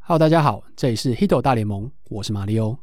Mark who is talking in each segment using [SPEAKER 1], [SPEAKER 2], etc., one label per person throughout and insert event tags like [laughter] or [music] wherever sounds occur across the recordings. [SPEAKER 1] Hello，大家好，这里是 Hito 大联盟，我是马里欧。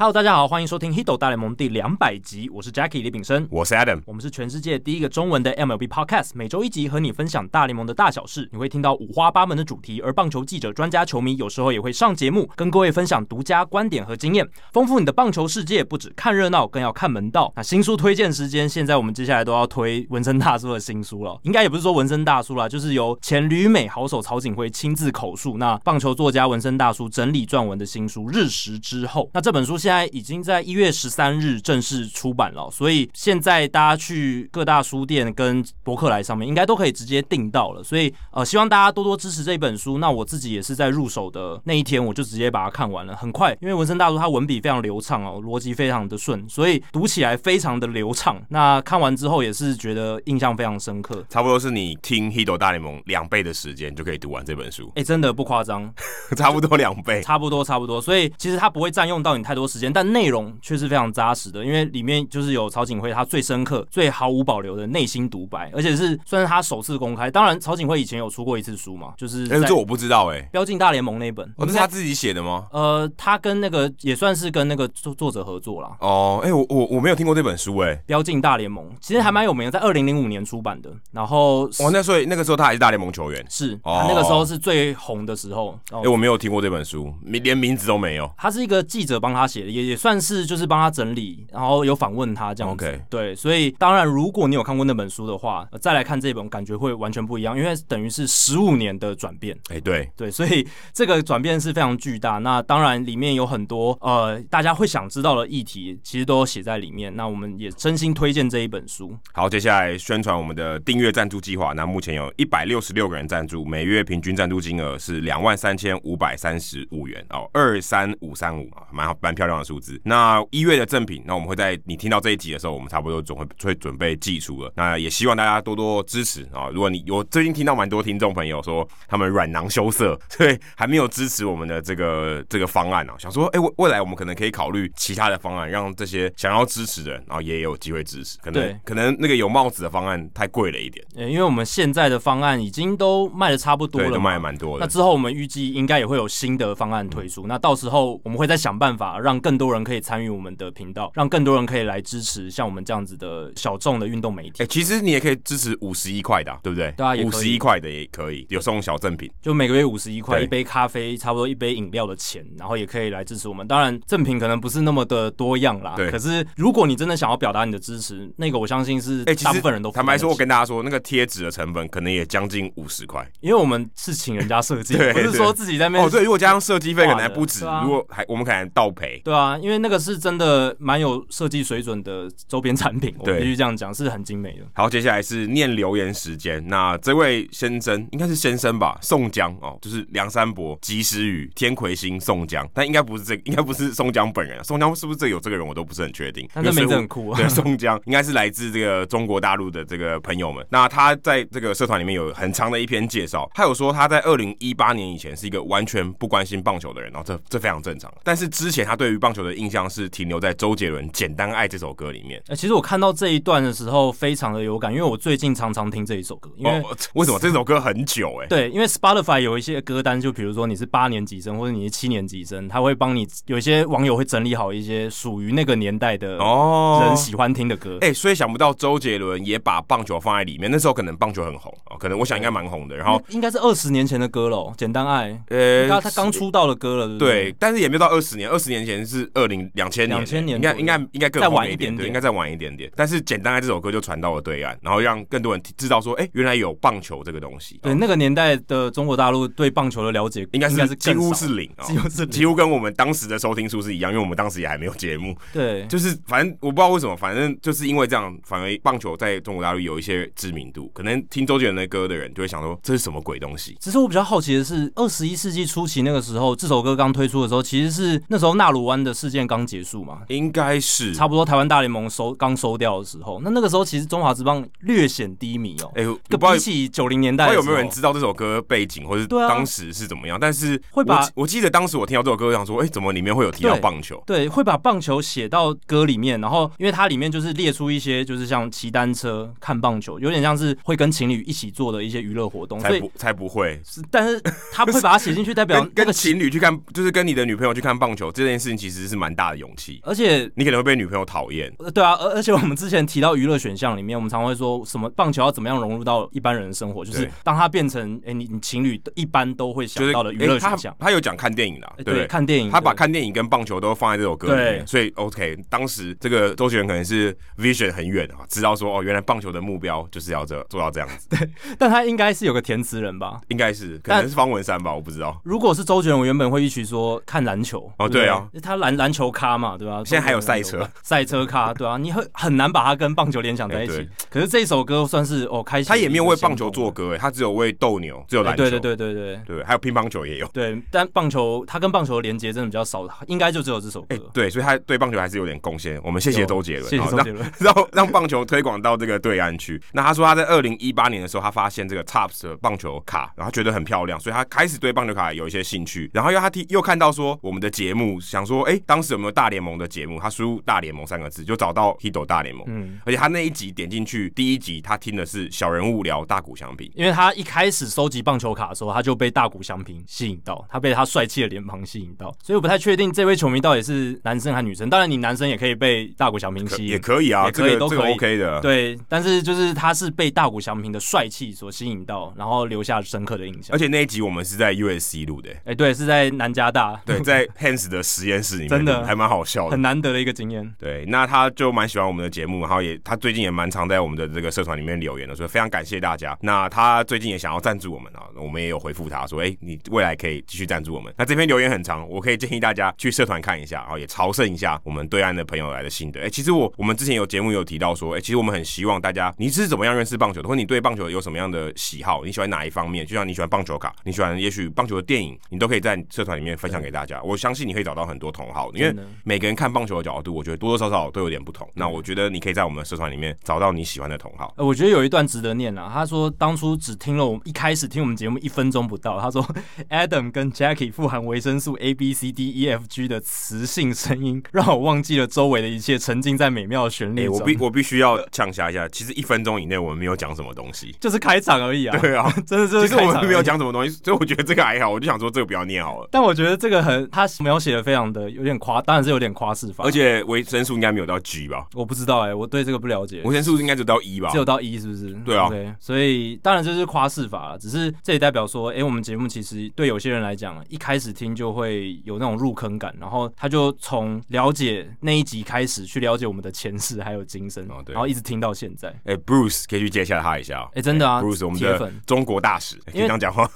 [SPEAKER 2] Hello，大家好，欢迎收听《h i t o 大联盟》第两百集，我是 Jackie 李炳生。
[SPEAKER 3] 我是 Adam，
[SPEAKER 2] 我们是全世界第一个中文的 MLB Podcast，每周一集和你分享大联盟的大小事，你会听到五花八门的主题，而棒球记者、专家、球迷有时候也会上节目，跟各位分享独家观点和经验，丰富你的棒球世界。不止看热闹，更要看门道。那新书推荐时间，现在我们接下来都要推文森大叔的新书了，应该也不是说文森大叔啦，就是由前旅美好手曹景辉亲自口述，那棒球作家文森大叔整理撰文的新书《日食之后》。那这本书现在已经在一月十三日正式出版了，所以现在大家去各大书店跟博客来上面应该都可以直接订到了。所以呃，希望大家多多支持这本书。那我自己也是在入手的那一天，我就直接把它看完了，很快，因为文森大叔他文笔非常流畅哦，逻辑非常的顺，所以读起来非常的流畅。那看完之后也是觉得印象非常深刻。
[SPEAKER 3] 差不多是你听《h i d o 大联盟》两倍的时间就可以读完这本书， [laughs]
[SPEAKER 2] 哎、真的不夸张，
[SPEAKER 3] 差不多两倍。
[SPEAKER 2] 差不多，差不多。所以其实它不会占用到你太多时间，但内容却是非常扎实的，因为里面就是有曹景辉他最深刻、最毫无保留的内心独白，而且是算是他首次公开。当然，曹景辉以前有出过一次书嘛，就是在
[SPEAKER 3] 但是这
[SPEAKER 2] 《
[SPEAKER 3] 我不知道哎、
[SPEAKER 2] 标进大联盟》那本。
[SPEAKER 3] 哦，这是他自己写的吗？
[SPEAKER 2] 呃，他跟那个也算是跟那个作作者合作啦，
[SPEAKER 3] 哦，哎、我我我没有听过这本书哎、
[SPEAKER 2] 《标进大联盟》其实还蛮有名的，在二零零五年出版的。然后
[SPEAKER 3] 哇，哦那所以那个时候他还是大联盟球员。
[SPEAKER 2] 是
[SPEAKER 3] 哦
[SPEAKER 2] 他那个时候是最红的时候。哦
[SPEAKER 3] 哎、我没有听过这本书，名连名字都没有。
[SPEAKER 2] 他是一个记者帮他写的，也也算是就是帮他整理，然后有访问他这样子。
[SPEAKER 3] OK
[SPEAKER 2] 对，所以当然，如果你有看过那本书的话，呃再来看这本，感觉会完全不一样，因为等于是十五年的转变。
[SPEAKER 3] 哎、对，
[SPEAKER 2] 对， [laughs] 所以这个转变是非常巨大。那当然，里面有很多呃大家会想知道的议题，其实都有写在里面。那我们也真心推荐这一本书。
[SPEAKER 3] 好，接下来宣传我们的订阅赞助计划。那目前有一百六十六个人赞助，每月平均赞助金额是两万三千五百三十五元哦，二三五三五啊，蛮好蛮漂亮的数字。那一月的赠品，那我们会在你听到这一集的时候，我们差不多总会会准备寄出了。那也希望大家多多支持啊、如果你我最近听到蛮多听众朋友说他们软囊羞涩， [laughs] 所以还没有支持我们的这个这个方案啊，想说哎未、未来我们可能可以考虑其他的方案，让这些想要支持的人，然后也有机会支持，可能。
[SPEAKER 2] 对
[SPEAKER 3] 可能那个有帽子的方案太贵了一点，
[SPEAKER 2] 呃，因为我们现在的方案已经都卖的差不多
[SPEAKER 3] 对，
[SPEAKER 2] 了
[SPEAKER 3] 都
[SPEAKER 2] 嘛，
[SPEAKER 3] 卖得蛮多
[SPEAKER 2] 那
[SPEAKER 3] 的。嗯
[SPEAKER 2] 之后我们预计应该也会有新的方案推出，那到时候我们会再想办法让更多人可以参与我们的频道，让更多人可以来支持像我们这样子的小众的运动媒体。
[SPEAKER 3] 哎、其实你也可以支持五十一块的啊、对不对？
[SPEAKER 2] 对啊也可以
[SPEAKER 3] 五十一块的也可以，有送小赠品。
[SPEAKER 2] 就每个月五十一块
[SPEAKER 3] 对
[SPEAKER 2] 一杯咖啡，差不多一杯饮料的钱，然后也可以来支持我们。当然赠品可能不是那么的多样啦，
[SPEAKER 3] 对
[SPEAKER 2] 可是如果你真的想要表达你的支持，那个我相信是
[SPEAKER 3] 哎、其
[SPEAKER 2] 大部
[SPEAKER 3] 实
[SPEAKER 2] 分人都
[SPEAKER 3] 坦白说，我
[SPEAKER 2] 负担得起
[SPEAKER 3] 跟大家说，那个贴纸的成本可能也将近五十块。
[SPEAKER 2] 因为我们是请人家设计，
[SPEAKER 3] [laughs] 对
[SPEAKER 2] 不是
[SPEAKER 3] 对
[SPEAKER 2] 说自己在那边
[SPEAKER 3] 哦，对，如果加上设计费，可能还不止。
[SPEAKER 2] 对啊
[SPEAKER 3] 如果还我们可能还倒赔。
[SPEAKER 2] 对啊，因为那个是真的蛮有设计水准的周边产品，我
[SPEAKER 3] 对
[SPEAKER 2] 必须这样讲，是很精美的。
[SPEAKER 3] 好，接下来是念留言时间。那这位先生应该是先生吧，宋江哦，就是梁山伯、及时雨、天魁星、宋江，但应该不是这个，应该不是宋江本人啊。宋江是不是这有这个人，我都不是很确定。
[SPEAKER 2] 但这
[SPEAKER 3] 因为
[SPEAKER 2] 名字
[SPEAKER 3] 生物
[SPEAKER 2] 很酷啊
[SPEAKER 3] 对，宋江应该是来自这个中国大陆的这个朋友们。那他在这个社团里面有很长的一篇介绍，他有说他在二零一八年以前是一个完全不关心棒球的人，然后这这非常正常。但是之前他对于棒球的印象是停留在周杰伦《简单爱》这首歌里面。
[SPEAKER 2] 哎、其实我看到这一段的时候非常的有感，因为我最近常常听这一首歌，因为、
[SPEAKER 3] 哦，为什么这首歌很久哎、
[SPEAKER 2] 对，因为 Spotify 有一些歌单，就比如说你是八年级生或者你是七年级生，他会帮你有一些网友会整理好一些属于那个年代的
[SPEAKER 3] 哦，
[SPEAKER 2] 人喜欢听的歌。
[SPEAKER 3] 哎、所以想不到周杰伦也把棒球放在里面。那时候可能棒球很红哦，可能我想应该蛮红的。然后
[SPEAKER 2] 应该是二十年前的歌了，《简单爱》。
[SPEAKER 3] 呃
[SPEAKER 2] 嗯他他刚出道的歌了，对不
[SPEAKER 3] 对
[SPEAKER 2] 对，
[SPEAKER 3] 但是也没有到二十年，二十年前是二零两千年，
[SPEAKER 2] 2000年左
[SPEAKER 3] 应该
[SPEAKER 2] 右
[SPEAKER 3] 应该应该更
[SPEAKER 2] 再晚
[SPEAKER 3] 后面
[SPEAKER 2] 一
[SPEAKER 3] 一
[SPEAKER 2] 点
[SPEAKER 3] 点，对，
[SPEAKER 2] 点
[SPEAKER 3] 应该再晚一点点。但是《简单爱》这首歌就传到了对岸，然后让更多人知道说，哎、原来有棒球这个东西。
[SPEAKER 2] 对，
[SPEAKER 3] 哦
[SPEAKER 2] 那个年代的中国大陆对棒球的了解
[SPEAKER 3] 应该
[SPEAKER 2] 是
[SPEAKER 3] 是几乎
[SPEAKER 2] 更
[SPEAKER 3] 是
[SPEAKER 2] 少
[SPEAKER 3] 零，哦
[SPEAKER 2] 几乎是零
[SPEAKER 3] 几乎跟我们当时的收听数是一样，因为我们当时也还没有节目，
[SPEAKER 2] 对，
[SPEAKER 3] 就是反正我不知道为什么，反正就是因为这样，反而棒球在中国大陆有一些知名度。可能听周杰伦的歌的人就会想说，这是什么鬼东西？
[SPEAKER 2] 只是我比较好奇的是，二十一世纪初期那个时候，这首歌刚推出的时候，其实是那时候纳鲁湾的事件刚结束嘛，
[SPEAKER 3] 应该是
[SPEAKER 2] 差不多台湾大联盟收刚收掉的时候。那那个时候其实中华职棒略显低迷哦、
[SPEAKER 3] 哎、我不
[SPEAKER 2] 可
[SPEAKER 3] 知道
[SPEAKER 2] 比起九零年代
[SPEAKER 3] 不
[SPEAKER 2] 的
[SPEAKER 3] 知
[SPEAKER 2] 时
[SPEAKER 3] 道
[SPEAKER 2] 候，
[SPEAKER 3] 有没有人知道这首歌背景，或是
[SPEAKER 2] 对啊
[SPEAKER 3] 当时是怎么样？但是
[SPEAKER 2] 会把
[SPEAKER 3] 我记我记得当时我听到这首歌，我想说，哎、怎么里面会有提到
[SPEAKER 2] 对
[SPEAKER 3] 棒球？
[SPEAKER 2] 对，会把棒球写到歌里面，然后因为它里面就是列出一些，就是像骑单车、看棒球，有点像是会跟情侣一起做的一些娱乐活动，所
[SPEAKER 3] 才
[SPEAKER 2] 以
[SPEAKER 3] 不才不会
[SPEAKER 2] 是但是他会把它写进去，代表
[SPEAKER 3] [laughs] 跟
[SPEAKER 2] 那
[SPEAKER 3] 跟
[SPEAKER 2] 个
[SPEAKER 3] 情侣去看，就是跟你的女朋友去看棒球这件事情，其实是蛮大的勇气。
[SPEAKER 2] 而且。
[SPEAKER 3] 你可能会被女朋友讨厌，
[SPEAKER 2] 呃对啊，而而且我们之前提到娱乐选项里面，我们常会说什么棒球要怎么样融入到一般人的生活，就是
[SPEAKER 3] 对
[SPEAKER 2] 当它变成哎、你你情侣一般都会
[SPEAKER 3] 就
[SPEAKER 2] 想
[SPEAKER 3] 是
[SPEAKER 2] 到的娱
[SPEAKER 3] 诶
[SPEAKER 2] 乐
[SPEAKER 3] 他
[SPEAKER 2] 选项，
[SPEAKER 3] 他有讲看电影的、
[SPEAKER 2] 哎
[SPEAKER 3] 对不对？
[SPEAKER 2] 看电影，
[SPEAKER 3] 他把
[SPEAKER 2] 对
[SPEAKER 3] 看电影跟棒球都放在这首歌里面，
[SPEAKER 2] 对
[SPEAKER 3] 所以 OK，当时这个周杰伦可能是 vision 很远啊，知道说哦，原来棒球的目标就是要这做到这样子，
[SPEAKER 2] 但他应该是有个填词人吧？
[SPEAKER 3] 应该是可
[SPEAKER 2] 但
[SPEAKER 3] 能是方文山吧，我不知道。
[SPEAKER 2] 如果是周杰伦，我原本会一起说看篮球。对
[SPEAKER 3] 哦
[SPEAKER 2] 不
[SPEAKER 3] 对啊，
[SPEAKER 2] 他篮篮球咖嘛，对吧、
[SPEAKER 3] 现在还有赛
[SPEAKER 2] 中国
[SPEAKER 3] 车
[SPEAKER 2] 篮球咖，赛车咖，对啊，你很很难把它跟棒球联想在一起。
[SPEAKER 3] 哎对
[SPEAKER 2] 可是这首歌算是哦开启，
[SPEAKER 3] 他也没有为棒球做，歌、欸，他只有为斗牛，只有
[SPEAKER 2] 哎
[SPEAKER 3] 篮球，
[SPEAKER 2] 对对对对对
[SPEAKER 3] 对还有乒乓球也有，
[SPEAKER 2] 对，但棒球它跟棒球的连接真的比较少，应该就只有这首歌。
[SPEAKER 3] 哎、对，所以他对棒球还是有点贡献。我们谢谢
[SPEAKER 2] 呃有
[SPEAKER 3] 周杰伦，
[SPEAKER 2] 谢谢
[SPEAKER 3] 好
[SPEAKER 2] 周杰
[SPEAKER 3] [laughs]
[SPEAKER 2] 伦。
[SPEAKER 3] 让让让棒球推广到这个对岸去。那他说他在二零一八年的时候，他发现这个 Tops 的棒球卡，然后觉得很漂亮，所以他开始对棒球卡有一些兴趣。然后又他听又看到说我们的节目，想说哎、当时有没有大联盟的节目？他输入“大联盟”三个字，就找到 Hito 大联盟。
[SPEAKER 2] 嗯，
[SPEAKER 3] 而且他那一集点进去，第一集他听的是小人物聊大谷翔平，
[SPEAKER 2] 因为他一开始收集棒球卡的时候，他就被大谷翔平吸引到，他被他帅气的脸庞吸引到，所以我不太确定这位球迷到底是男生还是女生。当然，你男生也可以被大谷翔平
[SPEAKER 3] 可
[SPEAKER 2] 吸引，
[SPEAKER 3] 也可以啊，
[SPEAKER 2] 也可以
[SPEAKER 3] 这个
[SPEAKER 2] 都
[SPEAKER 3] 这个
[SPEAKER 2] 可以
[SPEAKER 3] OK 的。
[SPEAKER 2] 对，但是就是他是被大谷翔平的帅气所吸引到，然后留下深刻的印象。
[SPEAKER 3] 而且那一集我们是在 USC 录的、欸
[SPEAKER 2] 哎、对，是在南加大， [laughs]
[SPEAKER 3] 对，在 Hans 的实验室里面录，
[SPEAKER 2] 真的
[SPEAKER 3] 还蛮好笑的
[SPEAKER 2] 很。难得的一个经验。
[SPEAKER 3] 对，那他就蛮喜欢我们的节目，然后也他最近也蛮常在我们的这个社团里面留言的，所以非常感谢大家。那他最近也想要赞助我们啊，我们也有回复他说，哎、你未来可以继续赞助我们。那这篇留言很长，我可以建议大家去社团看一下，然后也朝圣一下我们对岸的朋友来的心得。哎、其实我我 [laughs] 们之前有节目有提到说，哎、其实我们很希望大家你是怎么样认识棒球的，或者你对棒球有什么样的喜好，你喜欢哪一方面？就像你喜欢棒球卡，你喜欢也许棒球的电影，你都可以在社团里面分享给大家。我相信你可以找到很多同好，因为
[SPEAKER 2] 真的
[SPEAKER 3] 每个人看棒球的角度，我觉得多多少少都有点不同。那我觉得你可以在我们的社团里面找到你喜欢的同好。
[SPEAKER 2] 呃，我觉得有一段值得念啊。他说当初只听了我们一开始听我们节目一分钟不到，他说 Adam 跟 Jackie 富含维生素 A B C D E F G 的磁性声音，让我忘记了周围的一切，沉浸在美妙的旋
[SPEAKER 3] 哎、
[SPEAKER 2] 律
[SPEAKER 3] 我
[SPEAKER 2] 中。
[SPEAKER 3] 必我必须要呛下一下，其实一分钟以内我们没有讲什么
[SPEAKER 2] [laughs]
[SPEAKER 3] 东西。
[SPEAKER 2] 就是开场而已啊，
[SPEAKER 3] 对啊，
[SPEAKER 2] 真的就是
[SPEAKER 3] 其
[SPEAKER 2] 开
[SPEAKER 3] 实
[SPEAKER 2] 场
[SPEAKER 3] 我
[SPEAKER 2] 而
[SPEAKER 3] 们
[SPEAKER 2] 已
[SPEAKER 3] 没有讲什么东西，所以我觉得这个还好。我就想说这个不要念好了。
[SPEAKER 2] 但我觉得这个很，他描写的非常的有点夸，当然是有点夸饰法，
[SPEAKER 3] 而且维生素应该没有到 G 吧？
[SPEAKER 2] 我不知道哎、我对这个不了解，
[SPEAKER 3] 维生素应该只有到一吧
[SPEAKER 2] 只？有到一是不是？
[SPEAKER 3] 对啊
[SPEAKER 2] OK，所以当然这是夸饰法了，只是这也代表说，哎、我们节目其实对有些人来讲，啊一开始听就会有那种入坑感，然后他就从了解那一集开始去了解我们的前世还有今生，
[SPEAKER 3] 哦对
[SPEAKER 2] 然后一直听到现在。
[SPEAKER 3] 哎、b r u c e 可以去接下他一下、哦。
[SPEAKER 2] 哎、真的啊
[SPEAKER 3] Bruce，我们
[SPEAKER 2] 铁
[SPEAKER 3] 的
[SPEAKER 2] 粉，
[SPEAKER 3] 中国大使，哎可以
[SPEAKER 2] 因为
[SPEAKER 3] 这样讲话。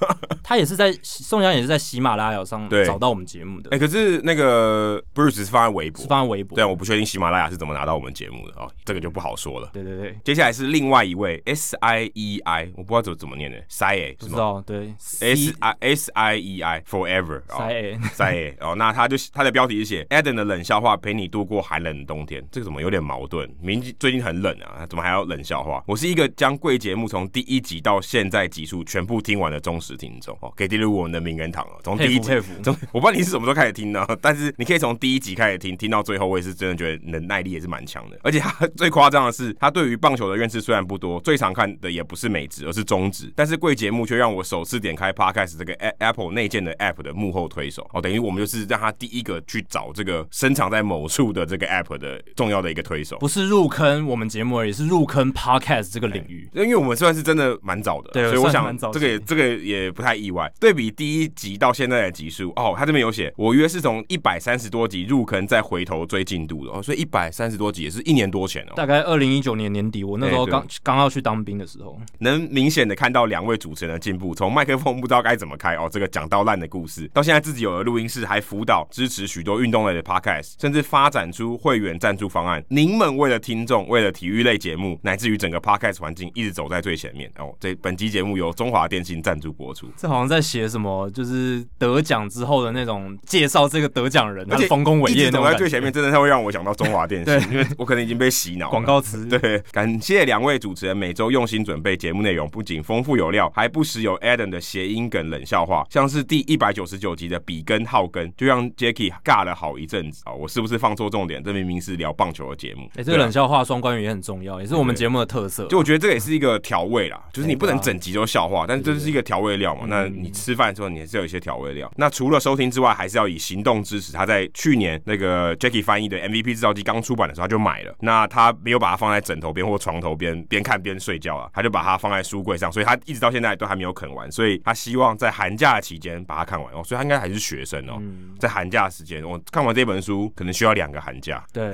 [SPEAKER 2] 他也是在宋江也是在喜马拉雅上
[SPEAKER 3] 对
[SPEAKER 2] 找到我们节目的，
[SPEAKER 3] [laughs] 哎、可是那个 Bruce 是放在微博
[SPEAKER 2] 是，放在微博。
[SPEAKER 3] 对，我不确定喜马拉雅是怎么拿到我们节目的哦，这个就不好说了。
[SPEAKER 2] 对对对，
[SPEAKER 3] 接下来是另外一位 S I E I，我不知道怎么怎么念的，Sai 欸
[SPEAKER 2] 不
[SPEAKER 3] 是
[SPEAKER 2] 知
[SPEAKER 3] 吗
[SPEAKER 2] 道对
[SPEAKER 3] S I S I E I Forever
[SPEAKER 2] 塞哎
[SPEAKER 3] 哦
[SPEAKER 2] A。
[SPEAKER 3] ，Sai 欸哦，那他就他的标题是写 Adam 的冷笑话陪你度过寒冷的冬天，这个怎么有点矛盾？明明最近很冷啊，怎么还要冷笑话？我是一个将贵节目从第一集到现在集数全部听完的忠实听众哦，给第六我们的名人堂哦，从第一
[SPEAKER 2] 佩服
[SPEAKER 3] 集
[SPEAKER 2] 佩
[SPEAKER 3] [laughs]
[SPEAKER 2] 服，
[SPEAKER 3] 从我不知道你是什么时候开始听的，啊但是你可以从第一集开始听，听到最后，我也是真的觉得能耐力也是蛮强的。而且他最夸张的是，他对于棒球的认识虽然不多，最常看的也不是美职，而是中职。但是贵节目却让我首次点开 Podcast 这个 A- Apple 内建的 App 的幕后推手哦，等于我们就是让他第一个去找这个深藏在某处的这个 App 的重要的一个推手。
[SPEAKER 2] 不是入坑我们节目而已，是入坑 podcast 这个领域。
[SPEAKER 3] 因为我们算是真的蛮早的，
[SPEAKER 2] 对
[SPEAKER 3] 所以我
[SPEAKER 2] 算
[SPEAKER 3] 想
[SPEAKER 2] 蛮早
[SPEAKER 3] 这个也
[SPEAKER 2] 期
[SPEAKER 3] 这个也不太意外。对比第一集到现在的集数，哦，他这边有写，我约是从一百三十多集入坑，再回头追进度的哦，所以一百三十多集也是一年多前哦。哎
[SPEAKER 2] 大概二零一九年年底，我那时候刚刚要去当兵的时候，
[SPEAKER 3] 能明显的看到两位主持人的进步，从麦克风不 [laughs] 知道该怎么开哦，这个讲到烂的故事，到现在自己有了录音室，还辅导支持许多运动类的 podcast，甚至发展出会员赞助方案。您们为了听众，为了体育类节目，乃至于整个 podcast 环境，一直走在最前面哦。这本集节目由中华电信赞助播出。
[SPEAKER 2] 这好像在写什么，就是得奖之后的那种介绍这个得奖人，他
[SPEAKER 3] 而且
[SPEAKER 2] 的丰功伟
[SPEAKER 3] 一
[SPEAKER 2] 业
[SPEAKER 3] 直
[SPEAKER 2] 那种
[SPEAKER 3] 走在
[SPEAKER 2] 感
[SPEAKER 3] 最
[SPEAKER 2] 觉。
[SPEAKER 3] 前面，真的是会让我想到中
[SPEAKER 2] [laughs]
[SPEAKER 3] 华电信，因为我可能已经被洗脑了
[SPEAKER 2] 广告词，
[SPEAKER 3] 对，感谢两位主持人每周用心准备节目内容，不仅丰富有料，还不时有 Adam 的谐音梗、冷笑话，像是第一百九十九集的比根浩根，就让 Jacky 尬了好一阵子啊、我是不是放错重点？这明明是聊棒球的节目。
[SPEAKER 2] 哎、这
[SPEAKER 3] 对啊
[SPEAKER 2] 个冷笑话双关语也很重要，也是我们节目的特色。
[SPEAKER 3] 就我觉得这个也是一个调味啦，就是你不能
[SPEAKER 2] 对啊
[SPEAKER 3] 整集都笑话，但是这是一个调味料嘛。
[SPEAKER 2] 嗯
[SPEAKER 3] 那你吃饭的时候你还是有一些调味料。那除了收听之外，还是要以行动支持。他在去年那个 Jackie 翻译的 MVP 制造机刚出版的时候，他就买了。那他没有把它放在枕头边或床头边，边看边睡觉啊，他就把它放在书柜上，所以他一直到现在都还没有啃完。所以他希望在寒假期间把它看完哦，所以他应该还是学生哦。
[SPEAKER 2] 嗯
[SPEAKER 3] 在寒假时间，我看完这本书可能需要两个寒假。
[SPEAKER 2] 对，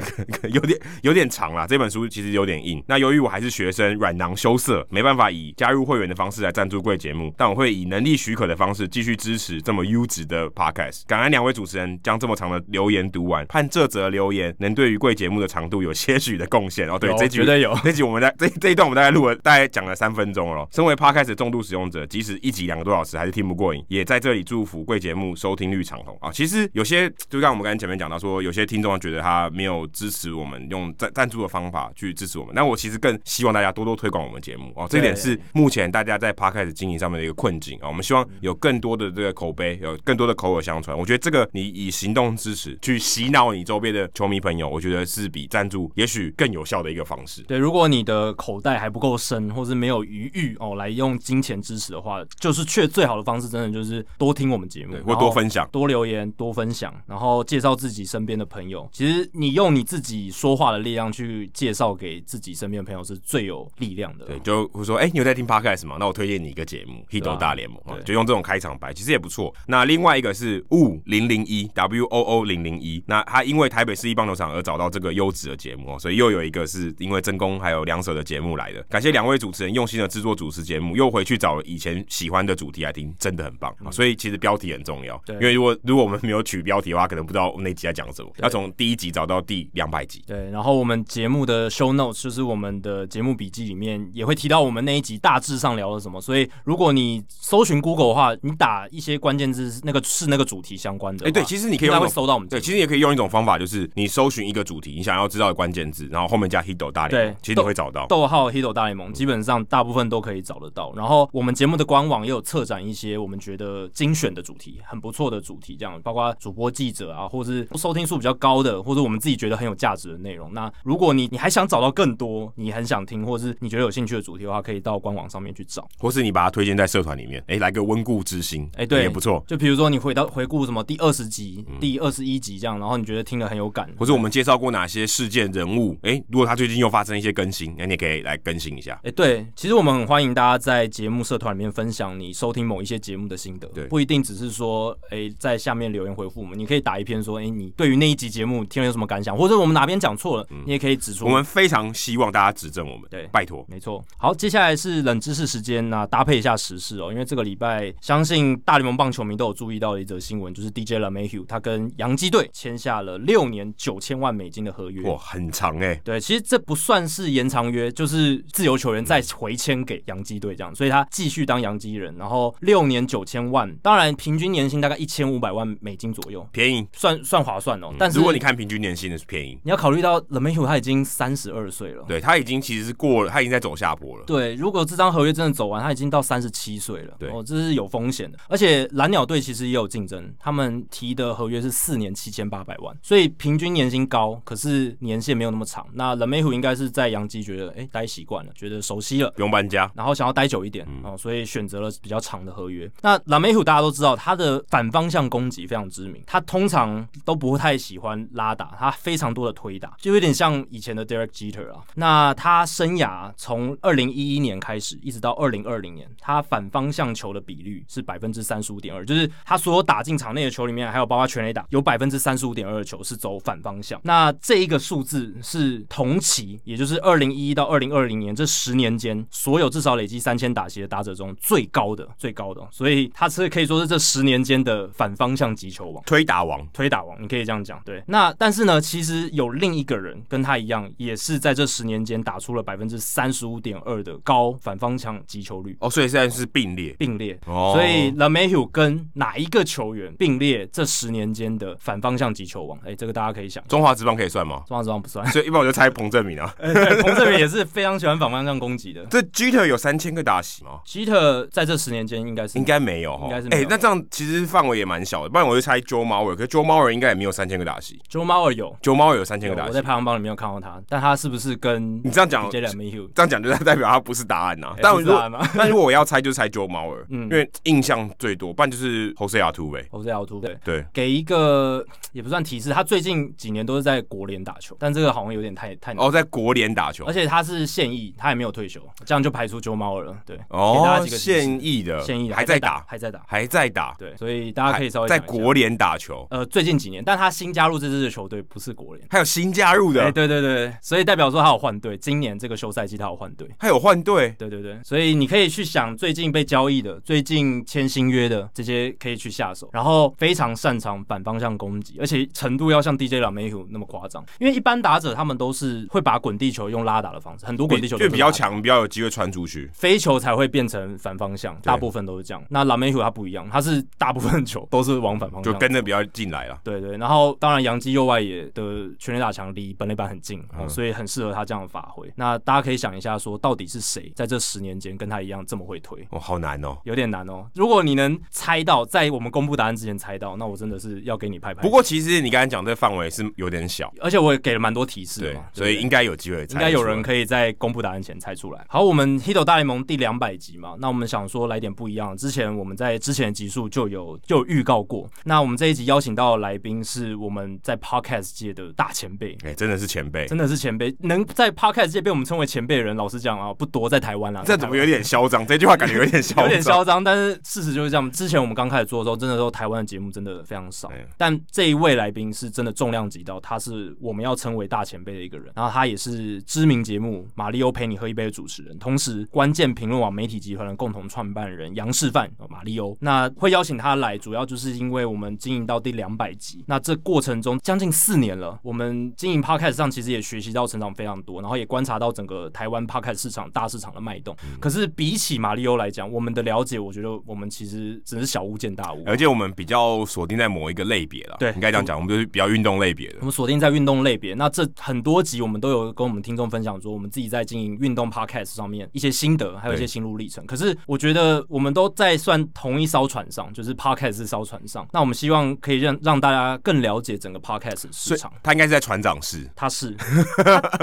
[SPEAKER 3] 有点有点长啦，这本书其实有点硬。那由于我还是学生，软囊羞涩，没办法以加入会员的方式来赞助贵节目，但我会以能力许可的方式继续支持这么优质的 podcast。感恩两位主持人将这么长的留言读完，盼这则留言能对于贵节目的长度有些许的贡献。哦，对，
[SPEAKER 2] 有
[SPEAKER 3] 这局
[SPEAKER 2] 绝对有
[SPEAKER 3] [laughs] 这集我们在这这一段我们大概录了大概讲了三分钟了哦。身为 podcast 的重度使用者，即使一集两个多小时还是听不过瘾，也在这里祝福贵节目收听率长虹啊。其实有些就像我们刚才前面讲到说，有些听众觉得他没有支持我们用赞赞助的方法去支持我们，那我其实更希望大家多多推广我们节目哦。这一点
[SPEAKER 2] 对
[SPEAKER 3] 是目前大家在 podcast 经营上面的一个困境啊。我们希望
[SPEAKER 2] 嗯
[SPEAKER 3] 有更多的这个口碑，有更多的口耳相传。我觉得这个你以行动支持去洗脑你周边的球迷朋友，我觉得是比赞助也许更有效的一个方式。
[SPEAKER 2] 对，如果你的口袋还不够深，或是没有余裕哦来用金钱支持的话，就是却最好的方式，真的就是多听我们节目
[SPEAKER 3] 对，，
[SPEAKER 2] 然
[SPEAKER 3] 或
[SPEAKER 2] 后
[SPEAKER 3] 多分享。
[SPEAKER 2] 多留言、多分享，然后介绍自己身边的朋友。其实你用你自己说话的力量去介绍给自己身边的朋友，是最有力量的。
[SPEAKER 3] 对，就会说，哎、你有在听 podcast 吗？那我推荐你一个节目《h i t
[SPEAKER 2] 啊
[SPEAKER 3] o 大联盟》哦
[SPEAKER 2] 对
[SPEAKER 3] 就用这种开场白，其实也不错。那另外一个是 Woo 零零一 W O O 零零一，那他因为台北市一棒球场而找到这个优质的节目哦，所以又有一个是因为真宫还有梁舍的节目来的。感谢两位主持人用心的制作主持节目，又回去找了以前喜欢的主题来听，真的很棒、啊！所以其实标题很重要，
[SPEAKER 2] 对
[SPEAKER 3] 因为如果如果我们没有取标题的话，可能不知道我们那集在讲什么，要从第一集找到第两百集。
[SPEAKER 2] 对，然后我们节目的 show notes 就是我们的节目笔记里面也会提到我们那一集大致上聊了什么，所以如果你搜寻 Google 的话，你打一些关键字，那个是那个主题相关的
[SPEAKER 3] 哎、
[SPEAKER 2] 话，
[SPEAKER 3] 对，其实你可以
[SPEAKER 2] 应
[SPEAKER 3] 用
[SPEAKER 2] 该
[SPEAKER 3] 那
[SPEAKER 2] 会
[SPEAKER 3] 种
[SPEAKER 2] 搜到我们节
[SPEAKER 3] 对，
[SPEAKER 2] 目。
[SPEAKER 3] 其实也可以用一种方法，就是你搜寻一个主题，你想要知道的关键字，然后后面加 Hido 大联盟
[SPEAKER 2] 对，
[SPEAKER 3] 其实你会找到。
[SPEAKER 2] 逗号 Hito 大联
[SPEAKER 3] 嗯
[SPEAKER 2] 盟基本上大部分都可以找得到，然后我们节目的官网也有策展一些我们觉得精选的主题，很不错的主题，这样包括主播记者啊，或是收听数比较高的，或者我们自己觉得很有价值的内容。那如果你你还想找到更多，你很想听，或是你觉得有兴趣的主题的话，可以到官网上面去找。
[SPEAKER 3] 或是你把它推荐在社团里面，哎、来个温故知新，
[SPEAKER 2] 哎、对，
[SPEAKER 3] 也不错。
[SPEAKER 2] 就比如说你回到回顾什么第二十集、第二十一集这样，然后你觉得听了很有感，
[SPEAKER 3] 或者我们介绍过哪些事件人物，哎、如果他最近又发生一些更新，那你也可以来更新一下。
[SPEAKER 2] 哎、对，其实我们很欢迎大家在节目社团里面分享你收听某一些节目的心得，
[SPEAKER 3] 对
[SPEAKER 2] 不一定只是说，哎、在下面留言回复我们，你可以打一篇说，哎、你对于那一集节目听了有什么感想，或者我们哪边讲错了，你也可以指出。
[SPEAKER 3] 嗯我们非常希望大家指正我们，
[SPEAKER 2] 对
[SPEAKER 3] 拜托。
[SPEAKER 2] 没错，好，接下来是冷知识时间那、搭配一下时事哦，因为这个礼拜相信大联盟棒球迷都有注意到的一则新闻，就是 DJ l a m a h e w 他跟洋基队签下了六年九千万美金的合约，
[SPEAKER 3] 哇，很长哎、
[SPEAKER 2] 对，其实这不算是延长约，就是自由球员
[SPEAKER 3] 嗯
[SPEAKER 2] 再回签给洋基队这样，所以他继续当洋基人，然后六年九千万，当然平均年薪大概一千五百万美金左右，
[SPEAKER 3] 便宜。
[SPEAKER 2] 算算划算哦。但是
[SPEAKER 3] 嗯如果你看平均年薪的是便宜，
[SPEAKER 2] 你要考虑到 l e m a y h 他已经三十二岁了，
[SPEAKER 3] 对他已经其实是过了，他已经在走下坡了。
[SPEAKER 2] 对，如果这张合约真的走完，他已经到三十七岁了，
[SPEAKER 3] 对
[SPEAKER 2] 哦，这是有风险的。而且蓝鸟队其实也有竞争，他们提的合约是四年七千八百万，所以平均年薪高，可是年限没有那么长。那冷梅虎应该是在洋基觉得哎待习惯了，觉得熟悉了。
[SPEAKER 3] 不用搬家，
[SPEAKER 2] 然后想要待久一点、哦，所以选择了比较长的合约。那拉梅虎大家都知道，他的反方向攻击非常知名，他通常都不太喜欢拉打，他非常多的推打，就有点像以前的 Derek Jeter 啊。那他生涯从二零一一年开始，一直到二零二零年，他反方向球的比率是百分之三十五点二，就是他所有打进场内的球里面，还有包括全垒打。打，有百分之三十五点二的球是走反方向。那这一个数字是同期，也就是二零一一到二零二零年这十年间，所有至少累积三千打席的打者中最高的，最高的哦。所以他是可以说是这十年间的反方向击球王。
[SPEAKER 3] 推打王，
[SPEAKER 2] 推打王，你可以这样讲，对。那但是呢，其实有另一个人跟他一样，也是在这十年间打出了百分之三十五点二的高反方向击球率，
[SPEAKER 3] 哦，所以现在是并列，
[SPEAKER 2] 并列。
[SPEAKER 3] 哦，
[SPEAKER 2] 所以 LeMahieu 跟哪一个球员并列这十年间的反方向击球王？哎、这个大家可以想，
[SPEAKER 3] 中华职棒可以算吗？
[SPEAKER 2] 中华职棒不算。
[SPEAKER 3] [laughs] 所以一般我就猜彭正明啊。
[SPEAKER 2] 哎对彭正明也是非常喜欢反方向攻击的。
[SPEAKER 3] 这 g 特有三千个打席吗？
[SPEAKER 2] 希特在这十年间应该是
[SPEAKER 3] 应该没有哦，
[SPEAKER 2] 应该是没
[SPEAKER 3] 哎、
[SPEAKER 2] 有
[SPEAKER 3] 那这样其实范围也蛮小的，不然我就猜 Joe Mauer，可是 Joe Mauer 应该也没有三千个打席
[SPEAKER 2] Joe Mauer 有，
[SPEAKER 3] ，Joe Mauer 有三千
[SPEAKER 2] 有
[SPEAKER 3] 个打
[SPEAKER 2] 我
[SPEAKER 3] 席
[SPEAKER 2] 在。排行榜里面有看到他，但他是不是跟
[SPEAKER 3] 你这样讲，
[SPEAKER 2] j 哎
[SPEAKER 3] 这
[SPEAKER 2] a l e m a h u
[SPEAKER 3] 样讲就代表他不是答案呐、嗯哦但我如果，
[SPEAKER 2] 吗？
[SPEAKER 3] 但如果我要猜，就猜 Joe Mauer，、
[SPEAKER 2] 嗯
[SPEAKER 3] 因为印象最多，不然就是 Jose Altuve。
[SPEAKER 2] [laughs] 我是 L two 对。
[SPEAKER 3] 对，
[SPEAKER 2] 给一个也不算提示，他最近几年都是在国联打球，但这个好像有点太太难，
[SPEAKER 3] 哦，在国联打球
[SPEAKER 2] 嗯而，且他是现役，他也没有退休，这样就排除 Joe Mauer 了。对，给大家
[SPEAKER 3] 哦，
[SPEAKER 2] 几个提示
[SPEAKER 3] 现役的，
[SPEAKER 2] 现役的
[SPEAKER 3] 还在打，
[SPEAKER 2] 还在打，
[SPEAKER 3] 还在打，
[SPEAKER 2] 对，所以大家可以稍微
[SPEAKER 3] 在
[SPEAKER 2] 想一下
[SPEAKER 3] 国联打球，
[SPEAKER 2] 呃最近几年，但他新加入这支的球队不是国联，
[SPEAKER 3] 还有新加入
[SPEAKER 2] 哎、
[SPEAKER 3] 的，
[SPEAKER 2] 对对对，所以代表说他有换队，今年这个休赛季他有换队。
[SPEAKER 3] 还有换队，
[SPEAKER 2] 对对对，所以你可以去想最近被交易的、最近签新约的这些可以去下手，然后非常擅长反方向攻击，而且程度要像 DJ 朗梅虎那么夸张，因为一般打者他们都是会把滚地球用拉打的方式，很多滚地球都
[SPEAKER 3] 就是比较
[SPEAKER 2] 拉打。
[SPEAKER 3] 强，比较有机会传出去。
[SPEAKER 2] 飞球才会变成反方向，大部分都是这样。那朗梅虎他不一样，他是大部分球都是往反方
[SPEAKER 3] 就
[SPEAKER 2] 向，
[SPEAKER 3] 跟着比较进来了。
[SPEAKER 2] 对对，然后当然杨基右外野的全垒打墙离本垒板很近、
[SPEAKER 3] 嗯
[SPEAKER 2] 哦，所以很适合他这样的发挥。那大家可以想一下，说到底是谁在这十年间跟他一样这么会推？
[SPEAKER 3] 哦，好难哦。
[SPEAKER 2] 有点难哦。如果你能猜到，在我们公布答案之前猜到，那我真的是要给你拍拍。
[SPEAKER 3] 不，过其实你刚才讲这范围是有点小，
[SPEAKER 2] 而且我也给了蛮多提示的
[SPEAKER 3] 对
[SPEAKER 2] 嘛，，
[SPEAKER 3] 所以
[SPEAKER 2] 应
[SPEAKER 3] 应该有机会猜得出
[SPEAKER 2] 应
[SPEAKER 3] 来。
[SPEAKER 2] 该有人可以在公布答案前猜出来。好，我们《h i t 大联盟》第两百集嘛，那我们想说来点不一样的。之前我们在之前的集数就有就有预告过，那我们这一集邀请到的来宾是我们在 Podcast 界的大前辈。
[SPEAKER 3] 哎，真的是前辈，
[SPEAKER 2] 真的是前辈，能在 podcast 界被我们称为前辈的人，老实讲啊，不多，在台湾啦。
[SPEAKER 3] 这
[SPEAKER 2] 在台
[SPEAKER 3] 怎
[SPEAKER 2] 湾
[SPEAKER 3] 么有点嚣张？这句话感觉有点嚣张，
[SPEAKER 2] 有点嚣张，但是事实就是这样。之前我们刚开始做的时候，真的说台湾的节目真的非常少
[SPEAKER 3] 嗯，
[SPEAKER 2] 但这一位来宾是真的重量级到，他是我们要称为大前辈的一个人，然后他也是知名节目《马里欧陪你喝一杯》的主持人，同时关键评论网媒体集团的共同创办人杨示范哦马里欧。那会邀请他来，主要就是因为我们经营到第两百集，那这过程中将近四年了，我们经营 podcast 上其实也学习到成长非常多，然后也观察到整个台湾 podcast 市场大市场的脉动。可是比起马里欧来讲，我们的了解，我觉得我们其实只是小巫见大巫。
[SPEAKER 3] 而且我们比较锁定在某一个类别了，
[SPEAKER 2] 对
[SPEAKER 3] 应该这样讲，我们就是比较运动类别的
[SPEAKER 2] 我。们锁定在运动类别，那这很多集我们都有跟我们听众分享说，我们自己在经营运动 podcast 上面一些心得，还有一些
[SPEAKER 3] 对
[SPEAKER 2] 心路历程。可是我觉得我们都在算同一艘船上，就是 podcast 是艘船上。那我们希望可以让让大家更了解整个 podcast 市场。呃
[SPEAKER 3] 他应该是在船长室，
[SPEAKER 2] 它是，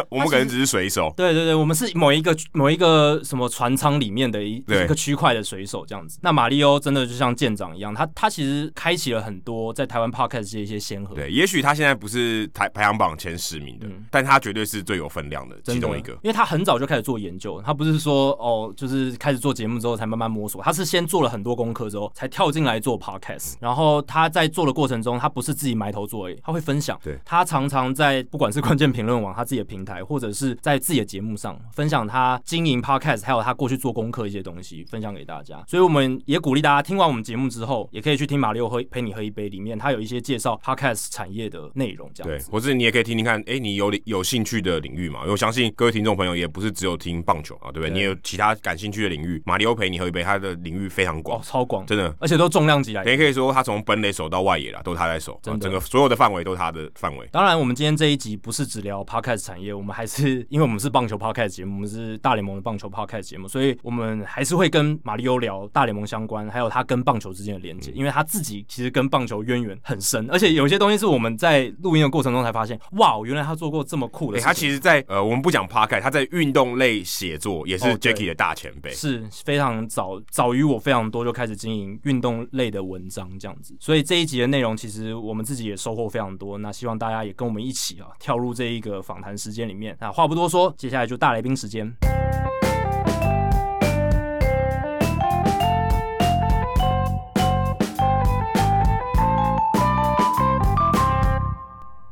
[SPEAKER 3] 我们可能只是水手。
[SPEAKER 2] 对对对，我们是某一个某一个什么船舱里面的一
[SPEAKER 3] 对
[SPEAKER 2] 一个区块的水手这样子。那马里欧真的就像舰长一样，他他其实开启了很多在台湾 podcast 界一些先河。
[SPEAKER 3] 对，也许他现在不是排排行榜前十名的，但他绝对是最有分量的
[SPEAKER 2] 嗯真
[SPEAKER 3] 其
[SPEAKER 2] 的
[SPEAKER 3] 中一个。
[SPEAKER 2] 因为他很早就开始做研究，他不是说哦，就是开始做节目之后才慢慢摸索，他是先做了很多功课之后才跳进来做 podcast，然后他在做的过程中，他不是自己埋头做而已，他会分享，
[SPEAKER 3] 对
[SPEAKER 2] 他常常在不管是关键评论网他自己的平台，或者是在自己的节目上分享他经营 podcast，还有他过去做功课一些东西分享给大家，所以我们也鼓励大家听完我们节目之后，也可以去听马六喝陪你喝一杯，里面他有一些介绍 podcast 产业的内容，这样
[SPEAKER 3] 对，
[SPEAKER 2] 子。
[SPEAKER 3] 或是你也可以听听看，哎、你有有兴趣的领域嘛？因为我相信各位听众朋友也不是只有听棒球啊，对不对？
[SPEAKER 2] 对
[SPEAKER 3] 你也有其他感兴趣的领域。马里欧陪你喝一杯，他的领域非常广
[SPEAKER 2] 哦，，超广，
[SPEAKER 3] 真的。
[SPEAKER 2] 而且都重量级来的
[SPEAKER 3] 等于可以说，他从本垒手到外野啦，都他在守，
[SPEAKER 2] 真
[SPEAKER 3] 啊
[SPEAKER 2] 的
[SPEAKER 3] 整个所有的范围都他的范围。
[SPEAKER 2] 当然，我们今天这一集不是只聊 podcast 产业，我们还是 [laughs] 因为我们是棒球 podcast 节目，我们是大联盟的棒球 podcast 节目，所以我们还是会跟马里欧聊大联盟相关，还有他跟棒球之间的连接，因为他自己其实跟棒球渊源很深，而且有些东西是我们在录音的过程中才发现，哇，原来他做过这么酷
[SPEAKER 3] 哎、
[SPEAKER 2] 的事
[SPEAKER 3] 他
[SPEAKER 2] 情。
[SPEAKER 3] 其实在，呃，我们不讲 p a r k 他在运动类写作也是
[SPEAKER 2] 哦对
[SPEAKER 3] Jacky 的大前辈。
[SPEAKER 2] 是非常早，早于我非常多就开始经营运动类的文章这样子，所以这一集的内容其实我们自己也收获非常多。那希望大家也跟我们一起啊，跳入这一个访谈时间里面。那话不多说，接下来就大来宾时间。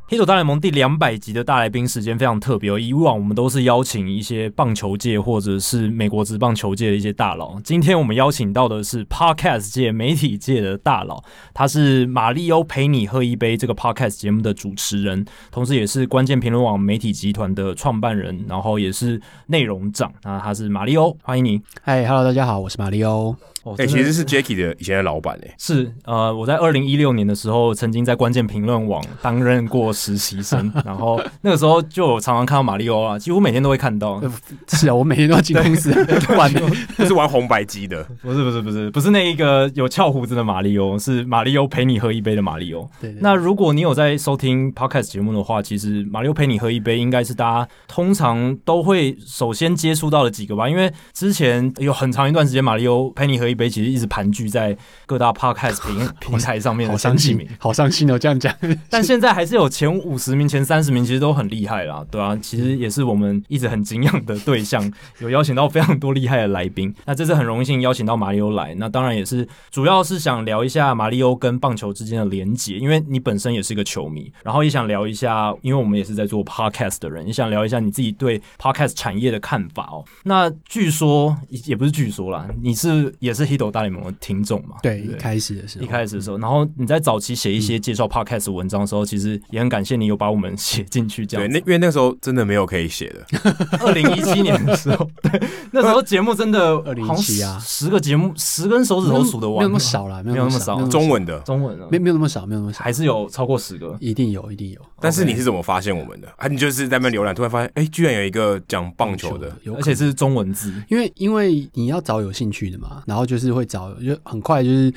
[SPEAKER 2] 黑手大联盟第两百集的大来宾时间非常特别哦，以往我们都是邀请一些棒球界或者是美国职棒球界的一些大佬，今天我们邀请到的是 podcast 界、媒体界的大佬，他是马里欧陪你喝一杯这个 podcast 节目的主持人，同时也是关键评论网媒体集团的创办人，然后也是内容长。那他是马里欧，欢迎你。
[SPEAKER 1] 嗨，Hello，大家好，我是马里欧。 [laughs]
[SPEAKER 2] 哦，
[SPEAKER 3] 哎、
[SPEAKER 2] 真的
[SPEAKER 3] 其实是 Jacky 的以前的老
[SPEAKER 2] [laughs]
[SPEAKER 3] 板哎、
[SPEAKER 2] 是呃，我在二零一六年的时候，曾经在关键评论网担任过实习生，然后那个时候就有常常看到马里欧啊，几乎每天都会看到。
[SPEAKER 1] 是啊，我每天都要进公司 [laughs] 晚的。
[SPEAKER 3] 是玩红白机的，
[SPEAKER 2] 不是不是不是不是那一个有翘胡子的马里欧，是马里欧陪你喝一杯的马里欧。
[SPEAKER 1] 对对
[SPEAKER 2] 那如果你有在收听 podcast 节目的话，其实马里欧陪你喝一杯应该是大家通常都会首先接触到的几个吧，因为之前有很长一段时间马里欧陪你喝一杯其实一直盘踞在各大 podcast 平平台上面
[SPEAKER 1] 好
[SPEAKER 2] 的
[SPEAKER 1] 伤
[SPEAKER 2] 前几
[SPEAKER 1] 心
[SPEAKER 2] 名。，
[SPEAKER 1] 好伤心哦！这样讲，
[SPEAKER 2] 但现在还是有前五十名、前三十名，其实都很厉害啦，对啊，其实也是我们一直很敬仰的对象，有邀请到非常多厉害的来宾。那这次很荣幸邀请到马里欧来，那当然也是主要是想聊一下马里欧跟棒球之间的连结，因为你本身也是个球迷，然后也想聊一下，因为我们也是在做 podcast 的人，也想聊一下你自己对 podcast 产业的看法哦。那据说也不是据说啦，你是也是 Hito 大联盟的听众嘛？
[SPEAKER 1] 对，
[SPEAKER 2] 不
[SPEAKER 1] 一开始的时候，
[SPEAKER 2] 一开始的时候，然后你在早期写一些介绍 podcast 的文章的时候，其实也很感谢你有把我们写进去。这
[SPEAKER 3] 对，
[SPEAKER 2] 样
[SPEAKER 3] 那
[SPEAKER 2] 子，
[SPEAKER 3] 因为那时候真的没有可以写的，
[SPEAKER 2] [laughs] 二零一七年的 [laughs] 时候，对，那时候节目真的
[SPEAKER 1] 2017
[SPEAKER 2] 好像
[SPEAKER 1] 啊
[SPEAKER 2] 十十个节目十根手指头数得
[SPEAKER 1] 没
[SPEAKER 2] 完，啊
[SPEAKER 1] 有那么，少啦，没有那么
[SPEAKER 2] 没有那么少
[SPEAKER 3] 中文的。
[SPEAKER 2] 中文啊，
[SPEAKER 1] 没没有那么少，没有那么少，
[SPEAKER 2] 还是有超过十个。
[SPEAKER 1] 一定有，一定有。
[SPEAKER 3] 但是你是怎么发现我们的？啊，你就是在那边浏览，突然发现，哎、居然有一个讲棒球的，
[SPEAKER 1] 有可能，
[SPEAKER 2] 而且是中文字，
[SPEAKER 1] 因为因为你要找有兴趣的嘛，然后就是会找，就很快就是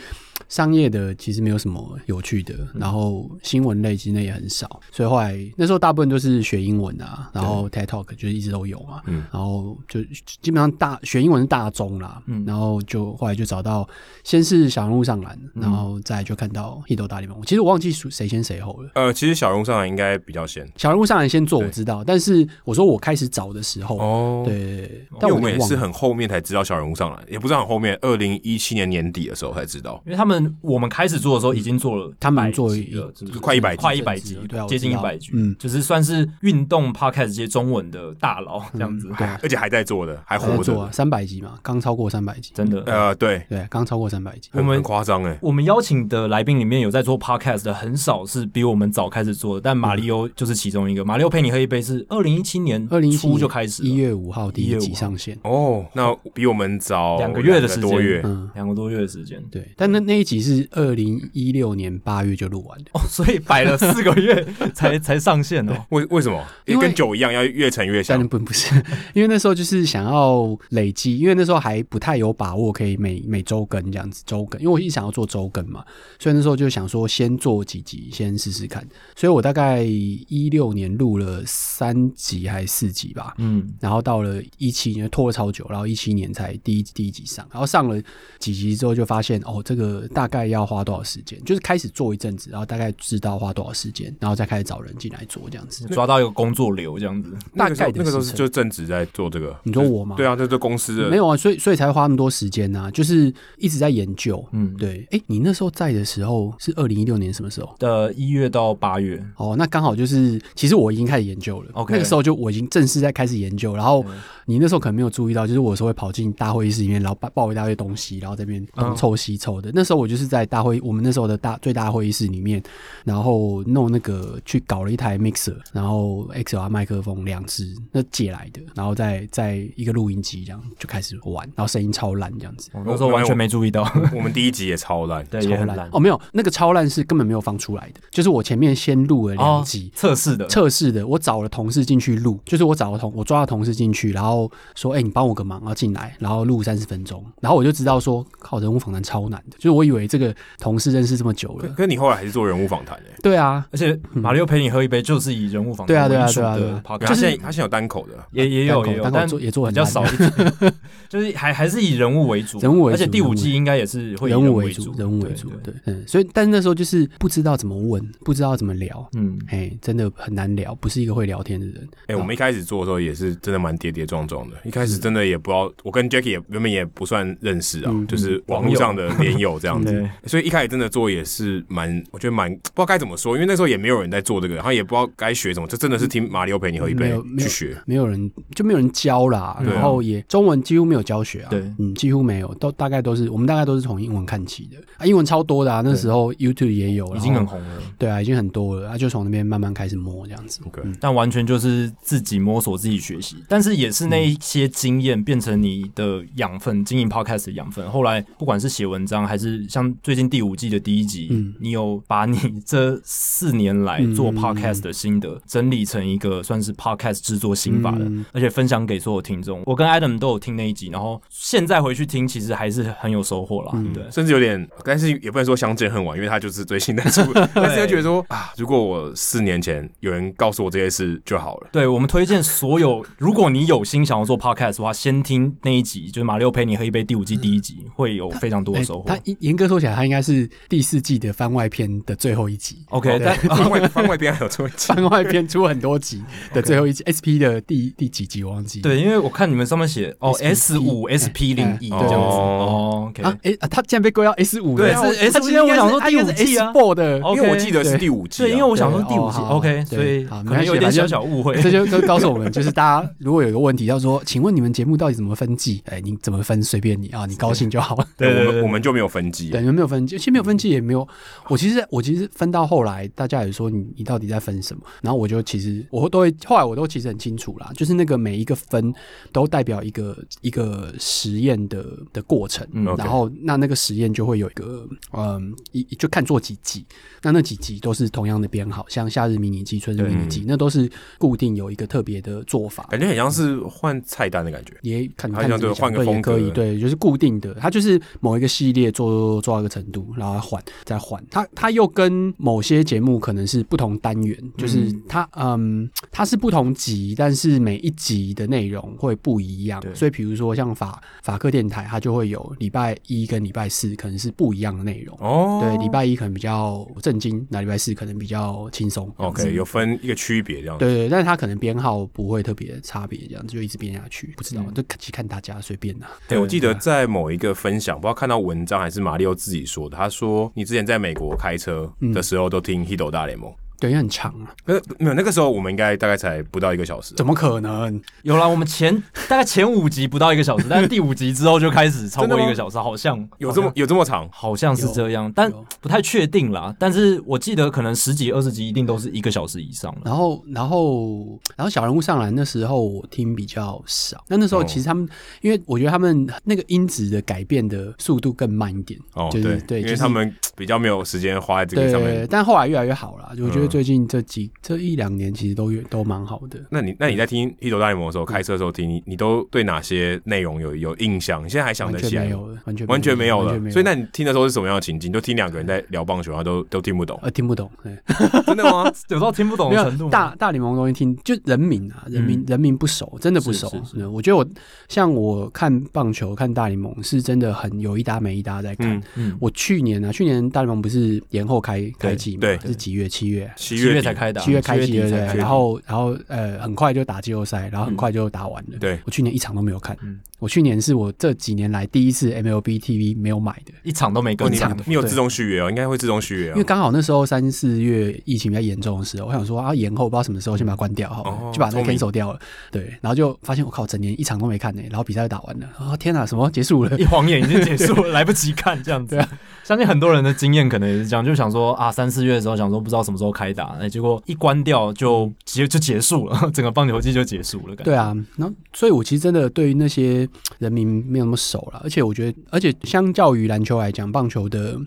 [SPEAKER 1] 商业的其实没有什么有趣的，
[SPEAKER 3] 嗯
[SPEAKER 1] 然后新闻类其实那也很少，所以后来那时候大部分都是学英文啊，然后 TED Talk 就是一直都有嘛，
[SPEAKER 3] 嗯
[SPEAKER 1] 然后就基本上大学英文是大宗啦，
[SPEAKER 2] 嗯
[SPEAKER 1] 然后就后来就找到先是小人物上篮，
[SPEAKER 3] 嗯
[SPEAKER 1] 然后再就看到《h i t 大联盟》，其实我忘记属谁先谁后了。
[SPEAKER 3] 呃，其实小荣上来应该比较先
[SPEAKER 1] 小人物上篮先做我
[SPEAKER 3] 对
[SPEAKER 1] 知道，但是我说我开始找的时候，
[SPEAKER 3] 哦
[SPEAKER 1] 对，对，对
[SPEAKER 3] 因
[SPEAKER 1] 但
[SPEAKER 3] 为
[SPEAKER 1] 我
[SPEAKER 3] 我们
[SPEAKER 1] 有
[SPEAKER 3] 也
[SPEAKER 1] 点忘
[SPEAKER 3] 是
[SPEAKER 1] 了
[SPEAKER 3] 很后面才知道小人物上来，也不是很后面，二零一七年年底的时候才知道。
[SPEAKER 2] 因为他们我们开始做的时候已经做了，
[SPEAKER 1] 嗯他们做
[SPEAKER 2] 一了，是不是
[SPEAKER 3] 快100集
[SPEAKER 2] 快一百集
[SPEAKER 1] 对啊，我知道
[SPEAKER 2] 接近一百集，
[SPEAKER 1] 嗯
[SPEAKER 2] 就是算是运动 podcast 界中文的大佬这样子，
[SPEAKER 1] 对啊
[SPEAKER 3] 而且还在做的，还
[SPEAKER 1] 还在
[SPEAKER 3] 活
[SPEAKER 1] 做
[SPEAKER 3] 着
[SPEAKER 1] 啊，。三百集嘛，刚超过三百集，
[SPEAKER 2] 真的，
[SPEAKER 3] 呃，对，
[SPEAKER 1] 对，刚超过三百集。
[SPEAKER 2] 我
[SPEAKER 3] 很
[SPEAKER 2] 们
[SPEAKER 3] 很夸张哎。
[SPEAKER 2] 我们邀请的来宾里面有在做 podcast 的，很少是比我们早开始做的，但马里欧就是其中一个。马里欧陪你喝一杯是二零一七年
[SPEAKER 1] 二零一
[SPEAKER 2] 初就开始了
[SPEAKER 1] 一月五号第一
[SPEAKER 2] 啊1月5
[SPEAKER 1] 集
[SPEAKER 2] 号
[SPEAKER 1] 上线，
[SPEAKER 3] 哦，那比我们早
[SPEAKER 2] 两个月的时间
[SPEAKER 3] 两个多月，
[SPEAKER 1] 嗯，
[SPEAKER 2] 两个多月的时间
[SPEAKER 1] 对。但那那一集是二零一六年八月就录完的，
[SPEAKER 2] 哦，所以摆了四个 [laughs] 月才才上线哦。
[SPEAKER 3] 为为什么？
[SPEAKER 1] 因为
[SPEAKER 3] 跟酒一样，要越沉越
[SPEAKER 1] 但
[SPEAKER 3] 香。
[SPEAKER 1] 不不 [laughs] 是，因为那时候就是想要累积，因为那时候还不太有把握可以每每周更这样子周更，因为我一直想要做周更嘛，所以那时候就想说先做几集，先试试看。所以我大概一六年录了三集还是四集吧，
[SPEAKER 2] 嗯，
[SPEAKER 1] 然后到了一七年拖了超久，然后一七年才第一第一集上，然后上了几集之后就发现哦，这个大概要花多少时间， [laughs] 就是开始做一阵子，然后大概知道花多少时间，然后再开始找人进来做这样子。
[SPEAKER 2] 抓到一个工作流这样子，
[SPEAKER 3] 那个时候
[SPEAKER 1] 大概的
[SPEAKER 3] 那个时候
[SPEAKER 1] 时
[SPEAKER 3] 是
[SPEAKER 1] 程
[SPEAKER 3] 就正职在做这个。
[SPEAKER 1] 你说我吗
[SPEAKER 3] 对啊，这这公司的
[SPEAKER 1] 没有啊，所以所以才花那么多时间呐、就是一直在研究。
[SPEAKER 2] 嗯，，
[SPEAKER 1] 对，哎，你那时候在的时候是二零一六年什么时候？
[SPEAKER 2] 的一月到八月，
[SPEAKER 1] 哦，那刚好就是，其实我已经开始研究了。
[SPEAKER 2] OK
[SPEAKER 1] 那个时候就我已经正式在开始研究，然后
[SPEAKER 2] 嗯
[SPEAKER 1] 你那时候可能没有注意到，就是我有时候会跑进大会议室里面，然后抱抱一大堆东西，然后这边
[SPEAKER 2] 嗯
[SPEAKER 1] 东凑西凑的。那时候我就是在大会，我们那时候的大最大会议室里面，然后弄那个去搞了一台 mixer，然后 XLR 麦克风两只，那借来的，然后再在一个录音机这样就开始玩，然后声音超烂这样子。
[SPEAKER 2] 我那时候完哦全没注意到，
[SPEAKER 3] 我们第一集也
[SPEAKER 1] [laughs]
[SPEAKER 3] 超烂，
[SPEAKER 2] 对，
[SPEAKER 1] 超
[SPEAKER 2] 也很难
[SPEAKER 1] 哦，没有那个超烂是根本没有放出来的，就是我前面先录了
[SPEAKER 2] 哦
[SPEAKER 1] 两集，
[SPEAKER 2] 测试的，
[SPEAKER 1] 测试的，我找了同事进去录，就是我找了同我抓了同事进去，然后说，哎、你帮我个忙，然后进来，然后录三十分钟，然后我就知道说，靠，人物访谈超难的，就是我以为这个同事认识这么久
[SPEAKER 3] 可
[SPEAKER 1] 了，
[SPEAKER 3] 可是你后来还是做人物访谈欸诶。
[SPEAKER 1] 对啊，
[SPEAKER 2] 而且马里欧陪你喝一杯就是以人物访
[SPEAKER 1] 对啊
[SPEAKER 2] 谈
[SPEAKER 1] 对啊
[SPEAKER 2] 为主
[SPEAKER 1] 对啊对
[SPEAKER 2] 的
[SPEAKER 1] 啊
[SPEAKER 2] podcast，
[SPEAKER 3] 他现在他现在有单口的，
[SPEAKER 2] 也也有
[SPEAKER 1] 单口
[SPEAKER 2] 也有，
[SPEAKER 1] 单口
[SPEAKER 2] 但
[SPEAKER 1] 做也做
[SPEAKER 2] 比
[SPEAKER 1] 很
[SPEAKER 2] 较
[SPEAKER 1] 烂
[SPEAKER 2] 少一点， [laughs] 就是还还是以人物为主，
[SPEAKER 1] 人物为
[SPEAKER 2] 而且
[SPEAKER 1] 主
[SPEAKER 2] 第
[SPEAKER 1] 人
[SPEAKER 2] 五
[SPEAKER 1] 物
[SPEAKER 2] 季应该也是会以
[SPEAKER 1] 人物
[SPEAKER 2] 为
[SPEAKER 1] 为主，人物为主，
[SPEAKER 2] 对，
[SPEAKER 1] 对，嗯，所以但是那时候就是不知道怎么问，不知道怎么聊。
[SPEAKER 2] 嗯，
[SPEAKER 1] 哎、真的很难聊，不是一个会聊天的人。
[SPEAKER 3] 哎、我们一开始做的时候也是真的蛮跌跌撞撞的，一开始真的也不知道，我跟 Jackie 也原本也不算认识啊，
[SPEAKER 1] 嗯
[SPEAKER 3] 就是网络上的连友这样子。
[SPEAKER 2] 对，
[SPEAKER 3] 所以一开始真的做也是蛮，我觉得蛮不知道该怎么说，因为那时候也没有人在做这个，然后也不知道该学什么，这真的是听马里奥陪你喝一
[SPEAKER 1] 没
[SPEAKER 3] 杯
[SPEAKER 1] 有没
[SPEAKER 3] 去
[SPEAKER 1] 有
[SPEAKER 3] 学。
[SPEAKER 1] 没有人就没有人教啦，
[SPEAKER 3] 对啊
[SPEAKER 1] 然后也中文几乎没有教学啊，
[SPEAKER 2] 对
[SPEAKER 1] 嗯，几乎没有，都大概都是我们大概都是从英文看起的啊，英文超多的啊，那时候 YouTube 也有，
[SPEAKER 2] 已经
[SPEAKER 1] 然
[SPEAKER 2] 很
[SPEAKER 1] 后
[SPEAKER 2] 红了，
[SPEAKER 1] 对啊，已经很多了，啊，就从那边慢慢开始摸这样子，
[SPEAKER 3] OK
[SPEAKER 1] 嗯
[SPEAKER 2] 但完全就是自己摸索、自己学习，但是也是那
[SPEAKER 1] 嗯
[SPEAKER 2] 一些经验变成你的养分，经营 podcast 的养分。后来不管是写文章，还是像最近第五季的第一集，
[SPEAKER 1] 嗯
[SPEAKER 2] 你有把你 [laughs] 这四年来做
[SPEAKER 1] 嗯
[SPEAKER 2] podcast 的心得、整理成一个算是 podcast 制作心法的，
[SPEAKER 1] 嗯
[SPEAKER 2] 而且分享给所有听众。我跟 Adam 都有听那一集，然后现在回去听，其实还是很有收获啦。
[SPEAKER 1] 嗯
[SPEAKER 2] 对，
[SPEAKER 3] 甚至有点，但是也不能说相见恨晚，因为他就是最新的出，但是又觉得说啊，如果我四年前有人告诉我这些事就好了。
[SPEAKER 2] 对我们推荐所有，如果你有心想要做 podcast 的话，先听那一集，就是马六陪你喝一杯第五季第一集，会有非常多的
[SPEAKER 1] 哎
[SPEAKER 2] 收获
[SPEAKER 1] 嗯他。严严格说起来，他应该是第四季的番外篇的最后一集。
[SPEAKER 2] [laughs] OK，但
[SPEAKER 3] 哦番外番外边还有这么一集，
[SPEAKER 1] 番外篇出很多集的最后一集，SP 的第第几集我忘记。
[SPEAKER 2] 对，因为我看你们上面写哦 S
[SPEAKER 1] 哎
[SPEAKER 2] 五 SP 零 E 一这样子
[SPEAKER 3] 哦
[SPEAKER 2] 哦，OK，
[SPEAKER 1] 啊，哎、啊，他竟然被归到 S 五
[SPEAKER 2] 对
[SPEAKER 1] 了。
[SPEAKER 2] 是 S
[SPEAKER 1] 他今天
[SPEAKER 2] 我想说第五
[SPEAKER 1] S
[SPEAKER 2] 季啊，
[SPEAKER 1] four 的，
[SPEAKER 2] 哦
[SPEAKER 3] 因为我记得是第五季啊，
[SPEAKER 2] 对，因为我想说第五季
[SPEAKER 1] 对哦好
[SPEAKER 2] OK，
[SPEAKER 1] 对
[SPEAKER 2] 所以
[SPEAKER 1] 好
[SPEAKER 2] 可
[SPEAKER 1] 没关
[SPEAKER 2] 能
[SPEAKER 1] 系
[SPEAKER 2] 有点
[SPEAKER 1] 反
[SPEAKER 2] 小
[SPEAKER 1] 正
[SPEAKER 2] 小误
[SPEAKER 1] [laughs]
[SPEAKER 2] 会。
[SPEAKER 1] 这就就告诉我们，就是大家如果有个问题要说，请问你们节目到底怎么分季？哎、你怎么分随便你啊，你高兴就好。
[SPEAKER 2] 对对对
[SPEAKER 3] 我们我们就没有分级，
[SPEAKER 1] 对，你们没有分季，其实没有分季也没有。我其实我其实分到后来，大家也说你你到底在分什么，然后我就其实我都会后来我都其实很清楚啦，就是那个每一个分都代表一个一个实验的的过程，
[SPEAKER 2] 嗯
[SPEAKER 3] ，OK
[SPEAKER 1] 然后那那个实验就会有一个嗯一就看做几集，那那几集都是同样的编号，像夏日迷你季、春日迷你季，那都是固定有一个特别的做法，
[SPEAKER 3] 感觉很像是换菜单的感觉。
[SPEAKER 1] 也看
[SPEAKER 3] 好
[SPEAKER 1] 看
[SPEAKER 3] 像
[SPEAKER 1] 自己
[SPEAKER 3] 对换
[SPEAKER 1] 想
[SPEAKER 3] 个
[SPEAKER 1] 对
[SPEAKER 3] 风
[SPEAKER 1] 也可以，
[SPEAKER 3] 格
[SPEAKER 1] 对，就是固定的，它就是某一个系列做做做到一个程度，然后它换再换。它它又跟某些节目可能是不同单元，就是它嗯，它是不同集，但是每一集的内容会不一样
[SPEAKER 2] 对。
[SPEAKER 1] 所以比如说像法法克电台，它就会有礼拜一跟礼拜四可能是不一样的内容。
[SPEAKER 3] 哦，
[SPEAKER 1] 对，礼拜一可能比较震惊，那礼拜四可能比较轻松。
[SPEAKER 3] OK 有分一个区别这样子。
[SPEAKER 1] 对对，但是它可能编号不会特别差别，这样子就一直编下去，不知道，
[SPEAKER 2] 嗯
[SPEAKER 1] 就看其实看大家随便啦、
[SPEAKER 3] 对，我记得在某一个分享，不知道看到文章还是马里奥自己说的，他说你之前在美国开车的时候都听《h i d o 大联盟》。
[SPEAKER 1] 对，因为很长啊，
[SPEAKER 3] 呃，没有，那个时候我们应该大概才不到一个小时。
[SPEAKER 1] 怎么可能？
[SPEAKER 2] 有啦，我们前大概前五集不到一个小时，但是第五集之后就开始超过一个小时，好像
[SPEAKER 3] 有这么有这么长？
[SPEAKER 2] 好像是这样，但
[SPEAKER 1] 有
[SPEAKER 2] 不太确定啦。但是我记得可能十几、二十集一定都是一个小时以上了。
[SPEAKER 1] 然后，然后，然后小人物上来那时候我听比较少。那那时候其实
[SPEAKER 3] 哦
[SPEAKER 1] 他们，因为我觉得他们那个音质的改变的速度更慢一点，
[SPEAKER 3] 哦，
[SPEAKER 1] 就是
[SPEAKER 3] 对
[SPEAKER 1] 对，
[SPEAKER 3] 因
[SPEAKER 1] 就
[SPEAKER 3] 为
[SPEAKER 1] 是
[SPEAKER 3] 他们比较没有时间花在这个上
[SPEAKER 1] 对
[SPEAKER 3] 面。，
[SPEAKER 1] 但后来越来越好了。我觉得
[SPEAKER 3] 嗯
[SPEAKER 1] 最近这几、这一两年其实都越都蛮好的。
[SPEAKER 3] 那你那你在听《h i d o 大联盟》的时候，开车的时候听，你你都对哪些内容有有印象？你现在还想
[SPEAKER 1] 完
[SPEAKER 3] 得
[SPEAKER 1] 全
[SPEAKER 3] 起来
[SPEAKER 1] 没
[SPEAKER 3] 吗？
[SPEAKER 1] 有了，完全
[SPEAKER 3] 完全没有
[SPEAKER 1] 完全
[SPEAKER 3] 了。所以那你听的时候是什么样的情境？就听两个人在聊棒球，然后都都听不懂，
[SPEAKER 1] 呃听不懂，对
[SPEAKER 3] [laughs] 真的吗？
[SPEAKER 2] 有到听不懂
[SPEAKER 1] 没
[SPEAKER 2] 的
[SPEAKER 1] 有
[SPEAKER 2] 程度
[SPEAKER 1] 大大联盟的东西听就人民啊，人民、
[SPEAKER 2] 嗯
[SPEAKER 1] 人民不熟，真的不熟
[SPEAKER 2] 是是。是
[SPEAKER 1] 嗯我觉得我像我看棒球、看大联盟是真的很有一搭没一搭在看。
[SPEAKER 3] 嗯，
[SPEAKER 2] 嗯，
[SPEAKER 1] 我去年啊，去年大联盟不是延后开开季嘛？
[SPEAKER 3] 对
[SPEAKER 1] 是几月？七月。
[SPEAKER 3] 七
[SPEAKER 2] 七月
[SPEAKER 3] 月底
[SPEAKER 2] 才开打，
[SPEAKER 1] 七月开季
[SPEAKER 2] 啊七
[SPEAKER 1] 对
[SPEAKER 2] 底
[SPEAKER 1] 不对
[SPEAKER 2] 才开打
[SPEAKER 1] 然后然后呃，很快就打季后赛，然后很快就打完了。
[SPEAKER 3] 对
[SPEAKER 1] 我去年一场都没有看
[SPEAKER 2] 嗯，
[SPEAKER 1] 我去年是我这几年来第一次 MLB TV 没有买的，
[SPEAKER 2] 一场都没
[SPEAKER 3] 哦，
[SPEAKER 2] 跟
[SPEAKER 3] 你
[SPEAKER 2] 上
[SPEAKER 1] 场的
[SPEAKER 3] 你有
[SPEAKER 1] 对
[SPEAKER 3] 自动续约哦，应该会自动续约
[SPEAKER 1] 因为
[SPEAKER 3] 哦。
[SPEAKER 1] 刚好那时候三四月疫情比较严重的时候，我想说啊延后不知道什么时候先把它关掉好了，
[SPEAKER 3] 哦
[SPEAKER 1] 就把它
[SPEAKER 3] 聪明
[SPEAKER 1] cancel 掉了。对，然后就发现我靠，整年一场都没看呢、然后比赛就打完了，啊天哪，什么结束
[SPEAKER 3] [laughs]
[SPEAKER 1] 了？
[SPEAKER 2] 一晃眼已经结束了， [laughs] 来不及看这样子。
[SPEAKER 1] 啊
[SPEAKER 2] 相信很多人的经验可能也是这样，就想说啊，三四月的时候想说不知道什么时候开打，哎，结果一关掉就结就结束了， [laughs] 整个棒球季就结束了。感觉
[SPEAKER 1] 对，啊，然后所以，我其实真的对于那些人民没有那么熟了，而且我觉得，而且相较于篮球来讲，棒球的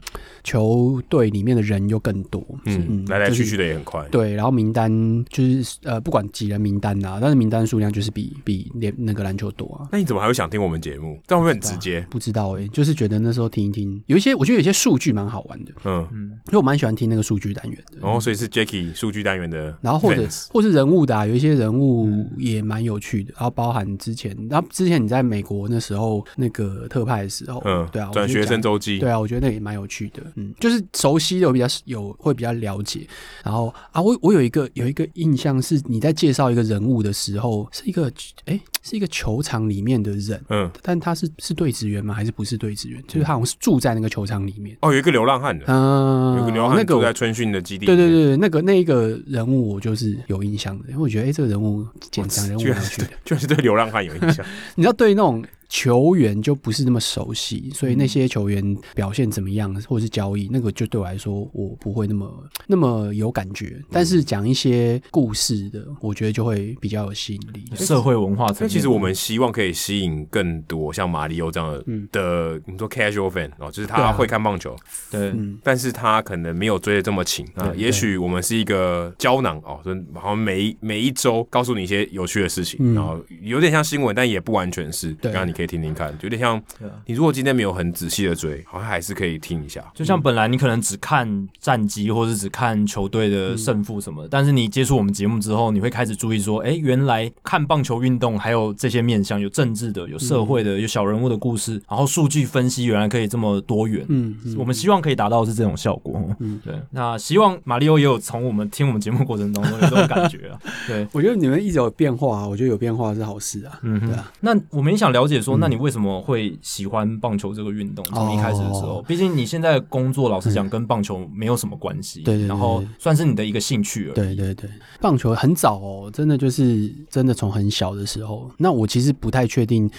[SPEAKER 1] 球队里面的人又更多，
[SPEAKER 3] 嗯，来来去去。的也很快
[SPEAKER 1] 就是。对，然后名单就是呃，不管几人名单啊，但是名单数量就是比比联那个篮球多啊。
[SPEAKER 3] 那你怎么还会想听我们节目？这样会不会很直接？
[SPEAKER 1] 不知道哎、就是觉得那时候听一听，有一些我觉得有些数据蛮好玩的，
[SPEAKER 3] 嗯，哦
[SPEAKER 1] 因为我蛮喜欢听那个数据单元的。
[SPEAKER 3] 然后所以是 Jacky 数据单元的 fans，
[SPEAKER 1] 然后或者或或是人物的、啊，有一些人物
[SPEAKER 3] 嗯
[SPEAKER 1] 也蛮有趣的，然后包含之前，然后之前你在美国那时候那个特派的时候，
[SPEAKER 3] 嗯，
[SPEAKER 1] 对啊，我
[SPEAKER 3] 转
[SPEAKER 1] 觉得
[SPEAKER 3] 学
[SPEAKER 1] 讲
[SPEAKER 3] 生周记，
[SPEAKER 1] 对啊，我觉得那也蛮有趣的，嗯，就是熟悉的我比较有会比较了解，然后啊，我我有一个有一个印象是你在介绍一个人物的时候，是一个哎是一个球场里面的人，
[SPEAKER 3] 嗯，
[SPEAKER 1] 但他是是队职员吗？还是不是队职员？就是他好像是住在那个球场里面，
[SPEAKER 3] 哦，有一个流浪汉的，
[SPEAKER 1] 嗯，
[SPEAKER 3] 有一个流浪
[SPEAKER 1] 那
[SPEAKER 3] 汉
[SPEAKER 1] 个
[SPEAKER 3] 住
[SPEAKER 1] 我
[SPEAKER 3] 在春训的基地，
[SPEAKER 1] 对对，对，那个那一个人物我就是有印象的，因为我觉得哎、诶这个人物简单人物
[SPEAKER 3] 居
[SPEAKER 1] 蛮
[SPEAKER 3] 然
[SPEAKER 1] 有
[SPEAKER 3] 是
[SPEAKER 1] 趣
[SPEAKER 3] 对
[SPEAKER 1] 的。，
[SPEAKER 3] [laughs] 居然是对流浪汉有
[SPEAKER 1] [laughs]
[SPEAKER 3] 印象，
[SPEAKER 1] 你知道对那种球员就不是那么熟悉，所以那些球员表现怎么样，或者是交易，那个就对我来说我不会那么那么有感觉。但是讲一些故事的，我觉得就会比较有吸引力。
[SPEAKER 2] 社会文化层
[SPEAKER 3] 所以
[SPEAKER 2] 面。
[SPEAKER 3] 其实我们希望可以吸引更多像马里奥这样的
[SPEAKER 1] 嗯
[SPEAKER 3] 的，你说 casual fan 哦，就是
[SPEAKER 1] 对
[SPEAKER 3] 他
[SPEAKER 1] 啊
[SPEAKER 3] 会看棒球，
[SPEAKER 2] 对
[SPEAKER 1] 嗯，
[SPEAKER 3] 但是他可能没有追的这么勤啊
[SPEAKER 1] 对。
[SPEAKER 3] 也许我们是一个胶囊哦，所以好像每一每一周告诉你一些有趣的事情，
[SPEAKER 1] 嗯
[SPEAKER 3] 然后有点像新闻，但也不完全是。
[SPEAKER 1] 对
[SPEAKER 3] 然后你可以听听看，有点像
[SPEAKER 2] 对啊
[SPEAKER 3] 你如果今天没有很仔细的追，好像还是可以听一下。
[SPEAKER 2] 就像本来你可能只看战绩，或者只看球队的胜负什么的，但是你接触我们节目之后，你会开始注意说，哎、原来看棒球运动还有这些面向，有政治的，有社会的，有小人物的故事，然后数据分析原来可以这么多元。
[SPEAKER 1] 嗯嗯
[SPEAKER 2] 我们希望可以达到的是这种效果。嗯，对。那希望马里奥也有从我们听我们节目过程当中有这种感觉啊。对，
[SPEAKER 1] 我觉得你们一直有变化啊，我觉得有变化是好事啊。
[SPEAKER 2] 嗯哼
[SPEAKER 1] 对啊，嗯
[SPEAKER 2] 那我们也想了解说，那你为什么会喜欢棒球这个运动？从一开始的时候，
[SPEAKER 1] 哦
[SPEAKER 2] 毕竟你现在工作，老实讲，跟棒球没有什么关系。
[SPEAKER 1] 对对对
[SPEAKER 2] 然后算是你的一个兴趣而已。 [laughs]
[SPEAKER 1] 对对对，棒球很早哦，真的就是真的从很小的时候。那我其实不太确定，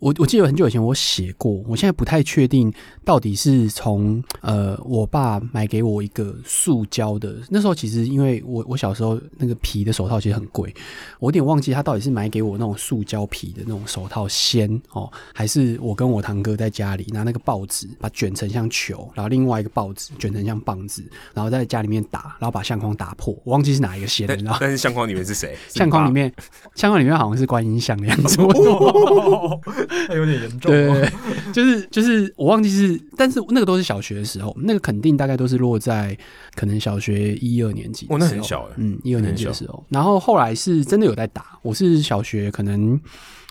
[SPEAKER 1] 我我记得很久以前我写过，我现在不太确定到底是从呃我爸买给我一个塑胶的，那时候其实因为我我小时候那个皮的手套其实很贵，我有点忘记他到底是买给我那种塑胶皮的那种手套先哦，还是我跟我堂哥在家里拿那个报纸把卷成像球，然后另外一个报纸卷成像棒子，然后在家里面打，然后把相框打破，我忘记是哪一个先了，
[SPEAKER 3] 但
[SPEAKER 1] 然后。
[SPEAKER 3] [laughs] 但是相框里面
[SPEAKER 1] [laughs]
[SPEAKER 3] 是谁？是哦
[SPEAKER 1] 相框
[SPEAKER 3] 爸
[SPEAKER 1] 里面， [laughs] 相框里面好像是观音像的样子，我
[SPEAKER 2] 那哎有点严
[SPEAKER 1] [laughs]
[SPEAKER 2] 重
[SPEAKER 1] 对， [laughs] 就是就是我忘记是，但是那个都是小学的时候，那个肯定大概都是落在可能小学一二年级的时候，
[SPEAKER 3] 哦那很小欸
[SPEAKER 1] 嗯，一二年级的时候，然后后来是真的有在打，我是小学可能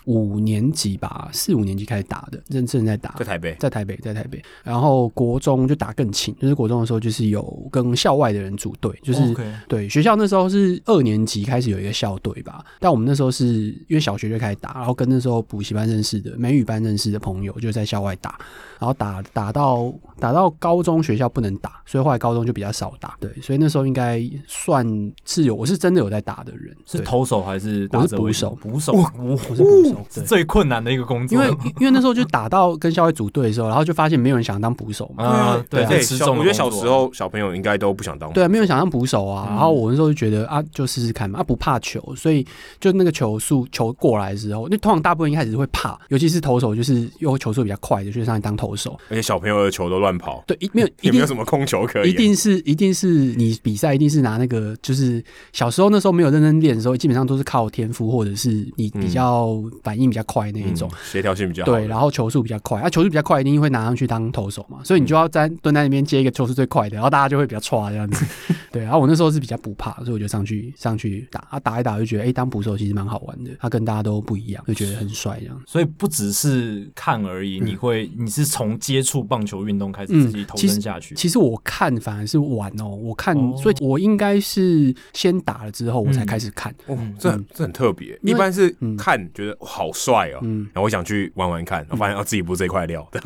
[SPEAKER 1] 五年级吧，四五年级开始打的，认真在打
[SPEAKER 3] 在，台北。
[SPEAKER 1] 在台北，在台北，然后国中就打更勤，就是国中的时候就是有跟校外的人组队，就是
[SPEAKER 3] 哦
[SPEAKER 2] OK
[SPEAKER 1] 对学校那时候是二年级开始有一个校队吧，但我们那时候是因为小学就开始打，然后跟那时候补习班认识的美语班认识的朋友就在校外打，然后打打到打到高中学校不能打，所以后来高中就比较少打，对，所以那时候应该算是有我是真的有在打的人，
[SPEAKER 2] 是
[SPEAKER 1] 对
[SPEAKER 2] 投手还是打
[SPEAKER 1] 我是
[SPEAKER 2] 者
[SPEAKER 1] 捕
[SPEAKER 2] 为主
[SPEAKER 1] 手
[SPEAKER 2] 捕手，
[SPEAKER 1] 我是捕手，
[SPEAKER 2] 哦是
[SPEAKER 1] 对。
[SPEAKER 2] 最困难的一个工
[SPEAKER 1] 因
[SPEAKER 2] 作。
[SPEAKER 1] 为因为那时候就打到跟校外组队的时候，然后就发现没有人想当捕手嘛，
[SPEAKER 2] 啊，
[SPEAKER 3] 对
[SPEAKER 2] 对，
[SPEAKER 3] 小
[SPEAKER 2] 吃重的
[SPEAKER 3] 我觉得小
[SPEAKER 2] 工作啊
[SPEAKER 3] 时候小朋友应该都不想当。
[SPEAKER 1] 对啊，没有想当捕手啊。
[SPEAKER 3] 嗯
[SPEAKER 1] 然后我那时候就觉得啊，就试试看嘛，啊不怕球，所以就那个球速球过来之后，那通常大部分一开始会怕，尤其是投手，就是又球速比较快的，就上来当投手。
[SPEAKER 3] 而且小朋友的球都乱跑，
[SPEAKER 1] 对，一没有一
[SPEAKER 3] 也没
[SPEAKER 1] 定
[SPEAKER 3] 有什么控球可以。啊
[SPEAKER 1] 一定是一定是你比赛一定是拿那个，就是小时候那时候没有认真练的时候，基本上都是靠天赋或者是你比较反应比较快那一
[SPEAKER 3] 嗯
[SPEAKER 1] 种。
[SPEAKER 3] 协调性比较好。
[SPEAKER 1] 对，然后球速比较快，啊，球速比较快，一定会拿上去当投手嘛，所以你就要在蹲在那边接一个球速最快的，然后大家就会比较歘这样子。 [laughs] 对，然后我那时候是比较不怕，所以我就上去上去打，啊，打一打就觉得，哎、当捕手其实蛮好玩的，他、跟大家都不一样，就觉得很帅这样。
[SPEAKER 2] 所以不只是看而已，你会你是从接触棒球运动开始
[SPEAKER 1] 嗯
[SPEAKER 2] 自己投
[SPEAKER 1] 其实
[SPEAKER 2] 身下去。
[SPEAKER 1] 其实我看反而是玩哦，我看，
[SPEAKER 2] 哦
[SPEAKER 1] 所以我应该是先打了之后，我才
[SPEAKER 2] 嗯
[SPEAKER 1] 开始看。
[SPEAKER 3] 哦，这很这很特别，
[SPEAKER 1] 嗯因为
[SPEAKER 3] 一般是
[SPEAKER 1] 嗯
[SPEAKER 3] 看觉得好帅哦，
[SPEAKER 1] 嗯
[SPEAKER 3] 然后我想去玩玩看，然后发现哦自己不是这块料的，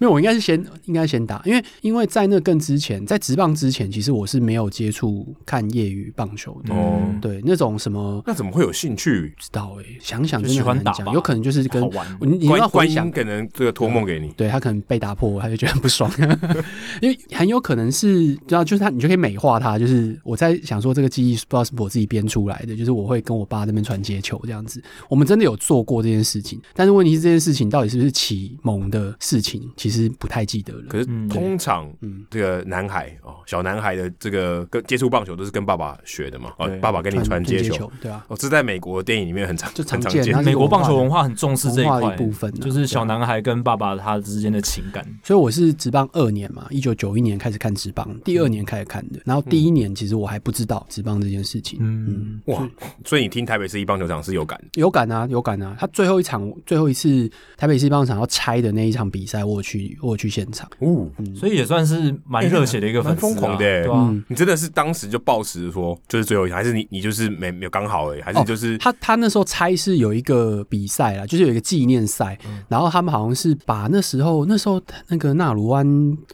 [SPEAKER 1] 没有，我应该是先应该先打，因为因为在那更之前，在职棒之前，其实我是没有接触看业余棒球的。
[SPEAKER 2] 哦，
[SPEAKER 1] 对，那种什么
[SPEAKER 3] 那怎么会有兴趣？
[SPEAKER 1] 不知道哎、想想
[SPEAKER 2] 就
[SPEAKER 1] 真的
[SPEAKER 2] 喜欢
[SPEAKER 1] 很
[SPEAKER 2] 打
[SPEAKER 1] 难讲，
[SPEAKER 2] 吧
[SPEAKER 1] 有可能就是跟
[SPEAKER 2] 好玩
[SPEAKER 1] 你你
[SPEAKER 3] 观
[SPEAKER 1] 要
[SPEAKER 3] 观
[SPEAKER 1] 回想嗯
[SPEAKER 3] 音，可能这个托梦给你，
[SPEAKER 1] 对他可能被打破，他就觉得很不爽， [laughs] 因为很有可能是，知道就是他，你就可以美化他。就是我在想说，这个记忆不知道是不是我自己编出来的，就是我会跟我爸那边传接球这样子，我们真的有做过这件事情，但是问题是这件事情到底是不是启蒙的事情，其实不太记得了。
[SPEAKER 3] 可是
[SPEAKER 4] 嗯
[SPEAKER 3] 通常
[SPEAKER 1] 嗯，
[SPEAKER 3] 这个男孩哦，小男孩的这个跟接触棒球都是跟爸爸学的嘛，哦
[SPEAKER 4] 对，
[SPEAKER 3] 爸爸跟你传接
[SPEAKER 1] 接
[SPEAKER 3] 球，，
[SPEAKER 1] 对啊，
[SPEAKER 3] 哦，这在美国电影里面很常
[SPEAKER 1] 就
[SPEAKER 3] 很
[SPEAKER 1] 常
[SPEAKER 3] 常
[SPEAKER 1] 见
[SPEAKER 3] 见
[SPEAKER 1] 它。是
[SPEAKER 4] 美国棒球文化很重视这一
[SPEAKER 1] 文化
[SPEAKER 4] 块
[SPEAKER 1] 的一部分啊
[SPEAKER 4] 就是小男孩跟爸爸他之间的情感。
[SPEAKER 1] 所以我是职棒二年嘛，一九九一年开始看职棒，第二年开始看的，然后第一年其实我还不知道职棒这件事情，
[SPEAKER 4] 嗯，
[SPEAKER 3] 哇，所以你听台北市一棒球场是有感的，
[SPEAKER 1] 有感啊，有感啊！他最后一场，最后一次台北市棒场要拆的那一场比赛，我有去，我有去现场。
[SPEAKER 3] 哦，
[SPEAKER 4] 所以也算是蛮热血的一个
[SPEAKER 3] 蛮
[SPEAKER 4] 粉丝啊、
[SPEAKER 3] 疯狂的欸
[SPEAKER 4] 对啊，
[SPEAKER 1] 嗯
[SPEAKER 3] 你真的是当时就抱持说，就是最后一场，还是你你就是没没有刚好而已，还是
[SPEAKER 1] 哦
[SPEAKER 3] 就是
[SPEAKER 1] 他他那时候拆是有一个比赛啦，就是有一个纪念赛，
[SPEAKER 3] 嗯
[SPEAKER 1] 然后他们好像是把那时候那时候那个纳鲁湾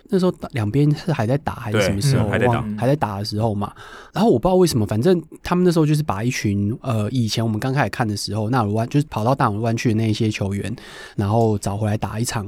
[SPEAKER 1] 那时候两边是还在打还是
[SPEAKER 3] 对
[SPEAKER 1] 什么时候
[SPEAKER 3] 嗯还在打
[SPEAKER 1] 忘了还在打的时候嘛，然后我不知道为什么，反正他们那时候就是把一群呃以前我们刚开始看的时候纳鲁湾就是跑到大鲁湾去的那一些球员，然后找回来打一场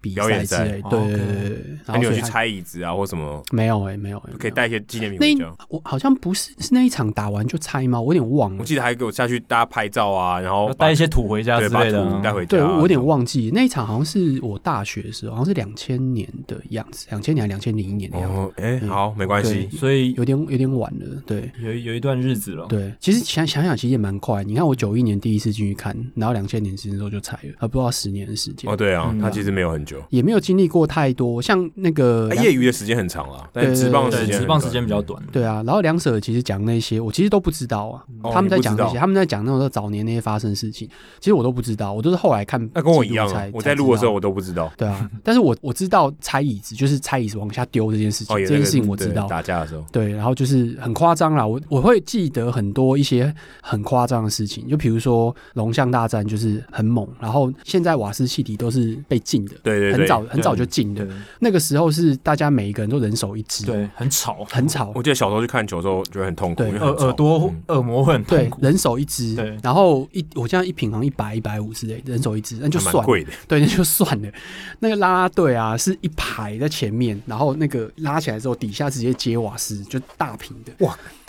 [SPEAKER 1] 比
[SPEAKER 3] 表
[SPEAKER 1] 赛
[SPEAKER 3] 演
[SPEAKER 1] 之
[SPEAKER 3] 赛
[SPEAKER 1] 类，
[SPEAKER 4] 哦
[SPEAKER 1] 对
[SPEAKER 4] OK
[SPEAKER 1] 对对对，对
[SPEAKER 3] 那
[SPEAKER 1] 然后
[SPEAKER 3] 你有
[SPEAKER 1] 所以
[SPEAKER 3] 去
[SPEAKER 1] 他
[SPEAKER 3] 拆椅子啊或什么，
[SPEAKER 1] 没有哎、没有、欸，
[SPEAKER 3] 可
[SPEAKER 1] 没
[SPEAKER 3] 以
[SPEAKER 1] 有
[SPEAKER 3] 带一些纪念品
[SPEAKER 1] 那
[SPEAKER 3] 回
[SPEAKER 1] 一
[SPEAKER 3] 家。
[SPEAKER 1] 我好像不是是那一场打完就拆吗？我有点忘
[SPEAKER 3] 我
[SPEAKER 1] 了。
[SPEAKER 3] 记得还给我下去大家拍照啊，然后
[SPEAKER 4] 要
[SPEAKER 3] 把
[SPEAKER 4] 哦带一些土回家
[SPEAKER 3] 对
[SPEAKER 4] 之
[SPEAKER 3] 把
[SPEAKER 4] 类的
[SPEAKER 3] 土
[SPEAKER 4] 啊、
[SPEAKER 3] 带回家
[SPEAKER 1] 对，
[SPEAKER 3] 啊，
[SPEAKER 1] 我有点忘记那一场，好像是我大学的时候，好像是两千年的样子，两千年还两千零一年的样子，
[SPEAKER 3] 哦，哎，
[SPEAKER 1] 嗯
[SPEAKER 3] 好，没关系，
[SPEAKER 4] 所以
[SPEAKER 1] 有点有点晚了。对
[SPEAKER 4] 有有一段日子
[SPEAKER 3] 哦
[SPEAKER 4] 了。
[SPEAKER 1] 对，其实想想想，其实也蛮快。你看我九一年第一次进去看，然后两千年之后就拆了，还不到十年的时间，
[SPEAKER 3] 哦，对啊
[SPEAKER 4] 嗯，
[SPEAKER 3] 他其实没有很久，
[SPEAKER 1] 也没有经历过太多。像那个
[SPEAKER 3] 哎
[SPEAKER 1] 梁
[SPEAKER 3] 业余的时间很长了，但
[SPEAKER 1] 对
[SPEAKER 3] 职棒的
[SPEAKER 4] 对
[SPEAKER 3] 时，间很
[SPEAKER 4] 职棒
[SPEAKER 3] 短
[SPEAKER 4] 时间比较短。
[SPEAKER 1] 对啊，然后梁舍其实讲那些，我其实都不知道啊。
[SPEAKER 3] 哦
[SPEAKER 1] 他们
[SPEAKER 3] 你
[SPEAKER 1] 在
[SPEAKER 3] 不
[SPEAKER 1] 讲
[SPEAKER 3] 知
[SPEAKER 1] 那
[SPEAKER 3] 道
[SPEAKER 1] 些，他们在讲那种早年那些发生的事情，其实我都不知道，我都是后来看。
[SPEAKER 3] 那跟我一样啊
[SPEAKER 1] 才，
[SPEAKER 3] 我在录的时
[SPEAKER 1] 才知
[SPEAKER 3] 候。
[SPEAKER 1] 道
[SPEAKER 3] 我都不知道。
[SPEAKER 1] 对
[SPEAKER 3] [laughs]
[SPEAKER 1] 啊，但是我我知道拆椅子就是拆椅子往下丢这件事情，
[SPEAKER 3] 哦，有
[SPEAKER 1] 这
[SPEAKER 3] 那个
[SPEAKER 1] 件事情我知
[SPEAKER 3] 对
[SPEAKER 1] 道。
[SPEAKER 3] 打架的时候，
[SPEAKER 1] 对，然后就是很夸张啦，我我会记得很多一些很夸张的事情，就比如说龙象大战就是很猛，然后现在瓦斯气体都是被禁的，
[SPEAKER 3] 对对对
[SPEAKER 1] 很早很早就禁的
[SPEAKER 4] 对，
[SPEAKER 1] 那个时候是大家每一个人都人手一支，，
[SPEAKER 4] 对，很吵，
[SPEAKER 1] 很吵，
[SPEAKER 3] 哦我记得小时候去看球的时候觉得很痛苦，
[SPEAKER 1] 对
[SPEAKER 3] 因为
[SPEAKER 4] 耳
[SPEAKER 3] 很吵嗯
[SPEAKER 4] 耳朵耳膜会很痛
[SPEAKER 1] 对
[SPEAKER 4] 苦，，
[SPEAKER 1] 人手一支
[SPEAKER 4] 对，
[SPEAKER 1] 然后一我现在一瓶好像一百一百五之类的，人手一支，那就
[SPEAKER 3] 还
[SPEAKER 1] 算
[SPEAKER 3] 蛮
[SPEAKER 1] 了，
[SPEAKER 3] 贵的，
[SPEAKER 1] 对，那就算了。那个拉拉队啊，是一排在前面，然后那个拉起来之后，底下直接接瓦斯，就大瓶的，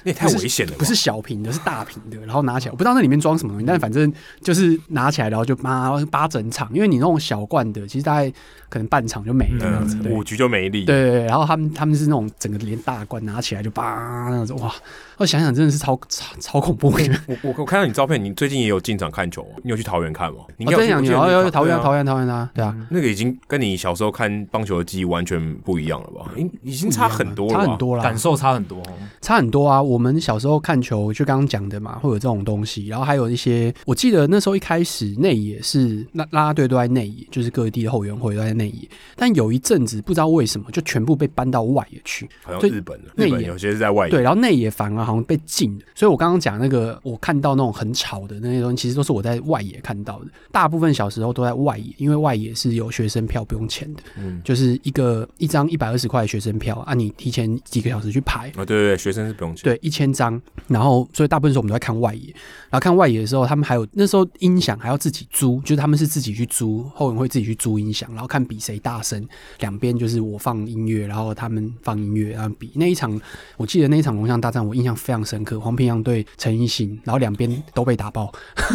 [SPEAKER 3] 那也太
[SPEAKER 1] 不是
[SPEAKER 3] 危险了吧，嗯
[SPEAKER 1] 不是小瓶的，是大瓶的，然后拿起来，我不知道那里面装什么东西，但反正就是拿起来，然后就妈扒整场，因为你那种小罐的，其实大概可能半场就没了这样子。
[SPEAKER 3] 嗯，
[SPEAKER 1] 对
[SPEAKER 3] 五局就没力，
[SPEAKER 1] 对，对对，然后他们他们是那种整个连大罐拿起来就叭那样子，哇！我想想真的是超超超恐怖的。
[SPEAKER 3] 我我我看到你照片，你最近也有进场看球吗？你有去桃园看吗？你
[SPEAKER 1] 我哦真想
[SPEAKER 3] 去
[SPEAKER 1] 你要要桃园啊
[SPEAKER 3] 园
[SPEAKER 1] 桃园啊桃园啊，对啊，
[SPEAKER 3] 那个已经跟你小时候看棒球的记忆完全不一样了吧？
[SPEAKER 1] 嗯
[SPEAKER 3] 已已经嗯差很多了吧，
[SPEAKER 1] 啊差很多啦，
[SPEAKER 4] 感受差很多哦。
[SPEAKER 1] 差很多啊！我们小时候看球，就刚刚讲的嘛，会有这种东西。然后还有一些，我记得那时候一开始内野是那啦啦队都在内野，就是各地的后援会都在内野。但有一阵子不知道为什么，就全部被搬到外野去。
[SPEAKER 3] 好像
[SPEAKER 1] 对
[SPEAKER 3] 日本了，啊
[SPEAKER 1] 内
[SPEAKER 3] 日
[SPEAKER 1] 野
[SPEAKER 3] 本有些是在外
[SPEAKER 1] 对，
[SPEAKER 3] 野，
[SPEAKER 1] 然后内野反而好像被禁了。所以我刚刚讲那个，我看到那种很吵的那些东西，其实都是我在外野看到的。大部分小时候都在外野，因为外野是有学生票不用钱的，
[SPEAKER 3] 嗯，
[SPEAKER 1] 就是一个一张一百二十块的学生票啊，你提前几个小时去排。
[SPEAKER 3] 啊，对对对，学生是不用钱，
[SPEAKER 1] 对，一千张，然后所以大部分时候我们都在看外野，然后看外野的时候，他们还有那时候音响还要自己租，就是他们是自己去租，后援会自己去租音响，然后看比谁大声，两边就是我放音乐，然后他们放音乐，然后比那一场，我记得那一场龙象大战，我印象非常深刻，黄平洋对陈奕迅，然后两边都被打爆，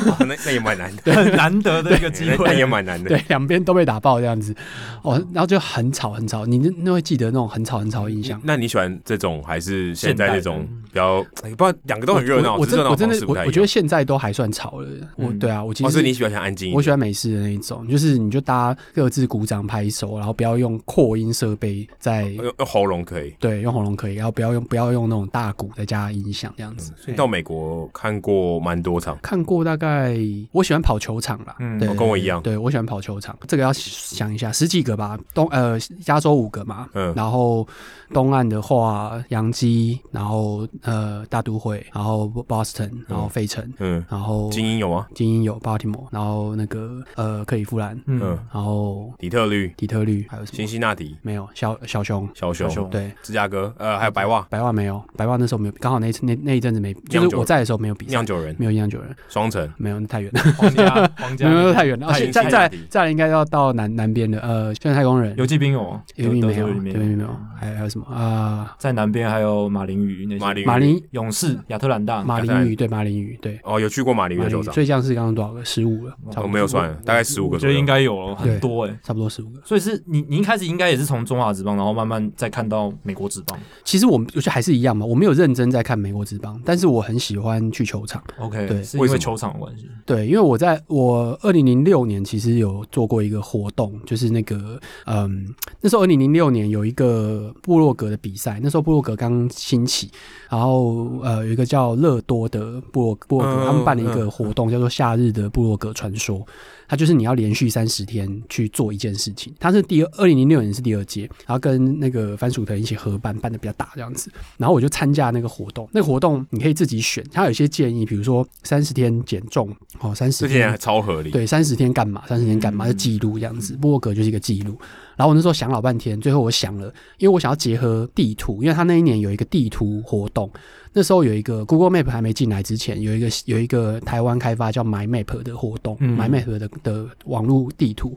[SPEAKER 3] 哇哦那那也蛮难 [laughs] 的，
[SPEAKER 4] 很难得的一个机
[SPEAKER 3] 那 [laughs] 那也
[SPEAKER 4] 会，
[SPEAKER 3] 蛮难的，
[SPEAKER 1] 对，两边都被打爆这样子，哦，然后就很吵很吵，你那那会记得那种很吵很吵的印象。
[SPEAKER 3] 那你喜欢这种还是现在
[SPEAKER 4] 现代
[SPEAKER 3] 这
[SPEAKER 4] 的
[SPEAKER 3] 种比较？哎不，两个都很热闹，
[SPEAKER 1] 我我
[SPEAKER 3] 只是
[SPEAKER 1] 真
[SPEAKER 3] 热闹
[SPEAKER 1] 我真
[SPEAKER 3] 方
[SPEAKER 1] 的
[SPEAKER 3] 式不
[SPEAKER 1] 我
[SPEAKER 3] 太一样
[SPEAKER 1] 我觉得现在都还算吵了，我
[SPEAKER 4] 嗯
[SPEAKER 1] 对啊，我其
[SPEAKER 3] 哦，所
[SPEAKER 1] 实
[SPEAKER 3] 以你喜欢想安静一点，
[SPEAKER 1] 我喜欢美式的那一种，就是你就大家各自鼓掌拍手，然后不要用扩音设备在。
[SPEAKER 3] 用用呃喉咙可以。
[SPEAKER 1] 对，用喉咙可以，然后不要用不要用那种大鼓再加音响这样子。
[SPEAKER 3] 嗯所以到美国看过蛮多场，
[SPEAKER 1] 看过大概，我喜欢跑球场啦，
[SPEAKER 4] 嗯
[SPEAKER 1] 对
[SPEAKER 3] 哦，跟我一样
[SPEAKER 1] 对我喜欢跑球场，这个要想一下，十几个吧，东呃加州五个嘛，
[SPEAKER 3] 嗯
[SPEAKER 1] 然后东岸的话，洋基，然后呃大都会，然后 Boston，然后费城，
[SPEAKER 3] 嗯，
[SPEAKER 1] 然后
[SPEAKER 3] 精英有吗？
[SPEAKER 1] 精英有 Baltimore，然后那个呃克利夫兰，
[SPEAKER 3] 嗯
[SPEAKER 4] 嗯，
[SPEAKER 1] 然后
[SPEAKER 3] 底特律、
[SPEAKER 1] 底特律，还有什
[SPEAKER 3] 辛
[SPEAKER 1] 么？
[SPEAKER 3] 辛那提、
[SPEAKER 1] 没有，小小熊，
[SPEAKER 3] 小熊、
[SPEAKER 4] 熊
[SPEAKER 1] 对，
[SPEAKER 3] 芝加哥，呃，还有白袜、
[SPEAKER 1] 白袜没有，白袜那时候没有，刚好那一次那那一阵子没，就
[SPEAKER 3] 酿
[SPEAKER 1] 是
[SPEAKER 3] 酒
[SPEAKER 1] 我在的时候没有比赛
[SPEAKER 3] 酿，酒人、
[SPEAKER 1] 没有酿酒人，
[SPEAKER 3] 双城。
[SPEAKER 1] 没有那太远了，
[SPEAKER 4] 皇家皇
[SPEAKER 1] [laughs] 没
[SPEAKER 4] 家
[SPEAKER 1] 有没有太远了，哦
[SPEAKER 3] 太
[SPEAKER 1] 而且
[SPEAKER 3] 远
[SPEAKER 1] 再
[SPEAKER 3] 太
[SPEAKER 1] 再
[SPEAKER 3] 远了
[SPEAKER 1] 再来应该要到南南边的，呃，现在太空人
[SPEAKER 4] 游。击兵有哦，
[SPEAKER 1] 有没
[SPEAKER 4] 德
[SPEAKER 1] 有？
[SPEAKER 4] 州
[SPEAKER 1] 有
[SPEAKER 3] 嗯
[SPEAKER 4] 游击兵
[SPEAKER 1] 没有？还有还有什么啊？
[SPEAKER 4] 在南边还有马林鱼那些
[SPEAKER 3] 马林鱼
[SPEAKER 1] 马马林
[SPEAKER 4] 勇士、亚特兰大、
[SPEAKER 1] 马林鱼对马林鱼对
[SPEAKER 3] 哦，有去过马林鱼
[SPEAKER 1] 马
[SPEAKER 3] 的球
[SPEAKER 1] 林鱼，
[SPEAKER 3] 场，
[SPEAKER 1] 最像是刚刚多少个？十五了，差不
[SPEAKER 3] 我
[SPEAKER 1] 多
[SPEAKER 3] 没有算，大概十五
[SPEAKER 4] 我
[SPEAKER 3] 个
[SPEAKER 4] 觉
[SPEAKER 3] 左
[SPEAKER 4] 得
[SPEAKER 3] 右
[SPEAKER 4] 应。该有
[SPEAKER 1] 对
[SPEAKER 4] 很多哎、
[SPEAKER 1] 差不多十五个。
[SPEAKER 4] 所以是你，你一开始应该也是从中华职棒，然后慢慢再看到美国职棒。
[SPEAKER 1] 其实我我觉得还是一样嘛，我没有认真在看美国职棒，但是我很喜欢去球场。
[SPEAKER 4] OK，
[SPEAKER 1] 对
[SPEAKER 4] 是因
[SPEAKER 3] 为
[SPEAKER 4] 为
[SPEAKER 3] 什么
[SPEAKER 4] 球场的关系。
[SPEAKER 1] 对，因为我在我二零零六年其实有做过一个活动，就是那个嗯，那时候二零零六年有一个部落格的比赛，那时候部落格刚兴起，然后呃有一个叫乐多的部落部落格，他们办了一个活动叫做夏日的部落格传说，它就是你要连续三十天去做一件事情，它是第二二零零六年是第二届，然后跟那个番薯藤一起合办，办的比较大这样子。然后我就参加那个活动，那个活动你可以自己选，它有一些建议，比如说三十天减重，哦，三十
[SPEAKER 3] 这些
[SPEAKER 1] 天
[SPEAKER 3] 还超合理。
[SPEAKER 1] 对，三十天干嘛？三十天干嘛？就记录这样子，部落格就是一个记录。然后我那时候想老半天，最后我想了，因为我想要结合地图，因为他那一年有一个地图活动，那时候有一个 Google Map 还没进来之前，有一个有一个台湾开发叫 My Map 的活动、
[SPEAKER 4] 嗯
[SPEAKER 1] m y Map 的的网络地图。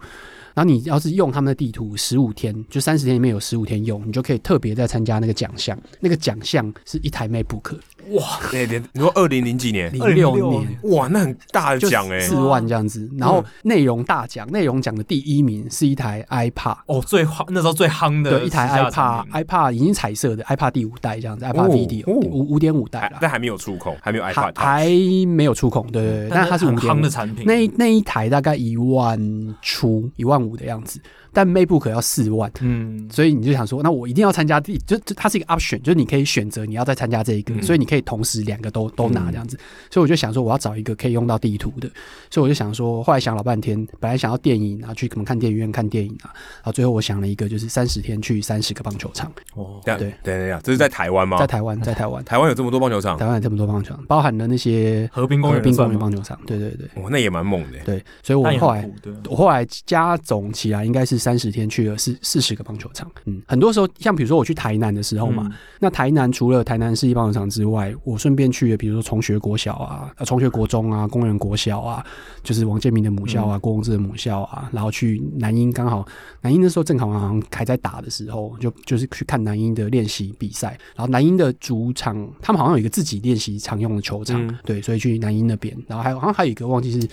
[SPEAKER 1] 然后你要是用他们的地图十五天，就三十天里面有十五天用，你就可以特别再参加那个奖项。那个奖项是一台 MacBook，
[SPEAKER 3] 那年你说二零零几年，
[SPEAKER 1] 零六年，
[SPEAKER 3] 哇，那很大的
[SPEAKER 1] 就
[SPEAKER 3] 奖哎，
[SPEAKER 1] 四万这样子。然后内容大奖，内容奖的第一名是一台 iPad。
[SPEAKER 4] 哦，最夯那时候最夯的
[SPEAKER 1] 对，一台哎
[SPEAKER 4] 时下产品
[SPEAKER 1] iPad，iPad 已经彩色的 iPad 第五代这样子，iPad
[SPEAKER 3] 哦
[SPEAKER 1] Video
[SPEAKER 3] 哦
[SPEAKER 1] 五五点五代
[SPEAKER 3] 还
[SPEAKER 1] 啦，
[SPEAKER 3] 但还没有触控，还没有
[SPEAKER 1] 啊还
[SPEAKER 3] iPad，
[SPEAKER 1] 还
[SPEAKER 3] Touch
[SPEAKER 1] 没有触控，对对对，
[SPEAKER 4] 但
[SPEAKER 1] 但它是
[SPEAKER 4] 很
[SPEAKER 1] 五点
[SPEAKER 4] 夯
[SPEAKER 1] 五
[SPEAKER 4] 的产品。
[SPEAKER 1] 那一那一台大概一万出，一万五的样子，但 MacBook 要四万，
[SPEAKER 4] 嗯，
[SPEAKER 1] 所以你就想说，那我一定要参加第，就就它是一个 option，就是你可以选择你要再参加这一个，所以你可以同时两个都都拿这样子。所以我就想说，我要找一个可以用到地图的，所以我就想说，后来想老半天，本来想要电影啊，去可能看电影院看电影啊，然后最后我想了一个，就是三十天去三十个棒球场，
[SPEAKER 4] 哦，
[SPEAKER 3] 等
[SPEAKER 1] 对
[SPEAKER 3] 等等等，这是在台湾吗
[SPEAKER 1] 在？台湾，在台湾，
[SPEAKER 3] 台湾有这么多棒球场
[SPEAKER 1] 台，湾有这么多棒球场，包含了那些
[SPEAKER 4] 河滨公
[SPEAKER 1] 河
[SPEAKER 4] 园
[SPEAKER 1] 滨
[SPEAKER 4] 算
[SPEAKER 1] 公园
[SPEAKER 4] 吗？
[SPEAKER 1] 棒球场，对对对
[SPEAKER 3] 哇，那也蛮猛的。欸
[SPEAKER 1] 对，所以我
[SPEAKER 4] 但也
[SPEAKER 1] 后
[SPEAKER 4] 很
[SPEAKER 1] 来
[SPEAKER 4] 酷，对。啊
[SPEAKER 1] 我后来加总起来应该是三十天去了四四十个棒球场，嗯，很多时候像比如说我去台南的时候嘛，
[SPEAKER 4] 嗯
[SPEAKER 1] 那台南除了台南市立棒球场之外，我顺便去了比如说崇学国小啊、呃崇学国中啊、工人国小啊，就是王建民的母校
[SPEAKER 4] 嗯
[SPEAKER 1] 啊、郭宏志的母校啊，然后去南英刚好南英那时候正好好像还在打的时候，就就是去看南英的练习比赛，然后南英的主场他们好像有一个自己练习常用的球场，
[SPEAKER 4] 嗯
[SPEAKER 1] 对，所以去南英那边，然后还有好像还有一个忘记是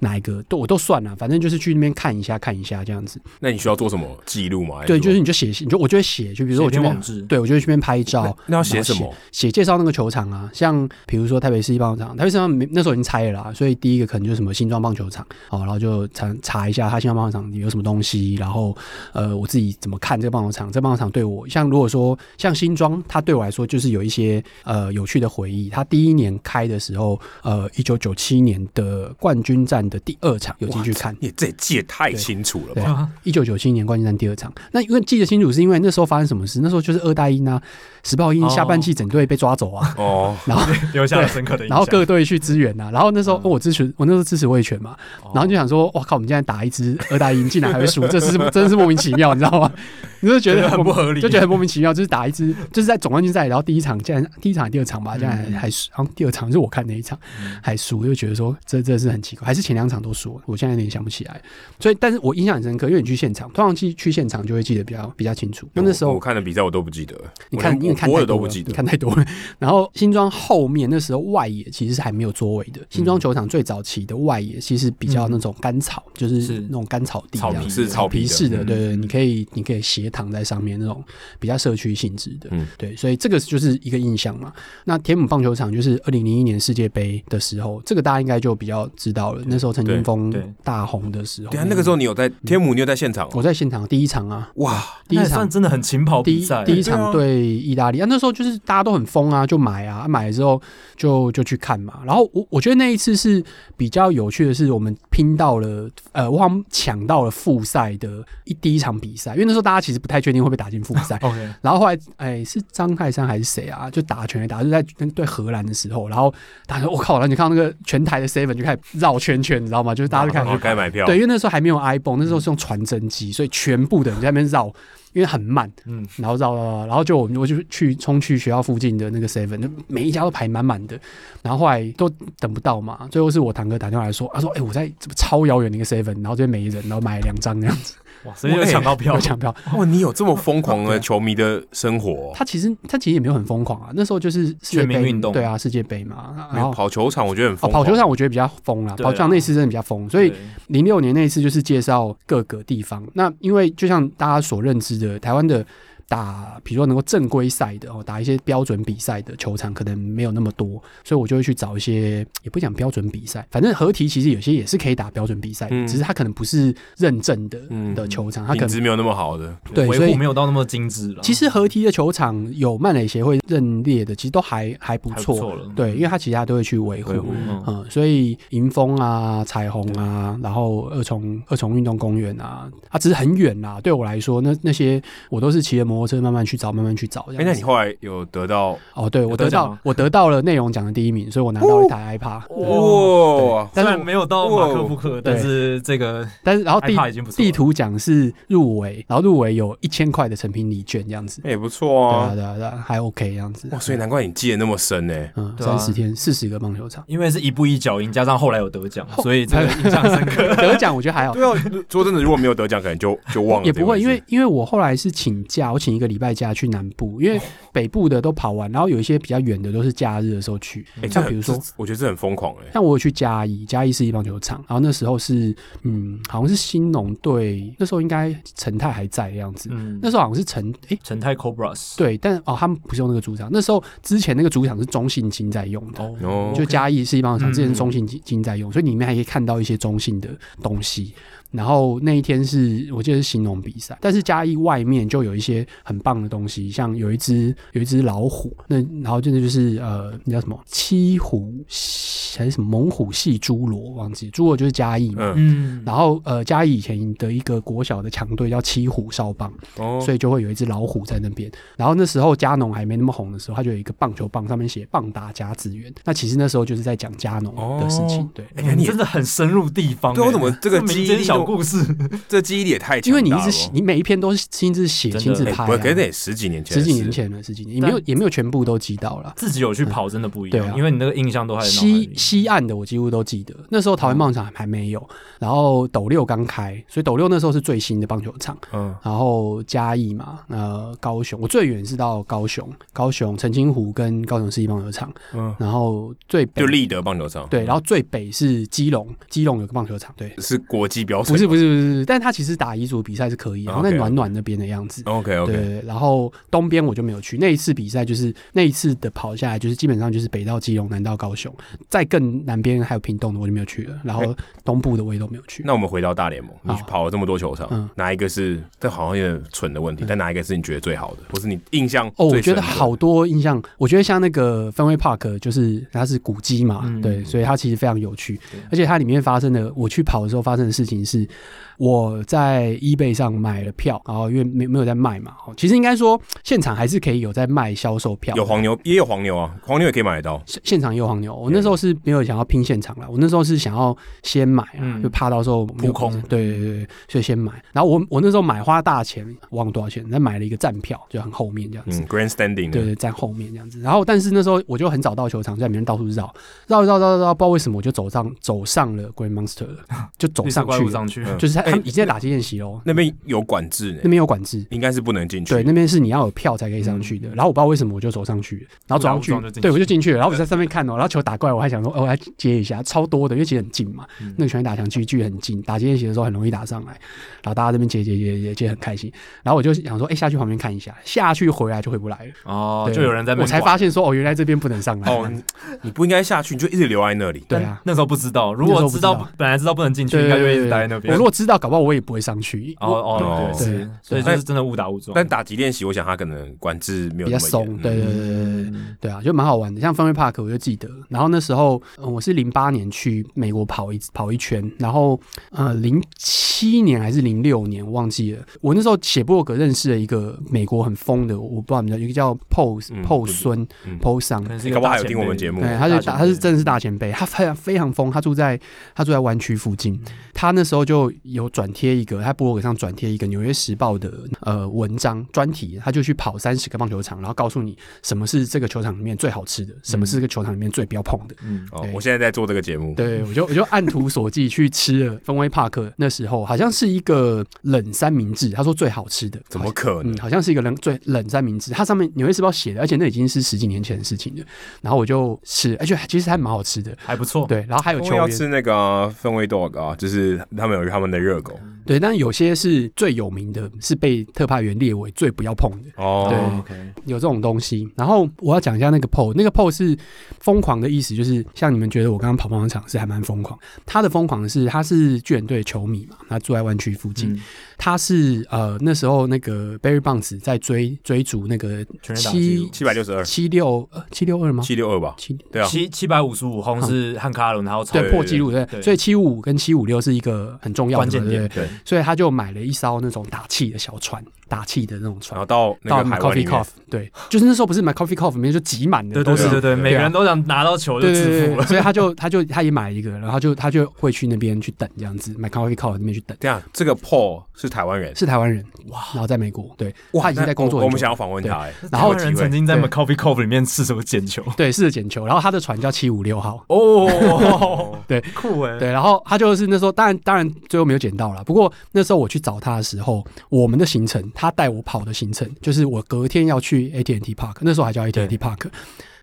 [SPEAKER 1] 哪一个，都我都算了，反正就是去那边看一下看一下这样子。
[SPEAKER 3] 那你需要做什么记录吗？
[SPEAKER 1] 对，就是你就写，你就我就会写，就比如说我
[SPEAKER 4] 写篇
[SPEAKER 1] 去那
[SPEAKER 4] 网志
[SPEAKER 1] 边，对我就会去那边拍照。
[SPEAKER 3] 那要
[SPEAKER 1] 然后
[SPEAKER 3] 写什么？
[SPEAKER 1] 写介绍那个球场啊，像比如说台北市立棒球场，台北市立棒球场没那时候已经拆了啦，所以第一个可能就是什么新庄棒球场，哦，然后就查查一下它新庄棒球场有什么东西，然后呃我自己怎么看这个棒球场，这棒球场对我，像如果说像新庄，它对我来说就是有一些呃有趣的回忆。它第一年开的时候，呃，一九九七年的冠军战的第二场有进去看，
[SPEAKER 3] 你这也记得太清楚了
[SPEAKER 1] 对啊
[SPEAKER 3] 吧？
[SPEAKER 1] 一九九七年冠军战第二场，那因为记得清楚，是因为那时候发生什么事？那时候就是二大一啊呢，石豹鹰下半季整队被抓走啊，
[SPEAKER 3] 哦，
[SPEAKER 1] 然后
[SPEAKER 4] [laughs] 留下了深刻的印象。
[SPEAKER 1] 然后各队去支援呐、啊然后那
[SPEAKER 4] 嗯
[SPEAKER 1] 时候、哦我支持，我那时候支持魏权嘛，
[SPEAKER 4] 哦
[SPEAKER 1] 然后就想说，哇靠，我们现在打一支二大一，竟然还
[SPEAKER 4] [laughs]
[SPEAKER 1] 会输，这是真的是莫名其妙，你知道吗？ [laughs] 你就觉得
[SPEAKER 4] 觉得很不合理
[SPEAKER 1] 就觉得很莫名其妙，就是打一支，就是在总冠军赛，然后第一场竟然第一场还是第二场
[SPEAKER 4] 嗯
[SPEAKER 1] 吧，竟然还还输，然后第二场是我看那一场还输，就觉得说这这是很奇怪，还是前两场都输，我现在有点想不起来。所以，但是我印象很深刻，因为你去现场，通常去去现场就会记得比较比较清楚。那那时
[SPEAKER 3] 我
[SPEAKER 1] 候
[SPEAKER 3] 我看的比赛我都不记得，
[SPEAKER 1] 你看，
[SPEAKER 3] 我
[SPEAKER 1] 你
[SPEAKER 3] 连
[SPEAKER 1] 看
[SPEAKER 3] 我
[SPEAKER 1] 太
[SPEAKER 3] 的都
[SPEAKER 1] 多
[SPEAKER 3] 不
[SPEAKER 1] 了，
[SPEAKER 3] 记
[SPEAKER 1] 你
[SPEAKER 3] 得。
[SPEAKER 1] 看太多了。 [laughs] 然后新庄后面那时候外野其实是还没有桌围
[SPEAKER 3] 嗯
[SPEAKER 1] 的，新庄球场最早期的外野其实比较那种干草，就是
[SPEAKER 4] 是
[SPEAKER 1] 那种干草地这
[SPEAKER 4] 草
[SPEAKER 1] 样
[SPEAKER 4] 皮
[SPEAKER 1] 子
[SPEAKER 3] 是嗯草皮
[SPEAKER 1] 皮
[SPEAKER 3] 的
[SPEAKER 1] 式的，
[SPEAKER 4] 嗯
[SPEAKER 1] 对对，你可以你可以斜躺在上面那种比较社区性质的，
[SPEAKER 3] 嗯
[SPEAKER 1] 对，所以这个就是一个印象嘛。那天母棒球场就是二零零一年世界杯的时候，这个大家应该就比较知道了，那时候陈金峰
[SPEAKER 4] 对对
[SPEAKER 1] 大红的时候，
[SPEAKER 3] 对啊，那个时候你有
[SPEAKER 1] 嗯
[SPEAKER 3] 在天母，你有在现场哦？
[SPEAKER 1] 我在现场第一场啊，
[SPEAKER 3] 哇，
[SPEAKER 1] 第一
[SPEAKER 4] 那也
[SPEAKER 1] 场
[SPEAKER 4] 算真的很勤跑
[SPEAKER 1] 第
[SPEAKER 4] 哦比
[SPEAKER 1] 一
[SPEAKER 4] 赛。。
[SPEAKER 1] 第一
[SPEAKER 3] 对啊
[SPEAKER 1] 场对意大利啊，那时候就是大家都很疯啊，就买啊，买了之后就就去看嘛。然后我我觉得那一次是比较有趣的是，我们拼到了呃，我好像抢到了复赛的一第一场比赛，因为那时候大家其实不太确定会不会打进复赛
[SPEAKER 4] OK，
[SPEAKER 1] [laughs] 然后后来，哎，是张泰山还是谁啊？就打全垒打，就在跟对荷兰的时候，然后大家说：“我、靠！”然后你看到那个全台的 seven 就开始绕圈圈，你知道吗？就是大家就开始
[SPEAKER 3] 哦该买票。
[SPEAKER 1] 对，因为那时候还没有 iPhone，那时候是用传真机，所以全部的人在那边绕，因为很慢，
[SPEAKER 4] 嗯
[SPEAKER 1] 嗯，然后绕绕绕，然后就我们我就去冲去学校附近的那个 Seven，就每一家都排满满的，然后后来都等不到嘛，最后是我堂哥打电话来说，他说：“哎、我在这么超遥远的一个 Seven，然后这边没人，然后买了两张那样子。”
[SPEAKER 4] 哇，所以有抢到票，哦
[SPEAKER 1] 有抢票。
[SPEAKER 3] 哇，你有这么疯狂的球迷的生活？
[SPEAKER 1] 他其实他其实也没有很疯狂啊，那时候就是世界
[SPEAKER 4] 全民
[SPEAKER 1] 杯
[SPEAKER 4] 运动
[SPEAKER 1] 对啊，世界杯嘛，
[SPEAKER 3] 没
[SPEAKER 1] 然
[SPEAKER 3] 有
[SPEAKER 1] 后。
[SPEAKER 3] 跑球场，我觉得很
[SPEAKER 1] 哦，
[SPEAKER 3] 疯狂。
[SPEAKER 1] 跑球场我觉得比较疯啦，
[SPEAKER 4] 对啊
[SPEAKER 1] 跑球场那次真的比较疯，所以
[SPEAKER 4] 对
[SPEAKER 1] 零六年那一次就是介绍各个地方。那因为就像大家所认知的，台湾的打，比如说能够正规赛的哦，打一些标准比赛的球场可能没有那么多，所以我就会去找一些，也不讲标准比赛，反正合体其实有些也是可以打标准比赛的，
[SPEAKER 3] 嗯
[SPEAKER 1] 只是它可能不是认证的、
[SPEAKER 3] 嗯
[SPEAKER 1] 的球场，它可
[SPEAKER 3] 品
[SPEAKER 1] 能
[SPEAKER 3] 质没有那么好的，
[SPEAKER 1] 对
[SPEAKER 4] 维
[SPEAKER 1] 所以
[SPEAKER 4] 护没有到那么精致了。
[SPEAKER 1] 其实合体的球场有曼垒协会认列的，其实都还还不
[SPEAKER 4] 还不
[SPEAKER 1] 错
[SPEAKER 4] 错了
[SPEAKER 1] 对，因为它其他都会去维护
[SPEAKER 3] 维。护
[SPEAKER 4] 嗯，
[SPEAKER 1] 嗯，所以迎风啊、彩虹啊，然后二重二重运动公园啊，啊，只是很远啦、对我来说，那那些我都是骑着摩托车慢慢去找，慢慢去找这样
[SPEAKER 3] 哎、
[SPEAKER 1] 子。
[SPEAKER 3] 那你后来有得到
[SPEAKER 1] 哦，对我
[SPEAKER 4] 有得
[SPEAKER 1] 得
[SPEAKER 4] 奖
[SPEAKER 1] 到
[SPEAKER 4] 吗
[SPEAKER 1] 我得到了内容奖的第一名，所以我拿到一台 iPad、
[SPEAKER 3] 哇？
[SPEAKER 4] 虽
[SPEAKER 1] 但是
[SPEAKER 4] 然
[SPEAKER 1] 我
[SPEAKER 4] 没有到马克布克，
[SPEAKER 1] 对
[SPEAKER 4] 但是这个
[SPEAKER 1] 但是然哦后地
[SPEAKER 4] iPad 已经不错了
[SPEAKER 1] 地图奖是入围，然后入围有一千块的成品礼券这样子。
[SPEAKER 3] 那也不错
[SPEAKER 1] 对
[SPEAKER 4] 哦
[SPEAKER 1] 啊
[SPEAKER 3] 啊。
[SPEAKER 1] 对啊对啊，还 OK 这样子。
[SPEAKER 3] 哇，所以难怪你记得那么深呢、
[SPEAKER 1] 嗯，
[SPEAKER 4] 对啊，
[SPEAKER 1] 三十天四十个棒球场
[SPEAKER 4] 因为是一步一脚印，加上后来有得奖，所以这个印
[SPEAKER 1] [laughs]
[SPEAKER 4] 象深刻。
[SPEAKER 1] 得奖我觉得还好。
[SPEAKER 3] 对啊，说真的，如果没有得奖，可能就就忘了。
[SPEAKER 1] 哦也不会，因为因为我后来是请假，我请一个礼拜假去南部，因为北部的都跑完，然后有一些比较远的都是假日的时候去，
[SPEAKER 3] 哎、这
[SPEAKER 1] 像
[SPEAKER 3] 很
[SPEAKER 1] 比如说
[SPEAKER 3] 这，我觉得这很疯狂哎、
[SPEAKER 1] 像我有去嘉义，嘉义是一棒球场，然后那时候是嗯，好像是新农队，那时候应该陈泰还在的样子，
[SPEAKER 4] 嗯
[SPEAKER 1] 那，时候好像是陈诶。
[SPEAKER 4] 陈泰 Cobras
[SPEAKER 1] 对，但哦，他们不是用那个主场，那时候之前那个主场是中信金在用的。
[SPEAKER 3] 哦
[SPEAKER 1] 就嘉义是一棒球场，
[SPEAKER 4] 嗯
[SPEAKER 1] 之前是中信金金在用，所以里面还可以看到一些中信的东西。然后那一天是我记得是形容比赛，但是嘉义外面就有一些很棒的东西，像有一只有一只老虎，那然后真的就是呃，那叫什么七虎还是什么猛虎系侏罗，忘记侏罗就是嘉义嘛。
[SPEAKER 3] 嗯，
[SPEAKER 4] 嗯，
[SPEAKER 1] 然后呃，嘉义以前的一个国小的强队叫七虎少棒，
[SPEAKER 3] 哦，
[SPEAKER 1] 所以就会有一只老虎在那边。然后那时候加农还没那么红的时候，他就有一个棒球棒，上面写“棒打甲子园”。那其实那时候就是在讲加农的事情，
[SPEAKER 3] 哦
[SPEAKER 1] 对，
[SPEAKER 3] 哎、呀，你
[SPEAKER 4] 你真的很深入地方欸。
[SPEAKER 3] 对我怎啊么这个
[SPEAKER 4] 民
[SPEAKER 3] 记忆力
[SPEAKER 4] 间
[SPEAKER 3] 都
[SPEAKER 4] 小故事？ [laughs]
[SPEAKER 3] 这记忆力也太强
[SPEAKER 1] 因为
[SPEAKER 3] 大了哦，
[SPEAKER 1] 你一直写你每一篇都是亲自写、
[SPEAKER 4] 真的
[SPEAKER 1] 亲自
[SPEAKER 3] 哎
[SPEAKER 1] 拍、
[SPEAKER 3] 不，可是
[SPEAKER 1] 啊，
[SPEAKER 3] 得十几年前，
[SPEAKER 1] 十几年，前了，十几年也没有也没有全部都记到了。
[SPEAKER 4] 自己有去跑，真的不一
[SPEAKER 1] 对啊
[SPEAKER 4] 样，因为你那个印象都还在脑海
[SPEAKER 1] 西
[SPEAKER 4] 里。
[SPEAKER 1] 西岸的我几乎都记得，那时候桃
[SPEAKER 3] 哦
[SPEAKER 1] 园棒球场还没有，然后斗六刚开，所以斗六那时候是最新的棒球场。
[SPEAKER 3] 嗯，
[SPEAKER 1] 然后嘉义嘛，呃，高雄，我最远是到高雄，高雄澄清湖跟高雄市立棒球场，
[SPEAKER 3] 嗯
[SPEAKER 1] 然后最北
[SPEAKER 3] 就立德棒球场，
[SPEAKER 1] 对，然后最北是基隆，基隆有个棒球场，对，
[SPEAKER 3] 是国际标准，
[SPEAKER 1] 不是不是不是，但他其实打乙组比赛是可以，然后在
[SPEAKER 3] 哦 OK，OK 哦
[SPEAKER 1] 暖暖那边的样子。
[SPEAKER 3] ？OK
[SPEAKER 1] 对
[SPEAKER 3] OK，
[SPEAKER 1] 对，对然后东边我就没有去。那一次比赛就是那一次的跑下来，就是基本上就是北到基隆，南到高雄，再更南边还有屏东的我就没有去了，然
[SPEAKER 3] 哎
[SPEAKER 1] 后东部的我也都没有去。
[SPEAKER 3] 那我们回到大联盟，你
[SPEAKER 1] 好
[SPEAKER 3] 跑了这么多球场，
[SPEAKER 1] 嗯
[SPEAKER 3] 哪一个是？这好像有点蠢的问题，但哪一个是你觉得最好的，或是你印象
[SPEAKER 1] 哦，我
[SPEAKER 3] 最
[SPEAKER 1] 觉
[SPEAKER 3] 深
[SPEAKER 1] 得
[SPEAKER 3] 刻
[SPEAKER 1] 好多印象，我觉得像那个 Fenway Park，就是它是古迹嘛，
[SPEAKER 4] 嗯
[SPEAKER 1] 对，所以它其实非常有趣，而且它里面发生的，我去跑的时候发生的事情是，我在 eBay 上买了票，然后因为没没有在卖嘛，哦其实应该说现场还是可以有在卖销售票，
[SPEAKER 3] 有黄牛，也有黄牛啊，黄牛也可以买得到。
[SPEAKER 1] 现现场也有黄牛，我那时候是没有想要拼现场了，我那时候是想要先买啊，
[SPEAKER 4] 嗯
[SPEAKER 1] 就怕到时候没有
[SPEAKER 4] 扑空
[SPEAKER 1] 对对对，对所以先买。然后我我那时候买花大钱，忘了多少钱，但买了一个站票，就很后面这样子。
[SPEAKER 3] 嗯
[SPEAKER 1] 对
[SPEAKER 3] ，grandstanding 的，
[SPEAKER 1] 对，站后面这样子。然后，但是那时候我就很早到球场，在里面到处绕，绕一绕绕一绕，不知道为什么我就走上走上了 Green Monster 了，就走
[SPEAKER 4] 绿色
[SPEAKER 1] 上
[SPEAKER 4] 怪
[SPEAKER 1] 去
[SPEAKER 4] 物
[SPEAKER 1] 了，
[SPEAKER 4] 上去，
[SPEAKER 3] 嗯
[SPEAKER 1] 就是他
[SPEAKER 3] 哎
[SPEAKER 1] 他们已经在打击练习喽，
[SPEAKER 3] 那边有管制呢
[SPEAKER 1] 那，边有管制。
[SPEAKER 3] 应该是不能进去。
[SPEAKER 1] 对，那边是你要有票才可以上去的。然后我不知道为什么我就走上去了，然后走上
[SPEAKER 4] 误打误撞就
[SPEAKER 1] 去，
[SPEAKER 4] 进
[SPEAKER 1] 对
[SPEAKER 4] 去
[SPEAKER 1] 我就进去了。然后我在上面看哦，然后球打过来，我还想说，哦，我来接一下，超多的，因为其实很近嘛，那个全垒打墙距距离很近，打接练习的时候很容易打上来。然后大家这边接接接接接很开心。然后我就想说，哎，下去旁边看一下，下去回来就回不来了。
[SPEAKER 4] 哦，
[SPEAKER 1] 对
[SPEAKER 4] 就有人在那
[SPEAKER 1] 我
[SPEAKER 4] 边
[SPEAKER 1] 才
[SPEAKER 4] 管
[SPEAKER 1] 发现说，哦，原来这边不能上来。
[SPEAKER 3] 哦，你你不应该下去，你就一直留在那里。
[SPEAKER 1] 对啊，
[SPEAKER 4] 那时候不知道，如
[SPEAKER 1] 那时
[SPEAKER 4] 果
[SPEAKER 1] 候不
[SPEAKER 4] 知
[SPEAKER 1] 知道
[SPEAKER 4] 道本来知道不能进去，
[SPEAKER 1] 对
[SPEAKER 4] 应该就
[SPEAKER 1] 对
[SPEAKER 4] 一
[SPEAKER 1] 对
[SPEAKER 4] 直
[SPEAKER 1] 对
[SPEAKER 4] 待在那
[SPEAKER 1] 我
[SPEAKER 4] 边
[SPEAKER 1] 如。果知道，搞不好我也不会上去。
[SPEAKER 4] 哦哦，对，
[SPEAKER 3] 对
[SPEAKER 4] 是，所
[SPEAKER 1] 对
[SPEAKER 4] 以就是真的误打误撞。
[SPEAKER 3] 但打击练习，我想他可能管制没有
[SPEAKER 1] 比
[SPEAKER 3] 那
[SPEAKER 1] 较
[SPEAKER 3] 么
[SPEAKER 1] 松，
[SPEAKER 4] 嗯
[SPEAKER 3] 严嗯
[SPEAKER 1] 对对对对对对啊，就蛮好玩的。像 Fenway Park 我就记得，然后那时候、呃我是零八年去美国跑一跑一圈，然后呃零七年还是零六年我忘记了，我那时候写博格认识了一个美国很疯的，我不知道你知道，一个叫 Pose
[SPEAKER 3] 嗯
[SPEAKER 1] Pose 孙
[SPEAKER 3] 嗯
[SPEAKER 1] Pose 上
[SPEAKER 4] 可。能是
[SPEAKER 3] 你
[SPEAKER 4] 一
[SPEAKER 3] 搞
[SPEAKER 4] 个
[SPEAKER 3] 不好
[SPEAKER 4] 大
[SPEAKER 3] 还有
[SPEAKER 4] 前
[SPEAKER 3] 听我们
[SPEAKER 4] 辈
[SPEAKER 3] 节目
[SPEAKER 1] 对，他就
[SPEAKER 4] 大前
[SPEAKER 1] 打，他是
[SPEAKER 4] 辈
[SPEAKER 1] 真的是大前辈，他非常非常疯，他住在他住在湾区附近，他那时候就有转贴一个，他博客上转贴一个《纽约时报》的呃文章专题，他就去跑三十个棒球场，然后告诉你什么是这个球场里面最好吃的，什
[SPEAKER 3] 嗯
[SPEAKER 1] 么是这个球场里面最不要碰
[SPEAKER 3] [laughs]
[SPEAKER 1] 的。
[SPEAKER 4] 嗯，
[SPEAKER 3] 哦
[SPEAKER 1] 对，
[SPEAKER 3] 我现在在做这个节目，
[SPEAKER 1] 对，我就我就按图索骥去吃了芬威帕克，那时候好像是一个冷三明治，他说最好吃的，
[SPEAKER 3] 怎么可能
[SPEAKER 1] 嗯，？好像是一个冷最冷三明治，它上面《纽约时报》写的，而且那已经是十几年前的事情了。然后我就吃，而且其实还蛮好吃的。
[SPEAKER 4] 还不错。，
[SPEAKER 1] 对，然后还有
[SPEAKER 3] 因
[SPEAKER 1] 球
[SPEAKER 3] 哦为要
[SPEAKER 1] 员，
[SPEAKER 3] 吃那个啊氛围 dog 啊，就是他们有他们的热狗
[SPEAKER 1] 对，但有些是最有名的，是被特派员列为最不要碰的，
[SPEAKER 3] 哦，
[SPEAKER 1] 对
[SPEAKER 4] OK，
[SPEAKER 1] 有这种东西。然后我要讲一下那个 PO，那个 PO 是疯狂的意思，就是像你们觉得我刚刚跑棒球场是还蛮疯狂，他的疯狂是他是巨人队球迷嘛，他住在湾区附近，
[SPEAKER 4] 嗯
[SPEAKER 1] 他是呃那时候那个 Barry Bonds 在追追逐那个
[SPEAKER 4] 全垒打纪录
[SPEAKER 1] 七
[SPEAKER 3] 七百六十二，
[SPEAKER 1] 七六呃七六二吗？
[SPEAKER 3] 七六二吧，
[SPEAKER 1] 七
[SPEAKER 3] 对啊，
[SPEAKER 4] 七七百五十五轰是汉卡伦，然后
[SPEAKER 1] 对
[SPEAKER 3] 对
[SPEAKER 1] 破纪录对，
[SPEAKER 4] 对
[SPEAKER 1] 所以七五五跟七五六是一个很重要的
[SPEAKER 4] 关键
[SPEAKER 1] 嘛对不
[SPEAKER 4] 点。
[SPEAKER 1] 对
[SPEAKER 4] 对，
[SPEAKER 1] 所以他就买了一艘那种打气的小船，打气的那种
[SPEAKER 3] 然
[SPEAKER 1] 船
[SPEAKER 3] 后。到那
[SPEAKER 1] 到
[SPEAKER 3] 个海湾里
[SPEAKER 1] McCoffee
[SPEAKER 3] 面
[SPEAKER 1] Cove，对，就是那时候不是 McCoffee Cove 里面就挤满了，
[SPEAKER 4] 对
[SPEAKER 1] 都
[SPEAKER 4] 对
[SPEAKER 1] 是
[SPEAKER 4] 对对对，
[SPEAKER 3] 对啊
[SPEAKER 4] 每个人都想拿到球就
[SPEAKER 1] 对对
[SPEAKER 4] 致
[SPEAKER 1] 对
[SPEAKER 4] 富
[SPEAKER 1] 对，
[SPEAKER 4] 了。
[SPEAKER 1] 所以他就他 [laughs] 就他也买一个，然后就他就会去那边去等这样子，McCoffee Cove 那边去等，
[SPEAKER 3] 这样，这个 Paul 是台湾人，
[SPEAKER 1] 是台湾人
[SPEAKER 4] 哇
[SPEAKER 1] 然后在美国，对，他已经在工作
[SPEAKER 3] 那我
[SPEAKER 1] 很
[SPEAKER 3] 我们
[SPEAKER 1] 久
[SPEAKER 3] 想
[SPEAKER 1] 了，
[SPEAKER 3] 要访问他，哎
[SPEAKER 1] 然后
[SPEAKER 4] 台湾人曾经在
[SPEAKER 1] 对
[SPEAKER 4] McCoffee Cove 里面是什么捡球？
[SPEAKER 1] 对，试着捡球，然后他的船叫七五六号，
[SPEAKER 4] 哦，
[SPEAKER 1] [laughs] 对
[SPEAKER 4] 酷哎，
[SPEAKER 1] 对，然后他就是那时候，当然当然最后没有捡到啦。不过那时候我去找他的时候，我们的行程，他带我跑的行程，就是我隔天要去 AT&T Park，那时候还叫 AT&T
[SPEAKER 4] 对
[SPEAKER 1] Park。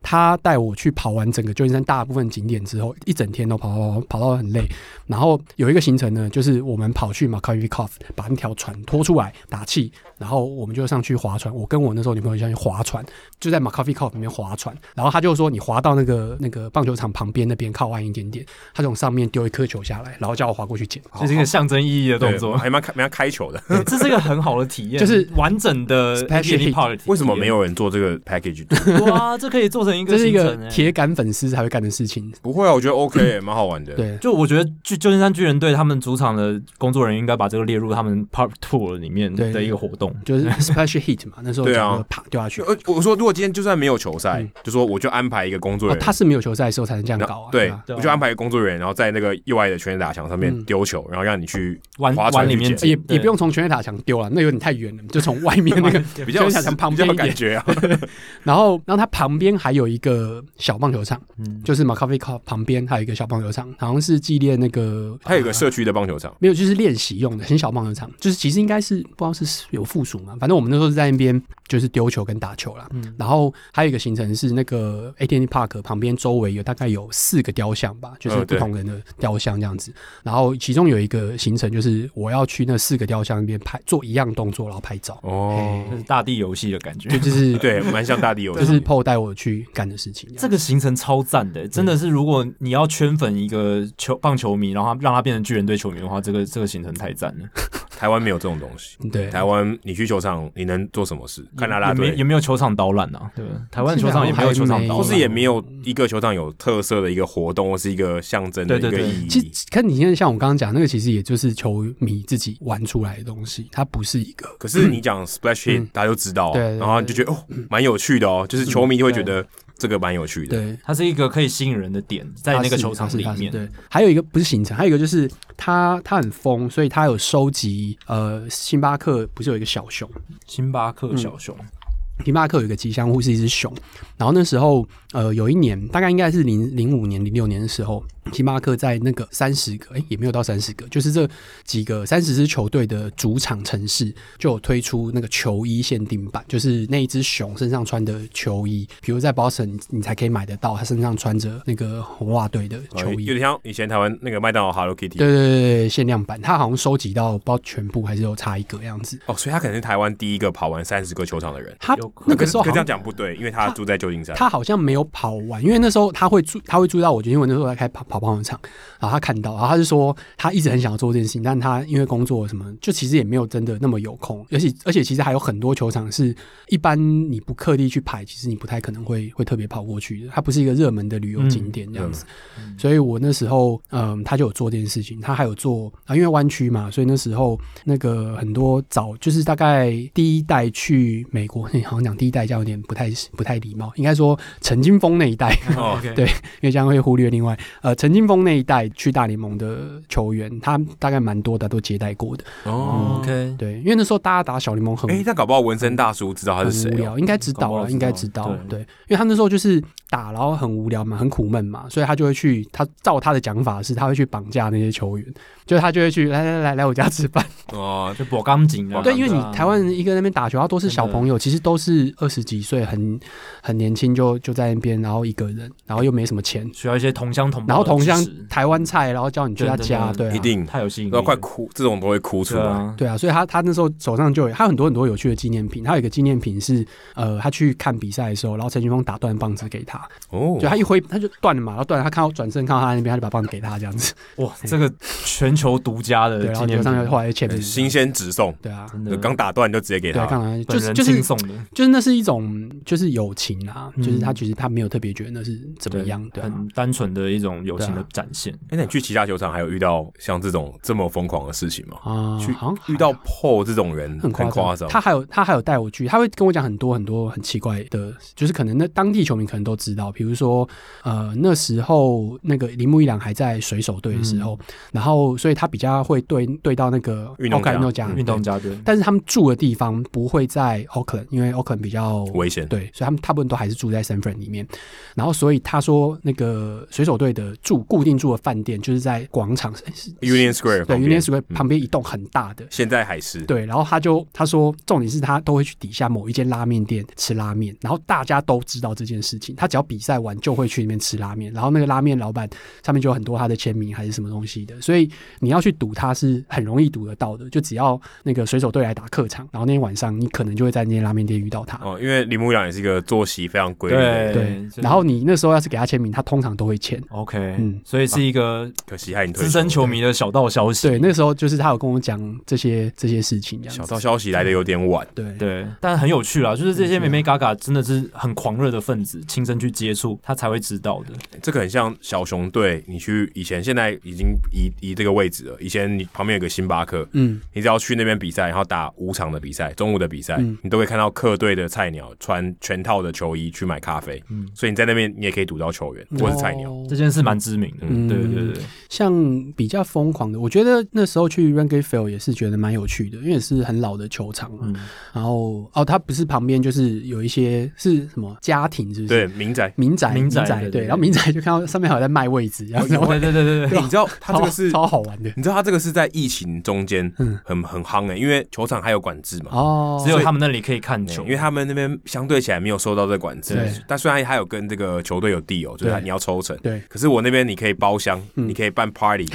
[SPEAKER 1] 他带我去跑完整个旧金山大部分景点之后，一整天都跑跑跑跑到很累。然后有一个行程呢，就是我们跑去 m a c a v i c o f 把那条船拖出来打气，然后我们就上去划船。我跟我那时候女朋友上去划船，就在 m a c a v i c o f 里面划船。然后他就说你划到那个那个棒球场旁边那边靠岸一点点，他从上面丢一颗球下来，然后叫我划过去捡。
[SPEAKER 2] 哦
[SPEAKER 4] 这是一个象征意义的动
[SPEAKER 3] 对，
[SPEAKER 4] 作，
[SPEAKER 3] 还蛮开蛮开球的。
[SPEAKER 4] 对欸这是一个很好的体验，
[SPEAKER 1] [laughs] 就是
[SPEAKER 4] 完整的
[SPEAKER 1] Special
[SPEAKER 4] Anthony
[SPEAKER 1] hit
[SPEAKER 4] Pollard 体验
[SPEAKER 3] 为什么没有人做
[SPEAKER 1] [laughs]
[SPEAKER 3] 这个
[SPEAKER 4] [laughs]
[SPEAKER 3] package？
[SPEAKER 4] 哇，这可以做成一个
[SPEAKER 1] 这是一
[SPEAKER 4] 行
[SPEAKER 1] 个
[SPEAKER 4] 程欸
[SPEAKER 1] 铁杆粉丝才会干的事情。
[SPEAKER 3] 不会啊，我觉得 OK，蛮好玩的。，
[SPEAKER 1] 对，
[SPEAKER 4] 就我觉得旧旧金山巨人队他们主场的工作人员应该把这个列入他们 Part Tour 里面
[SPEAKER 1] 对
[SPEAKER 4] 的一个活动。
[SPEAKER 1] 就是 special hit 嘛，那时候
[SPEAKER 3] 对啊
[SPEAKER 1] 讲说啪掉下去。
[SPEAKER 3] 呃，我说如果今天就算没有球赛
[SPEAKER 1] 嗯，
[SPEAKER 3] 就说我就安排一个工作
[SPEAKER 1] 哦，
[SPEAKER 3] 人员，
[SPEAKER 1] 他是没有球赛的时候才能这样
[SPEAKER 3] 然
[SPEAKER 1] 搞
[SPEAKER 3] 后
[SPEAKER 1] 啊。
[SPEAKER 3] 对
[SPEAKER 1] 啊，
[SPEAKER 4] 对啊
[SPEAKER 3] 我就安排一个工作人员，然后在那个右外的全垒打墙上面
[SPEAKER 1] 嗯
[SPEAKER 3] 丢球，然后让你去
[SPEAKER 4] 湾
[SPEAKER 3] 划船
[SPEAKER 4] 湾里
[SPEAKER 3] 去
[SPEAKER 4] 面
[SPEAKER 3] 捡
[SPEAKER 1] 也
[SPEAKER 4] 对
[SPEAKER 1] 也不用从全垒打墙丢啊了，那有点太远了，就从外面那个
[SPEAKER 3] 比较
[SPEAKER 1] 就想想旁边
[SPEAKER 3] 比
[SPEAKER 1] 一
[SPEAKER 3] 较
[SPEAKER 1] 点
[SPEAKER 3] 有感觉
[SPEAKER 1] [laughs]
[SPEAKER 3] 啊。
[SPEAKER 1] 然后，然后它旁边还有一个小棒球场，
[SPEAKER 4] 嗯
[SPEAKER 1] 就是 m a c a v i c 旁边还有一个小棒球场，好像是纪念那个。
[SPEAKER 3] 它有个
[SPEAKER 1] 呃
[SPEAKER 3] 社区的棒球场，
[SPEAKER 1] 没有，就是练习用的，很小棒球场，就是其实应该是不知道是有附属嘛，反正我们那时候是在那边就是丢球跟打球啦。
[SPEAKER 4] 嗯，
[SPEAKER 1] 然后还有一个行程是那个 AT&T Park 旁边周围有大概有四个雕像吧，就是
[SPEAKER 3] 嗯
[SPEAKER 1] 不
[SPEAKER 3] 对
[SPEAKER 1] 同人的雕像这样子。然后其中有一个行程就是我要去那四个雕像那边拍，做一样动作然后拍照，
[SPEAKER 3] 哦
[SPEAKER 4] 这是大地游戏的感觉
[SPEAKER 1] 就。 [laughs] 就是
[SPEAKER 3] 对，蛮像大地游
[SPEAKER 1] 就
[SPEAKER 3] 戏，
[SPEAKER 1] 是 PO 带我去干的事情样
[SPEAKER 4] [laughs]
[SPEAKER 1] 子。
[SPEAKER 4] 这个行程超赞
[SPEAKER 1] 嗯
[SPEAKER 4] 的，真的是如果你要圈粉一个球棒球迷，然后他让他变成巨人队球迷的话，这个这个行程太赞了。
[SPEAKER 3] 台湾没有这种东西。
[SPEAKER 1] 对，
[SPEAKER 3] 台湾你去球场，你能做什么事？看啦啦
[SPEAKER 4] 也没
[SPEAKER 3] 队
[SPEAKER 4] 也。没有球场导览啊，对吧，台湾球场也没有球场导
[SPEAKER 1] 好
[SPEAKER 3] 或
[SPEAKER 1] 像
[SPEAKER 4] 览
[SPEAKER 3] 是。也没有一个球场有特色的一个活动，或是一个象征的一
[SPEAKER 4] 对
[SPEAKER 3] 个
[SPEAKER 4] 对对
[SPEAKER 3] 意
[SPEAKER 1] 其
[SPEAKER 3] 义。
[SPEAKER 1] 实看你现在像我刚刚讲那个，其实也就是球迷自己玩出来的东西，它不是一个
[SPEAKER 3] 可是你讲 splash hit，、
[SPEAKER 1] 嗯
[SPEAKER 3] 大家就知道啊、
[SPEAKER 1] 对对对嗯
[SPEAKER 3] 然后你就觉得哦，蛮有趣的哦，就是球迷就会觉得这个蛮有趣的。哦
[SPEAKER 1] 对。
[SPEAKER 4] 它是一个可以吸引人的点，在
[SPEAKER 1] 它
[SPEAKER 4] 那个
[SPEAKER 1] 是
[SPEAKER 4] 球场
[SPEAKER 1] 它是
[SPEAKER 4] 里
[SPEAKER 1] 它是
[SPEAKER 4] 面。
[SPEAKER 1] 对，还有一个不是行程，还有一个就是他他很疯，所以他有收集呃，星巴克不是有一个小熊，
[SPEAKER 4] 星巴克小熊，
[SPEAKER 1] 星巴克有一个吉祥物是一只熊，然后那时候呃有一年大概应该是零零五年零六年的时候，星巴克在那个三十个哎也没有到三十个，就是这几个三十支球队的主场城市就有推出那个球衣限定版，就是那一只熊身上穿的球衣，比如在 Boston 你才可以买得到，它身上穿着那个红袜队的
[SPEAKER 3] 呃
[SPEAKER 1] 球衣
[SPEAKER 3] 有，点像以前台湾那个麦当劳 Hello Kitty，
[SPEAKER 1] 对对对对对，限量版，它好像收集到不知道全部还是有差一个样子。
[SPEAKER 3] 哦，所以他可能是台湾第一个跑完三十个球场的人。
[SPEAKER 1] 它
[SPEAKER 4] 有可
[SPEAKER 1] 那个时候
[SPEAKER 3] 可是
[SPEAKER 1] 好像
[SPEAKER 3] 这样讲不对，因为他住在旧金山。
[SPEAKER 1] 他好像没有跑完，因为那时候他会住，他会住到我，因为我那时候在开跑跑棒球场，然后他看到，然后他就说他一直很想要做这件事情，但他因为工作什么，就其实也没有真的那么有空，而且而且其实还有很多球场是一般你不刻意去排，其实你不太可能会会特别跑过去的，它不是一个热门的旅游景点这样子，所以我那时候嗯，他就有做这件事情，他还有做啊，因为湾区嘛，所以那时候那个很多早就是大概第一代去美国，好像讲第一代这样有点不太不太礼貌，应该说陈金峰那一代，
[SPEAKER 3] 哦
[SPEAKER 4] OK
[SPEAKER 1] 对因为这样会忽略另外呃陈陈金峰那一代去大联盟的球员，他大概蛮多的都接待过的。
[SPEAKER 3] 哦，
[SPEAKER 4] OK，
[SPEAKER 1] 对，因为那时候大家打小联盟很
[SPEAKER 3] 哎，那搞不好纹身大叔知道他是
[SPEAKER 1] 很无
[SPEAKER 3] 谁哦。
[SPEAKER 1] 聊，应该知
[SPEAKER 4] 搞
[SPEAKER 1] 道
[SPEAKER 4] 不好
[SPEAKER 1] 了，
[SPEAKER 4] 知
[SPEAKER 1] 应该
[SPEAKER 4] 道
[SPEAKER 1] 知道
[SPEAKER 4] 对。
[SPEAKER 1] 对，因为他那时候就是打，然后很无聊嘛，很苦闷嘛，所以他就会去，他照他的讲法是，他会去绑架那些球员，就是他就会去来来来来我家吃饭。
[SPEAKER 3] 哦，
[SPEAKER 4] 就博钢筋啊。
[SPEAKER 1] 对，因为你
[SPEAKER 4] 啊
[SPEAKER 1] 台湾人一个人那边打球，他都是
[SPEAKER 4] 真的
[SPEAKER 1] 小朋友，其实都是二十几岁，很很年轻就就在那边，然后一个人，然后又没什么钱，
[SPEAKER 4] 需要一些同乡同胞的
[SPEAKER 1] 然后同乡
[SPEAKER 4] 支持
[SPEAKER 1] 台湾菜，然后叫你去他
[SPEAKER 4] 对
[SPEAKER 1] 家，
[SPEAKER 4] 真的
[SPEAKER 1] 对啊，
[SPEAKER 3] 一定
[SPEAKER 4] 太有吸引力
[SPEAKER 3] 都
[SPEAKER 4] 了，
[SPEAKER 3] 快哭，这种都会哭出
[SPEAKER 4] 对
[SPEAKER 3] 来。
[SPEAKER 4] 啊，
[SPEAKER 1] 对啊，所以他他那时候手上就有他很多很多有趣的纪念品，他有一个纪念品是呃，他去看比赛的时候，然后陈群峰打断棒子给他，
[SPEAKER 3] 哦
[SPEAKER 1] 就，他一挥他就断了嘛，然后断了，他看到转身看到他那边，他就把棒子给他这样子，
[SPEAKER 4] 哇，这个全球独家
[SPEAKER 2] 呃
[SPEAKER 1] 对，
[SPEAKER 4] 的
[SPEAKER 1] 然
[SPEAKER 4] 纪
[SPEAKER 1] 后
[SPEAKER 4] 念
[SPEAKER 1] 就上面
[SPEAKER 4] 品，
[SPEAKER 1] 后来就签名
[SPEAKER 3] 哎
[SPEAKER 1] 这样，
[SPEAKER 3] 新鲜直送，
[SPEAKER 1] 对啊，
[SPEAKER 4] 真
[SPEAKER 3] 就
[SPEAKER 4] 的
[SPEAKER 3] 刚打断就直接给
[SPEAKER 1] 对啊，
[SPEAKER 3] 他。
[SPEAKER 1] 看来就
[SPEAKER 4] 本
[SPEAKER 1] 是
[SPEAKER 4] 人
[SPEAKER 1] 就是
[SPEAKER 4] 亲送的，
[SPEAKER 1] 就是那是一种就是友情啊，就是他
[SPEAKER 4] 嗯
[SPEAKER 1] 其实他没有特别觉得那是怎么样，对啊，
[SPEAKER 4] 很单纯的一种友情
[SPEAKER 1] 对
[SPEAKER 4] 的
[SPEAKER 1] 啊
[SPEAKER 4] 展现。
[SPEAKER 3] 哎，那你去其他球场还有遇到像这种这么疯狂的事情吗？
[SPEAKER 1] 啊，
[SPEAKER 3] 去
[SPEAKER 1] 好像还
[SPEAKER 3] 遇到
[SPEAKER 1] 好
[SPEAKER 3] PO 这种人
[SPEAKER 1] 很
[SPEAKER 3] 很
[SPEAKER 1] 夸
[SPEAKER 3] 夸张，
[SPEAKER 1] 他还有他还有带我去，他会跟我讲很多很多很奇怪的，就是可能那当地球迷可能都知道，比如说呃那时候那个铃木一朗还在水手队的时候，然后所以他比较会对对到那个哦
[SPEAKER 3] 运动家
[SPEAKER 1] Oakland 运动家
[SPEAKER 4] 运动
[SPEAKER 1] 对
[SPEAKER 4] 家队，
[SPEAKER 1] 但是他们住的地方不会在 Oakland，因为 Oakland 比较
[SPEAKER 3] 危险。
[SPEAKER 1] 对，所以他们大部分都还是住在 San Fran 里面。然后所以他说那个水手队的住固定住的饭店就是在广场诶是
[SPEAKER 3] Union Square
[SPEAKER 1] 对
[SPEAKER 3] 旁边嗯
[SPEAKER 1] Union Square 旁边一栋很大的，
[SPEAKER 3] 现在还是
[SPEAKER 1] 对，然后他就他说，重点是他都会去底下某一间拉面店吃拉面，然后大家都知道这件事情。他只要比赛完就会去那边吃拉面，然后那个拉面老板上面就有很多他的签名还是什么东西的，所以你要去赌他是很容易赌得到的。就只要那个水手队来打客场，然后那天晚上你可能就会在那间拉面店遇到他。
[SPEAKER 3] 哦，因为铃木一朗也是一个作息非常规律的人，
[SPEAKER 4] 对
[SPEAKER 1] 对，
[SPEAKER 4] 这
[SPEAKER 1] 然后你那时候要是给他签名，他通常都会签。
[SPEAKER 4] OK，
[SPEAKER 1] 嗯
[SPEAKER 4] 所以是一个
[SPEAKER 3] 可惜害你退
[SPEAKER 4] 资
[SPEAKER 3] 休
[SPEAKER 4] 深球迷的小道消息。
[SPEAKER 1] 对，那时候就是他有跟我讲这些这些事情，这样
[SPEAKER 3] 小
[SPEAKER 1] 子。
[SPEAKER 3] 道消息来的有点晚，
[SPEAKER 1] 对嗯
[SPEAKER 4] 对，但很有趣啦，就是这些妹妹
[SPEAKER 1] 啊
[SPEAKER 4] 嘎嘎真的是很狂热的分子，亲身去接触，她才会知道的。
[SPEAKER 3] 这个很像小熊队，你去以前现在已经移移这个位置了，以前你旁边有个星巴克。
[SPEAKER 1] 嗯，
[SPEAKER 3] 你只要去那边比赛，然后打五场的比赛，中午的比赛，
[SPEAKER 1] 嗯
[SPEAKER 3] 你都会看到客队的菜鸟穿全套的球衣去买咖啡，
[SPEAKER 4] 嗯
[SPEAKER 3] 所以你在那边你也可以赌到球员或是菜鸟。
[SPEAKER 1] 哦
[SPEAKER 4] 这件事蛮知名的，
[SPEAKER 1] 嗯
[SPEAKER 4] 对对对，
[SPEAKER 1] 像比较疯狂的，我觉得那时候去 r a n g a f i e l 也是觉得蛮有趣的，因为也是很老的球场嘛。
[SPEAKER 4] 嗯，
[SPEAKER 1] 然后哦，它不是旁边就是有一些是什么家庭，是不是？
[SPEAKER 3] 对，民宅。
[SPEAKER 1] 民宅，
[SPEAKER 4] 民宅对
[SPEAKER 1] 宅
[SPEAKER 4] 对
[SPEAKER 1] 对。
[SPEAKER 4] 对
[SPEAKER 1] 然后民宅就看到上面还有在卖位置，
[SPEAKER 2] 哦
[SPEAKER 1] 然后然后
[SPEAKER 4] 对对对对
[SPEAKER 1] 啊
[SPEAKER 4] 对，
[SPEAKER 3] 你知道他这个是，
[SPEAKER 1] 超超好玩的
[SPEAKER 3] 你知道他这个是在疫情中间
[SPEAKER 1] 嗯
[SPEAKER 3] 很很夯诶、因为球场还有管制嘛。
[SPEAKER 1] 哦。
[SPEAKER 4] 只有他们那里可以看球，
[SPEAKER 3] 因为他们那边相对起来没有受到这个管制
[SPEAKER 1] 对，
[SPEAKER 3] 但虽然他有跟这个球队有地哦，就是他
[SPEAKER 1] 对
[SPEAKER 3] 你要抽成，
[SPEAKER 1] 对
[SPEAKER 3] 可是我那边你可以包厢，
[SPEAKER 1] 嗯
[SPEAKER 3] 你可以办 party，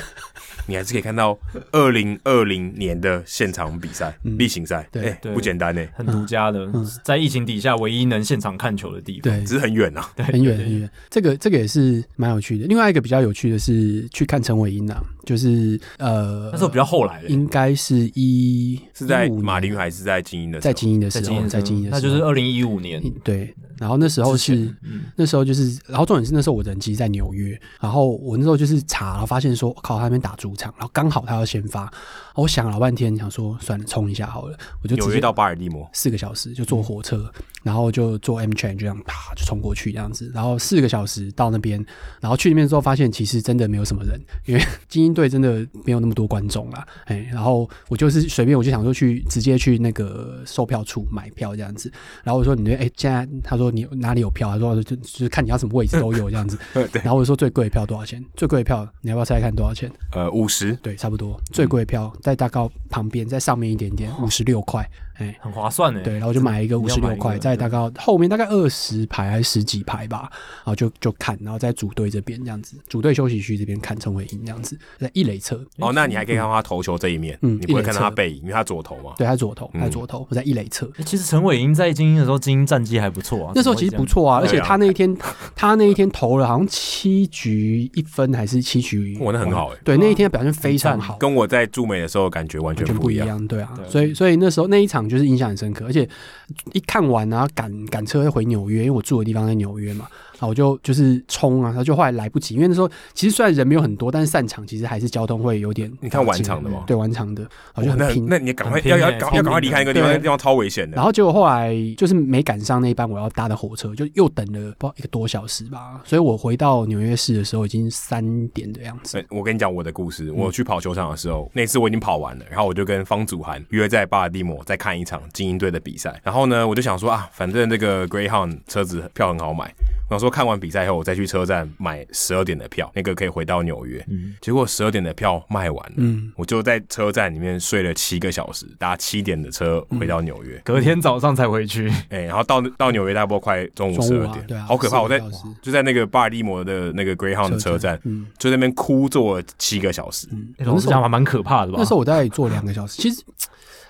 [SPEAKER 3] 你 [laughs] 还是可以看到二零二零年的现场比赛、
[SPEAKER 1] 嗯
[SPEAKER 3] 例行赛，
[SPEAKER 1] 对
[SPEAKER 3] 哎
[SPEAKER 4] 对
[SPEAKER 3] 不简单呢，
[SPEAKER 4] 很独家的
[SPEAKER 1] 嗯，
[SPEAKER 4] 在疫情底下唯一能现场看球的地方。
[SPEAKER 1] 对
[SPEAKER 3] 只，是很远啊。
[SPEAKER 1] 很远很远，这个这个也是蛮有趣的。另外一个比较有趣的是去看陈伟英啊，就是呃，
[SPEAKER 4] 那时候比较后来了，
[SPEAKER 1] 应该是一
[SPEAKER 3] 是在
[SPEAKER 1] 15年
[SPEAKER 3] 马林还是在精英的时
[SPEAKER 1] 在
[SPEAKER 3] 候？
[SPEAKER 1] 精英的
[SPEAKER 4] 在
[SPEAKER 1] 时
[SPEAKER 4] 今
[SPEAKER 1] 候，
[SPEAKER 4] 年，
[SPEAKER 1] 哦在精英的时
[SPEAKER 4] 那
[SPEAKER 1] 候，
[SPEAKER 4] 就是二零一五年
[SPEAKER 1] 嗯对。然后那时候
[SPEAKER 4] 之
[SPEAKER 1] 是
[SPEAKER 4] 前嗯
[SPEAKER 1] 那时候就是，然后重点是那时候我人其实在纽约，然后我那时候就是查，然后发现说，靠，他那边打主场，然后刚好他要先发，我想了老半天，想说算了，冲一下好了，我就
[SPEAKER 3] 纽
[SPEAKER 1] 直
[SPEAKER 3] 约
[SPEAKER 1] 接
[SPEAKER 3] 到巴尔
[SPEAKER 1] [laughs]
[SPEAKER 3] 的摩，
[SPEAKER 1] 四个小时就坐火车，然后就坐 M train 就这样啪就冲过去这样子，然后四个小时到那边，然后去那边之后发现其实真的没有什么人，因为 [laughs] 精英队真的没有那么多观众啦，哎，然后我就是随便我就想说去直接去那个售票处买票这样子，然后我说你哎现在他说你哪里有票，他说就就是看你要什么位置都有这样子，
[SPEAKER 3] 对，
[SPEAKER 1] 然后我说最贵的票多少钱？最贵的票你要不要猜猜看多少钱？
[SPEAKER 3] 呃，五十，
[SPEAKER 1] 对，差不多最贵的票在大概旁边在上面一点点五十六块，哎。
[SPEAKER 4] 很划算欸呢。
[SPEAKER 1] 对，然后就买一个
[SPEAKER 4] 你
[SPEAKER 1] 五
[SPEAKER 4] 要
[SPEAKER 1] 十
[SPEAKER 4] 买
[SPEAKER 1] 六
[SPEAKER 4] 一个
[SPEAKER 1] 块，在大概后面大概二十排还是十几排吧，然后就就看，然后在组队这边这样子，组队休息区这边看陈伟霆这样子，在一垒侧，
[SPEAKER 3] 哦，那你还可以看到他投球这一面，
[SPEAKER 1] 嗯
[SPEAKER 3] 你不会看到
[SPEAKER 1] 一垒
[SPEAKER 3] 他
[SPEAKER 1] 侧
[SPEAKER 3] 背影，因为他左投嘛。
[SPEAKER 1] 对他左投，他
[SPEAKER 3] 嗯
[SPEAKER 1] 左投，我在一垒侧。
[SPEAKER 2] 哦
[SPEAKER 4] 诶其实陈伟英在精英的时候，精英战绩还不错啊。
[SPEAKER 1] 那时候其实不错啊，而
[SPEAKER 3] 对啊
[SPEAKER 1] 且他那一天，他那一天投了好像七局一分还是七局，
[SPEAKER 3] 哇，那很好哎，
[SPEAKER 1] 对，那一天的表现非常
[SPEAKER 4] 很赞
[SPEAKER 1] 好，
[SPEAKER 3] 跟我在驻美的时候感觉完
[SPEAKER 1] 完
[SPEAKER 3] 全
[SPEAKER 1] 全不
[SPEAKER 3] 不
[SPEAKER 1] 一
[SPEAKER 3] 一样。
[SPEAKER 1] 样，对啊，
[SPEAKER 4] 对
[SPEAKER 1] 所以所以那时候那一场就是印象很深刻，而且一看完啊，赶赶车回纽约，因为我住的地方在纽约嘛，然啊，我就就是冲啊，然后就后来来不及，因为那时候其实虽然人没有很多，但是散场其实还是交通会有点打进来。
[SPEAKER 3] 你看晚场的吗
[SPEAKER 1] 对，晚场的，我就
[SPEAKER 3] 哇
[SPEAKER 1] 很
[SPEAKER 3] 那
[SPEAKER 1] 拼。
[SPEAKER 3] 那你也赶快
[SPEAKER 4] 很拼
[SPEAKER 3] 要要
[SPEAKER 4] 欸
[SPEAKER 3] 赶
[SPEAKER 4] 超
[SPEAKER 3] 要赶快离开那个地方，
[SPEAKER 1] 对
[SPEAKER 3] 那个地方超危险的
[SPEAKER 1] 然。后结果后来就是没赶上那一班我要搭的火车，就又等了不知道一个多小时吧，所以我回到纽约市的时候已经三点的样子。
[SPEAKER 3] 哎我跟你讲我的故事。我去跑球场的时候，那次我已经跑完了，然后我就跟方祖涵约在巴尔的摩再看一场精英队的比赛。然后呢，我就想说啊，反正这个 Greyhound 车子票很好买，我想说看完比赛后我再去车站买十二点的票，那个可以回到纽约。
[SPEAKER 4] 嗯
[SPEAKER 3] 结果十二点的票卖完
[SPEAKER 1] 嗯
[SPEAKER 3] 了，我就在车站里面睡了七个小时，搭七点的车回到
[SPEAKER 1] [laughs]
[SPEAKER 3] 纽约。
[SPEAKER 4] 隔天早上才回去，
[SPEAKER 3] 哎、然后到到纽约大波快中午
[SPEAKER 1] 中
[SPEAKER 3] 十
[SPEAKER 1] 午
[SPEAKER 3] 二
[SPEAKER 1] 啊
[SPEAKER 3] 点，
[SPEAKER 1] 对啊
[SPEAKER 3] 好可
[SPEAKER 1] 四个
[SPEAKER 3] 怕！我在
[SPEAKER 1] 小时
[SPEAKER 3] 就在那个巴尔的摩的那个 Greyhound 的车
[SPEAKER 1] 车
[SPEAKER 3] 站
[SPEAKER 1] 站，嗯
[SPEAKER 3] 就在那边哭坐了七个小时。
[SPEAKER 4] 欸老实讲还蛮可怕的吧？
[SPEAKER 1] 那时候我大概坐两个小时，其实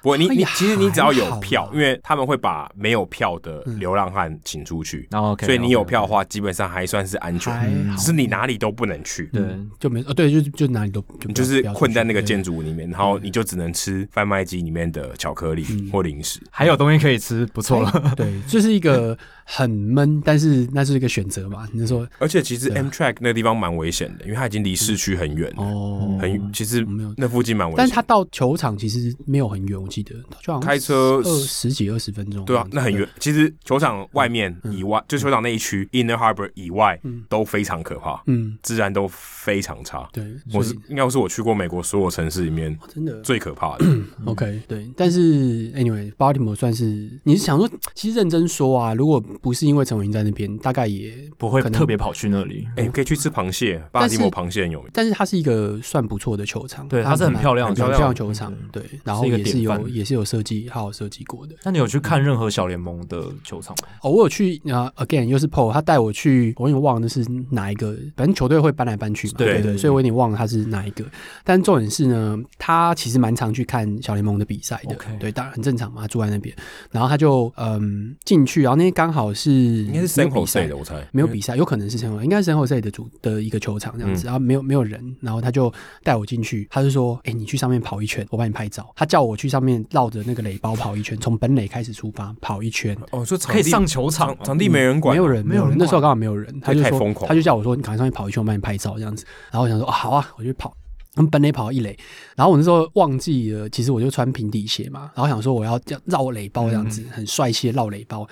[SPEAKER 3] 不过你
[SPEAKER 1] 哎
[SPEAKER 3] 你
[SPEAKER 1] 呀
[SPEAKER 3] 其实你只要有
[SPEAKER 1] 还好啦
[SPEAKER 3] 票，因为他们会把没有票的流浪汉请出去，
[SPEAKER 4] 然后 OK，
[SPEAKER 3] 所以你有票的话，基本上还算是安全。嗯
[SPEAKER 1] 还好
[SPEAKER 3] 只是你哪里都不能去，
[SPEAKER 4] 对，
[SPEAKER 1] 就没呃对，就就哪里都就
[SPEAKER 3] 你
[SPEAKER 1] 不
[SPEAKER 3] 就是
[SPEAKER 1] 不要出
[SPEAKER 3] 困在
[SPEAKER 1] 去
[SPEAKER 3] 那个
[SPEAKER 1] 对嗯
[SPEAKER 3] 建筑物里面，然后你就只能吃贩卖机里面的巧克力或零食。
[SPEAKER 4] 还有东西可以吃，不错了。
[SPEAKER 3] [laughs]
[SPEAKER 1] 对，就是一个很闷，但是那是一个选择嘛。你就说
[SPEAKER 3] 而且其实
[SPEAKER 1] 对啊
[SPEAKER 3] M Track 那个地方蛮危险的，因为它已经离市区很远了，
[SPEAKER 1] 哦，
[SPEAKER 3] 很其实
[SPEAKER 1] 没有
[SPEAKER 3] 那附近蛮危险的。
[SPEAKER 1] 但是他到球场其实没有很远，我记得就好像
[SPEAKER 3] 开车
[SPEAKER 1] 二十几二十分钟。
[SPEAKER 3] 对啊，那很远。其实球场外面
[SPEAKER 1] 嗯
[SPEAKER 3] 以外，就球场那一区 （Inner Harbor） 以外，都非常可怕，
[SPEAKER 1] 嗯，
[SPEAKER 3] 治安都非常差。
[SPEAKER 1] 对，所
[SPEAKER 3] 我是
[SPEAKER 4] 哦
[SPEAKER 1] 以嗯
[SPEAKER 3] 应该是我去过美国所有城市里面
[SPEAKER 1] 真
[SPEAKER 4] 啊
[SPEAKER 1] 的
[SPEAKER 3] 最可怕的。
[SPEAKER 1] 嗯 OK 对。但是 anyway，Baltimore 算是你是想说，其实认真说啊，如果不是因为陈伟霆在那边，大概也
[SPEAKER 4] 不会
[SPEAKER 1] 可能
[SPEAKER 4] 特别跑去那里，
[SPEAKER 3] 哎，可以去吃螃蟹，巴
[SPEAKER 1] 但
[SPEAKER 3] 尔
[SPEAKER 1] 是
[SPEAKER 3] 的摩螃蟹很有名。
[SPEAKER 1] 但是它是一个算不错的球场，
[SPEAKER 4] 对它是很
[SPEAKER 1] 蛮
[SPEAKER 4] 漂亮
[SPEAKER 1] 很
[SPEAKER 4] 的嗯
[SPEAKER 1] 漂
[SPEAKER 3] 球场
[SPEAKER 1] 亮的球场，对，然后
[SPEAKER 4] 是一个
[SPEAKER 1] 也是
[SPEAKER 4] 典
[SPEAKER 1] 有
[SPEAKER 4] 范
[SPEAKER 1] 也是有设计，好好设计过的。
[SPEAKER 4] 那你有去看任何小联盟的球场吗？
[SPEAKER 1] 哦，我有去啊、呃、，again 又是 PO，他带我去，我有点忘了那是哪一个，反正球队会搬来搬去嘛，
[SPEAKER 4] 对
[SPEAKER 1] 对
[SPEAKER 4] 对对
[SPEAKER 1] 所以我有点忘了他是哪一个。但重点是呢，他其实蛮常去看小联盟的比赛的
[SPEAKER 4] OK
[SPEAKER 1] 对，当然很正常嘛，他住在那边，然后他就嗯进去，然后那天刚好是应
[SPEAKER 3] 应该是 San
[SPEAKER 1] 比
[SPEAKER 3] Jose
[SPEAKER 1] 赛
[SPEAKER 3] 的，。我猜
[SPEAKER 1] 嗯没有比赛，有可能是 San Jose，应该是 San Jose 的主的一个球场这样子，然后没有没有人，然后他就带我进去，他就说：“哎、你去上面跑一圈，我帮你拍照。”他叫我去上面绕着那个垒包跑一圈，从本垒开始出发跑一圈，
[SPEAKER 3] 哦，说场
[SPEAKER 4] 可以
[SPEAKER 3] 地
[SPEAKER 4] 上球场
[SPEAKER 3] 场，场地没人管，
[SPEAKER 1] 没有人，没有人。那时候刚好没有人，他就
[SPEAKER 3] 太
[SPEAKER 1] 说
[SPEAKER 3] 疯狂
[SPEAKER 1] 他就叫我说你赶快上去跑一圈，我帮你拍照这样子。然后我想说、啊好啊，我就跑。我们本垒跑到一垒，然后我那时候忘记了，其实我就穿平底鞋嘛，然后想说我要这样绕垒包这样
[SPEAKER 3] 嗯
[SPEAKER 1] 子，很帅气的绕垒包，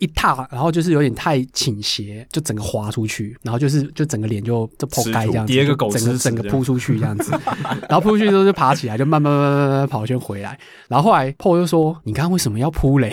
[SPEAKER 1] 一踏，然后就是有点太倾斜，就整个滑出去，然后就是就整个脸就就破开这样子，
[SPEAKER 4] 跌个狗
[SPEAKER 1] 就整
[SPEAKER 4] 吃
[SPEAKER 1] 个
[SPEAKER 4] 屎
[SPEAKER 1] 整个
[SPEAKER 4] 这样
[SPEAKER 1] 扑出去这
[SPEAKER 3] [laughs]
[SPEAKER 1] 样子，然后扑出去之后就爬起来，就慢慢慢慢慢慢跑一圈回来，然后后来 p 就说你刚刚为什么要扑垒？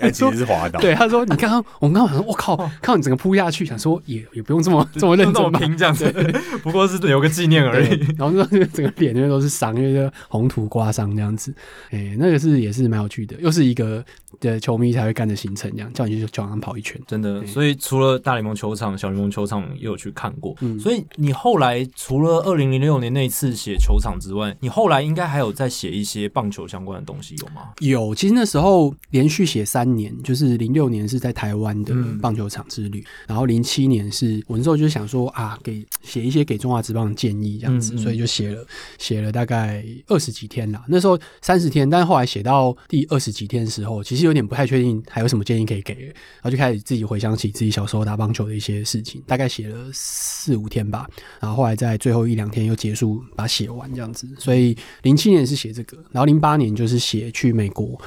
[SPEAKER 3] 哎其实是滑
[SPEAKER 1] [laughs]
[SPEAKER 3] 倒。
[SPEAKER 1] 对，他说你刚刚，我刚刚想说，我靠，看到你整个扑下去，想说也也不用这么这么认
[SPEAKER 4] 那我
[SPEAKER 1] 真吧。
[SPEAKER 4] 哦拼这样子， [laughs] 不过是留个纪念而
[SPEAKER 1] 对
[SPEAKER 4] 已。，
[SPEAKER 1] 然后就整个脸那边都是伤，因为就红土刮伤这样子。哎、那个是也是蛮有趣的，又是一个的球迷才会干的行程，这样叫你去球场上跑一圈。
[SPEAKER 4] 真的，
[SPEAKER 1] 对
[SPEAKER 4] 所以除了大联盟球场、小联盟球场也有去看过。所以你后来除了二零零六年那一次写球场之外，你后来应该还有再写一些棒球相关的东西，有吗？
[SPEAKER 1] 有，其实那时候连续写三年，就是零六年是在台湾的
[SPEAKER 4] 嗯
[SPEAKER 1] 棒球场之旅，然后零七年是我那时候就想说啊，给写一些给中华职棒的建议这样子，
[SPEAKER 4] 嗯嗯
[SPEAKER 1] 所以就写了写了大概二十几天啦。那时候三十天，但后来写到第二十几天的时候，其实有点不太确定还有什么建议可以给，然后就开始自己回想起自己小时候打棒球的一些事情，大概写了四五天吧，然后后来在最后一两天又结束，把它写完这样子。所以零七年是写这个，然后零八年就是写去美国，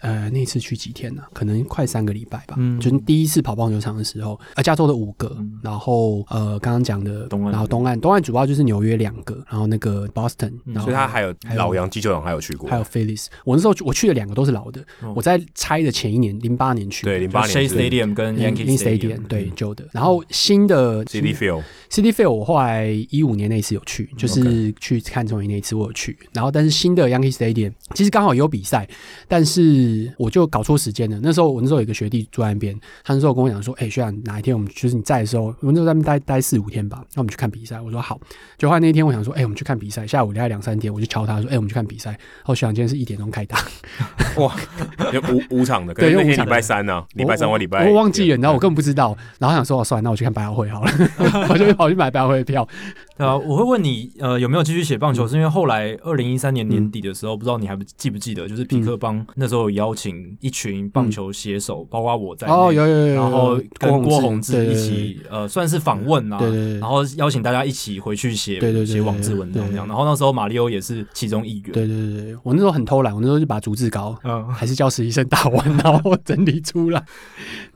[SPEAKER 1] 呃，那次去几天呢、可能快三个礼拜吧。
[SPEAKER 4] 嗯
[SPEAKER 1] 就是第一次跑棒球场的时候，呃，加州的五个，
[SPEAKER 3] 嗯
[SPEAKER 1] 然后呃，刚刚讲的
[SPEAKER 4] 东岸
[SPEAKER 1] 然后东岸，东岸主要就是纽约两个，然后那个 Boston，然后
[SPEAKER 3] 嗯所以他还有
[SPEAKER 1] 还有
[SPEAKER 3] 老洋基球场还有去过
[SPEAKER 1] 还，有 Phillies。我那时候我去了两个都是老的，我在拆的前一年，零八年去的。
[SPEAKER 3] 嗯对，嗯零
[SPEAKER 4] 就
[SPEAKER 3] 八
[SPEAKER 4] Shea
[SPEAKER 3] 年
[SPEAKER 4] Stadium 跟 Yankee
[SPEAKER 1] Stadium 对旧的，然后新的
[SPEAKER 3] City Field，
[SPEAKER 1] City Fair 我后来一五年那一次有去，就是去看综艺那一次我有去，然后但是新的 Yankee Stadium 其实刚好也有比赛，但是我就搞错时间了。那时候我那时候有一个学弟住在那边，他那时候跟我讲说，哎、学长哪一天我们就是你在的时候，我那时候在那边待待四五天吧，那我们去看比赛。我说好，就后来那一天我想说，哎、我们去看比赛，下午大概两三点我就敲他说，哎、我们去看比赛。然后学长今天是一点钟开打，
[SPEAKER 3] 哇， [laughs] 有五五场的，可
[SPEAKER 1] 对有
[SPEAKER 3] 能那
[SPEAKER 1] 五
[SPEAKER 3] 天
[SPEAKER 1] 场
[SPEAKER 3] 礼
[SPEAKER 1] 的
[SPEAKER 3] 拜三呢，礼拜三
[SPEAKER 1] 我
[SPEAKER 3] 或
[SPEAKER 1] 我
[SPEAKER 3] 礼拜嗯
[SPEAKER 1] 我 [laughs] 忘记了，你知道我根本不知道，然后想说，哦，算了，那我去看百老汇好了，我就跑去买百老汇的票，
[SPEAKER 4] 对啊，我会问你，呃，有没有继续写棒球？
[SPEAKER 1] 嗯
[SPEAKER 4] 是因为后来二零一三年年底的时候，不知道你还不记不记得，就是匹克
[SPEAKER 1] 嗯
[SPEAKER 4] 帮那时候有邀请一群棒球写手，包括我在内
[SPEAKER 1] 哦，有有有有，
[SPEAKER 4] 然后跟郭宏
[SPEAKER 1] 对
[SPEAKER 4] 志
[SPEAKER 1] 对
[SPEAKER 4] 一
[SPEAKER 1] 对
[SPEAKER 4] 起，呃，算是访问啊，
[SPEAKER 1] 对对对
[SPEAKER 4] 然后邀请大家一起回去写
[SPEAKER 1] 对对对
[SPEAKER 4] 写网志文章这样。
[SPEAKER 1] 对
[SPEAKER 4] 然后那时候马里欧也是其中一员，
[SPEAKER 1] 对对对对，我那时候很偷懒，我那时候就把逐字稿
[SPEAKER 4] 嗯，
[SPEAKER 1] 还是叫实习生打完， [laughs] 然后整理出来。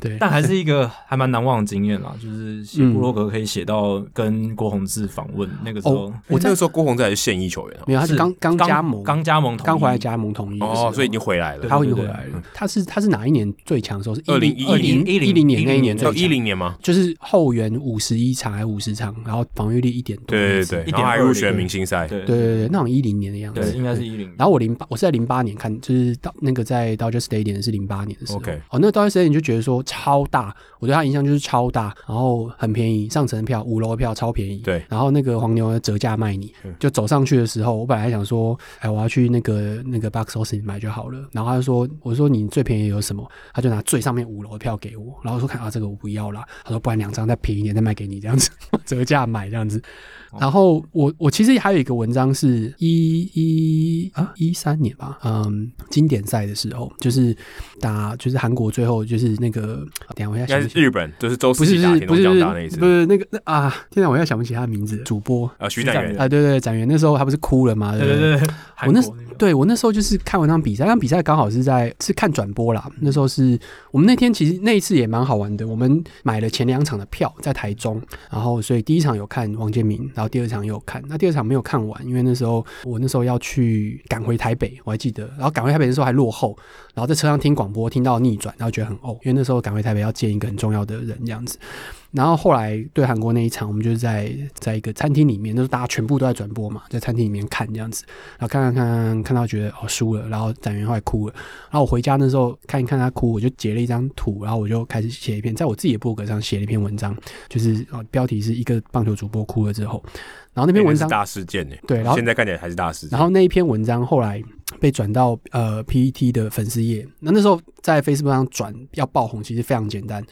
[SPEAKER 1] 对，
[SPEAKER 4] 但还是一个还蛮难忘的经验啦，就是写布洛格可以写到跟郭宏志访问那个时候
[SPEAKER 1] 哦，
[SPEAKER 3] 我那个时候郭宏志还是现役球员哦
[SPEAKER 1] 没有，他是
[SPEAKER 4] 是
[SPEAKER 1] 刚刚加盟，
[SPEAKER 4] 刚加盟，
[SPEAKER 1] 刚回来，加盟统一的时候
[SPEAKER 3] 哦，所以已经回来了。
[SPEAKER 1] 他已
[SPEAKER 4] 对
[SPEAKER 1] 经回
[SPEAKER 4] 对对
[SPEAKER 1] 来了。他是他是哪一年最强的时候？是一
[SPEAKER 3] 2011
[SPEAKER 1] 零一零年那一年最
[SPEAKER 3] 嗯到
[SPEAKER 1] 强
[SPEAKER 3] 一。零年吗？
[SPEAKER 1] 就是后援五十一场还是五十场，然后防御率一点多。
[SPEAKER 3] 对对对，然后还入选明星赛。
[SPEAKER 4] 对
[SPEAKER 1] 对对对，那种一零年的样子。
[SPEAKER 4] 对，应该是一
[SPEAKER 3] 嗯
[SPEAKER 4] 零。
[SPEAKER 1] 然后我零八，我是在零八年看，就是到那个在 Dodger Stadium 是零八年的时候。
[SPEAKER 3] OK
[SPEAKER 1] 哦，那个 Dodger Stadium 就觉得说超大，我对它印象就是超大，然后很便宜，上层的票五楼的票超便宜。
[SPEAKER 3] 对
[SPEAKER 1] 然后那个黄牛的折价卖你，就走上去的时候，我本来想说，哎，我要去那个那个 Box Office 买就好了。然后他就说，我说你最便宜有什么？他就拿最上面五楼的票给我，然后我说看啊，这个我不要啦。他说不然两张再便宜一点再卖给你，这样子 [laughs] 折价买这样子。然后我我其实还有一个文章是一一啊一三年吧，嗯，经典赛的时候，就是打就是韩国最后就是那个，啊等一下我一下
[SPEAKER 3] 应该
[SPEAKER 1] 想
[SPEAKER 3] 是
[SPEAKER 1] 不起来
[SPEAKER 3] 日本，就是周
[SPEAKER 1] 不
[SPEAKER 3] 四
[SPEAKER 1] 是
[SPEAKER 3] 季
[SPEAKER 1] 不
[SPEAKER 3] 打
[SPEAKER 1] 是
[SPEAKER 3] 田
[SPEAKER 1] 不
[SPEAKER 3] 中
[SPEAKER 1] 是
[SPEAKER 3] 将打那一
[SPEAKER 1] 不是不
[SPEAKER 3] 次，
[SPEAKER 1] 是那个那啊，天哪，我一下想不起他的名字，主播
[SPEAKER 3] 呃，徐展元
[SPEAKER 1] 啊，对对，展元那时候他不是哭了
[SPEAKER 2] 呃
[SPEAKER 1] 吗？对
[SPEAKER 4] 对
[SPEAKER 1] 不
[SPEAKER 4] 对对，
[SPEAKER 1] 我
[SPEAKER 4] 韩
[SPEAKER 1] 那
[SPEAKER 4] 国个
[SPEAKER 1] 对我那时候就是看完那场比赛，那场比赛刚好是在是看转播啦。那时候是我们那天其实那一次也蛮好玩的，我们买了前两场的票在台中，然后所以第一场有看王建民，然后第二场也有看，那第二场没有看完，因为那时候我那时候要去赶回台北，我还记得，然后赶回台北的时候还落后，然后在车上听广播听到逆转，然后觉得很哦，因为那时候赶回台北要见一个很重要的人这样子。然后后来对韩国那一场，我们就是在在一个餐厅里面，那时候大家全部都在转播嘛，在餐厅里面看这样子，然后看看看看看到觉得哦输了，然后展元后来哭了，然后我回家那时候看一看他哭，我就截了一张图，然后我就开始写一篇，在我自己的博客上写了一篇文章，就是哦标题是一个棒球主播哭了之后，然后那篇文
[SPEAKER 3] 那
[SPEAKER 1] 章
[SPEAKER 3] 是大事件呢。
[SPEAKER 1] 对然后
[SPEAKER 3] 现在看起来还是大事件
[SPEAKER 1] 然。后那一篇文章后来被转到呃 PET 的粉丝页，那那时候在 Facebook 上转要爆红其实非常简单，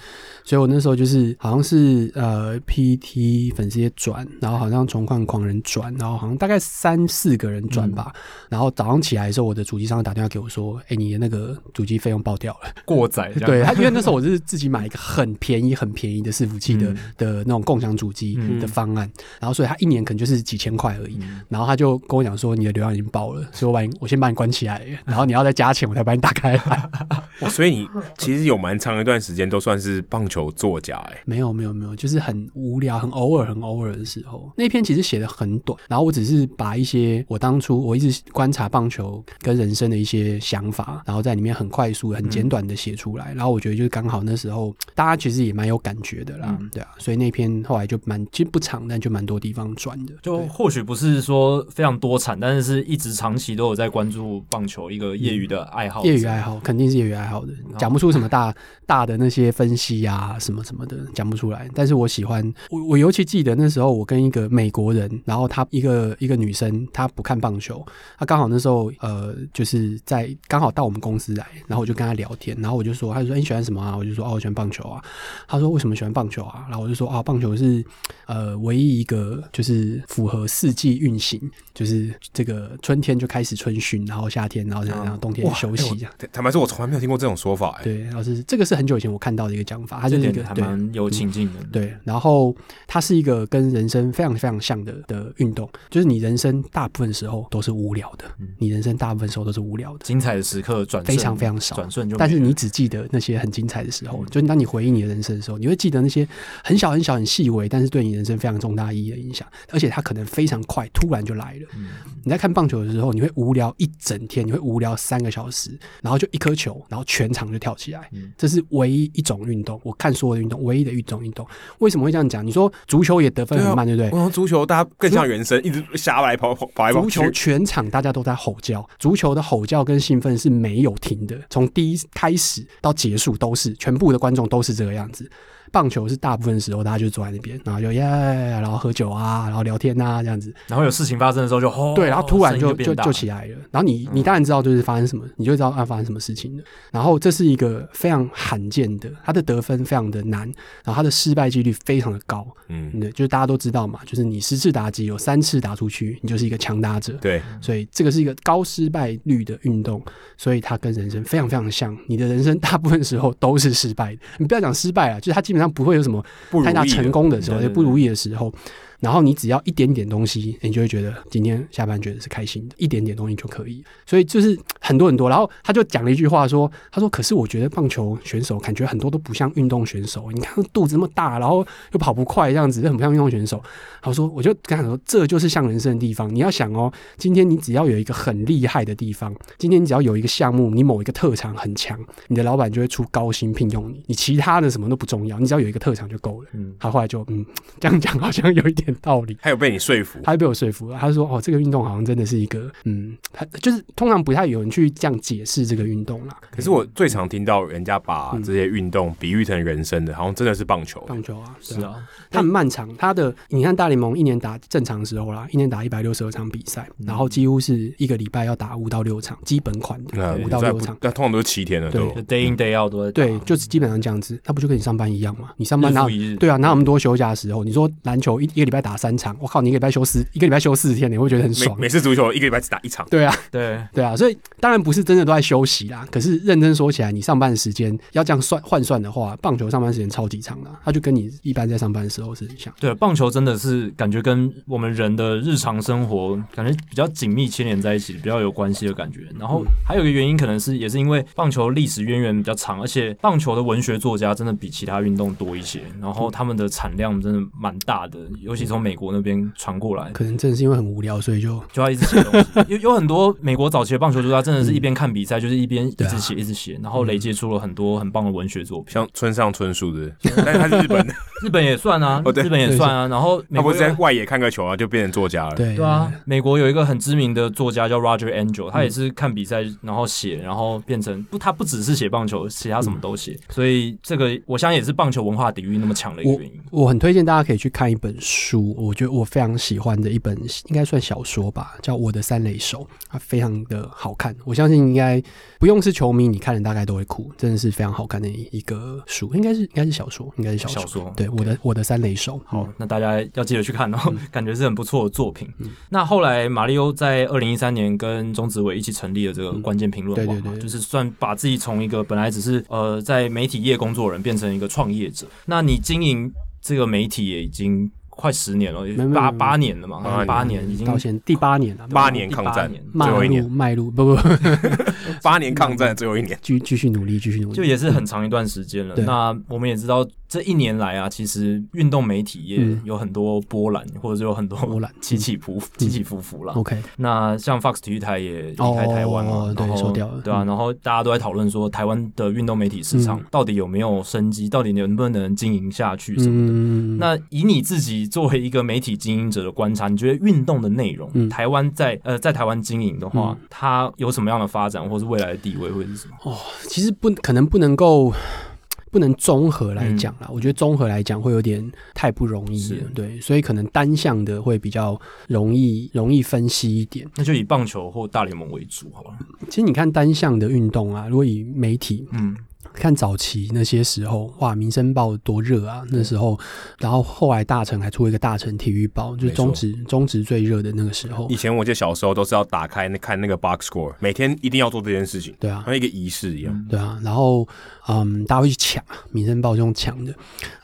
[SPEAKER 1] 所以我那时候就是好像是呃 PET 粉丝页转，然后好像重看狂人转，然后好像大概三四个人转吧，然后早上起来的时候，我的主机商打电话给我说，哎、你的那个主机费用爆掉了。
[SPEAKER 4] 过载这样，
[SPEAKER 1] 对，他因为那时候我就是自己买一个很便宜、很便宜的伺服器的、
[SPEAKER 4] 嗯
[SPEAKER 1] 的那种共享主机的方案，然后所以他一年可能就是几千块而已。
[SPEAKER 4] 嗯
[SPEAKER 1] 然后他就跟我讲说，你的流量已经爆了，所以我把你我先把你关起来，然后你要再加钱，我才把你打开来。
[SPEAKER 3] 哇，哦所以你其实有蛮长一段时间都算是棒球作家哎。
[SPEAKER 1] 没有没有没有，就是很无聊、很偶尔、很偶尔的时候。那篇其实写的很短，然后我只是把一些我当初我一直观察棒球跟人生的一些想法，然后在里面很快速、很简短的写出来。然后我觉得就是刚好那时候大家其实也蛮有感觉的啦，对啊，所以那篇后来就蛮其实不长，但就蛮多地方转的。
[SPEAKER 4] 就或许不是说非常多产，但是是一直长期都有在关注棒球一个业余的哦爱好者。
[SPEAKER 1] 嗯业余爱好肯定是业余爱好的，讲不出什么大大的那些分析啊，什么什么的，讲不出来。但是我喜欢，我我尤其记得那时候我跟一个美国人，然后她一个一个女生，她不看棒球，她刚好那时候呃就是在刚好到我们公司来，然后我就跟她聊天，然后我就说，她就说、哎你喜欢什么啊？我就说哦我喜欢棒球啊。她说为什么喜欢棒球啊？然后我就说啊棒球是呃唯一一个就是符合四季运行，就是这个春天就开始春训，然后夏天然后然后冬天
[SPEAKER 3] 哇
[SPEAKER 1] 休
[SPEAKER 3] 哎
[SPEAKER 1] 息
[SPEAKER 3] 我
[SPEAKER 1] 这样。
[SPEAKER 3] 坦白说，我从来没有听过这种说法哎。
[SPEAKER 1] 对，老师，这个是很久以前我看到的一个讲法，它就
[SPEAKER 4] 这
[SPEAKER 1] 是一
[SPEAKER 4] 点
[SPEAKER 1] 个
[SPEAKER 4] 还
[SPEAKER 1] 对
[SPEAKER 4] 蛮有情境的。
[SPEAKER 1] 对，然后它是一个跟人生非常非常像的的运动，就是你人生大部分时候都是无聊的，
[SPEAKER 4] 嗯
[SPEAKER 1] 你人生大部分时候都是无聊的，
[SPEAKER 4] 精彩的时刻转瞬
[SPEAKER 1] 非常非常少
[SPEAKER 4] 转瞬就没了。嗯
[SPEAKER 1] 但是你只记得那些很精彩的时候，就是当你回忆你的人生的时候，你会记得那些很小很小很细微，但是对你人生非常重大意义的影响，而且它可能非常快，突然就来了。
[SPEAKER 2] 嗯
[SPEAKER 1] 你在看棒球的时候，你会无聊一整天，你会无聊三个小时，然后就一颗球，然后全场就跳起来。这是唯一一种运动，我看所有的运动唯一的一种运动。为什么会这样讲？你说足球也得分很慢，对不对？
[SPEAKER 3] 我从足球大家更像原生，一直下来跑跑跑来跑
[SPEAKER 1] 足
[SPEAKER 3] 去。
[SPEAKER 1] 球全场大家都在吼叫，足球的吼叫跟兴奋是没有停的，从第一开始到结束都是，全部的观众都是这个样子。棒球是大部分时候大家就坐在那边，然后就耶，然后喝酒啊，然后聊天啊这样子。
[SPEAKER 2] 然后有事情发生的时候就吼，
[SPEAKER 1] 对，然后突然就
[SPEAKER 2] 哦声音
[SPEAKER 1] 就
[SPEAKER 2] 变大嗯
[SPEAKER 1] 就起来了，然后你你当然知道就是发生什么，你就知道啊发生什么事情了。然后这是一个非常罕见的，他的得分非常的难，然后他的失败几率非常的高。
[SPEAKER 3] 嗯，
[SPEAKER 1] 对，就是大家都知道嘛，就是你十次打击有三次打出去，你就是一个强打者。
[SPEAKER 3] 对，
[SPEAKER 2] 嗯
[SPEAKER 1] 所以这个是一个高失败率的运动，所以它跟人生非常非常像。你的人生大部分时候都是失败的，你不要讲失败啊，就是它基本上不会有什么
[SPEAKER 3] 不如
[SPEAKER 1] 太大
[SPEAKER 3] 意的
[SPEAKER 1] 成功的时候，
[SPEAKER 2] 对对
[SPEAKER 1] 也
[SPEAKER 2] 对
[SPEAKER 1] 不如意的时候。然后你只要一点点东西，你就会觉得今天下班觉得是开心的，一点点东西就可以。所以就是很多很多。然后他就讲了一句话说：“他说，可是我觉得棒球选手感觉很多都不像运动选手，你看他肚子那么大，然后又跑不快，这样子就很不像运动选手。”他说：“我就跟他讲说，这就是像人生的地方。你要想哦，今天你只要有一个很厉害的地方，今天你只要有一个项目，你某一个特长很强，你的老板就会出高薪聘用你，你其他的什么都不重要，你只要有一个特长就够了。”
[SPEAKER 2] 嗯，
[SPEAKER 1] 他后来就嗯， [laughs] 这样讲好像有一点道理。
[SPEAKER 3] 还有被你说服，
[SPEAKER 1] 他就被我说服了，他说：“哦，这个运动好像真的是一个，嗯，他就是通常不太有人去这样解释这个运动啦，
[SPEAKER 3] 可是我最常听到人家把这些运动比喻成人生的，好像真的是棒球。
[SPEAKER 1] 棒球啊，对
[SPEAKER 2] 是，啊，
[SPEAKER 1] 它很漫长。它的你看大联盟一年打正常时候啦，一年打一百六十二场比赛，然后几乎是一个礼拜要打五到六场，基本款的
[SPEAKER 3] 那
[SPEAKER 1] 五到
[SPEAKER 3] 呃啊在
[SPEAKER 1] 六
[SPEAKER 3] 不
[SPEAKER 1] 场，，
[SPEAKER 3] 那通常都是七天的
[SPEAKER 1] 对
[SPEAKER 3] 都
[SPEAKER 2] 就 day in day out 都在打
[SPEAKER 1] 对，就是基本上这样子。那不就跟你上班一样吗？你上班
[SPEAKER 2] 日
[SPEAKER 1] 哪
[SPEAKER 2] 复一日
[SPEAKER 1] 对啊，哪有那么多休假的时候？你说篮球一一个礼拜打三场，我靠，你一个礼拜休四，一个礼拜休四天，你会觉得很爽
[SPEAKER 3] 每。每次足球一个礼拜只打一场，
[SPEAKER 1] 对啊，
[SPEAKER 2] 对，
[SPEAKER 1] 对啊，所以当然不是真的都在休息啦。可是认真说起来，你上班时间要这样算换算的话，棒球上班时间超级长的，它就跟你一般在上班的时候是很像。
[SPEAKER 2] 对，棒球真的是感觉跟我们人的日常生活感觉比较紧密牵连在一起，比较有关系的感觉。然
[SPEAKER 3] 嗯
[SPEAKER 2] 后还有一个原因，可能是也是因为棒球历史渊源比较长，而且棒球的文学作家真的比其他运动多一些，然后他们的产量真的蛮大的，尤其从美国那边传过来。
[SPEAKER 1] 可能真的是因为很无聊，所以就
[SPEAKER 2] 就要一直写东西，有 [laughs] 有很多美国早期的棒球作家真的是一边看比赛，就是一边一
[SPEAKER 1] 对啊
[SPEAKER 2] 直写一直写，然后累积出了很多很棒的文学作品。
[SPEAKER 3] 像村上春树的，但是他是日本的，
[SPEAKER 2] 日本也算啊，
[SPEAKER 3] 哦对
[SPEAKER 2] 日本也算啊，然后美
[SPEAKER 3] 他不
[SPEAKER 2] 国
[SPEAKER 3] 是
[SPEAKER 2] 有
[SPEAKER 3] 在外野看个球啊，就变成作家了。
[SPEAKER 1] 对
[SPEAKER 2] 对啊，，美国有一个很知名的作家叫 Roger Angel，他也
[SPEAKER 1] 嗯
[SPEAKER 2] 是看比赛然后写，然后变成不，他不只是写棒球，其他什么都写，所以这个我相信也是棒球文化底蕴那么强的一个原因。
[SPEAKER 1] 嗯我很推荐大家可以去看一本书，我觉得我非常喜欢的一本，应该算小说吧，叫《我的三垒手》，它非常的好看。我相信应该不用是球迷，你看了大概都会哭，真的是非常好看的一个书，应该是应该是小说，应该是小说。
[SPEAKER 2] 小说
[SPEAKER 1] 对，我的我的三垒手，
[SPEAKER 2] 好，嗯那大家要记得去看哦，
[SPEAKER 1] 嗯
[SPEAKER 2] [laughs] 感觉是很不错的作品。那后来马里欧在二零一三年跟钟子伟一起成立了这个关键评论网
[SPEAKER 1] 嗯
[SPEAKER 2] 嘛，
[SPEAKER 1] 对对对
[SPEAKER 2] 就是算把自己从一个本来只是呃在媒体业工作的人变成一个创业者。那你经营这个媒体也已经快十年了，
[SPEAKER 1] 没
[SPEAKER 2] 八
[SPEAKER 1] 没
[SPEAKER 2] 八年了嘛，
[SPEAKER 3] 八年
[SPEAKER 2] 八年已经
[SPEAKER 1] 嗯到现在第八年了，
[SPEAKER 3] 八年抗
[SPEAKER 2] 第八
[SPEAKER 3] 战
[SPEAKER 2] 年
[SPEAKER 3] 最
[SPEAKER 1] 迈
[SPEAKER 3] 后一
[SPEAKER 1] 入
[SPEAKER 3] 年，
[SPEAKER 1] 迈入，不不不，
[SPEAKER 3] 八年抗战最后一年，
[SPEAKER 1] 继继续努力，继续努力，
[SPEAKER 2] 就也是很长一段时间了。
[SPEAKER 1] 对
[SPEAKER 2] 那我们也知道，这一年来啊，其实运动媒体也
[SPEAKER 1] 嗯
[SPEAKER 2] 有很多波澜，或者是有很多
[SPEAKER 1] 波
[SPEAKER 2] [laughs]
[SPEAKER 1] 澜
[SPEAKER 2] 起起伏伏起起伏伏啦。
[SPEAKER 1] 嗯 OK，
[SPEAKER 2] 那像 Fox 体育台也离开台湾嘛，
[SPEAKER 1] 哦
[SPEAKER 2] 然后
[SPEAKER 1] 对收掉了
[SPEAKER 2] 对啊，
[SPEAKER 1] 嗯
[SPEAKER 2] 然后大家都在讨论说，台湾的运动媒体市场
[SPEAKER 1] 嗯
[SPEAKER 2] 到底有没有生机，到底能不能经营下去什么的。
[SPEAKER 1] 嗯，
[SPEAKER 2] 那以你自己作为一个媒体经营者的观察，你觉得运动的内容，
[SPEAKER 1] 嗯
[SPEAKER 2] 台湾在呃在台湾经营的话，它有什么样的发展，或是未来的地位会是什么？
[SPEAKER 1] 其实不可能不能够。不能综合来讲啦，我觉得综合来讲会有点太不容易
[SPEAKER 2] 嗯是
[SPEAKER 1] 了，对，所以可能单向的会比较容易容易分析一点。
[SPEAKER 2] 那就以棒球或大联盟为主，好吧？
[SPEAKER 1] 其实你看单向的运动啊，如果以媒体
[SPEAKER 2] 嗯，
[SPEAKER 1] 看早期那些时候，哇，《民生报》多热啊！那时候，然后后来大成还出了一个大成体育报，就是
[SPEAKER 3] 没错
[SPEAKER 1] 中职中职最热的那个时候
[SPEAKER 3] 以。前我记得小时候都是要打开那看那个 box score，每天一定要做这件事情，
[SPEAKER 1] 对啊
[SPEAKER 3] 像一个仪式一样。
[SPEAKER 1] 对啊，然后嗯，大家会去抢啊，民生报是用抢的，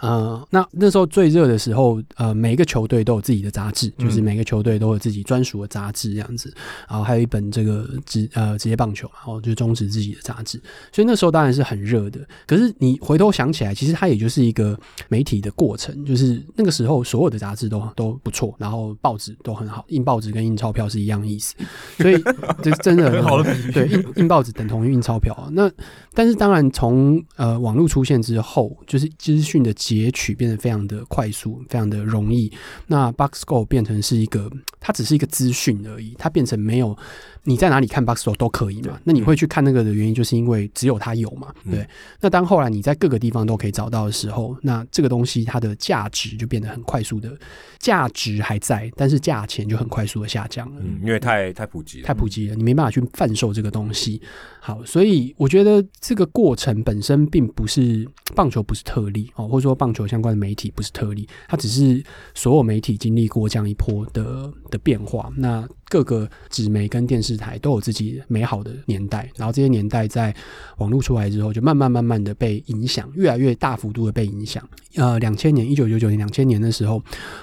[SPEAKER 1] 呃，那那时候最热的时候，呃，每一个球队都有自己的杂志，就是每个球队都有自己专属的杂志这样子，然后还有一本这个职呃职业棒球嘛，哦，就是中职自己的杂志，所以那时候当然是很热的。可是你回头想起来，其实它也就是一个媒体的过程，就是那个时候所有的杂志都都不错，然后报纸都很好，印报纸跟印钞票是一样的意思，所以 [laughs] 这真的很好的对，印印报纸等同于印钞票啊。那但是当然从呃网络出现之后，就是资讯的截取变得非常的快速，非常的容易。那 Box Go 变成是一个，它只是一个资讯而已，它变成没有你在哪里看 box score 都可以嘛。那你会去看那个的原因，就是因为只有它有嘛。对。那当后来你在各个地方都可以找到的时候，那这个东西它的价值就变得很快速的，价值还在，但是价钱就很快速的下降了。
[SPEAKER 3] 嗯，因为太太普及了，
[SPEAKER 1] 太普及了，你没办法去贩售这个东西。好，所以我觉得这个过程本身并不是棒球不是特例哦，或者说棒球相关的媒体不是特例，它只是所有媒体经历过这样一波的的变化。那各个纸媒跟电视台都有自己美好的年代，然后这些年代在网络出来之后，就慢慢慢慢的被影响，越来越大幅度的被影响。呃，两千年，一九九九年、两千年的时候，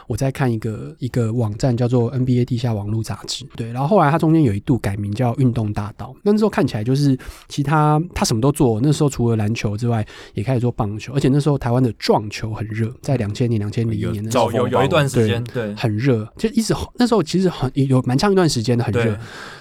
[SPEAKER 1] 我在看一个一个网站叫做 NBA 地下网络杂志，对，然后后来它中间有一度改名叫运动大道，那时候看起来就是其他它什么都做，那时候除了篮球之外，也开始做棒球，而且那时候台湾的撞球很热，在两千年、两千零一年的时候
[SPEAKER 4] 有有有一段时间，对，
[SPEAKER 1] 很热，就一直那时候其实很有蛮长一段时间的很热
[SPEAKER 4] 对，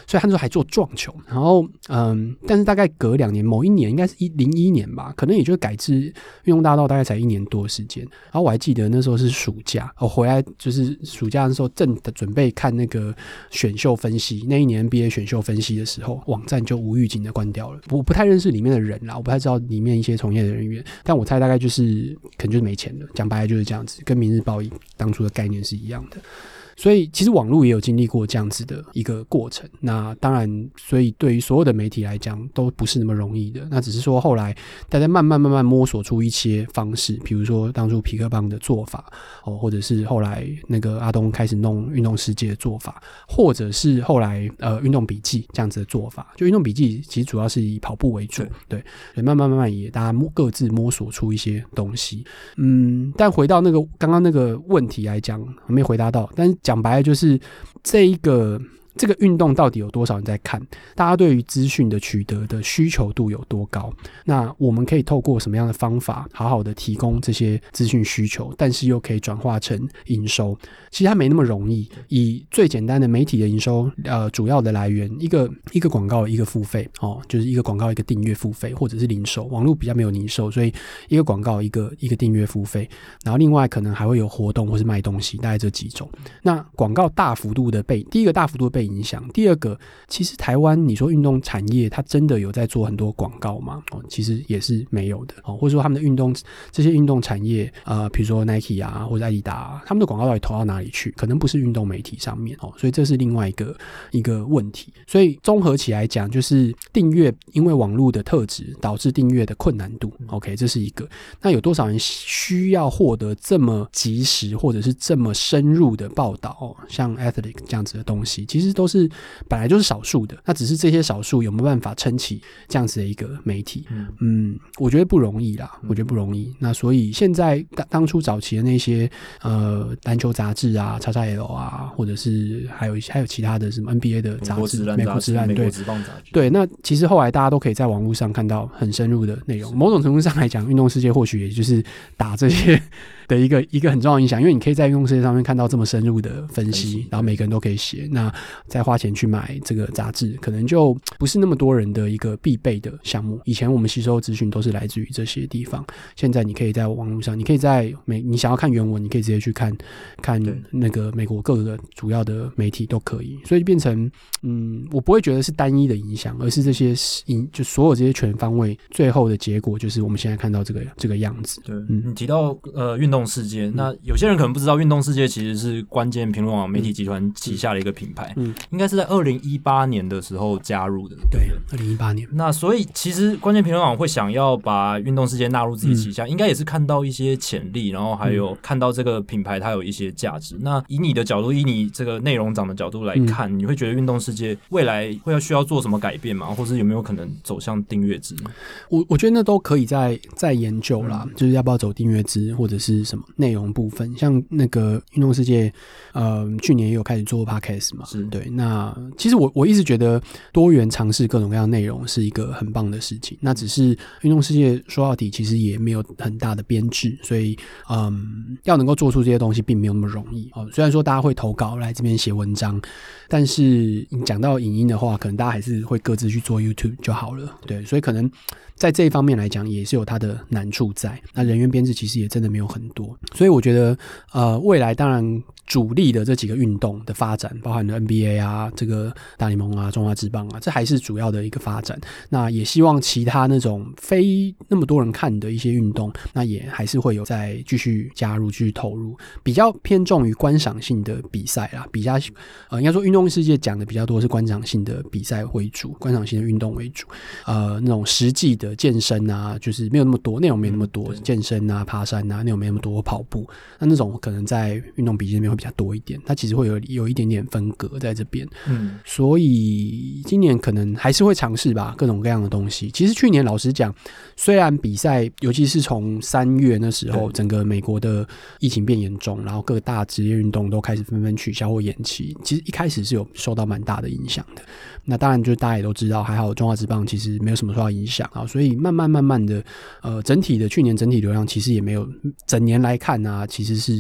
[SPEAKER 1] 所以他那时候还做撞球，然后嗯，但是大概隔两年，某一年应该是一零一年吧，可能也就改制运动大道，大概才一年多的时间。然后我还记得那时候是暑假，我回来就是暑假的时候正准备看那个选秀分析，那一年 NBA 选秀分析的时候，网站就无预警的关掉了。我不太认识里面的人啦，我不太知道里面一些从业的人员，但我猜大概就是可能就是没钱了，讲白了就是这样子，跟《明日报》当初的概念是一样的。所以其实网络也有经历过这样子的一个过程。那当然，所以对于所有的媒体来讲，都不是那么容易的。那只是说后来大家慢慢慢慢摸索出一些方式，比如说当初皮克邦的做法，哦，或者是后来那个阿东开始弄运动世界的做法，或者是后来呃运动笔记这样子的做法。就运动笔记其实主要是以跑步为主，对，所以慢慢慢慢也大家摸各自摸索出一些东西。嗯，但回到那个刚刚那个问题来讲，还没回答到。但是讲白了，就是这一个这个运动到底有多少人在看？大家对于资讯的取得的需求度有多高？那我们可以透过什么样的方法，好好的提供这些资讯需求，但是又可以转化成营收？其实它没那么容易。以最简单的媒体的营收，呃，主要的来源一个一个广告一个付费哦，就是一个广告一个订阅付费，或者是零售。网络比较没有零售，所以一个广告一个一个订阅付费，然后另外可能还会有活动或是卖东西，大概这几种。那广告大幅度的被第一个大幅度地被影响，第二个其实台湾你说运动产业它真的有在做很多广告吗？哦，其实也是没有的哦，或者说他们的运动这些运动产业，呃，比如说 Nike 啊或者艾迪达、啊，他们的广告到底投到哪里去？可能不是运动媒体上面哦，所以这是另外一个一个问题。所以综合起来讲，就是订阅因为网络的特质导致订阅的困难度。OK，这是一个。那有多少人需要获得这么及时或者是这么深入的报道、哦？像 Athletic 这样子的东西，其实都是本来就是少数的。那只是这些少数有没有办法撑起这样子的一个媒体？嗯，我觉得不容易
[SPEAKER 4] 嗯
[SPEAKER 1] 啦，我觉得不容易。那所以现在当当初早期的那些呃篮球杂志啊、叉叉 L 啊，或者是还有一些还有其他的什么 NBA 的
[SPEAKER 4] 美
[SPEAKER 1] 杂
[SPEAKER 4] 国
[SPEAKER 1] 志
[SPEAKER 4] 职、篮
[SPEAKER 1] 美
[SPEAKER 4] 杂
[SPEAKER 1] 国
[SPEAKER 4] 志
[SPEAKER 1] 职、篮
[SPEAKER 4] 美国
[SPEAKER 1] 对
[SPEAKER 4] 职棒杂志，
[SPEAKER 1] 对，那其实后来大家都可以在网络上看到很深入的内容。某种程度上来讲，运动世界或许也就是打这些
[SPEAKER 4] 嗯
[SPEAKER 1] 的一个一 [laughs] 个很重要的影响，因为你可以在运动世界上面看到这么深入的分
[SPEAKER 4] 分析
[SPEAKER 1] 析，然后每个人都可以写，那再花钱去买这个杂志，可能就不是那么多人的一个必备的项目。以前我们吸收资讯都是来自于这些地方，现在你可以在网络上，你可以在美，你想要看原文，你可以直接去看看
[SPEAKER 4] 对
[SPEAKER 1] 那个美国各个主要的媒体都可以，所以变成嗯，我不会觉得是单一的影响，而是这些影就所有这些全方位，最后的结果就是我们现在看到这个这个样子。
[SPEAKER 4] 对，
[SPEAKER 1] 嗯
[SPEAKER 4] 你提到呃运动世界，那有些人可能不知道，运动世界其实是关键评论网媒体集团旗下的一个品牌，
[SPEAKER 1] 嗯
[SPEAKER 4] 应该是在二零一八年的时候加入的。
[SPEAKER 1] 对，二零一八年，
[SPEAKER 4] 那所以其实关键评论网会想要把运动世界纳入自己旗下，应该也是看到一些潜力，然后还有看到这个品牌它有一些价值。那以你的角度，以你这个内容长的角度来看，你会觉得运动世界未来会要需要做什么改变吗？或是有没有可能走向订阅制？
[SPEAKER 1] 我我觉得那都可以再再研究啦，就是要不要走订阅制或者是什么内容部分，像那个运动世界，呃，去年也有开始做 podcast 嘛，
[SPEAKER 4] 是
[SPEAKER 1] 对。那其实我我一直觉得多元尝试各种各样的内容是一个很棒的事情。那只是运动世界说到底其实也没有很大的编制，所以嗯，要能够做出这些东西并没有那么容易哦。虽然说大家会投稿来这边写文章，但是你讲到影音的话，可能大家还是会各自去做 YouTube 就好了。对，所以可能在这一方面来讲，也是有它的难处在。那人员编制其实也真的没有很多，所以我觉得，呃，未来当然主力的这几个运动的发展，包含了 NBA 啊、这个大联盟啊、中华职棒啊，这还是主要的一个发展。那也希望其他那种非那么多人看的一些运动，那也还是会有再继续加入、继续投入，比较偏重于观赏性的比赛啦，比较呃，应该说运动世界讲的比较多是观赏性的比赛为主，观赏性的运动为主，呃，那种实际的健身啊，就是没有那么多内容，没那么多、健身啊、爬山啊内容没那么多，跑步那那种可能在运动笔记里面会比较多一点，它其实会有有一点点分隔在这边，
[SPEAKER 2] 嗯，
[SPEAKER 1] 所以今年可能还是会尝试吧，各种各样的东西。其实去年老实讲，虽然比赛，尤其是从三月那时候，整个美国的疫情变严重，然后各大职业运动都开始纷纷取消或延期，其实一开始是有受到蛮大的影响的。那当然，就大家也都知道，还好中华职棒其实没有什么受到影响啊，所以慢慢慢慢的，呃，整体的去年整体流量其实也没有，整年来看啊，其实是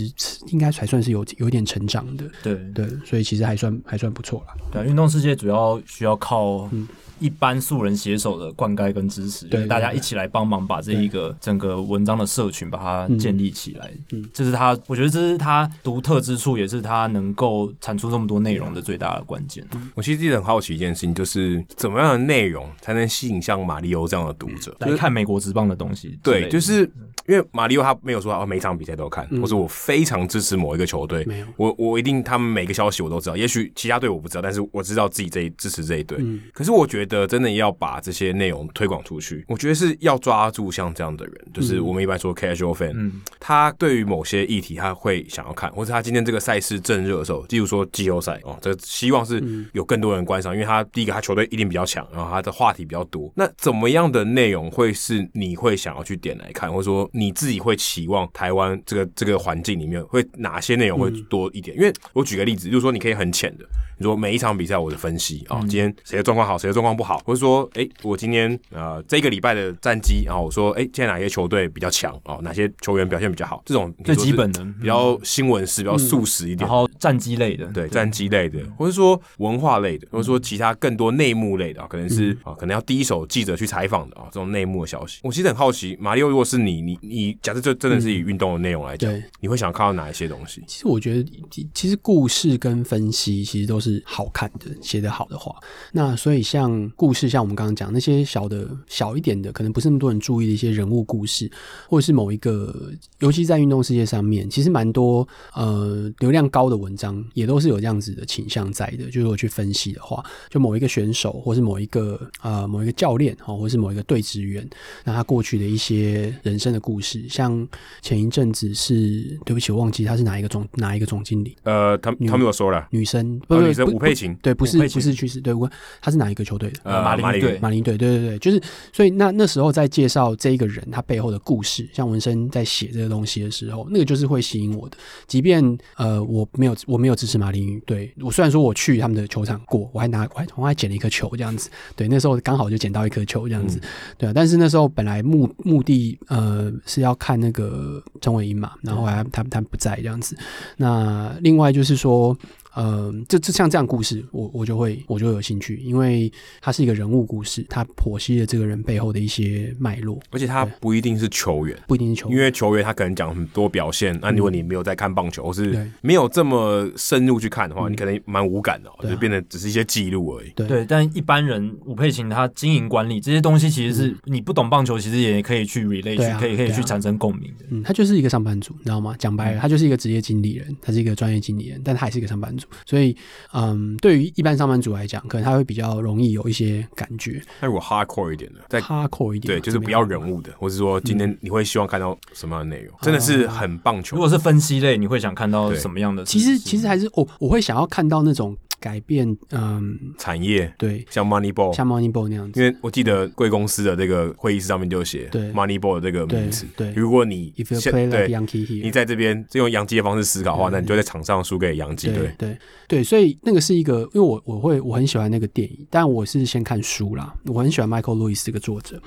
[SPEAKER 1] 应该还算是有有一点成长的，
[SPEAKER 2] 对
[SPEAKER 1] 对，所以其实还算还算不错啦。
[SPEAKER 2] 对啊，运动世界主要需要靠
[SPEAKER 1] 嗯
[SPEAKER 2] 一般素人携手的灌溉跟支持，
[SPEAKER 1] 对
[SPEAKER 2] 就是大家一起来帮忙把这一个整个文章的社群把它建立起来。
[SPEAKER 1] 嗯嗯
[SPEAKER 2] 这是他，我觉得这是他独特之处，也是他能够产出这么多内容的最大的关键。
[SPEAKER 1] 嗯
[SPEAKER 3] 我其实一直很好奇一件事情，就是怎么样的内容才能吸引像马里欧这样的读者？
[SPEAKER 2] 来看美国职棒的东西之类的，嗯
[SPEAKER 3] 对，就是因为马里奥他没有说啊，每场比赛都看，或者我非常支持某一个球队
[SPEAKER 1] 没有，
[SPEAKER 3] 我我一定他们每个消息我都知道，也许其他队我不知道，但是我知道自己这一支持这一队。
[SPEAKER 2] 嗯
[SPEAKER 3] 可是我觉得真的要把这些内容推广出去，我觉得是要抓住像这样的人，就是
[SPEAKER 2] 嗯
[SPEAKER 3] 我们一般说 casual fan，、他对于某些议题他会想要看，或者他今天这个赛事正热的时候，例如说季后赛哦，这希望是有更多人观赏，因为他第一个他球队一定比较强，然后他的话题比较多。那怎么样的内容会是你会想要去点来看，或者说你自己会期望台湾这个这个环境里面会哪些内容会多一点？因为我举个例子，就是说你可以很浅的，你说每一场比赛我的分析
[SPEAKER 2] 嗯
[SPEAKER 3] 啊、今天谁的状况好，谁的状况不好，或者说，哎、我今天呃这个礼拜的战绩啊、我说，哎、现在哪些球队比较强哦，哪些球员表现比较好，这种
[SPEAKER 2] 最基本的嗯
[SPEAKER 3] 比较新闻式、比较速食一点
[SPEAKER 2] 然。后战绩类的，
[SPEAKER 3] 对战机类的，或者说文化类的，或者说其他更多内幕类的啊，可能
[SPEAKER 2] 嗯
[SPEAKER 3] 是啊，可能要第一手记者去采访的啊，这种内幕的消息。我其实很好奇，马里奥，如果是你，你你假设这真的是以
[SPEAKER 2] 嗯
[SPEAKER 3] 运动的内容来讲
[SPEAKER 1] 对，
[SPEAKER 3] 你会想看到哪一些东西？
[SPEAKER 1] 其实我觉得，其其实故事跟分析其实都是好看的，写得好的话。那所以像故事，像我们刚刚讲那些小的、小一点的，可能不是那么多人注意的一些人物故事，或者是某一个，尤其在运动世界上面，其实蛮多呃流量高的文章也都是有这样子的倾向在的。就是我去分析的话，就某一个选手，或是某一个呃某一个教练，哦，或是某一个队职员，那他过去的一些人生的故事，像前一阵子是，对不起，我忘记他是哪一个总哪一个总经理，
[SPEAKER 3] 呃，他们他们有说了，
[SPEAKER 1] 女生，不
[SPEAKER 3] 呃
[SPEAKER 1] 不
[SPEAKER 3] 女生
[SPEAKER 1] 不
[SPEAKER 3] 吴佩琴
[SPEAKER 1] 不对，不是
[SPEAKER 2] 吴佩
[SPEAKER 1] 不
[SPEAKER 2] 琴
[SPEAKER 1] 是去世，对，我他是哪一个球队的？
[SPEAKER 3] 呃，
[SPEAKER 2] 马
[SPEAKER 3] 马
[SPEAKER 2] 林
[SPEAKER 3] 林
[SPEAKER 2] 队
[SPEAKER 3] 队，
[SPEAKER 1] 马林队，对对对，就是所以那那时候在介绍这一个人他背后的故事，像文生在写这个东西的时候，那个就是会吸引我的。即便呃我没有我没有支持马林队，我虽然说我去他们的球场过，我还拿我还我还捡了一颗球这样子，对，那时候刚好就捡到一颗球这样子，对啊。但是那时候本来目目的呃是要看那个张伟英嘛，然后还他他不在这样子。那另外就是说。呃，这这像这样故事，我我就会我就会有兴趣，因为它是一个人物故事，它剖析了这个人背后的一些脉络，
[SPEAKER 3] 而且他不一定是球员。
[SPEAKER 1] 不一定是球
[SPEAKER 3] 因为球员他可能讲很多表现，那、如果你没有在看棒球，或
[SPEAKER 1] 嗯对嗯
[SPEAKER 3] 是没有这么深入去看的话，你可能蛮无感的哦，
[SPEAKER 1] 对啊
[SPEAKER 3] 就变得只是一些记录而已。
[SPEAKER 1] 对
[SPEAKER 2] 对，但一般人吴佩琴她经营管理这些东西，其实是你不懂棒球，其实也可以去 relate，
[SPEAKER 1] 嗯对
[SPEAKER 2] 去
[SPEAKER 1] 啊
[SPEAKER 2] 可以可以
[SPEAKER 1] 对啊
[SPEAKER 2] 去产生共鸣的。
[SPEAKER 1] 嗯，他就是一个上班族，你知道吗？讲白了，他就是一个职业经理人，他是一个专业经理人，但他还是一个上班族，所以，嗯，对于一般上班族来讲，可能他会比较容易有一些感觉
[SPEAKER 3] 那如果 hardcore 一点的，在
[SPEAKER 1] ，hardcore 一点啊
[SPEAKER 3] 对，
[SPEAKER 1] 嘛，
[SPEAKER 3] 就是
[SPEAKER 1] 怎么
[SPEAKER 3] 不
[SPEAKER 1] 样
[SPEAKER 3] 要人物的，或是说今
[SPEAKER 1] 嗯
[SPEAKER 3] 天你会希望看到什么样的内
[SPEAKER 1] 啊
[SPEAKER 3] 容，真的是很棒球。
[SPEAKER 2] 如果是分析类，你会想看到
[SPEAKER 3] 对
[SPEAKER 2] 什么样的事
[SPEAKER 1] 其
[SPEAKER 2] 情？
[SPEAKER 1] 实其实还是哦我、我会想要看到那种改变，嗯，
[SPEAKER 3] 产业
[SPEAKER 1] 对，
[SPEAKER 3] 像 Moneyball，
[SPEAKER 1] 像 Moneyball 那样子
[SPEAKER 3] 哦因为我记得贵公司的这个会议室上面就有写
[SPEAKER 1] 对
[SPEAKER 3] Moneyball 的这个名词。
[SPEAKER 1] 对对
[SPEAKER 3] 如果你
[SPEAKER 1] ，If you
[SPEAKER 3] 现
[SPEAKER 1] play
[SPEAKER 3] 对
[SPEAKER 1] like Yankee here，
[SPEAKER 3] 你在这边用洋基的方式思考的话，那你就在场上输给洋基队
[SPEAKER 1] 对。对对，所以那个是一个，因为我我会我很喜欢那个电影，但我是先看书啦，我很喜欢 Michael Lewis 这个作者，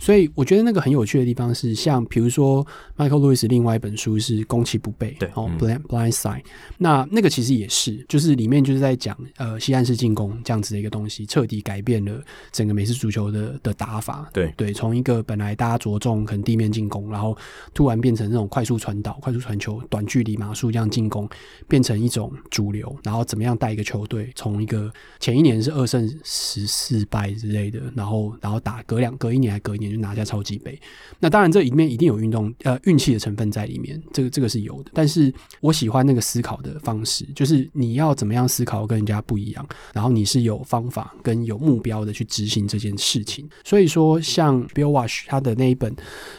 [SPEAKER 1] 所以我觉得那个很有趣的地方是，像比如说 Michael Lewis 另外一本书是《攻其不备》，
[SPEAKER 2] 对
[SPEAKER 1] 哦，Blind Blind Side，那那个其实也是，就是里面就是在讲呃西汉式进攻这样子的一个东西，彻底改变了整个美式足球的的打法。
[SPEAKER 3] 对
[SPEAKER 1] 对，从一个本来大家着重可能地面进攻，然后突然变成那种快速传导、快速传球、短距离码数这样进攻，变成一种主流，然后怎么样带一个球队从一个前一年是二胜十四败之类的，然后然后打隔两隔一年还隔一年就拿下超级杯。那当然这里面一定有运动呃运气的成分在里面，这个这个是有的。但是我喜欢那个思考的方式，就是你要怎么样思考跟人家不一样，然后你是有方法跟有目标的去执行这件事情。所以说，像 Bill Wash 他的那一本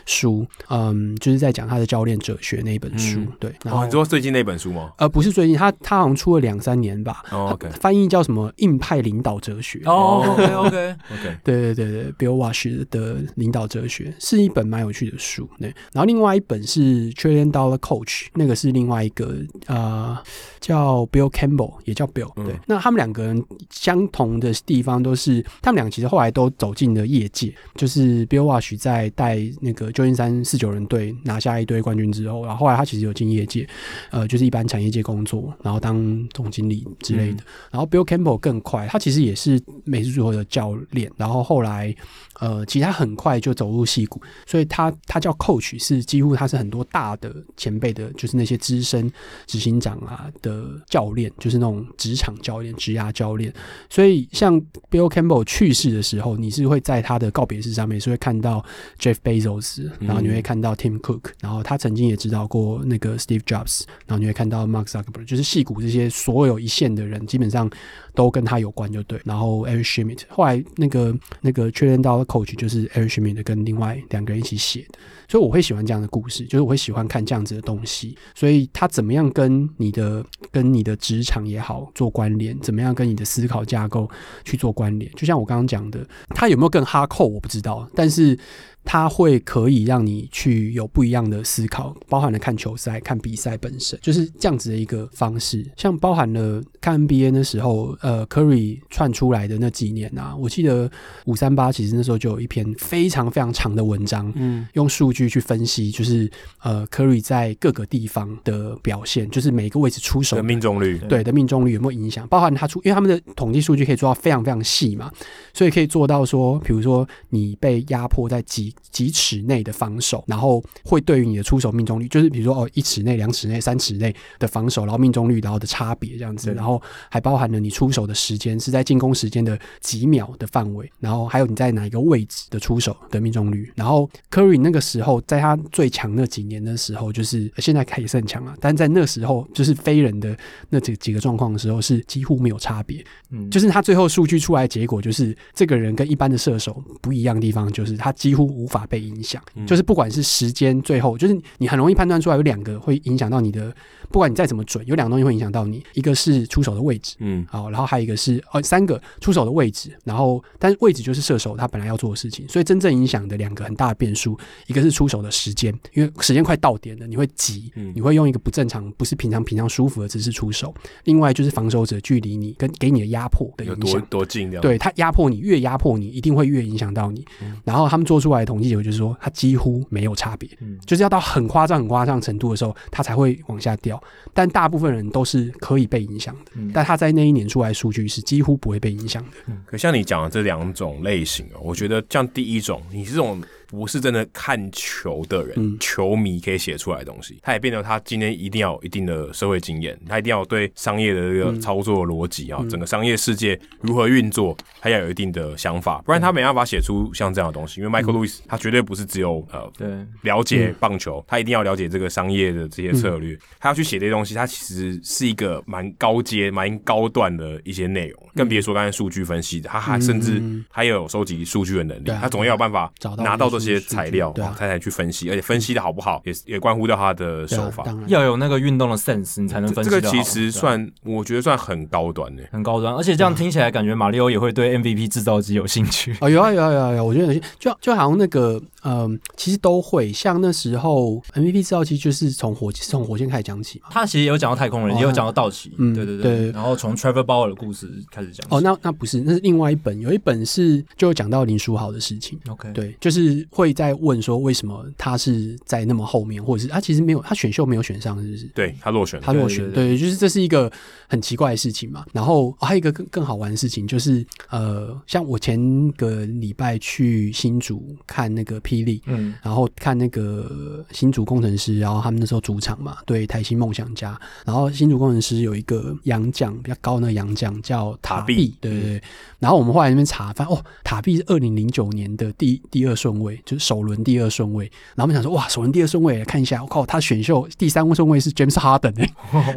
[SPEAKER 1] 书，嗯，就是在讲他的教练哲学那一本书，对，然后
[SPEAKER 3] 哦，你说最近那本书
[SPEAKER 1] [laughs]
[SPEAKER 3] 吗？
[SPEAKER 1] 呃，不是最近，他他好像出了两三年吧。
[SPEAKER 3] 哦，OK
[SPEAKER 1] 他翻译叫什么“硬派领导哲学”。
[SPEAKER 2] 哦，OK OK，
[SPEAKER 3] OK，
[SPEAKER 1] 对对对对，Bill Wash 的《领导哲学》是一本蛮有趣的书。对，然后另外一本是《Trillion Dollar Coach》，那个是另外一个呃叫 Bill Campbell，也叫 Bill、对，那他们两个人相同的地方都是，他们俩其实后来都走进了业界。就是 Bill Wash 在带那个旧金山四九人队拿下一堆冠军之后，然后后来他其实有进业界，呃，就是一般产业界工作，然后当总经理之类的。然后 Bill Campbell 更快，他其实也是美式足球的教练，然后后来呃，其实他很快就走入戏骨，所以他他叫 coach 是几乎他是很多大的前辈的，就是那些资深执行长啊的教练，就是那种职场教练、职涯教练。所以像 Bill Campbell 去世的时候，你是会在他的告别式上面是会看到 Jeff Bezos，然后你会看到 Tim Cook，然后他曾经也指导过那个 Steve Jobs，然后你会看到 Mark Zuckerberg，就是戏骨这些所有一线的人，基本上都跟他有关，就对。然后 Eric Schmidt，后来那个那个确认到的 coach 就是 Eric Schmidt 跟另外两个人一起写的，所以我会喜欢这样的故事，就是我会喜欢看这样子的东西。所以他怎么样跟你的跟你的职场也好做关联，怎么样跟你的思考架构去做关联？就像我刚刚讲的，他有没有更哈扣我不知道，但是它会可以让你去有不一样的思考，包含了看球赛、看比赛本身，就是这样子的一个方式。像包含了看 NBA 那时候，呃，Curry 窜出来的那几年啊，我记得五三八其实那时候就有一篇非常非常长的文章，嗯，用数据去分析，就是呃，Curry 在各个地方的表现，就是每个位置出手
[SPEAKER 3] 的命中率，
[SPEAKER 1] 对的命中率有没有影响，包含他出，因为他们的统计数据可以做到非常非常细嘛，所以可以做到说，比如说你被压迫在几几尺内的防守，然后会对于你的出手命中率，就是比如说哦一尺内、两尺内、三尺内的防守，然后命中率然后的差别这样子，然后还包含了你出手的时间是在进攻时间的几秒的范围，然后还有你在哪一个位置的出手的命中率，然后 Curry 那个时候在他最强那几年的时候，就是呃现在也是很强啊，但在那时候就是飞人的那几几个状况的时候是几乎没有差别，
[SPEAKER 2] [laughs] 嗯
[SPEAKER 1] 就是他最后数据出来的结果就是这个人跟一般的射手不一样的地方，就是他几乎无法被影响，就是不管是时间，最后就是你很容易判断出来有两个会影响到你的，不管你再怎么准，有两个东西会影响到你，一个是出手的位置，
[SPEAKER 3] 嗯，
[SPEAKER 1] 好，然后还有一个是呃三个出手的位置，然后但是位置就是射手他本来要做的事情，所以真正影响的两个很大的变数，一个是出手的时间，因为时间快到点了，你会急，
[SPEAKER 3] 嗯
[SPEAKER 1] 你会用一个不正常、不是平常平常舒服的姿势出手；另外就是防守者距离你跟给你的压迫的
[SPEAKER 3] 有
[SPEAKER 1] 影
[SPEAKER 3] 多
[SPEAKER 1] 响，
[SPEAKER 3] 多近这样，嗯
[SPEAKER 1] 对他压迫你，越压迫你，一定会越影响到你。然后他们做出来的统计结果就是说，他几乎没有差别，
[SPEAKER 2] 嗯
[SPEAKER 1] 就是要到很夸张、很夸张程度的时候，他才会往下掉。但大部分人都是可以被影响的，
[SPEAKER 3] 嗯
[SPEAKER 1] 但他在那一年出来的数据是几乎不会被影响的。
[SPEAKER 3] 可像你讲的这两种类型哦，我觉得像第一种，你这种不是真的看球的人，球迷可以写出来的东西，他也变得他今天一定要有一定的社会经验，他一定要有对商业的这个操作逻辑啊，整个商业世界如何运作，他要有一定的想法，不然他没办法写出像这样的东西。因为 Michael Lewis 他绝对不是只有呃
[SPEAKER 2] 对，
[SPEAKER 1] 嗯
[SPEAKER 3] 了解棒球，他一定要了解这个商业的这些策
[SPEAKER 1] 嗯
[SPEAKER 3] 略，他要去写这些东西，他其实是一个蛮高阶、蛮高段的一些内容，
[SPEAKER 1] 嗯
[SPEAKER 3] 更别说刚才数据分析的，他还甚至他也有收集数据的能力
[SPEAKER 1] 对啊，
[SPEAKER 3] 他总要有办法
[SPEAKER 1] 找到
[SPEAKER 3] 拿到
[SPEAKER 1] 这
[SPEAKER 3] 这
[SPEAKER 1] 些
[SPEAKER 3] 些
[SPEAKER 1] 数据
[SPEAKER 3] 材料，
[SPEAKER 1] 对啊
[SPEAKER 3] 哦他才去分析，而且分析的好不好，也是也关乎到他的
[SPEAKER 1] 对啊
[SPEAKER 3] 手法。
[SPEAKER 1] 当然，
[SPEAKER 2] 要有那个运动的 sense，你才能
[SPEAKER 3] 这
[SPEAKER 2] 分
[SPEAKER 3] 这
[SPEAKER 2] 析
[SPEAKER 3] 个
[SPEAKER 2] 得好啊
[SPEAKER 3] 其实算，我觉得算很高端的。
[SPEAKER 2] 很高端，而且这样听起来感觉马里奥也会对 MVP 制造机有兴趣。
[SPEAKER 1] 哦，有啊有啊有啊有啊，我觉得有些就就好像那个，嗯，其实都会。像那时候 MVP 制造机就是从火是从火箭开始讲起嘛。
[SPEAKER 2] 他其实也有讲到太空人，
[SPEAKER 1] 哦
[SPEAKER 2] 也有讲到道奇，
[SPEAKER 1] 嗯
[SPEAKER 2] 对对
[SPEAKER 1] 对
[SPEAKER 2] 然后从 Trevor Bauer 的故事开
[SPEAKER 1] 哦
[SPEAKER 2] 始讲起。
[SPEAKER 1] 哦，那那不是，那是另外一本，有一本是就有讲到林书豪的事情。
[SPEAKER 2] OK，
[SPEAKER 1] 对，就是会在问说为什么他是在那么后面，或者是他其实没有他选秀没有选上，是不是？
[SPEAKER 3] 对他落选了，
[SPEAKER 1] 他落选，对，就是这是一个很奇怪的事情嘛。然后、哦还有一个更更好玩的事情就是，呃，像我前个礼拜去新竹看那个霹雳，
[SPEAKER 2] 嗯，
[SPEAKER 1] 然后看那个新竹工程师，然后他们那时候主场嘛，对台新梦想家，然后新竹工程师有一个洋将比较高，那个洋将叫塔
[SPEAKER 3] 塔
[SPEAKER 1] 壁
[SPEAKER 3] 壁，
[SPEAKER 1] 对对对。然后我们后来那边查，发现哦，塔壁是二零零九年的第第二顺位，就是首轮第二顺位。然后我们想说，哇，首轮第二顺位看一下，我哦靠，他选秀第三顺位是 James Harden 哎、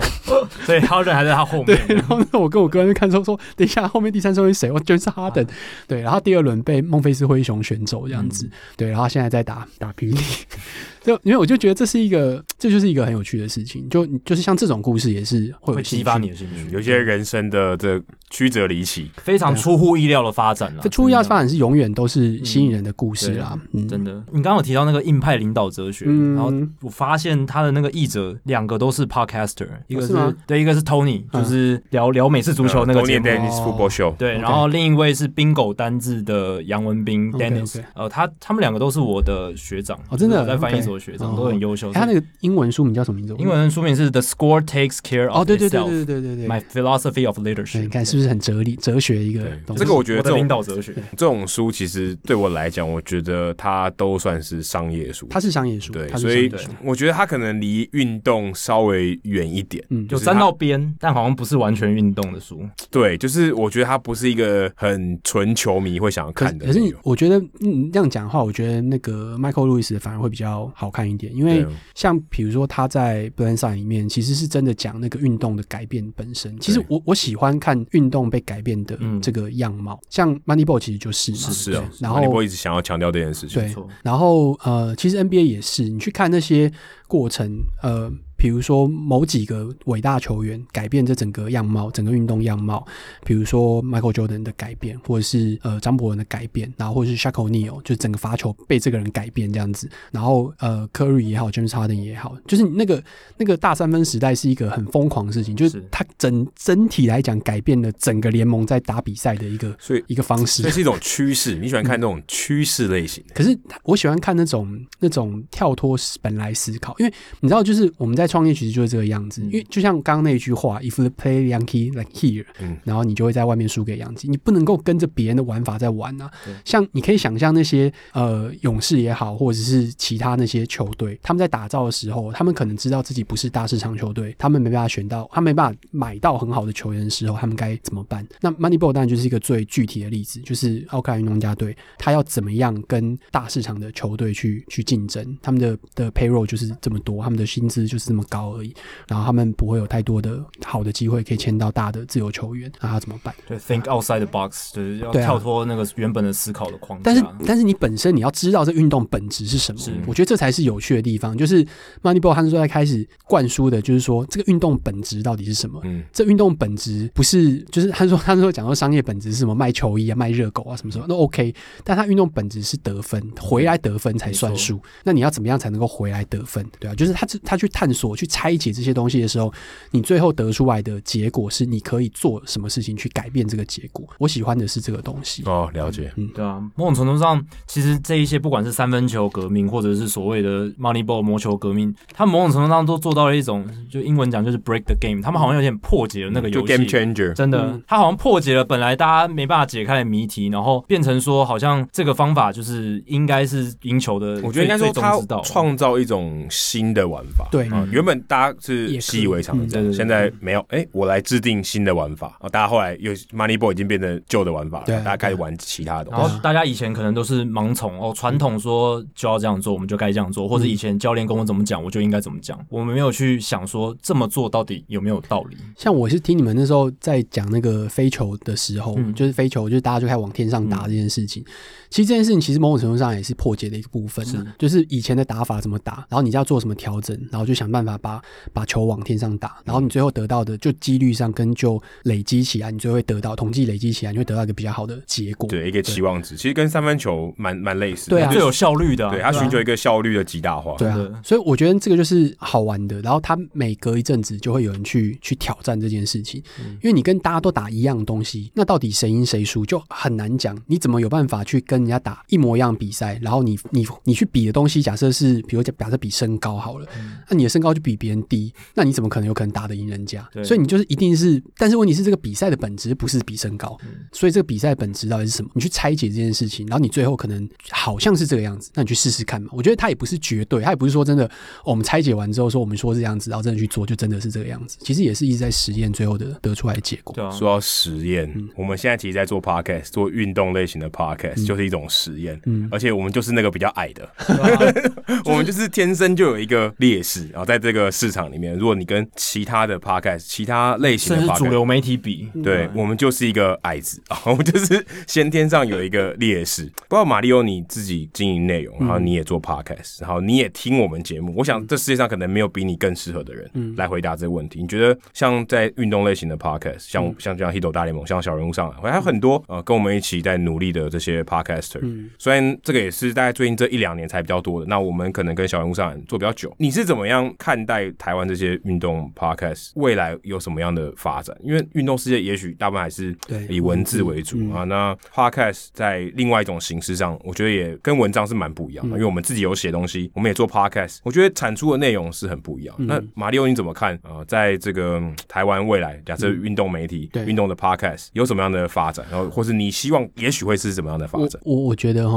[SPEAKER 2] 所以他人还在他后面。
[SPEAKER 1] 然后呢，我跟我哥在那看说说，等一下后面第三顺位是谁？我 James Harden，、对，
[SPEAKER 2] 啊
[SPEAKER 1] 然后第二轮被孟菲斯灰熊选走这样
[SPEAKER 2] 嗯
[SPEAKER 1] 子，对，然后现在在打打霹雳， [laughs] 就因为我就觉得这是一个，这就是一个很有趣的事情，就就是像这种故事也是会有
[SPEAKER 2] 会
[SPEAKER 1] 兴
[SPEAKER 2] 激
[SPEAKER 1] 趣
[SPEAKER 2] 发你。的兴趣，
[SPEAKER 3] 有一些人生的这曲折离奇，
[SPEAKER 2] 非常出乎意料的发展了。
[SPEAKER 1] 这啊出要发展是永远都是吸引人的故事啦，嗯，
[SPEAKER 2] 真的，你刚刚有提到那个硬派领导哲学，
[SPEAKER 1] 嗯
[SPEAKER 2] 然后我发现他的那个译者两个都是 podcaster，一个
[SPEAKER 1] 哦是吗
[SPEAKER 2] 对，一个是 Tony，
[SPEAKER 1] 嗯哦
[SPEAKER 2] 就是聊聊美式足球那个节目。
[SPEAKER 3] d e n n i s Football Show，
[SPEAKER 2] 对，
[SPEAKER 1] OK
[SPEAKER 2] 然后另一位是 Bingo 单字的杨文斌
[SPEAKER 1] OK，OK
[SPEAKER 2] Dennis，呃，他他们两个都是我的学长，
[SPEAKER 1] 哦真的
[SPEAKER 2] 就是我在翻译
[SPEAKER 1] OK
[SPEAKER 2] 所的学长
[SPEAKER 1] 哦
[SPEAKER 2] 都很优秀。
[SPEAKER 1] 哎他那个英文书名叫什么名字？
[SPEAKER 2] 英文书名是 The Score Takes Care
[SPEAKER 1] 哦，
[SPEAKER 2] of
[SPEAKER 1] 对对对
[SPEAKER 2] Itself，
[SPEAKER 1] 对对对对
[SPEAKER 2] My Philosophy of
[SPEAKER 1] 对
[SPEAKER 2] Leadership。
[SPEAKER 1] 你看是不是很哲理哲学的一个
[SPEAKER 3] 对
[SPEAKER 1] 东西？
[SPEAKER 3] 这个我觉得
[SPEAKER 2] 我
[SPEAKER 3] 这
[SPEAKER 2] 的领
[SPEAKER 3] 种
[SPEAKER 2] 导哲学，
[SPEAKER 3] 这种书其实对我来讲，我觉得它都算是商业书，
[SPEAKER 1] 它是商业书，
[SPEAKER 3] 对
[SPEAKER 1] 它，是
[SPEAKER 3] 所
[SPEAKER 1] 商业
[SPEAKER 3] 以
[SPEAKER 1] 书
[SPEAKER 3] 我觉得它可能离运动稍微远一点。
[SPEAKER 1] 嗯
[SPEAKER 2] 有
[SPEAKER 3] 是
[SPEAKER 2] 沾
[SPEAKER 3] 他
[SPEAKER 2] 到边，但好像不是完全运动的书。
[SPEAKER 3] 对，就是我觉得它不是一个很纯球迷会想要
[SPEAKER 1] 可
[SPEAKER 3] 看的
[SPEAKER 1] 可是
[SPEAKER 3] 内
[SPEAKER 1] 你
[SPEAKER 3] 容。
[SPEAKER 1] 我觉得嗯这样讲的话，我觉得那个 Michael Lewis 反而会比较好看一点，因为
[SPEAKER 3] 对啊
[SPEAKER 1] 像比如说他在 b l a n s i d e 里面，其实是真的讲那个运动的改变本身。其实
[SPEAKER 3] 对
[SPEAKER 1] 我我喜欢看运动被改变的
[SPEAKER 2] 嗯
[SPEAKER 1] 这个样貌，像 Moneyball 其实就是嘛，
[SPEAKER 3] 是
[SPEAKER 1] 对
[SPEAKER 3] 啊，
[SPEAKER 1] 然
[SPEAKER 3] 你
[SPEAKER 1] 后
[SPEAKER 3] 会一直想要强调这件事情。
[SPEAKER 1] 对
[SPEAKER 2] 错，
[SPEAKER 1] 然后呃，其实 NBA 也是，你去看那些过程，呃，比如说某几个伟大球员改变这整个样貌，整个运动样貌，比如说 Michael Jordan 的改变，或者是呃张伯伦的改变，然后或者是 Shaq O'Neal 就整个罚球被这个人改变这样子，然后呃 Curry 也好，James Harden 也好，就是那个那个大三分时代是一个很疯狂的事情，就是
[SPEAKER 2] 是
[SPEAKER 1] 它整整体来讲改变了整个联盟在打比赛的一个
[SPEAKER 3] 所以
[SPEAKER 1] 一个方式嗯
[SPEAKER 3] 这。是一种趋势，你喜欢看那种趋势类型的，
[SPEAKER 1] 可是我喜欢看那种那种跳脱本来思考，因为你知道，就是我们在创业其实就是这个样子。
[SPEAKER 2] 嗯
[SPEAKER 1] 因为就像刚刚那一句话，“If you play Yankee like here”，、
[SPEAKER 3] 嗯
[SPEAKER 1] 然后你就会在外面输给洋基，你不能够跟着别人的玩法在玩啊
[SPEAKER 2] 对。
[SPEAKER 1] 像你可以想象那些呃勇士也好，或者是其他那些球队，他们在打造的时候，他们可能知道自己不是大市场球队，他们没办法选到，他没办法买到很好的球员的时候，他们该怎么办？那 Moneyball 当然就是一个最具体的例子，就是奥克兰运动家队，他要怎么样跟大市场的球队去去竞争？他们的的 payroll 就是这么多，他们的薪资就是这么高而已，然后他们不会有太多的好的机会可以签到大的自由球员，那他怎么办？
[SPEAKER 2] 对，think outside the box，就是要
[SPEAKER 1] 对啊
[SPEAKER 2] 跳脱那个原本的思考的框架。
[SPEAKER 1] 但是，但是你本身你要知道这运动本质是什么，我觉得这才是有趣的地方。就是 Moneyball 他是说在开始灌输的，就是说这个运动本质到底是什么。
[SPEAKER 3] 嗯，
[SPEAKER 1] 这运动本质不是，就是他说他说讲说商业本质是什么卖球衣啊、卖热狗啊什么什么，那 OK，但他运动本质是得分，回来得分才算数。那你要怎么样才能够回来得分？对啊，就是他他去探索、去拆解这些东西的时候，你最后得出来的结果是你可以做什么事情去改变这个结果。我喜欢的是这个东西。
[SPEAKER 3] 哦，了解，
[SPEAKER 2] 对啊，某种程度上，其实这一些不管是三分球革命，或者是所谓的 Moneyball 魔球革命，他们某种程度上都做到了一种，就英文讲就是 break the game，他们好像有点破解了那个
[SPEAKER 3] 就
[SPEAKER 2] 游
[SPEAKER 3] game
[SPEAKER 2] 戏。
[SPEAKER 3] changer，
[SPEAKER 2] 真的
[SPEAKER 1] 嗯，
[SPEAKER 2] 他好像破解了本来大家没办法解开的谜题，然后变成说好像这个方法就是应该是赢球的最，
[SPEAKER 3] 我觉得应该说
[SPEAKER 2] 最终
[SPEAKER 3] 它
[SPEAKER 2] 之道
[SPEAKER 3] 创造一种新的玩法。
[SPEAKER 1] 对，
[SPEAKER 3] 啊，原本大家是习以为常的这
[SPEAKER 2] 嗯也可以嗯对对嗯
[SPEAKER 3] 样，
[SPEAKER 2] 对
[SPEAKER 3] 现在没有。哎，我来制定新的玩法啊！大家后来有 Moneyball 已经变成旧的玩法了，
[SPEAKER 1] 对
[SPEAKER 3] 大家开始玩其他的
[SPEAKER 2] 然
[SPEAKER 3] 东
[SPEAKER 2] 后
[SPEAKER 3] 西。
[SPEAKER 2] 大家以前可能都是盲从哦，传统说就要这样做，我们就该这样做，或者以前教练跟我怎么讲，我就应该怎么讲，我们没有去想说这么做到底有没有道理。
[SPEAKER 1] 像我是听你们那时候在讲那个飞球的时候，
[SPEAKER 2] 嗯
[SPEAKER 1] 就是飞球，就是大家就开始往天上打这件事情。其实这件事情其实某种程度上也是破解的一个部分啊、就是以前的打法怎么打，然后你要做什么调整，然后就想办办法把把球往天上打，然后你最后得到的就几率上跟就累积起来，你最后会得到统计累积起来，你会得到一个比较好的结果。
[SPEAKER 3] 对一个期望值，其实跟三分球蛮蛮类似的，
[SPEAKER 1] 对啊嗯
[SPEAKER 3] 它
[SPEAKER 2] 最
[SPEAKER 3] 就是
[SPEAKER 2] 有效率的啊、
[SPEAKER 3] 对他寻求一个效率的极大化，
[SPEAKER 1] 对
[SPEAKER 2] 真的
[SPEAKER 1] 啊，所以我觉得这个就是好玩的。然后他每隔一阵子就会有人去去挑战这件事情，因为你跟大家都打一样东西，那到底谁赢谁输就很难讲。你怎么有办法去跟人家打一模一样的比赛？然后你你你去比的东西，假设是比如讲假设比身高好了，那你的身高就比别人低，那你怎么可能有可能打得赢人家？
[SPEAKER 2] 对
[SPEAKER 1] 所以你就是一定是，但是问题是这个比赛的本质不是比身高，所以这个比赛本质到底是什么？你去拆解这件事情，然后你最后可能好像是这个样子，那你去试试看嘛。我觉得它也不是绝对，它也不是说真的、哦我们拆解完之后说我们说是这样子，然后真的去做就真的是这个样子。其实也是一直在实验最后的得出来的结果。
[SPEAKER 2] 对啊，嗯
[SPEAKER 3] 说到实验，我们现在其实在做 podcast，做运动类型的 podcast、就是一种实验，
[SPEAKER 2] 嗯
[SPEAKER 3] 而且我们就是那个比较矮
[SPEAKER 2] [laughs]
[SPEAKER 3] 的，
[SPEAKER 2] 啊
[SPEAKER 3] [laughs] 我们就是天生就有一个劣势。然后在这个市场里面，如果你跟其他的 podcast、其他类
[SPEAKER 2] 甚
[SPEAKER 3] 型的
[SPEAKER 2] 至主
[SPEAKER 3] podcast，
[SPEAKER 2] 流媒体比，
[SPEAKER 3] 对我们就是一个矮子 [laughs] 啊，我们就是先天上有一个劣势。不过马里欧你自己经营内容，然后你也做 podcast，然后你也听我们节目，我想这世界上可能没有比你更适合的人来回答这个问题。你觉得像在运动类型的 podcast，像像这样《Hito 大联盟》，像小人物上来，还有很多呃跟我们一起在努力的这些 podcaster，虽然这个也是大概最近这一两年才比较多的，那我们可能跟小人物上来做比较久。你是怎么样看待台湾这些运动 podcast 未来有什么样的发展？因为运动世界也许大部分还是
[SPEAKER 1] 对
[SPEAKER 3] 以文字为主啊，那 podcast 在另外一种形式上，我觉得也跟文章是蛮不一样的，因为我们自己有写东西，我们也做 podcast，我觉得产出的内容是很不一样。那马里奥你怎么看啊、呃在这个嗯台湾未来，假设运动媒体、
[SPEAKER 1] 对
[SPEAKER 3] 运动的 podcast 有什么样的发展，然后或是你希望也许会是怎么样的发
[SPEAKER 1] 我
[SPEAKER 3] 展，
[SPEAKER 1] 啊我我觉得哈，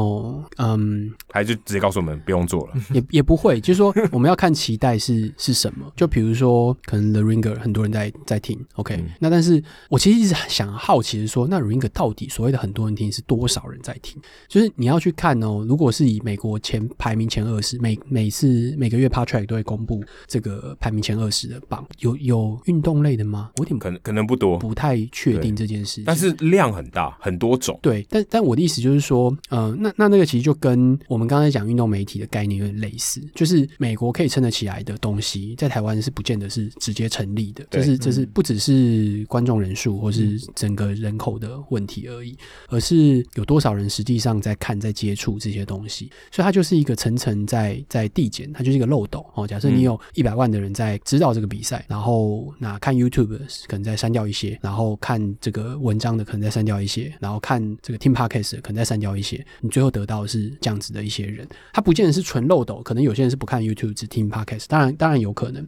[SPEAKER 1] 嗯，
[SPEAKER 3] 还是直接告诉我们不用做了？
[SPEAKER 1] 也也不会，就是说我们要看期待是是什么。就比如说，可能 The Ringer 很多人在在听，OK、那但是我其实一直想好奇的是说，那 Ringer 到底所谓的很多人听是多少人在听？就是你要去看哦，如果是以美国前排名前二十，每每次每个月 p a t r a c k 都会公布这个排名前二十的榜，有有运动类的吗？我有点
[SPEAKER 3] 可能可能不多，
[SPEAKER 1] 不太确定这件事情。
[SPEAKER 3] 但是量很大，很多种。
[SPEAKER 1] 对，但但我的意思就是说，呃，那那那个其实就跟我们刚才讲运动媒体的概念有点类似，就是美国可以撑得起来的东西，在台湾是不见得是直接成立的，这是这是不只是观众人数或是整个人口的问题而已，而是有多少人实际上在看、在接触这些东西，所以它就是一个层层在在递减，它就是一个漏斗哦。假设你有一百万的人在知道这个比赛，然后那看 YouTube 可能再删掉一些，然后看这个文章的可能再删掉一些，然后看这个听 Podcast 的可能再删掉一些，你最后得到的是这样子的一些人，他不见得是纯漏斗，可能有些人是不看 YouTube 只听 Podcast，当然当然有可能，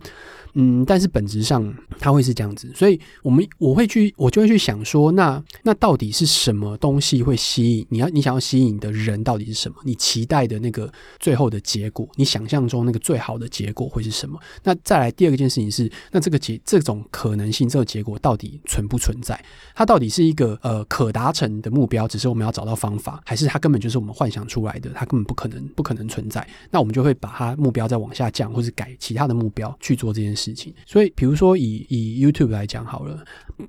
[SPEAKER 1] 嗯，但是本质上它会是这样子，所以我们我会去，我就会去想说，那那到底是什么东西会吸引你要你想要吸引的人到底是什么？你期待的那个最后的结果，你想象中那个最好的结果会是什么？那再来第二个件事情是，那这个结这种可能性，这个结果到底存不存在？它到底是一个呃可达成的目标，只是我们要找到方法，还是它根本就是我们幻想出来的，它根本不可能不可能存在？那我们就会把它目标再往下降，或是改其他的目标去做这件事情。所以，比如说以以 YouTube 来讲好了，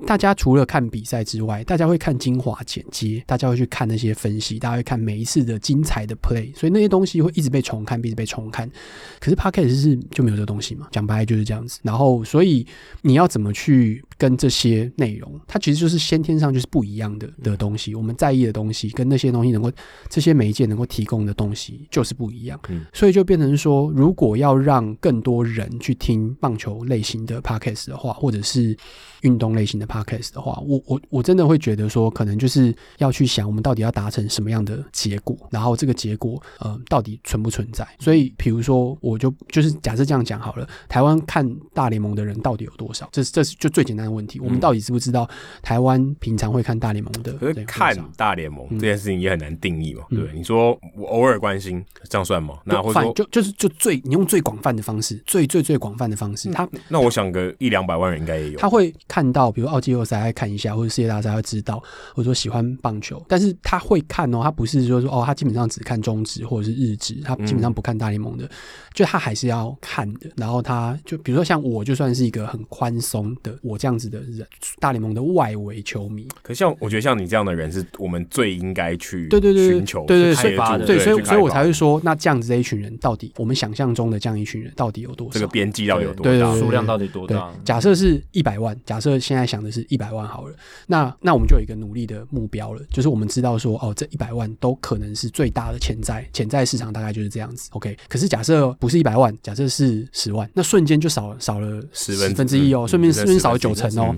[SPEAKER 1] 大家除了看比赛之外，大家会看精华剪接，大家会去看那些分析，大家会看每一次的精彩的 play，所以那些东西会一直被重看，一直被重看。可是 Podcast 是就没有这个东西嘛，讲白了就是这样子。然后，所以你要怎么去跟这些内容，它其实就是先天上就是不一样的的东西，我们在意的东西跟那些东西能够这些媒介能够提供的东西就是不一样。
[SPEAKER 3] 嗯
[SPEAKER 1] 所以就变成说，如果要让更多人去听棒球类型的 podcast 的话，或者是运动类型的 podcast 的话，我我我真的会觉得说，可能就是要去想我们到底要达成什么样的结果，然后这个结果呃到底存不存在。所以比如说，我就就是假设这样讲好了，台湾看大联盟的人到底有多少？这是这是就最简单的问题，我们到底知不知道台湾平常会看大联盟的
[SPEAKER 3] 嗯可
[SPEAKER 1] 人有多
[SPEAKER 3] 是看
[SPEAKER 1] 少？
[SPEAKER 3] 大联盟这件事情也很难定义嘛，
[SPEAKER 1] 嗯
[SPEAKER 3] 对不对？你说我偶尔关心，这样算吗？那或者
[SPEAKER 1] 反
[SPEAKER 3] 说，
[SPEAKER 1] 就就是就最你用最广泛的方式，最最最广泛的方式，他
[SPEAKER 3] 那我想个一两百万人应该嗯也有。
[SPEAKER 1] 他会看到，比如奥季后赛，他会看一下，或者世界大赛，他会知道，或者说喜欢棒球，但是他会看哦，他不是说说哦，他基本上只看中职或者是日职，他基本
[SPEAKER 3] 嗯
[SPEAKER 1] 上不看大联盟的，就他还是要看的。然后他就比如说像我，就算是一个很宽松的我这样子的人，大联盟的外围球迷，
[SPEAKER 3] 可像我觉得像你这样的人，是我们最应该去
[SPEAKER 1] 对对对
[SPEAKER 3] 寻求
[SPEAKER 1] 对对
[SPEAKER 3] 去
[SPEAKER 1] 所以
[SPEAKER 3] 开发的
[SPEAKER 1] 对，所
[SPEAKER 3] 啊去
[SPEAKER 1] 以
[SPEAKER 3] 开
[SPEAKER 1] 所以我
[SPEAKER 3] 发
[SPEAKER 1] 才会说，那这样子的一群人，到底我们想象中的这样一群人，到底有多
[SPEAKER 3] 这
[SPEAKER 1] 少
[SPEAKER 3] 个。边际到底有多
[SPEAKER 1] 对
[SPEAKER 3] 大？
[SPEAKER 1] 对
[SPEAKER 2] 数量到底多
[SPEAKER 1] 对
[SPEAKER 2] 大？，
[SPEAKER 1] 假
[SPEAKER 3] 嗯
[SPEAKER 1] 设是一百万，假设现在想的是一百万好了，那那我们就有一个努力的目标了，就是我们知道说，哦，这一百万都可能是最大的潜在潜在市场，大概就是这样子。OK，可是假设不是一百万，假设是十万，那瞬间就少少了
[SPEAKER 3] 十分之
[SPEAKER 1] 分之一哦，
[SPEAKER 3] 嗯
[SPEAKER 1] 顺便
[SPEAKER 3] 嗯
[SPEAKER 1] 顺便少了
[SPEAKER 3] 十
[SPEAKER 1] 九
[SPEAKER 3] 分之一嗯
[SPEAKER 1] 成哦。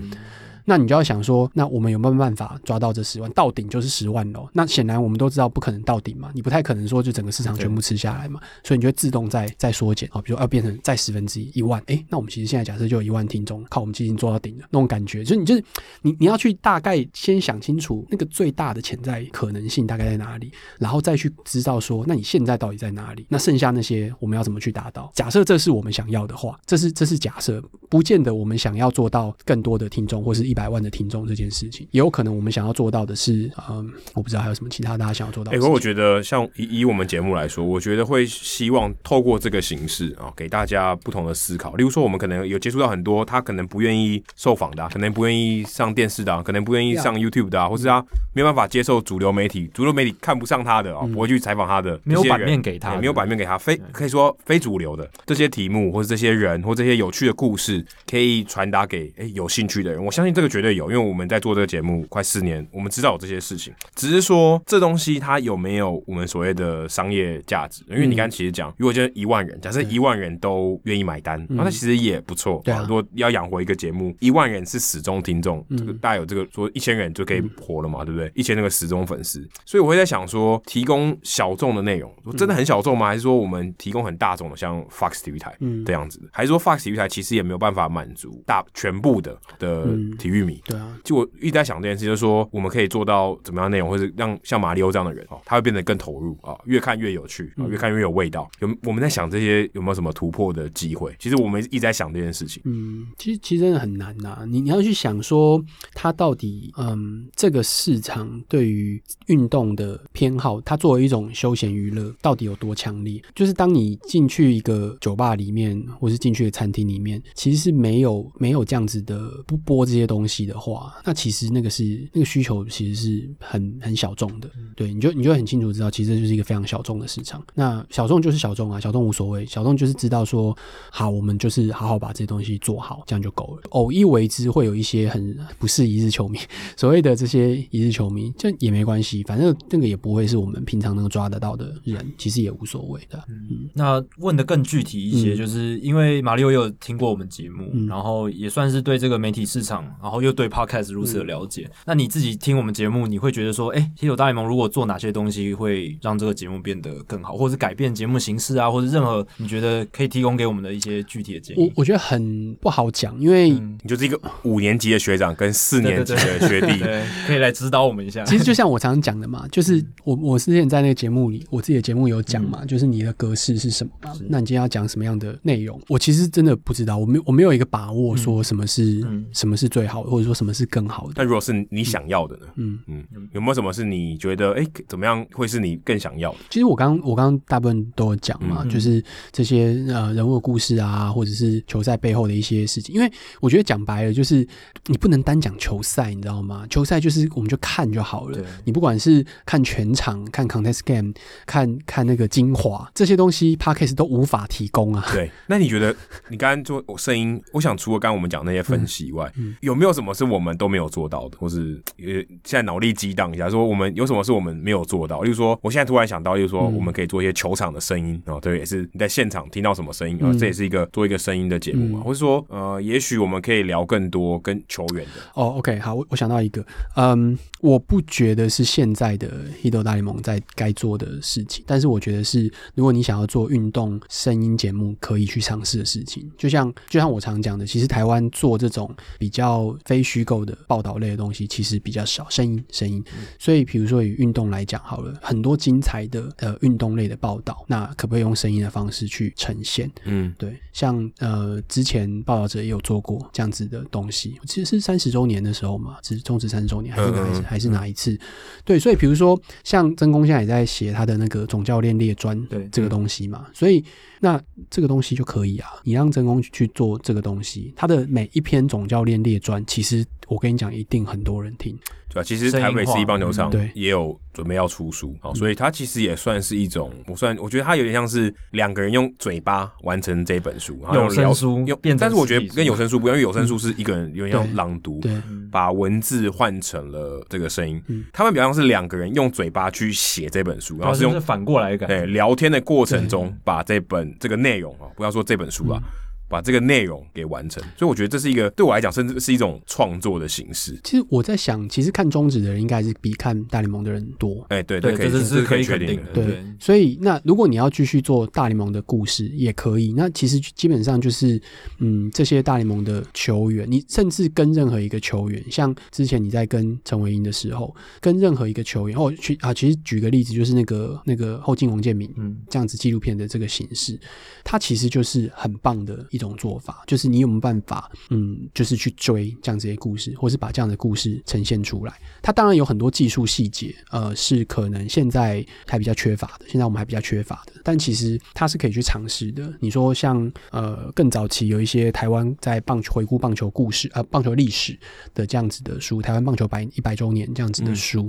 [SPEAKER 1] 那你就要想说，那我们有没有办法抓到这十万？到顶就是十万喽。那显然我们都知道不可能到顶嘛，你不太可能说就整个市场全部吃下来嘛，所以你就会自动再再缩减啊，比如说要变成再十分之一一万，诶，那我们其实现在假设就有一万听众了，靠，我们其实已经做到顶了，那种感觉，就是你就是你你要去大概先想清楚那个最大的潜在可能性大概在哪里，然后再去知道说，那你现在到底在哪里？那剩下那些我们要怎么去达到？假设这是我们想要的话，这是这是假设，不见得我们想要做到更多的听众或是一百万的听众这件事情，也有可能我们想要做到的是，嗯，我不知道还有什么其他大家想要做到
[SPEAKER 3] 哎、
[SPEAKER 1] 的
[SPEAKER 3] 可
[SPEAKER 1] 事情。
[SPEAKER 3] 我觉得像以以我们节目来说，我觉得会希望透过这个形式啊、给大家不同的思考。例如说，我们可能有接触到很多他可能不愿意受访的啊、可能不愿意上电视的啊、可能不愿意上 YouTube 的、啊，或是他没有办法接受主流媒体，主流媒体看不上他的啊、
[SPEAKER 1] 嗯
[SPEAKER 3] 不会去采访他的，
[SPEAKER 2] 没有
[SPEAKER 3] 这些人
[SPEAKER 2] 版面给他
[SPEAKER 3] 哎对没有版面给他，非可以说非主流的这些题目，或是这些人，或这些有趣的故事，可以传达给诶、有兴趣的人。我相信这个绝对有，因为我们在做这个节目快四年，我们知道有这些事情。只是说这东西它有没有我们所谓的商业价值？因为你刚才其实讲，如果就是一万人，假设一万人都愿意买单，那、其实也不错。
[SPEAKER 1] 对啊
[SPEAKER 3] 如果要养活一个节目，一万人是死忠听众，
[SPEAKER 1] 嗯
[SPEAKER 3] 这个大家有这个说一千人就可以活了嘛，对不对？一千那个死忠粉丝，所以我会在想说，提供小众的内容，
[SPEAKER 1] 嗯
[SPEAKER 3] 真的很小众吗？还是说我们提供很大众的，像 Fox 体育台
[SPEAKER 1] 嗯
[SPEAKER 3] 这样子的？还是说 Fox 体育台其实也没有办法满足大全部的的
[SPEAKER 1] 嗯
[SPEAKER 3] 体育迷？
[SPEAKER 1] 对啊，
[SPEAKER 3] 就我一直在想这件事，就是说我们可以做到怎么样的内容，或者让像马里奥这样的人哦，他会变得更投入啊、越看越有趣
[SPEAKER 1] 嗯
[SPEAKER 3] 啊、越看越有味道。有我们在想这些有没有什么突破的机会？其实我们一直在想这件事情。
[SPEAKER 1] 嗯，其实其实真的很难呐、你你要去想说，它到底嗯，这个市场对于运动的偏好，它作为一种休闲娱乐，到底有多强烈？就是当你进去一个酒吧里面，或是进去的餐厅里面，其实是没有没有这样子的不播这些东西的话，那其实那个是那个需求其实是很很小众的。对，你就你就很清楚知道，其实这就是一个非常小众的市场。那小众就是小众啊，小众无所谓，小众就是知道说，好，我们就是好好把这些东西做好，这样就够了。偶一为之，会有一些很不是一日球迷， [laughs] 所谓的这些一日球迷，这也没关系，反正那个也不会是我们平常能够抓得到的人，其实也无所谓
[SPEAKER 2] 嗯
[SPEAKER 1] 的。
[SPEAKER 2] 那问的更具体一些，
[SPEAKER 1] 嗯
[SPEAKER 2] 就是因为马里奥也有听过我们节目，
[SPEAKER 1] 嗯
[SPEAKER 2] 然后也算是对这个媒体市场，然后又对 podcast 如此
[SPEAKER 1] 嗯
[SPEAKER 2] 的了解。那你自己听我们节目，你会觉得说，哎、啤酒大联盟如果做哪些东西会让这个节目变得更好，或者是改变节目形式啊，或者任何你觉得可以提供给我们的一些具体的建
[SPEAKER 1] 我
[SPEAKER 2] 议？
[SPEAKER 1] 我觉得很不好讲，因为、
[SPEAKER 2] 嗯
[SPEAKER 3] 你就是一个五年级的学长跟四年级的学弟，
[SPEAKER 2] 对，可以来指导我们一下。
[SPEAKER 1] [laughs] 其实就像我常常讲的嘛，就是
[SPEAKER 2] 嗯
[SPEAKER 1] 我我之前在那个节目里，我自己的节目有讲嘛，就是你的格式是什么嘛？那你今天要讲什么样的内容？我其实真的不知道，我没有我没有一个把握说什么是、
[SPEAKER 2] 嗯
[SPEAKER 1] 什么是最好的，或者说什么是更好的。
[SPEAKER 3] 但如果是你想要的呢？
[SPEAKER 1] 嗯，
[SPEAKER 3] 嗯，有没有什么是你觉得哎、怎么样会是你更想要的？
[SPEAKER 1] 其实我刚我刚刚大部分都有讲嘛，
[SPEAKER 2] 嗯
[SPEAKER 1] 就是这些呃人物的故事啊，或者是球赛背后的一些事情。因为我觉得讲白了，就是你不能单讲球赛，你知道吗？球赛就是我们就看就好了
[SPEAKER 2] 对。
[SPEAKER 1] 你不管是看全场、看 contest game、看看那个精华这些东西 p a c k a s 都无法提供啊。
[SPEAKER 3] 对， [laughs] 那你觉得你刚刚做声音，我想除了刚刚我们讲那些分析以
[SPEAKER 2] 嗯
[SPEAKER 3] 外，有没有什么是我们都没有做到的，或是呃现在脑力激荡一下，说我们有什么是我们没有做到？例如说，我现在突然想到，例如
[SPEAKER 2] 嗯
[SPEAKER 3] 说，我们可以做一些球场的声音啊、哦，对，也是你在现场听到什么声音啊、
[SPEAKER 1] 嗯
[SPEAKER 3] 这也是一个做一个声音的节目嘛，
[SPEAKER 1] 嗯
[SPEAKER 3] 或是说呃，也许我们可以聊更多跟球员的，
[SPEAKER 1] 哦、o k 好，我我想到一个，嗯，我不觉得是现在的《h i d o 大联盟》在该做的事情，但是我觉得是，如果你想要做运动声音节目，可以去尝试的事情。就像就像我常讲的，其实台湾做这种比较非虚构的报道类的东西，其实比较少，声音声音。所以，比如说以运动来讲好了，很多精彩的呃运动类的报道，那可不可以用声音的方式去呈现？
[SPEAKER 3] 嗯，
[SPEAKER 1] 对，像呃之前报道者也有做过这样子的东西，其实是三十周年的时候嘛，是终止三十周年还是哪一次、
[SPEAKER 3] 嗯嗯嗯
[SPEAKER 1] 还是哪一次？对，所以比如说像曾公现在也在写他的那个总教练列传
[SPEAKER 2] 对
[SPEAKER 3] 嗯
[SPEAKER 1] 这个东西嘛，所以那这个东西就可以啊，你让曾公去做这个东西，他的每一篇总教练列传其实。我跟你讲，一定很多人听。
[SPEAKER 3] 对啊，其实台北
[SPEAKER 2] 声
[SPEAKER 3] 市
[SPEAKER 2] 音化
[SPEAKER 3] 立
[SPEAKER 2] 嗯
[SPEAKER 3] 棒球场
[SPEAKER 1] 嗯对
[SPEAKER 3] 也有准备要出书，好，所以它其实也算是一种，我算我觉得它有点像是两个人用嘴巴完成这本书，然后
[SPEAKER 2] 有声
[SPEAKER 3] 聊
[SPEAKER 2] 书
[SPEAKER 3] 用
[SPEAKER 2] 变成
[SPEAKER 3] 但是我觉
[SPEAKER 2] 实
[SPEAKER 3] 得
[SPEAKER 2] 体书
[SPEAKER 3] 跟有声书不一样，因为
[SPEAKER 2] 嗯
[SPEAKER 3] 有声书是一个人有点像
[SPEAKER 1] 对
[SPEAKER 3] 朗读，
[SPEAKER 1] 对，
[SPEAKER 3] 把文字换成了这个声音
[SPEAKER 1] 嗯，
[SPEAKER 3] 他们比较像是两个人用嘴巴去写这本书，然
[SPEAKER 2] 然
[SPEAKER 3] 后
[SPEAKER 2] 后
[SPEAKER 3] 是
[SPEAKER 2] 是不
[SPEAKER 3] 用
[SPEAKER 2] 啊是反过来的感嗯觉
[SPEAKER 3] 对，聊天的过程中，把这本这个内容啊，不要说这本书啊，把这个内容给完成。所以我觉得这是一个对我来讲，甚至是一种创作的形式。
[SPEAKER 1] 其实我在想，其实看中指的人应该是比看大联盟的人多。
[SPEAKER 3] 哎，对，
[SPEAKER 2] 对
[SPEAKER 3] 可以，
[SPEAKER 2] 这是
[SPEAKER 3] 这
[SPEAKER 2] 是可以
[SPEAKER 3] 确
[SPEAKER 2] 肯
[SPEAKER 3] 定
[SPEAKER 2] 定的
[SPEAKER 3] 的。
[SPEAKER 1] 对，
[SPEAKER 2] 对
[SPEAKER 1] 所以那如果你要继续做大联盟的故事，也可以。那其实基本上就是，嗯，这些大联盟的球员，你甚至跟任何一个球员，像之前你在跟陈伟英的时候，跟任何一个球员，哦，去啊，其实举个例子，就是那个那个后进王建民，
[SPEAKER 2] 嗯，
[SPEAKER 1] 这样子纪录片的这个形式，它其实就是很棒的一种做法，就是你有没有办法，嗯，就是去追这样子的故事，或是把这样的故事呈现出来。它当然有很多技术细节，呃，是可能现在还比较缺乏的，现在我们还比较缺乏的，但其实它是可以去尝试的。你说像呃更早期有一些台湾在棒球回顾棒球故事呃棒球历史的这样子的书，台湾棒球百一百周年这样子的书，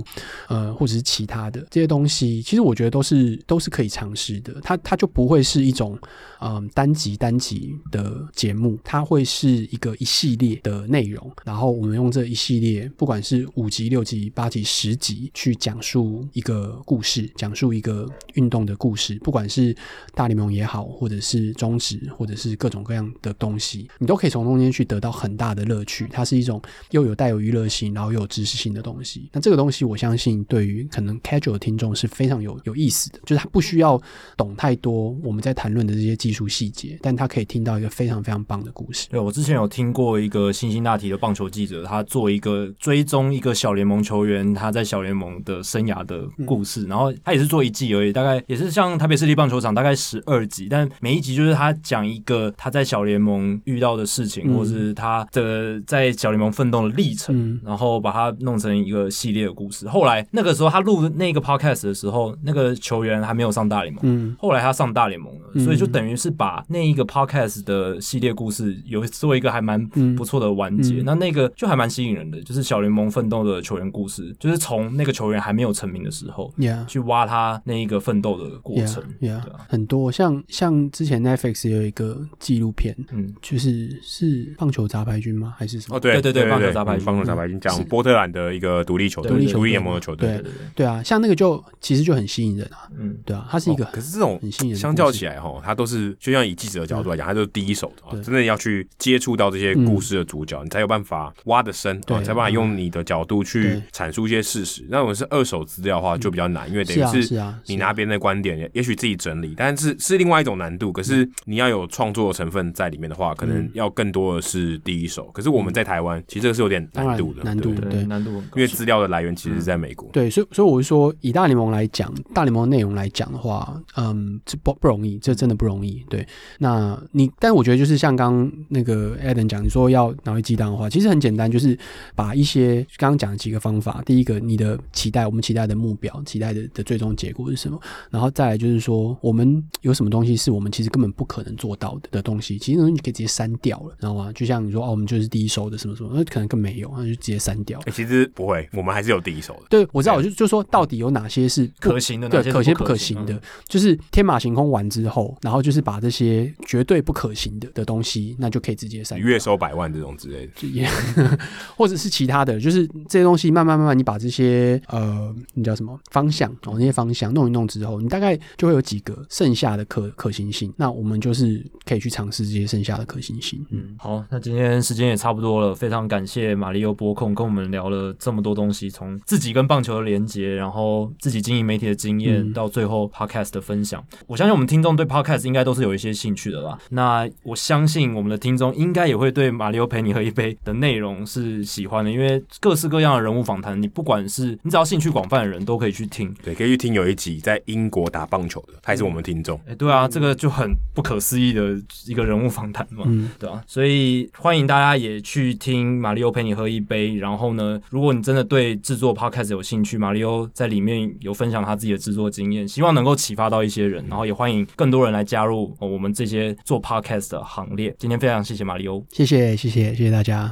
[SPEAKER 1] 呃，或者是其他的这些东西，其实我觉得都是都是可以尝试的。它它就不会是一种嗯、单集单集的节目，它会是一个一系列的内容，然后我们用这一系列，不管是五集、六集、八集、十集，去讲述一个故事，讲述一个运动的故事，不管是大联盟也好，或者是中职，或者是各种各样的东西，你都可以从中间去得到很大的乐趣。它是一种又有带有娱乐性，然后又有知识性的东西。那这个东西，我相信对于可能 casual 的听众是非常有有意思的，就是他不需要懂太多我们在谈论的这些技术细节，但他可以听到一个非常非常棒的故事。
[SPEAKER 2] 对，我之前有听过一个辛辛那提的棒球记者，他做一个追踪一个小联盟球员他在小联盟的生涯的故事，然后他也是做一季而已，大概也是像台北市立棒球场大概十二集，但每一集就是他讲一个他在小联盟遇到的事情，
[SPEAKER 1] 嗯
[SPEAKER 2] 或是他的在小联盟奋斗的历程。
[SPEAKER 1] 嗯，
[SPEAKER 2] 然后把它弄成一个系列的故事。后来那个时候他录那个 podcast 的时候，那个球员还没有上大联盟，
[SPEAKER 1] 嗯
[SPEAKER 2] 后来他上大联盟了，
[SPEAKER 1] 嗯
[SPEAKER 2] 所以就等于是把那一个 podcast 的系列故事有做一个还蛮
[SPEAKER 1] 嗯
[SPEAKER 2] 不错的完结。
[SPEAKER 1] 嗯
[SPEAKER 2] 那那个就还蛮吸引人的，就是小联盟奋斗的球员故事，就是从那个球员还没有成名的时候。
[SPEAKER 1] ，Yeah。
[SPEAKER 2] 去挖他那一个奋斗的过
[SPEAKER 1] Yeah,
[SPEAKER 2] 程
[SPEAKER 1] yeah，
[SPEAKER 2] 对啊，
[SPEAKER 1] 很多像像之前 Netflix 也有一个纪录片，
[SPEAKER 2] 嗯，
[SPEAKER 1] 就是是棒球杂牌军吗？还是什么？
[SPEAKER 3] 哦，对
[SPEAKER 2] 对对
[SPEAKER 3] 对
[SPEAKER 2] 对棒球
[SPEAKER 3] 对
[SPEAKER 2] 杂牌
[SPEAKER 3] 嗯棒球杂牌已经讲波特兰的一个独立球队，
[SPEAKER 2] 独立球队
[SPEAKER 3] 独立联盟的球队
[SPEAKER 1] 对。对啊，像那个就其实就很吸引人啊，
[SPEAKER 2] 嗯，
[SPEAKER 1] 对啊，它是一个
[SPEAKER 3] 哦可是这种
[SPEAKER 1] 很吸引人的故事
[SPEAKER 3] 相较起来，哈，它都是就像以记者的角度来讲，它就是第一手的，哦
[SPEAKER 1] 对
[SPEAKER 3] 真的要去接触到这些故事的主角，你才有办法挖的深，
[SPEAKER 1] 对
[SPEAKER 3] 啊才有办法用你的角度去
[SPEAKER 1] 对
[SPEAKER 3] 阐述一些事实。那我是二手资料的话，就比较难，因为等
[SPEAKER 1] 是啊
[SPEAKER 3] 于
[SPEAKER 1] 是啊
[SPEAKER 3] 你
[SPEAKER 1] 是
[SPEAKER 3] 拿
[SPEAKER 1] 啊
[SPEAKER 3] 别人的观点，也许自己整理，但是是另外一种难度。可是
[SPEAKER 1] 嗯
[SPEAKER 3] 你要有创作的成分在里面的话，可能要更多的是第一手。可是我们在台湾，其实这个是有点难度的，
[SPEAKER 1] 嗯当然难度
[SPEAKER 3] 对
[SPEAKER 1] 对
[SPEAKER 2] 对，难度很高
[SPEAKER 3] 因为资料的来源其实是在美国。
[SPEAKER 1] 对，所以所以我是说，以大联盟来讲，大联盟内容来讲的话，嗯，这不不容易，这真的不容易。对，那你，但我觉得就是像刚刚那个 Adam 讲，你说要脑力激荡的话，其实很简单，就是把一些刚刚讲的几个方法，第一个你的期待，我们期待的目标，期待的的最终结果是什么，然后再来就是说，我们有什么东西是我们其实根本不可能做到的的东西，其实那东西你可以直接删掉了，知道吗？就像你说哦，我们就是第一手的什么什么，那可能更没有，那就直接删掉。
[SPEAKER 3] 欸其实不会，我们还是有第一手的。
[SPEAKER 1] 对，我知道，我就就说到底有哪些是不
[SPEAKER 2] 可行的哪
[SPEAKER 1] 对，
[SPEAKER 2] 些是
[SPEAKER 1] 可行
[SPEAKER 2] 不
[SPEAKER 1] 不
[SPEAKER 2] 可
[SPEAKER 1] 可
[SPEAKER 2] 行
[SPEAKER 1] 行的，就是天马行空完之后，然后就是把这些绝对不可行的的东西，那就可以直接删掉。
[SPEAKER 3] 月收百万这种之类的，
[SPEAKER 1] 就也 [laughs] 或者是其他的，就是这些东西慢慢慢慢，你把这些呃，你叫什么方向哦，那些方向弄一弄之后，你大概就会有几个剩下的可可行性。那我们就是可以去尝试这些剩下的可行性。嗯，
[SPEAKER 2] 好，那今天时间也差不多了，非常感谢马里奥播控跟我们聊了这么多东西，从自己跟棒球的连接，然后自己经营媒体的经验，
[SPEAKER 1] 嗯
[SPEAKER 2] 到最后 podcast 的分享。我相信我们听众对 podcast 应该都是有一些兴趣的啦。那我相信我们的听众应该也会对马里奥陪你喝一杯的内容是喜欢的，因为各式各样的人物访谈，你不管是你只要兴趣广泛的人都可以去听。
[SPEAKER 3] 对，可以去听有一集在英国打棒球的，他也是我们听众。
[SPEAKER 2] 哎、对啊，这个就很不可思议的一个人物访谈嘛。
[SPEAKER 1] 嗯
[SPEAKER 2] 对啊，所以欢迎大家也去听马里欧陪你喝一杯。然后呢，如果你真的对制作 podcast 有兴趣，马里欧在里面有分享他自己的制作经验，希望能够启发到一些人。然后也欢迎更多人来加入、呃我们这些做 podcast 的行列。今天非常谢谢马里欧。
[SPEAKER 1] 谢谢谢谢谢谢大家。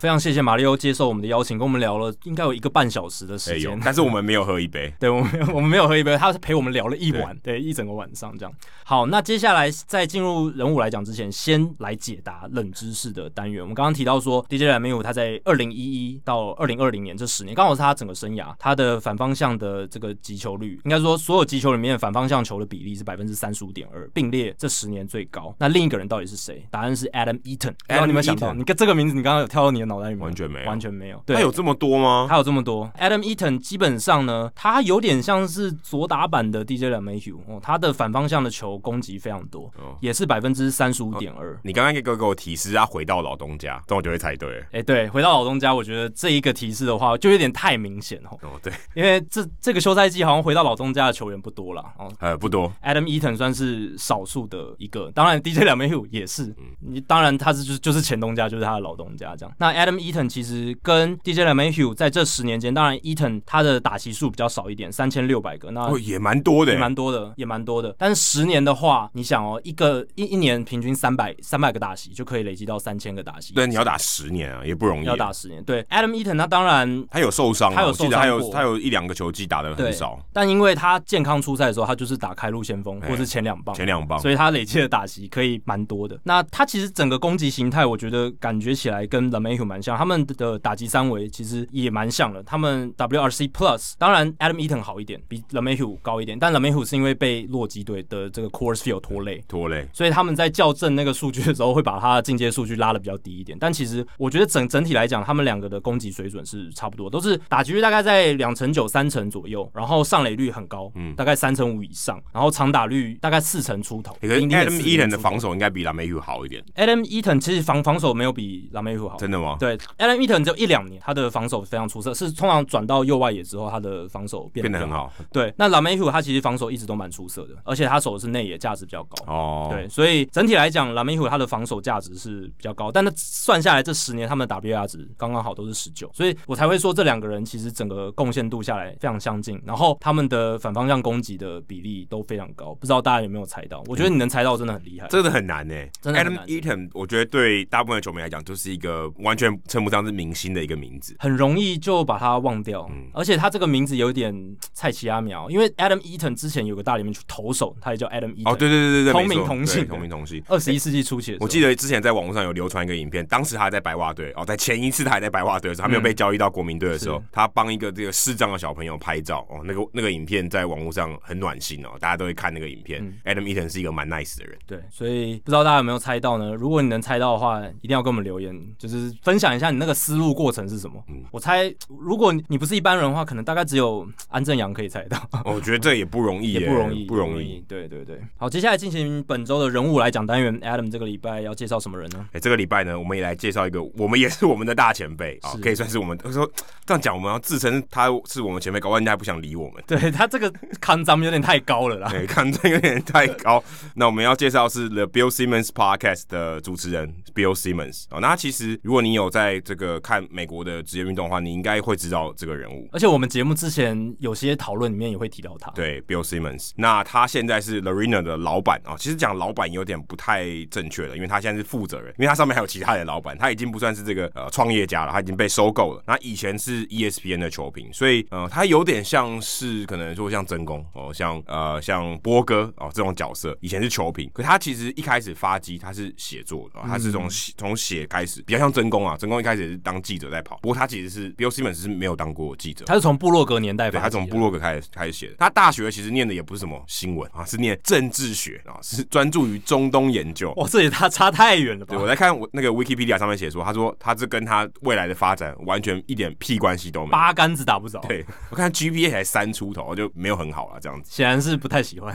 [SPEAKER 2] 非常谢谢马里欧接受我们的邀请，跟我们聊了应该有一个半小时
[SPEAKER 1] 嗯
[SPEAKER 2] 的
[SPEAKER 3] 哎
[SPEAKER 2] 时
[SPEAKER 3] 呦
[SPEAKER 2] 间，，
[SPEAKER 3] 但是我们没有喝一杯。
[SPEAKER 2] 对我们没有我们没有喝一杯，他是陪我们聊了一晚，对一整个晚上这样。好，那接下来在进入人物来讲之前，先来解答冷知识的单元。我们刚刚提到说，DJ 冉明武他在二零一一到二零二零年这十年，刚好是他整个生涯，他的反方向的这个击球率，应该说所有击球里面反方向球的比例是百分之三十五点二，并列这十年最高。那另一个人到底是谁？答案是 Adam Eaton。然后你们想到
[SPEAKER 3] Eaton
[SPEAKER 2] 你跟这个名字，你刚刚有跳到你的脑袋里面吗？
[SPEAKER 3] 完全没有
[SPEAKER 2] 完全没有。对
[SPEAKER 3] 他，有这么多吗？
[SPEAKER 2] 他有这么多。Adam Eaton 基本上呢，他有点像是左打版的 DJ l a m a h u 哦，他的反方向的球攻击非常多，
[SPEAKER 3] 哦
[SPEAKER 2] 也是百分之三十五点二。
[SPEAKER 3] 你刚刚给给我提示，他回到老东家，这样我就会猜对了。
[SPEAKER 2] 哎、对，回到老东家，我觉得这一个提示的话，就有点太明显哦，
[SPEAKER 3] 哦，对，
[SPEAKER 2] 因为这这个休赛季好像回到老东家的球员不多了哦。
[SPEAKER 3] 呃，不多，
[SPEAKER 2] Adam Eaton 算是少数的一个，当然 DJ 两枚虎也是。
[SPEAKER 3] 嗯
[SPEAKER 2] 你当然他是就是就是前东家，就是他的老东家这样。那 Adam Eaton 其实跟 DJ 两枚虎在这十年间，当然 Eaton 他的打席数比较少一点，三千六百个。那
[SPEAKER 1] 啊
[SPEAKER 3] 哦，也蛮多的
[SPEAKER 2] 也
[SPEAKER 3] 耶，
[SPEAKER 2] 蛮多的，也蛮多的。但是十年的话，你想哦，一个一一年平均三百三百个打席，就可以累积到三千个打席。
[SPEAKER 3] 对，你要打十年啊，也不容易。
[SPEAKER 2] 要打十年。对，Adam Eaton 他当然
[SPEAKER 3] 他有受伤啊，
[SPEAKER 2] 他有
[SPEAKER 3] 我记得
[SPEAKER 2] 受伤
[SPEAKER 3] 他有
[SPEAKER 2] 过
[SPEAKER 3] 他有一两个球季打的
[SPEAKER 2] 对
[SPEAKER 3] 很少，，
[SPEAKER 2] 但因为他健康出赛的时候，他就是打开路先锋
[SPEAKER 3] 哎
[SPEAKER 2] 或是前两棒，
[SPEAKER 3] 前两棒。
[SPEAKER 2] 所以他累积的打席可以蛮多的。那他其实整个攻击形态，我觉得感觉起来跟 l a m a h u 蛮像，他们的打击三维其实也蛮像的。他们 WRC Plus，当然 Adam Eaton 好一点，比 l a m a h u 高一点，但 l a m a h u 是因为被洛基队的这个 Course Field 拖累。
[SPEAKER 3] 拖累，
[SPEAKER 2] 所以他们在校正那个数据的时候，会把它的进阶数据拉的比较低一点。但其实我觉得整整体来讲，他们两个的攻击水准是差不多，都是打击率大概在两成九、三成左右，然后上垒率很高，
[SPEAKER 3] 嗯
[SPEAKER 2] 大概三成五以上，然后长打率大概四成出头。
[SPEAKER 3] 欸可是 Adam Eaton 的
[SPEAKER 2] 防
[SPEAKER 3] 防守应该比 l a m a y u 好一点，
[SPEAKER 2] Adam Eaton 其实防防守没有比拉梅虎好，
[SPEAKER 3] 真的吗？
[SPEAKER 2] 对，Adam Eaton 只有一两年，他的防守非常出色，是通常转到右外野之后，他的防守变
[SPEAKER 3] 变得
[SPEAKER 2] 比较
[SPEAKER 3] 很。好
[SPEAKER 2] 对，那拉梅虎他其实防守一直都蛮出色的，而且他守的是内野，价值比较高。
[SPEAKER 3] 哦。
[SPEAKER 2] 对，，所以整体来讲，拉梅虎他的防守价值是比较高，但那算下来这十年他们的 WR 值刚刚好都是十九，所以我才会说这两个人其实整个贡献度下来非常相近，然后他们的反方向攻击的比例都非常高，不知道大家有没有猜到？我觉得你能猜到真的很厉害。
[SPEAKER 3] 真的很难呢、欸。
[SPEAKER 2] 真的很
[SPEAKER 3] Adam
[SPEAKER 2] 难
[SPEAKER 3] Eaton，我觉得对大部分的球迷来讲，就是一个完全称不上是明星的一个名字。
[SPEAKER 2] 很容易就把他忘掉，
[SPEAKER 3] 嗯
[SPEAKER 2] 而且他这个名字有点嘖菜奇阿苗，因为 Adam Eaton 之前有个大联盟球投手，他也叫 Adam Eaton，
[SPEAKER 3] 哦，对对对对对，
[SPEAKER 2] 同
[SPEAKER 3] 没错
[SPEAKER 2] 名同姓
[SPEAKER 3] 对同名同姓。
[SPEAKER 2] 二十一世纪初期的时候，
[SPEAKER 3] 我记得之前在网络上有流传一个影片，当时他还在白袜队哦，在前一次他还在白袜队的时候，他没有被交易到国民队的时候，
[SPEAKER 2] 是
[SPEAKER 3] 他帮一个这个视障的小朋友拍照哦，那个那个影片在网络上很暖心哦，大家都会看那个影片。
[SPEAKER 2] 嗯
[SPEAKER 3] Adam Eaton 是一个蛮 nice 的人，
[SPEAKER 2] 对，所以不知道大家有没有猜到呢？如果你能猜到的话，一定要跟我们留言，就是分享一下你那个思路过程是什么。
[SPEAKER 3] 嗯
[SPEAKER 2] 我猜，如果你不是一般人的话，可能大概只有安正阳可以猜到，
[SPEAKER 3] 哦我觉得这也不容易耶，
[SPEAKER 2] 也不容易，
[SPEAKER 3] 不容易。。
[SPEAKER 2] 对对对。好，接下来进行本周的人物来讲单元，Adam 这个礼拜要介绍什么人
[SPEAKER 3] [laughs]
[SPEAKER 2] 呢？
[SPEAKER 3] 哎、这个礼拜呢，我们也来介绍一个，我们也是我们的大前辈啊、
[SPEAKER 2] 是
[SPEAKER 3] 可以算是我们。他说这样讲，我们要自称他是我们前辈，搞不好人家还不想理我们。
[SPEAKER 2] 对他这个康咱们有点太高了啦。
[SPEAKER 3] 哎、看这有点太高。那我们要介绍是 The Bill Simmons Podcast 的主持人 Bill Simmons 哦。那他其实，如果你有在这个看美国的职业运动的话，你应该会知道这个人物。
[SPEAKER 2] 而且我们节目之前有些讨论里面也会提到他。
[SPEAKER 3] 对，Bill Simmons，那他现在是 Lorena 的老板啊、哦。其实讲老板有点不太正确了，因为他现在是负责人，因为他上面还有其他的老板，他已经不算是这个呃创业家了，他已经被收购了。那以前是 E ESPN 的球评，所以呃，他有点像是可能说像真宫哦，像呃像波哥哦这种角色，以前是球评，可他其实一开始发迹他是写作的、哦他是从写从写开始，比较像真宫啊。真宫一开始也是当记者在跑，不过他其实是 Bill Simmons 是没有当过记者，
[SPEAKER 2] 他是从部落格年代发
[SPEAKER 3] 对
[SPEAKER 2] 迹的，
[SPEAKER 3] 他从部落格开始开始写的。他大学其实念的也不是什么新闻啊，是念政治学啊，是专注于中东研究。
[SPEAKER 2] 哇，这也他差太远了吧
[SPEAKER 3] 对，？我在看我那个 Wikipedia 上面写说，他说他这跟他未来的发展完全一点屁关系都没有。
[SPEAKER 2] 八竿子打不着。，
[SPEAKER 3] 对，我看他 GPA 才三出头，就没有很好了，这样子，
[SPEAKER 2] 显然是不太喜欢。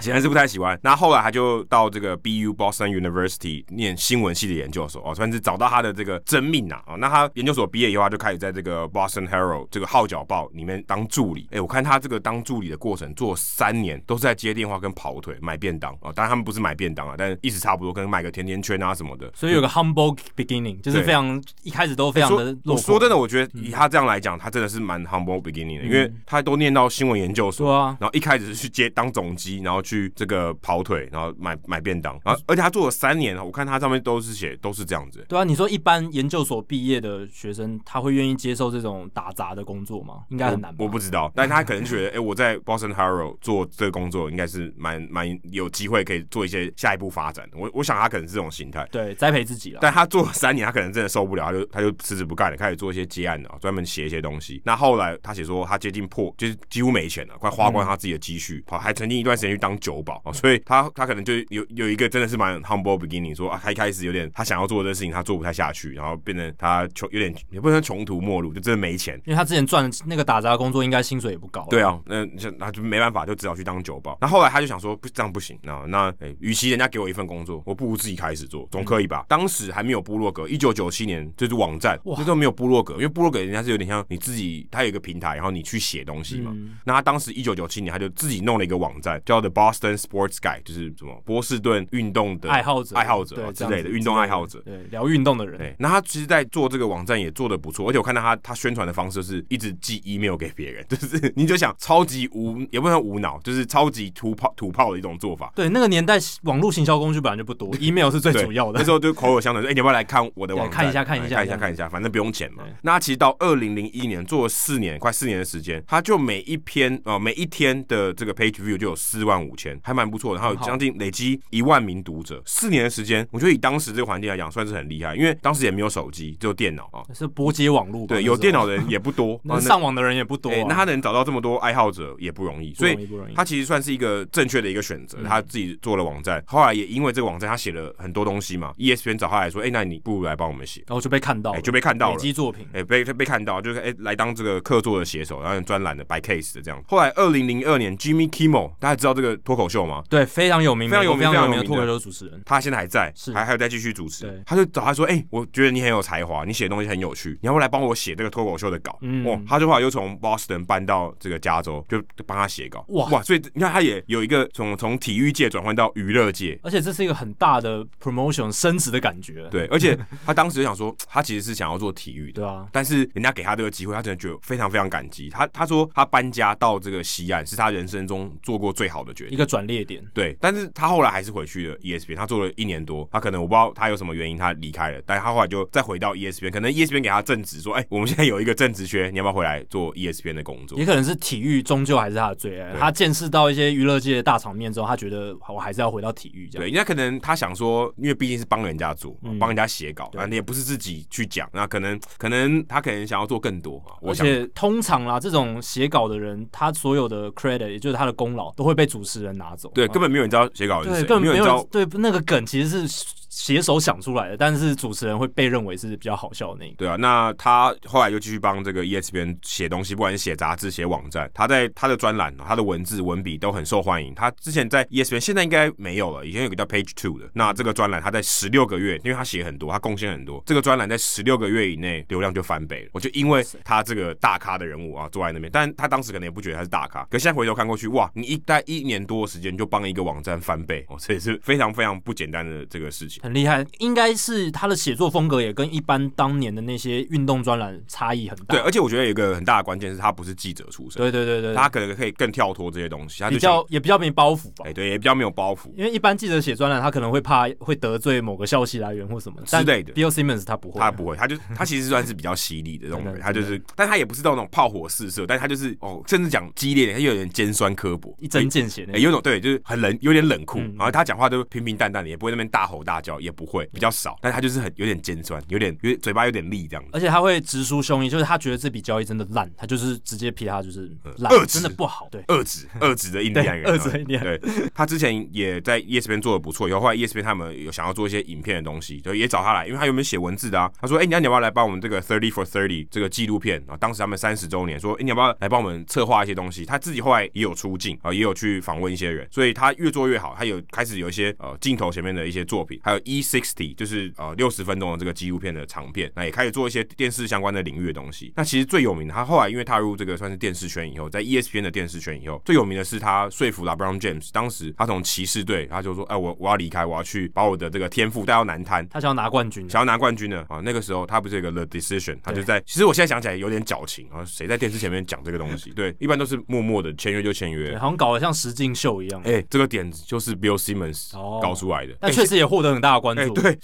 [SPEAKER 3] 显然是不太喜欢。那后来他就到这个 BU Boston University 念新闻系的研究所，哦，算是找到他的这个真命呐、啊。哦，那他研究所毕业以后，他就开始在这个 Boston Herald 这个号角报里面当助理。哎，我看他这个当助理的过程，做三年都是在接电话跟跑腿、买便当啊、哦。当然他们不是买便当啊，但是意思差不多，跟买个甜甜圈啊什么的。
[SPEAKER 2] 所以有个 humble beginning，就是非常一开始都非常
[SPEAKER 3] 说
[SPEAKER 2] 的落
[SPEAKER 3] 我
[SPEAKER 2] 魄。嗯
[SPEAKER 3] 说真的，我觉得以他这样来讲，他真的是蛮 humble beginning 的，因为他都念到新闻研究所
[SPEAKER 2] 对，啊，
[SPEAKER 3] 然后一开始是去接当总机，然后去这个跑腿，
[SPEAKER 2] 嗯
[SPEAKER 3] 然后买买便当，然后而且他做了三年，我看他上面都是写都是这样子。
[SPEAKER 2] 对啊，你说一般研研究所毕业的学生，他会愿意接受这种打杂的工作吗？应该很难吧
[SPEAKER 3] 我不知道，但他可能觉得，哎、 [laughs] 我在 Boston Haro 做这个工作，应该是蛮蛮有机会可以做一些下一步发展。我我想他可能是这种心态。
[SPEAKER 2] 对栽培自己了。
[SPEAKER 3] 但他做了三年，他可能真的受不了，他就他就辞职不干了，开始做一些接案的，啊专门写一些东西。那后来他写说他接近破，就是几乎没钱了，快花光他自己的积蓄，跑还曾经一段时间去当酒保，哦所以他他可能就有有一个真的是蛮 humble beginning，说啊，他一开始有点他想要做的事情他做不太下去，然后变成他穷有点也不能说穷途末路，就真的没钱。
[SPEAKER 2] 因为他之前赚的那个打杂工作，应该薪水也不高。
[SPEAKER 3] 对，啊，那就那就没办法，就只好去当酒保。那后来他就想说，不这样不行，那那诶与、其人家给我一份工作，我不如自己开始做，总可以
[SPEAKER 2] 嗯
[SPEAKER 3] 吧？当时还没有部落格，一九九七年就是网站，那时候没有部落格，因为部落格人家是有点像你自己，它有一个平台，然后你去写东西嘛。
[SPEAKER 2] 嗯
[SPEAKER 3] 那他当时一九九七年，他就自己弄了一个网站，叫 The Boston Sports Guy，就是什么波士顿运动的
[SPEAKER 2] 爱好者
[SPEAKER 3] 爱好者啊
[SPEAKER 2] 对
[SPEAKER 3] 之类
[SPEAKER 2] 这样
[SPEAKER 3] 的
[SPEAKER 2] 子
[SPEAKER 3] 运动爱好者。
[SPEAKER 2] 对，聊运动的人，
[SPEAKER 3] 对，那他其实，在做这个网站也做的不错，而且我看到他他宣传的方式是一直寄 email 给别人， [laughs] 就是你就想超级无，也不能说无脑，就是超级土炮土炮的一种做法。
[SPEAKER 2] 对，那个年代网络行销工具本来就不多，email 是最
[SPEAKER 3] 对
[SPEAKER 2] 主要的
[SPEAKER 3] 那。时候就口口相传说，哎、你要不要来看我的网站？
[SPEAKER 2] 对看一下看一下
[SPEAKER 3] 哎看一
[SPEAKER 2] 这
[SPEAKER 3] 下，
[SPEAKER 2] 样
[SPEAKER 3] 看一下，反正不用钱嘛。那他其实到二零零一年做了四年，快四年的时间，他就每一篇呃每一天的这个 page view 就有四万五千，还蛮不错的。然后有将近累积一万名读者，四年的时间，我觉得以当时这个环境来讲，算是很厉害，因为当时也没有手机，只有电脑啊。
[SPEAKER 2] [laughs] 是哦拨接网络吧，哦
[SPEAKER 3] 对，
[SPEAKER 2] 那时候
[SPEAKER 3] 有电脑的人也不 [laughs] 多，
[SPEAKER 2] 能
[SPEAKER 3] 啊那
[SPEAKER 2] 上网的人也不多啊、
[SPEAKER 3] 哎那他能找到这么多爱好者也不容易，
[SPEAKER 2] 不
[SPEAKER 3] 所
[SPEAKER 2] 容易
[SPEAKER 3] 以
[SPEAKER 2] 不容易嗯
[SPEAKER 3] 他其实算是一个正确的一个选择。他自己做了网站，后来也因为这个网站，他写了很多东西嘛。ESPN 找他来说，哎、那你不如来帮我们写，
[SPEAKER 2] 然后就被看到
[SPEAKER 3] 哎、
[SPEAKER 2] 了，
[SPEAKER 3] 就被看到
[SPEAKER 2] 累
[SPEAKER 3] 了。
[SPEAKER 2] 积作品。
[SPEAKER 3] 哎、被被看到，就是哎、来当这个客座的写手，然后专栏的 by case 的这样。后来二零零二年，Jimmy Kimmel，大家知道这个脱口秀吗？
[SPEAKER 2] 对，非常有名，
[SPEAKER 3] 非常有名
[SPEAKER 2] 美国非常有名
[SPEAKER 3] 非常
[SPEAKER 2] 的
[SPEAKER 3] 有名
[SPEAKER 2] 脱口
[SPEAKER 3] 的
[SPEAKER 2] 秀主持人。
[SPEAKER 3] 他现在还在
[SPEAKER 2] 是，
[SPEAKER 3] 还还有在继续主持
[SPEAKER 2] 对。
[SPEAKER 3] 他就找他说：“哎、我觉得你很有才华，你写的东西很有趣，你要不要来帮我写这个脱口秀的稿？”
[SPEAKER 2] 嗯
[SPEAKER 3] 哦，他就后来又从 Boston 搬到这个加州，就就帮他写稿。
[SPEAKER 2] 哇
[SPEAKER 3] 哇！所以你看，他也有一个从从体育界转换到娱乐界。
[SPEAKER 2] 而且这是一个很大的 promotion 升职的感觉， [laughs]
[SPEAKER 3] 对，而且他当时就想说，他其实是想要做体育的，
[SPEAKER 2] 对啊，
[SPEAKER 3] 但是人家给他这个机会，他真的觉得非常非常感激。他他说他搬家到这个西岸是他人生中做过最好的决定
[SPEAKER 2] 一。个转捩点。
[SPEAKER 3] 对，但是他后来还是回去了 E ESPN，他做了一年多，他可能我不知道他有什么原因他离开了，但他后来就再回到 E ESPN，可能 ESPN 给他正职说，哎、我们现在有一个正职缺，你要不要回来做 E ESPN 的工作
[SPEAKER 2] 也？可能是体育终究还是他的最爱。
[SPEAKER 3] 对
[SPEAKER 2] 他见识到一些娱乐界的大场面之后，他觉得我还是要回到体育这
[SPEAKER 3] 对，
[SPEAKER 2] 样。
[SPEAKER 3] 人家可能他想说，因为毕竟是帮人家做，
[SPEAKER 2] 嗯
[SPEAKER 3] 帮人家写稿，啊，你也不是自己去讲，那可能可能他可能想要做更多，啊我
[SPEAKER 2] 而
[SPEAKER 3] 想
[SPEAKER 2] 且通常啦，这种写稿的人，他所有的 credit，也就是他的功劳，都会被主持人拿走。
[SPEAKER 3] 对，
[SPEAKER 2] 啊
[SPEAKER 3] 根本没有人知道写稿的是
[SPEAKER 2] 对，
[SPEAKER 3] 谁，
[SPEAKER 2] 根本
[SPEAKER 3] 没有
[SPEAKER 2] 没
[SPEAKER 3] 人
[SPEAKER 2] 有
[SPEAKER 3] 知
[SPEAKER 2] 人
[SPEAKER 3] 道。
[SPEAKER 2] 对那个梗其实是写手想出来的，但是主持人会被认为是比较好笑的那一个。
[SPEAKER 3] 对啊，那他后来就继续帮这个 E ESPN 写东西，不管是写杂志、写网站，他在他的专栏、哦他的文字、文笔都很受欢迎。他之前在 E ESPN，现在应该没有了，以前有个叫 Page Two 的。那这个专栏他在十六个月，因为他写很多，他贡献很多，这个专栏在十六个月以内流量就翻倍了。我就因为他这个大咖的人物啊，坐在那边，但他当时可能也不觉得他是大咖，可现在回头看过去，哇，你一待一年多的时间就帮一个网站翻倍，哦，这也是非常非常不简单的这个事情。
[SPEAKER 2] 很厉害，应该是他的写作风格也跟一般当年的那些运动专栏差异很大。
[SPEAKER 3] 对，而啊且我觉得有一个很大的关键是他不是记者出身。
[SPEAKER 2] 对对对对，
[SPEAKER 3] 他可能可以更跳脱这些东西，他就
[SPEAKER 2] 比
[SPEAKER 3] 想
[SPEAKER 2] 较也比较没包袱吧
[SPEAKER 3] 哎、。对，也比较没有包袱。
[SPEAKER 2] 因为一般记者写专栏，他可能会怕会得罪某个消息来源或什么
[SPEAKER 3] 之类的
[SPEAKER 2] 但 Bill Simmons 他不会，啊
[SPEAKER 3] 他不会，他就他其实算是比较犀利的这种
[SPEAKER 2] 真
[SPEAKER 3] 人，
[SPEAKER 2] 的
[SPEAKER 3] 他就是，但他也不是到那种炮火四射，但他就是哦，甚至讲激烈，他又有点尖酸刻薄，
[SPEAKER 2] 一针见血那
[SPEAKER 3] 哎、
[SPEAKER 2] 种。
[SPEAKER 3] 哎有种对，就是很冷，有点冷酷，
[SPEAKER 2] 嗯
[SPEAKER 3] 然后他讲话都平平淡淡的，也不会那边大吼大叫，也不会比较少，但他就是很有点尖酸，有点有点嘴巴有点利这样子。
[SPEAKER 2] 而且他会直抒胸臆，就是他觉得这笔交易真的烂，他就是直接批他就是烂
[SPEAKER 3] 遏，制
[SPEAKER 2] 真的不好。对，
[SPEAKER 3] 二
[SPEAKER 2] [laughs]
[SPEAKER 3] 指二指的印第安人，啊
[SPEAKER 2] 对二指的印第安
[SPEAKER 3] 对，他之前也在 E ESPN 做的不错，以后后来 E ESPN 他们有想要做一些影片的东西，就也找他来，因为他有没有写文字的啊？他说：“哎、你要你要不要来帮我们这个 Thirty for Thirty 这个纪录片啊？当时他们三十周年，说：哎、你要不要来帮我们策划一些东西？”他自己后来也有出镜啊，也有去访问一些人，所以他越做越好。他有开始有一些呃镜头前面的一些作品，还有 E sixty 就是呃六十分钟的这个纪录片的长片，那也开始做一些电视相关的领域的东西。那其实最有名的，他后来因为踏入这个算是电视圈以后，在 E ESPN 的电视圈以后，最有名的是他说服 LeBron James，当时他从骑士队，他就说，哎、我我要离开，我要去把我的这个天赋带到南滩。
[SPEAKER 2] 他想要拿冠军，
[SPEAKER 3] 想要拿冠军的啊，那个时候他不是有一个 The Decision，他就在。其实我现在想起来有点矫情啊，谁在电视前面讲这个东西？对，一般都是默默的签约就签
[SPEAKER 2] 啊
[SPEAKER 3] 约哎
[SPEAKER 2] 对，。好像搞得像实境秀一样。
[SPEAKER 3] 哎、这个点子就是 Bill Simmons
[SPEAKER 2] 哦
[SPEAKER 3] 搞出来的。
[SPEAKER 2] 但确实也获得很大的关
[SPEAKER 3] 哎、
[SPEAKER 2] 注。
[SPEAKER 3] 对，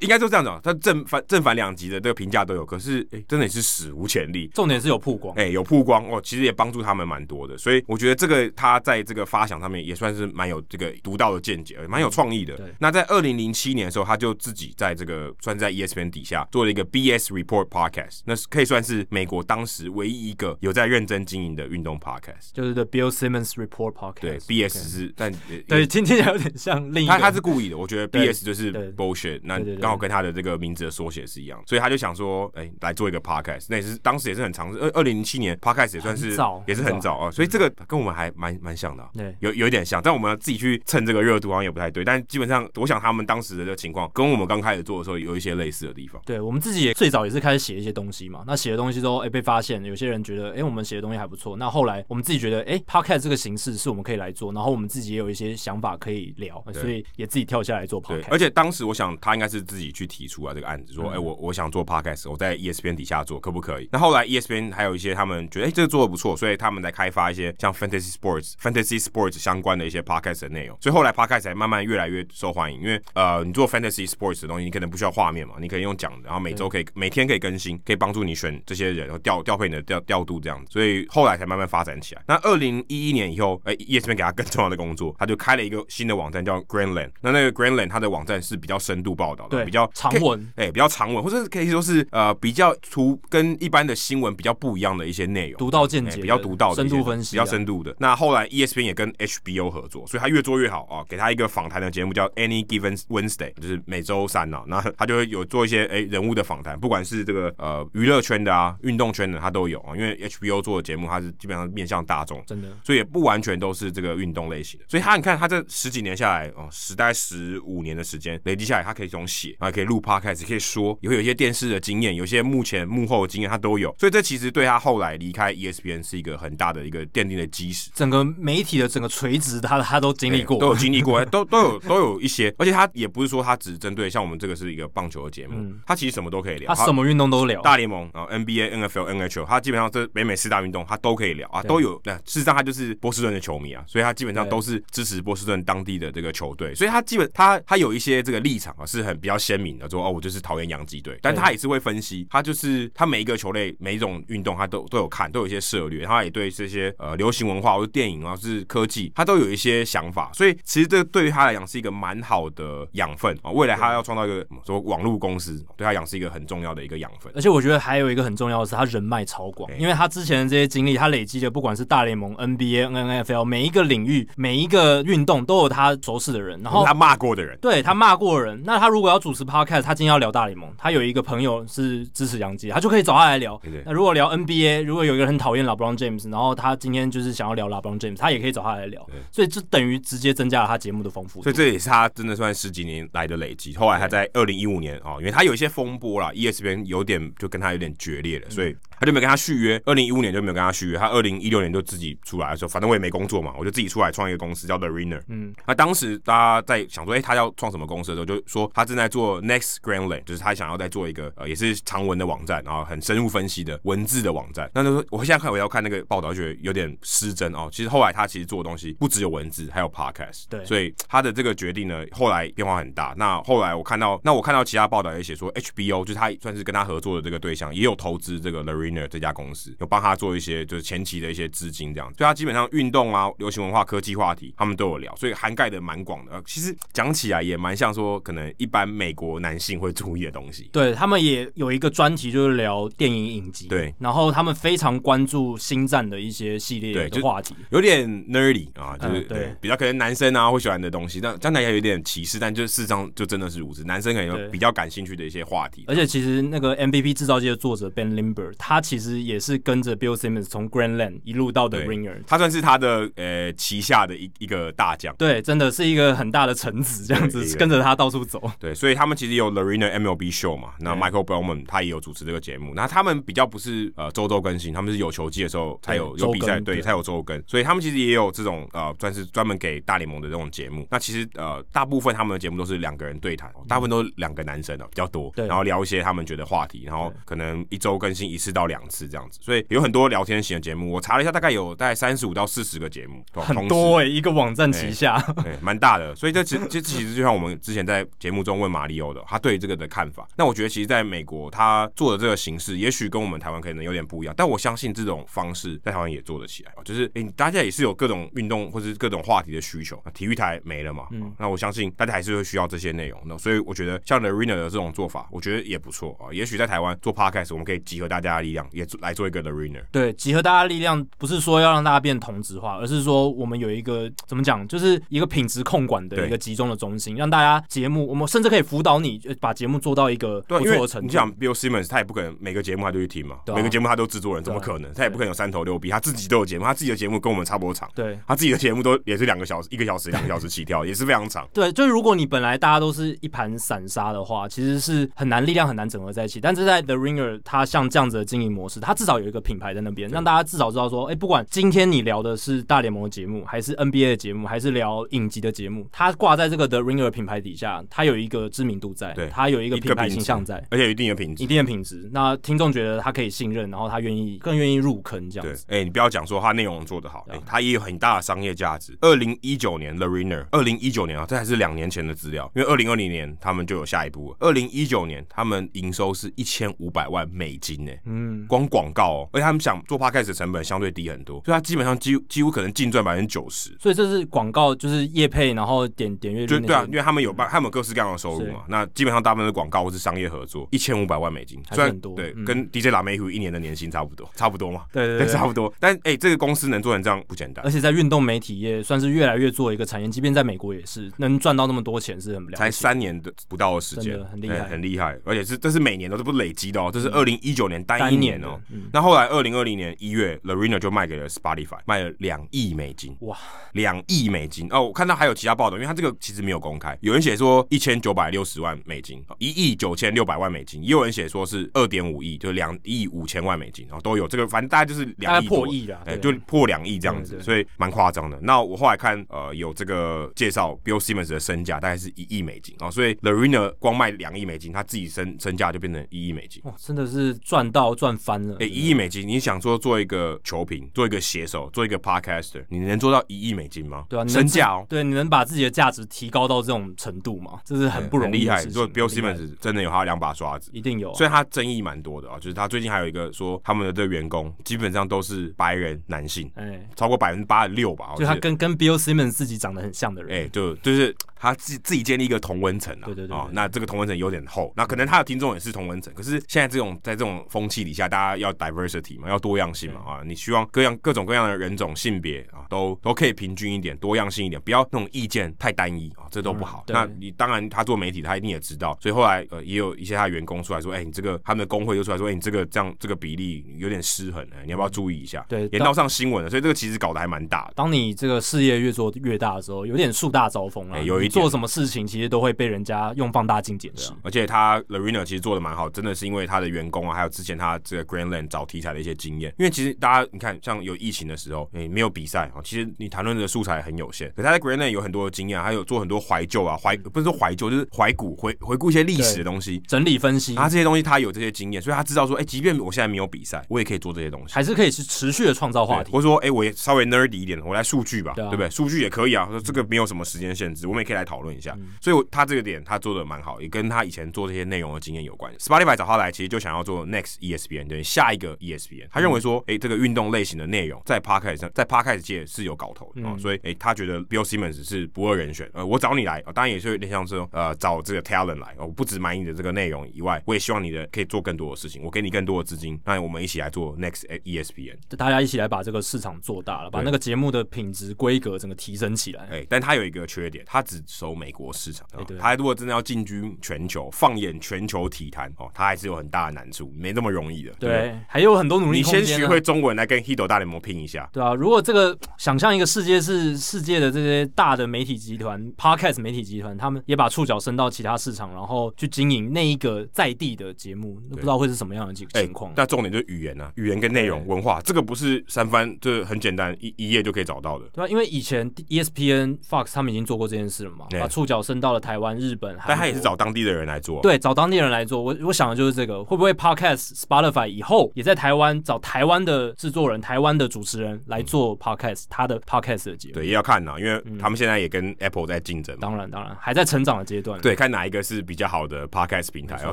[SPEAKER 3] 应该就这样讲，他正反正反两极的这个评价都有，可是哎、真的也是史无前例。
[SPEAKER 2] 重点是有曝光。
[SPEAKER 3] 哎、有曝光哦，其实也帮助他们蛮多的，所以我觉得这个他在这个发想上面也算是蛮有这个独到的见解，呃蛮有创意的。
[SPEAKER 5] 对
[SPEAKER 3] 那在二零零七年的时候，他就自己在这个算是在 E ESPN 底下做了一个 BS Report Podcast，那是可以算是美国当时唯一一个有在认真经营的运动 Podcast。
[SPEAKER 2] 就是 The Bill Simmons Report Podcast。
[SPEAKER 3] 对，BS 是，但呃也
[SPEAKER 2] 对，听听起来有点像另一个。
[SPEAKER 3] 他他是故意的，我觉得
[SPEAKER 2] 对
[SPEAKER 3] BS 就是
[SPEAKER 2] 对
[SPEAKER 3] bullshit，那
[SPEAKER 2] 对对对
[SPEAKER 3] 刚好跟他的这个名字的缩写是一样，所以他就想说，哎、来做一个 podcast，那也是当时也是很尝试，二二零零七年 podcast 也算是
[SPEAKER 2] 很早
[SPEAKER 3] 也是很早啊，所以这个跟我们还蛮蛮像的啊、
[SPEAKER 2] 对
[SPEAKER 3] 有有一点像，但我们自己去蹭这个热度好像也不太对，但基本上我想他们当时的这个情况跟我们刚开始做的时候有一些类似的地方。
[SPEAKER 2] 对我们自己也最早也是开始写一些东西嘛，那写的东西之后，哎、被发现，有些人觉得，哎、我们写的东西还不错。那后来我们自己觉得，哎、p o d c a s t 这个形式是我们可以来做，然后我们自己也有一些想法可以聊，呃所以也自己跳下来做
[SPEAKER 3] 对，
[SPEAKER 2] podcast。
[SPEAKER 3] 而且当时我想他应该是自己去提出啊这个案子，说，哎、
[SPEAKER 2] 嗯
[SPEAKER 3] 我我想做 podcast，我在 E ESPN 底下做，可不可以？那后来 E ESPN 还有一些他们觉得，哎、这个做的不错，所以他们来开发一些像 fantasy sports、fantasy sports 相关的一些 podcast 的内容，所以后来 podcast 才慢慢越来越受欢迎，因为呃，你做 fantasy sports 的东西，你可能不需要画面嘛，你可以用讲的，然后每周可以每天可以更新，可以帮助你选这些人，然后调调配你的调调度这样子，所以后来才慢慢发展起来。那二零一一年以后，哎、e s p n 给他更重要的工作，他就开了一个新的网站叫 Greenland。那那个 Greenland 它的网站是比较深度报道的，
[SPEAKER 2] 对
[SPEAKER 3] 比较
[SPEAKER 2] 长文，
[SPEAKER 3] 哎、比较长文，或者是可以说是呃比较除跟一般的新闻比较不一样的一些内容。
[SPEAKER 2] 独到见
[SPEAKER 3] 哎
[SPEAKER 2] 解的、
[SPEAKER 3] 比较独到的
[SPEAKER 2] 深
[SPEAKER 3] 一些
[SPEAKER 2] 度分析、啊
[SPEAKER 3] 比较深。度的。那后来 E ESPN 也跟 HBO 合作，所以他越做越好啊，给他一个访谈的节目叫 Any Given Wednesday，就是每周三啊，那他就会有做一些哎、人物的访谈，不管是这个呃娱乐圈的啊、运动圈的，他都有啊。因为 HBO 做的节目，它是基本上面向大众，
[SPEAKER 2] 真的，
[SPEAKER 3] 所以也不完全都是这个运动类型的。所以他你看他这十几年下来哦，十大概十五年的时间累积下来，他可以从写啊，可以录 podcast，可以说，也会有一些电视的经验，有一些幕前幕后的经验他都有。所以这其实对他后来离开 E ESPN 是一个很大的一个奠定的基石。
[SPEAKER 2] 整个媒体的整个垂直，他他都经历过
[SPEAKER 3] 对。都有经
[SPEAKER 2] [laughs]
[SPEAKER 3] 历过，都都有都有一些，而且他也不是说他只针对像我们这个是一个棒球的节目，他其实什么都可以聊，
[SPEAKER 2] 嗯他什么运动都聊，
[SPEAKER 3] 大联盟啊、NBA、NFL、NHL，他基本上这北美四大运动他都可以聊啊，都有。对，事实上他就是波士顿的球迷啊，所以他基本上
[SPEAKER 2] 对
[SPEAKER 3] 都是支持波士顿当地的这个球队，所以他基本他他有一些这个立场啊是很比较鲜明的，说哦我就是讨厌洋基队，但他也是会分析，他就是他每一个球类每一种运动他都都有看，都有一些涉猎，他也对这些呃流行文化或者电影啊或是科技，他都有一些想法，所以其实这对于他来讲是一个蛮好的养分啊，未来他要创造一个嗯说网络公司，对他来讲是一个很重要的一个养分。
[SPEAKER 2] 而且我觉得还有一个很重要的是，他人脉超广
[SPEAKER 3] 对，
[SPEAKER 2] 因为他之前的这些经历，他累积的不管是大联盟、NBA、NFL 每一个领域、每一个运动都有他熟识的人，然后
[SPEAKER 3] 他骂过的人。
[SPEAKER 2] 对他骂过人。那他如果要主持 podcast，他今天要聊大联盟，他有一个朋友是支持洋基，他就可以找他来聊
[SPEAKER 3] 对对。
[SPEAKER 2] 那如果聊 NBA，如果有一个人很讨厌 LeBron James，然后他今天就是想要聊 LeBron James，他也可以找他来聊。所以这等于直接增加了他节目的丰富
[SPEAKER 3] 所
[SPEAKER 2] 度
[SPEAKER 3] 以。这也是他真的算十几年来的累积。后来他在二零一五年哦，因为他有一些风波啦，ESPN ，E 有点就跟他有点决裂了，所以他就没跟他续约。二零一五年就没有跟他续约，他二零一六年就自己出来说，反正我也没工作嘛，我就自己出来创一个公司叫 The Arena。嗯，那当时大家在想说，哎、他要创什么公司的时候，就说他正在做 Next Grandland，就是他想要再做一个呃，也是长文的网站，然后很深入分析的文字的网站。那就说我现在看我要看那个报道，觉得有点失真哦。其实后来他其实做的东西不只有文字，还有 Podcast。
[SPEAKER 2] 对
[SPEAKER 3] 所以他的这个决定呢，后来变化很大。那后来我看到，那我看到其他报道也写说，HBO 就是他算是跟他合作的这个对象，也有投资这个 Lorena 这家公司，有帮他做一些就是前期的一些资金这样。所以他基本上运动啊、流行文化、科技话题，他们都有聊，所以涵盖的蛮广的。呃其实讲起来也蛮像说，可能一般美国男性会注意的东西。
[SPEAKER 2] 对他们也有一个专题，就是聊电影影集。
[SPEAKER 3] 对，
[SPEAKER 2] 然后他们非常关注星战的一些系列
[SPEAKER 3] 对就
[SPEAKER 2] 的话题。
[SPEAKER 3] 有点 nerdy 啊，就是、
[SPEAKER 2] 嗯对
[SPEAKER 3] 比较可能男生啊会喜欢的东西，但将来也有点歧视，但就是事实上就真的是如此，男生可能
[SPEAKER 2] 对
[SPEAKER 3] 有比较感兴趣的一些话题。
[SPEAKER 2] 而且其实那个 MVP 制造机的作者 Ben Limber，他其实也是跟着 Bill Simmons 从 Grandland 一路到的
[SPEAKER 3] 对
[SPEAKER 2] Ringer，
[SPEAKER 3] 他算是他的呃旗下的一一个大将。
[SPEAKER 2] 对，真的是一个很大的臣子，这样
[SPEAKER 3] 对一
[SPEAKER 2] 子
[SPEAKER 3] 个
[SPEAKER 2] 跟着他到处走。
[SPEAKER 3] 对，所以他们其实有 Lorena MLB Show 嘛，那 Michael Bellman 他也有主持这个节目。那他们比较不是呃周周更新，他们是有球季的时候才有
[SPEAKER 2] 对
[SPEAKER 3] 有比赛，
[SPEAKER 2] 周更
[SPEAKER 3] 对，
[SPEAKER 2] 对
[SPEAKER 3] 才有周更。所以他们其实也有这种呃，算是专门给大联盟的这种节目。那其实呃，大部分他们的节目都是两个人对谈，大部分都是两个男生的、啊比较多，
[SPEAKER 2] 嗯对
[SPEAKER 3] 然后聊一些他们觉得话题，然后可能一周更新一次到两次这样子。所以有很多聊天型的节目，我查了一下，大概有大概三十五到四十个节目，哦同
[SPEAKER 2] 很
[SPEAKER 3] 时
[SPEAKER 2] 多哎、一个网站旗
[SPEAKER 3] 哎
[SPEAKER 2] 下，
[SPEAKER 3] [laughs] 对，蛮大的。所以这其这其实就像我们之之前在节目中问马里欧的，他对于这个的看法。那我觉得其实在美国，他做的这个形式，也许跟我们台湾可能有点不一样，但我相信这种方式在台湾也做得起来。就是诶、大家也是有各种运动或是各种话题的需求，体育台没了嘛，那我相信大家还是会需要这些内容。那所以我觉得像 The Arena 的这种做法，我觉得也不错啊。也许在台湾做 Podcast，我们可以集合大家的力量，也做来做一个 The Arena。
[SPEAKER 2] 对，集合大家力量，不是说要让大家变同质化，而是说我们有一个怎么讲，就是一个品质控管的
[SPEAKER 3] 对
[SPEAKER 2] 一个集中的中心，让大家节目，我们甚至可以辅导你呃把节目做到一个
[SPEAKER 3] 对，啊
[SPEAKER 2] 不
[SPEAKER 3] 因
[SPEAKER 2] 错的
[SPEAKER 3] 为
[SPEAKER 2] 程
[SPEAKER 3] 你
[SPEAKER 2] 度。
[SPEAKER 3] 想 Bill Simmons，他也不可能每个节目他都去听嘛，
[SPEAKER 2] 对啊
[SPEAKER 3] 每个节目他都制作人，怎么
[SPEAKER 2] 对啊
[SPEAKER 3] 可能？他也不可能有三头六臂，他自己都有节目，他自己的节目跟我们差不多长，
[SPEAKER 2] 对
[SPEAKER 3] 他自己的节目都也是两个小时、一个小时、两个小时起跳，也是非常长。
[SPEAKER 2] 对，就是如果你本来大家都是一盘散沙的话，其实是很难力量很难整合在一起。但是在 The Ringer，它像这样子的经营模式，它至少有一个品牌在那边，让大家至少知道说，哎，不管今天你聊的是大联盟的节目，还是 NBA 的节目，还是聊影集的节目，它挂在这个 The Ringer 品牌底下，它有一个知名度在
[SPEAKER 3] 对，
[SPEAKER 2] 它有一个
[SPEAKER 3] 一个
[SPEAKER 2] 品牌
[SPEAKER 3] 品质
[SPEAKER 2] 形象在。
[SPEAKER 3] 而且有一定的品质
[SPEAKER 2] 一。定的品质，那听众觉得他可以信任，然后他愿意更愿意入坑这
[SPEAKER 3] 对
[SPEAKER 2] 样子。，啊
[SPEAKER 3] 哎、你不要讲说他内容做得好，哎、他也有很大的商业价值。二零一九年 The Ringer，二零一九年啊，这还是两年前的资料，因为二零二零年他们就有下一步了。二零一九年他们营收是一千五百万美金呢、
[SPEAKER 2] 嗯，
[SPEAKER 3] 光广告哦，而且他们想做 podcast 的成本相对低很多，所以他基本上几乎几乎可能净赚百分之九十。
[SPEAKER 2] 所以这是广告，就是业配，然后点点阅率
[SPEAKER 3] 就
[SPEAKER 2] 那
[SPEAKER 3] 对啊
[SPEAKER 2] 些，
[SPEAKER 3] 因为他们有办，他们有各式各样的收入
[SPEAKER 2] 是
[SPEAKER 3] 嘛。那基本上大部分是广告或是商业合作，一千五百万美金，
[SPEAKER 2] 还是
[SPEAKER 3] 虽然
[SPEAKER 2] 很多
[SPEAKER 3] 对，
[SPEAKER 2] 嗯
[SPEAKER 3] 跟 DJ 拉梅虎一年的年薪差不多，差不多嘛，
[SPEAKER 2] 对对
[SPEAKER 3] 对，
[SPEAKER 2] 对
[SPEAKER 3] 差不多。但哎、这个公司能做成这样不简单
[SPEAKER 2] 而。且在运动媒体业算是越来越做一个产业，即便在美国也是能赚到那么多钱是很了不起
[SPEAKER 3] 才三年的不到的时间
[SPEAKER 2] 真的，很厉害嗯
[SPEAKER 3] 对很厉害，而且是这是每年都是不累积的哦，这是二零一九年单一年
[SPEAKER 2] 单一年
[SPEAKER 3] 哦。
[SPEAKER 2] 的嗯
[SPEAKER 3] 那后来二零二零年一月，Lorena 就卖给了 Spotify，卖了两亿美金，
[SPEAKER 2] 哇，
[SPEAKER 3] 两亿美金哦！我看到还有其他报道，因为他这个其实没有公开，有人写说一千九百六十万美金，哦一亿九千六百万美金，也有人写说是二点五亿，就是两亿五千万美金，然后都有这个，反正大概就是
[SPEAKER 2] 大
[SPEAKER 3] 两
[SPEAKER 2] 概
[SPEAKER 3] 亿
[SPEAKER 2] 破
[SPEAKER 3] 多
[SPEAKER 2] 亿啦，
[SPEAKER 3] 哎、就
[SPEAKER 2] 啊对
[SPEAKER 3] 破两亿这样子，
[SPEAKER 2] 对对
[SPEAKER 3] 所以蛮夸张的。那我后来看，呃，有这个介绍，Bill Simmons 的身价大概是一亿美金哦，所以 Lorena 光卖两亿美金，他自己身身价就变成一亿美金。
[SPEAKER 2] 哇，真的是赚到赚翻了。
[SPEAKER 3] 哎、一亿美金，你想说做一个球评，做一个写手，做一个 podcaster，你能做到一亿美金吗？
[SPEAKER 2] 对啊，你能
[SPEAKER 3] 身价哦，
[SPEAKER 2] 对，你能把自己的价值提高到这种程度吗？这是很不容
[SPEAKER 3] 很
[SPEAKER 2] 易
[SPEAKER 3] 厉
[SPEAKER 2] 的
[SPEAKER 3] 害。
[SPEAKER 2] 事情。
[SPEAKER 3] 所以 Bill
[SPEAKER 2] 很厉害
[SPEAKER 3] Simmons 真的有他两把刷子。
[SPEAKER 2] 一定有啊，
[SPEAKER 3] 虽然他争议蛮多的啊，就是他最近还有一个说，他们的这个员工基本上都是白人男性，
[SPEAKER 2] 哎，
[SPEAKER 3] 超过百分之八十六吧。我哦
[SPEAKER 2] 就他
[SPEAKER 3] 记得
[SPEAKER 2] 跟跟 Bill Simmons 自己长得很像的人，
[SPEAKER 3] 哎、就就是他自自己建立一个同温层啊，
[SPEAKER 2] 对对对
[SPEAKER 3] 哦
[SPEAKER 2] 对
[SPEAKER 3] 那这个同温层有点厚，那可能他的听众也是同温层，可是现在这种在这种风气底下，大家要 diversity 嘛，要多样性嘛啊，你希望各样各种各样的人种、性别啊，都都可以平均一点，多样性一点，不要那种意见太单一啊，这都不好。
[SPEAKER 2] 嗯对
[SPEAKER 3] 那你当然他做媒体，他一定也知道，所以后来呃也有一些他的员工出来说，哎、你这个他们的工会就出来说，哎、你这个这样这个比例有点失衡、哎你要不要注意一下？
[SPEAKER 2] 嗯对
[SPEAKER 3] 也
[SPEAKER 2] 到
[SPEAKER 3] 闹上新闻了，所以这个其实搞得还蛮大的。
[SPEAKER 2] 当你这个事业越做越大的时候，有点树大招风了、啊
[SPEAKER 3] 哎有一
[SPEAKER 2] 你
[SPEAKER 3] 点啊
[SPEAKER 2] 做什么事情，其实都会被人家用放大镜检视。
[SPEAKER 3] 而且他 Lorena 其实做的蛮好，真的是因为他的员工啊，还有之前他这个 Greenland 找题材的一些经验。因为其实大家你看，像有疫情的时候，你、没有比赛啊，其实你谈论的素材很有限。可他在 Greenland 有很多的经验，还有做很多怀旧啊，怀不是说怀旧，就是怀古回回顾一些历史的东西。
[SPEAKER 2] 整理分析，
[SPEAKER 3] 他这些东西他有这些经验，所以他知道说，哎、即便我现在没有比赛，我也可以做这些东西。
[SPEAKER 2] 还是可以去持续的创造话
[SPEAKER 3] 对
[SPEAKER 2] 题。
[SPEAKER 3] 或者说，哎、我也稍微 nerdy 一点，我来数据吧，对
[SPEAKER 2] 对啊
[SPEAKER 3] 不对？数据也可以啊，说这个没有什么时间限制，我们也可以来讨论一下。
[SPEAKER 2] 嗯
[SPEAKER 3] 所以我他这个点他做的蛮好，也跟他以前做这些内容的经验有关。Spotify 找他来，其实就想要做 next E ESPN，对，下一个 E ESPN。他认为说，哎、这个运动类型的内容在 podcast 上，在 podcast 界是有搞
[SPEAKER 2] 嗯
[SPEAKER 3] 头的、哦，所以哎、他觉得 Bill Simmons 是不二人选。呃，我找你来，哦、当然也是有点像这种呃找这个 talent 来，哦我、不只买你的这个内容以外，我也希望你的可以做更多的事情，我给你更多的资金，那我们一起来做 next E ESPN。
[SPEAKER 2] 大家一起来把这个市场做大了，把
[SPEAKER 3] 对
[SPEAKER 2] 那个节目的品质、规格整个提升起来。
[SPEAKER 3] 哎、但他有一个缺点，他只熟美国市场。哦
[SPEAKER 2] 哎对
[SPEAKER 3] 他如果真的要进军全球，放眼全球体坛哦，他还是有很大的难处，没那么容易的。
[SPEAKER 2] 对，
[SPEAKER 3] 对
[SPEAKER 2] 还有很多努
[SPEAKER 3] 不
[SPEAKER 2] 力
[SPEAKER 3] 对，你
[SPEAKER 2] 空间、
[SPEAKER 3] 先
[SPEAKER 2] 啊。
[SPEAKER 3] 学会中文来跟 Hito 大联盟拼一下。
[SPEAKER 2] 对啊，如果这个想象一个世界是世界的这些大的媒体集团、podcast 媒体集团，他们也把触角伸到其他市场，然后去经营那一个在地的节目，那不知道会是什么样的情
[SPEAKER 3] 哎
[SPEAKER 2] 情况。哎
[SPEAKER 3] 那重点就是语言啊，语言跟内容、文化，这个不是三番，这很简单，一一页就可以找到的。
[SPEAKER 2] 对啊，因为以前 ESPN、Fox 他们已经做过这件事了嘛，
[SPEAKER 3] 对
[SPEAKER 2] 把触角伸到了台湾、日本，
[SPEAKER 3] 哎但他
[SPEAKER 2] 韩
[SPEAKER 3] 也是
[SPEAKER 2] 国
[SPEAKER 3] 找当地的人来做啊。
[SPEAKER 2] 对找当地人来做。我我想的就是这个，会不会 Podcast、Spotify 以后也在台湾找台湾的制作人、台湾的主持人
[SPEAKER 3] 嗯
[SPEAKER 2] 来做 Podcast，、他的 Podcast 的节目？嗯
[SPEAKER 3] 对，也要看呐、因为他们现在也跟 Apple 在竞争嘛。
[SPEAKER 2] 当然，当然，还在成长的阶段。
[SPEAKER 3] 对，看哪一个是比较好的 podcast 平台哦。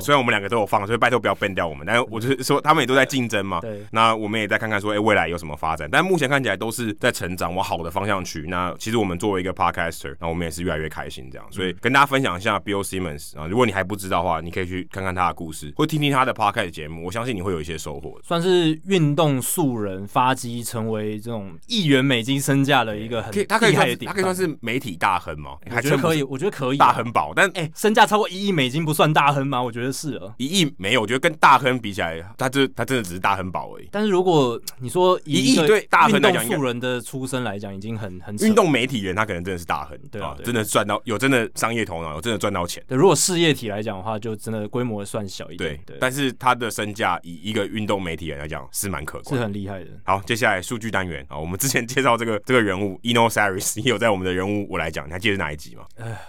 [SPEAKER 3] 虽然我们两个都有放，所以拜托不要 ban 掉我们。但是我就是说，他们也都在竞争嘛。
[SPEAKER 2] 对
[SPEAKER 3] 那我们也在看看说，哎、未来有什么发展？但目前看起来都是在成长，往好的方向去。那其实我们作为一个 podcaster，那我们也是越来越开心
[SPEAKER 2] 嗯
[SPEAKER 3] 这样。所以跟大家分享一下 Bill Simmons 啊，如果你还不知道的话，你可以去看看他的故事，或听听他的 podcast 节目，我相信你会有一些收获。
[SPEAKER 2] 算是运动素人发迹，成为这种亿元美金身价的一个很
[SPEAKER 3] 可以，他可以
[SPEAKER 2] 厉害
[SPEAKER 3] 算
[SPEAKER 2] 的
[SPEAKER 3] 是
[SPEAKER 2] 典范
[SPEAKER 3] 他可以算是媒体大亨吗？
[SPEAKER 2] 我
[SPEAKER 3] 还
[SPEAKER 2] 觉得
[SPEAKER 3] 真不
[SPEAKER 2] 可
[SPEAKER 3] 是
[SPEAKER 2] 以，我觉得可以啊
[SPEAKER 3] 大亨宝，但
[SPEAKER 2] 哎、身价超过一亿美金不算大亨吗？我觉得是啊了。
[SPEAKER 3] 一亿没有，我觉得跟大亨比起来，他这他真的只是大亨宝而已。
[SPEAKER 2] 但是如果你说以
[SPEAKER 3] 一亿
[SPEAKER 2] 一个
[SPEAKER 3] 对大亨
[SPEAKER 2] 运
[SPEAKER 3] 来
[SPEAKER 2] 动
[SPEAKER 3] 讲应该
[SPEAKER 2] 素人的出身来讲，已经很很扯
[SPEAKER 3] 运。动媒体人他可能真的是大亨，
[SPEAKER 2] 对啊对
[SPEAKER 3] 真的赚到有真的商业头脑，有真的赚到钱。
[SPEAKER 2] 对，如果事业体来讲的话，就真的规模算小一
[SPEAKER 3] 对
[SPEAKER 2] 点，，对，
[SPEAKER 3] 但是他的身价以一个运动媒体人来讲是蛮可
[SPEAKER 2] 是啊
[SPEAKER 3] 观的。
[SPEAKER 2] 很厉害的。
[SPEAKER 3] 好，接下来数据单元啊，我们之前介绍这个 [laughs] 这个人物 Eno Saris [laughs] 也有在我们的人物我来讲，你还记得是哪
[SPEAKER 2] [laughs]
[SPEAKER 3] 一集吗？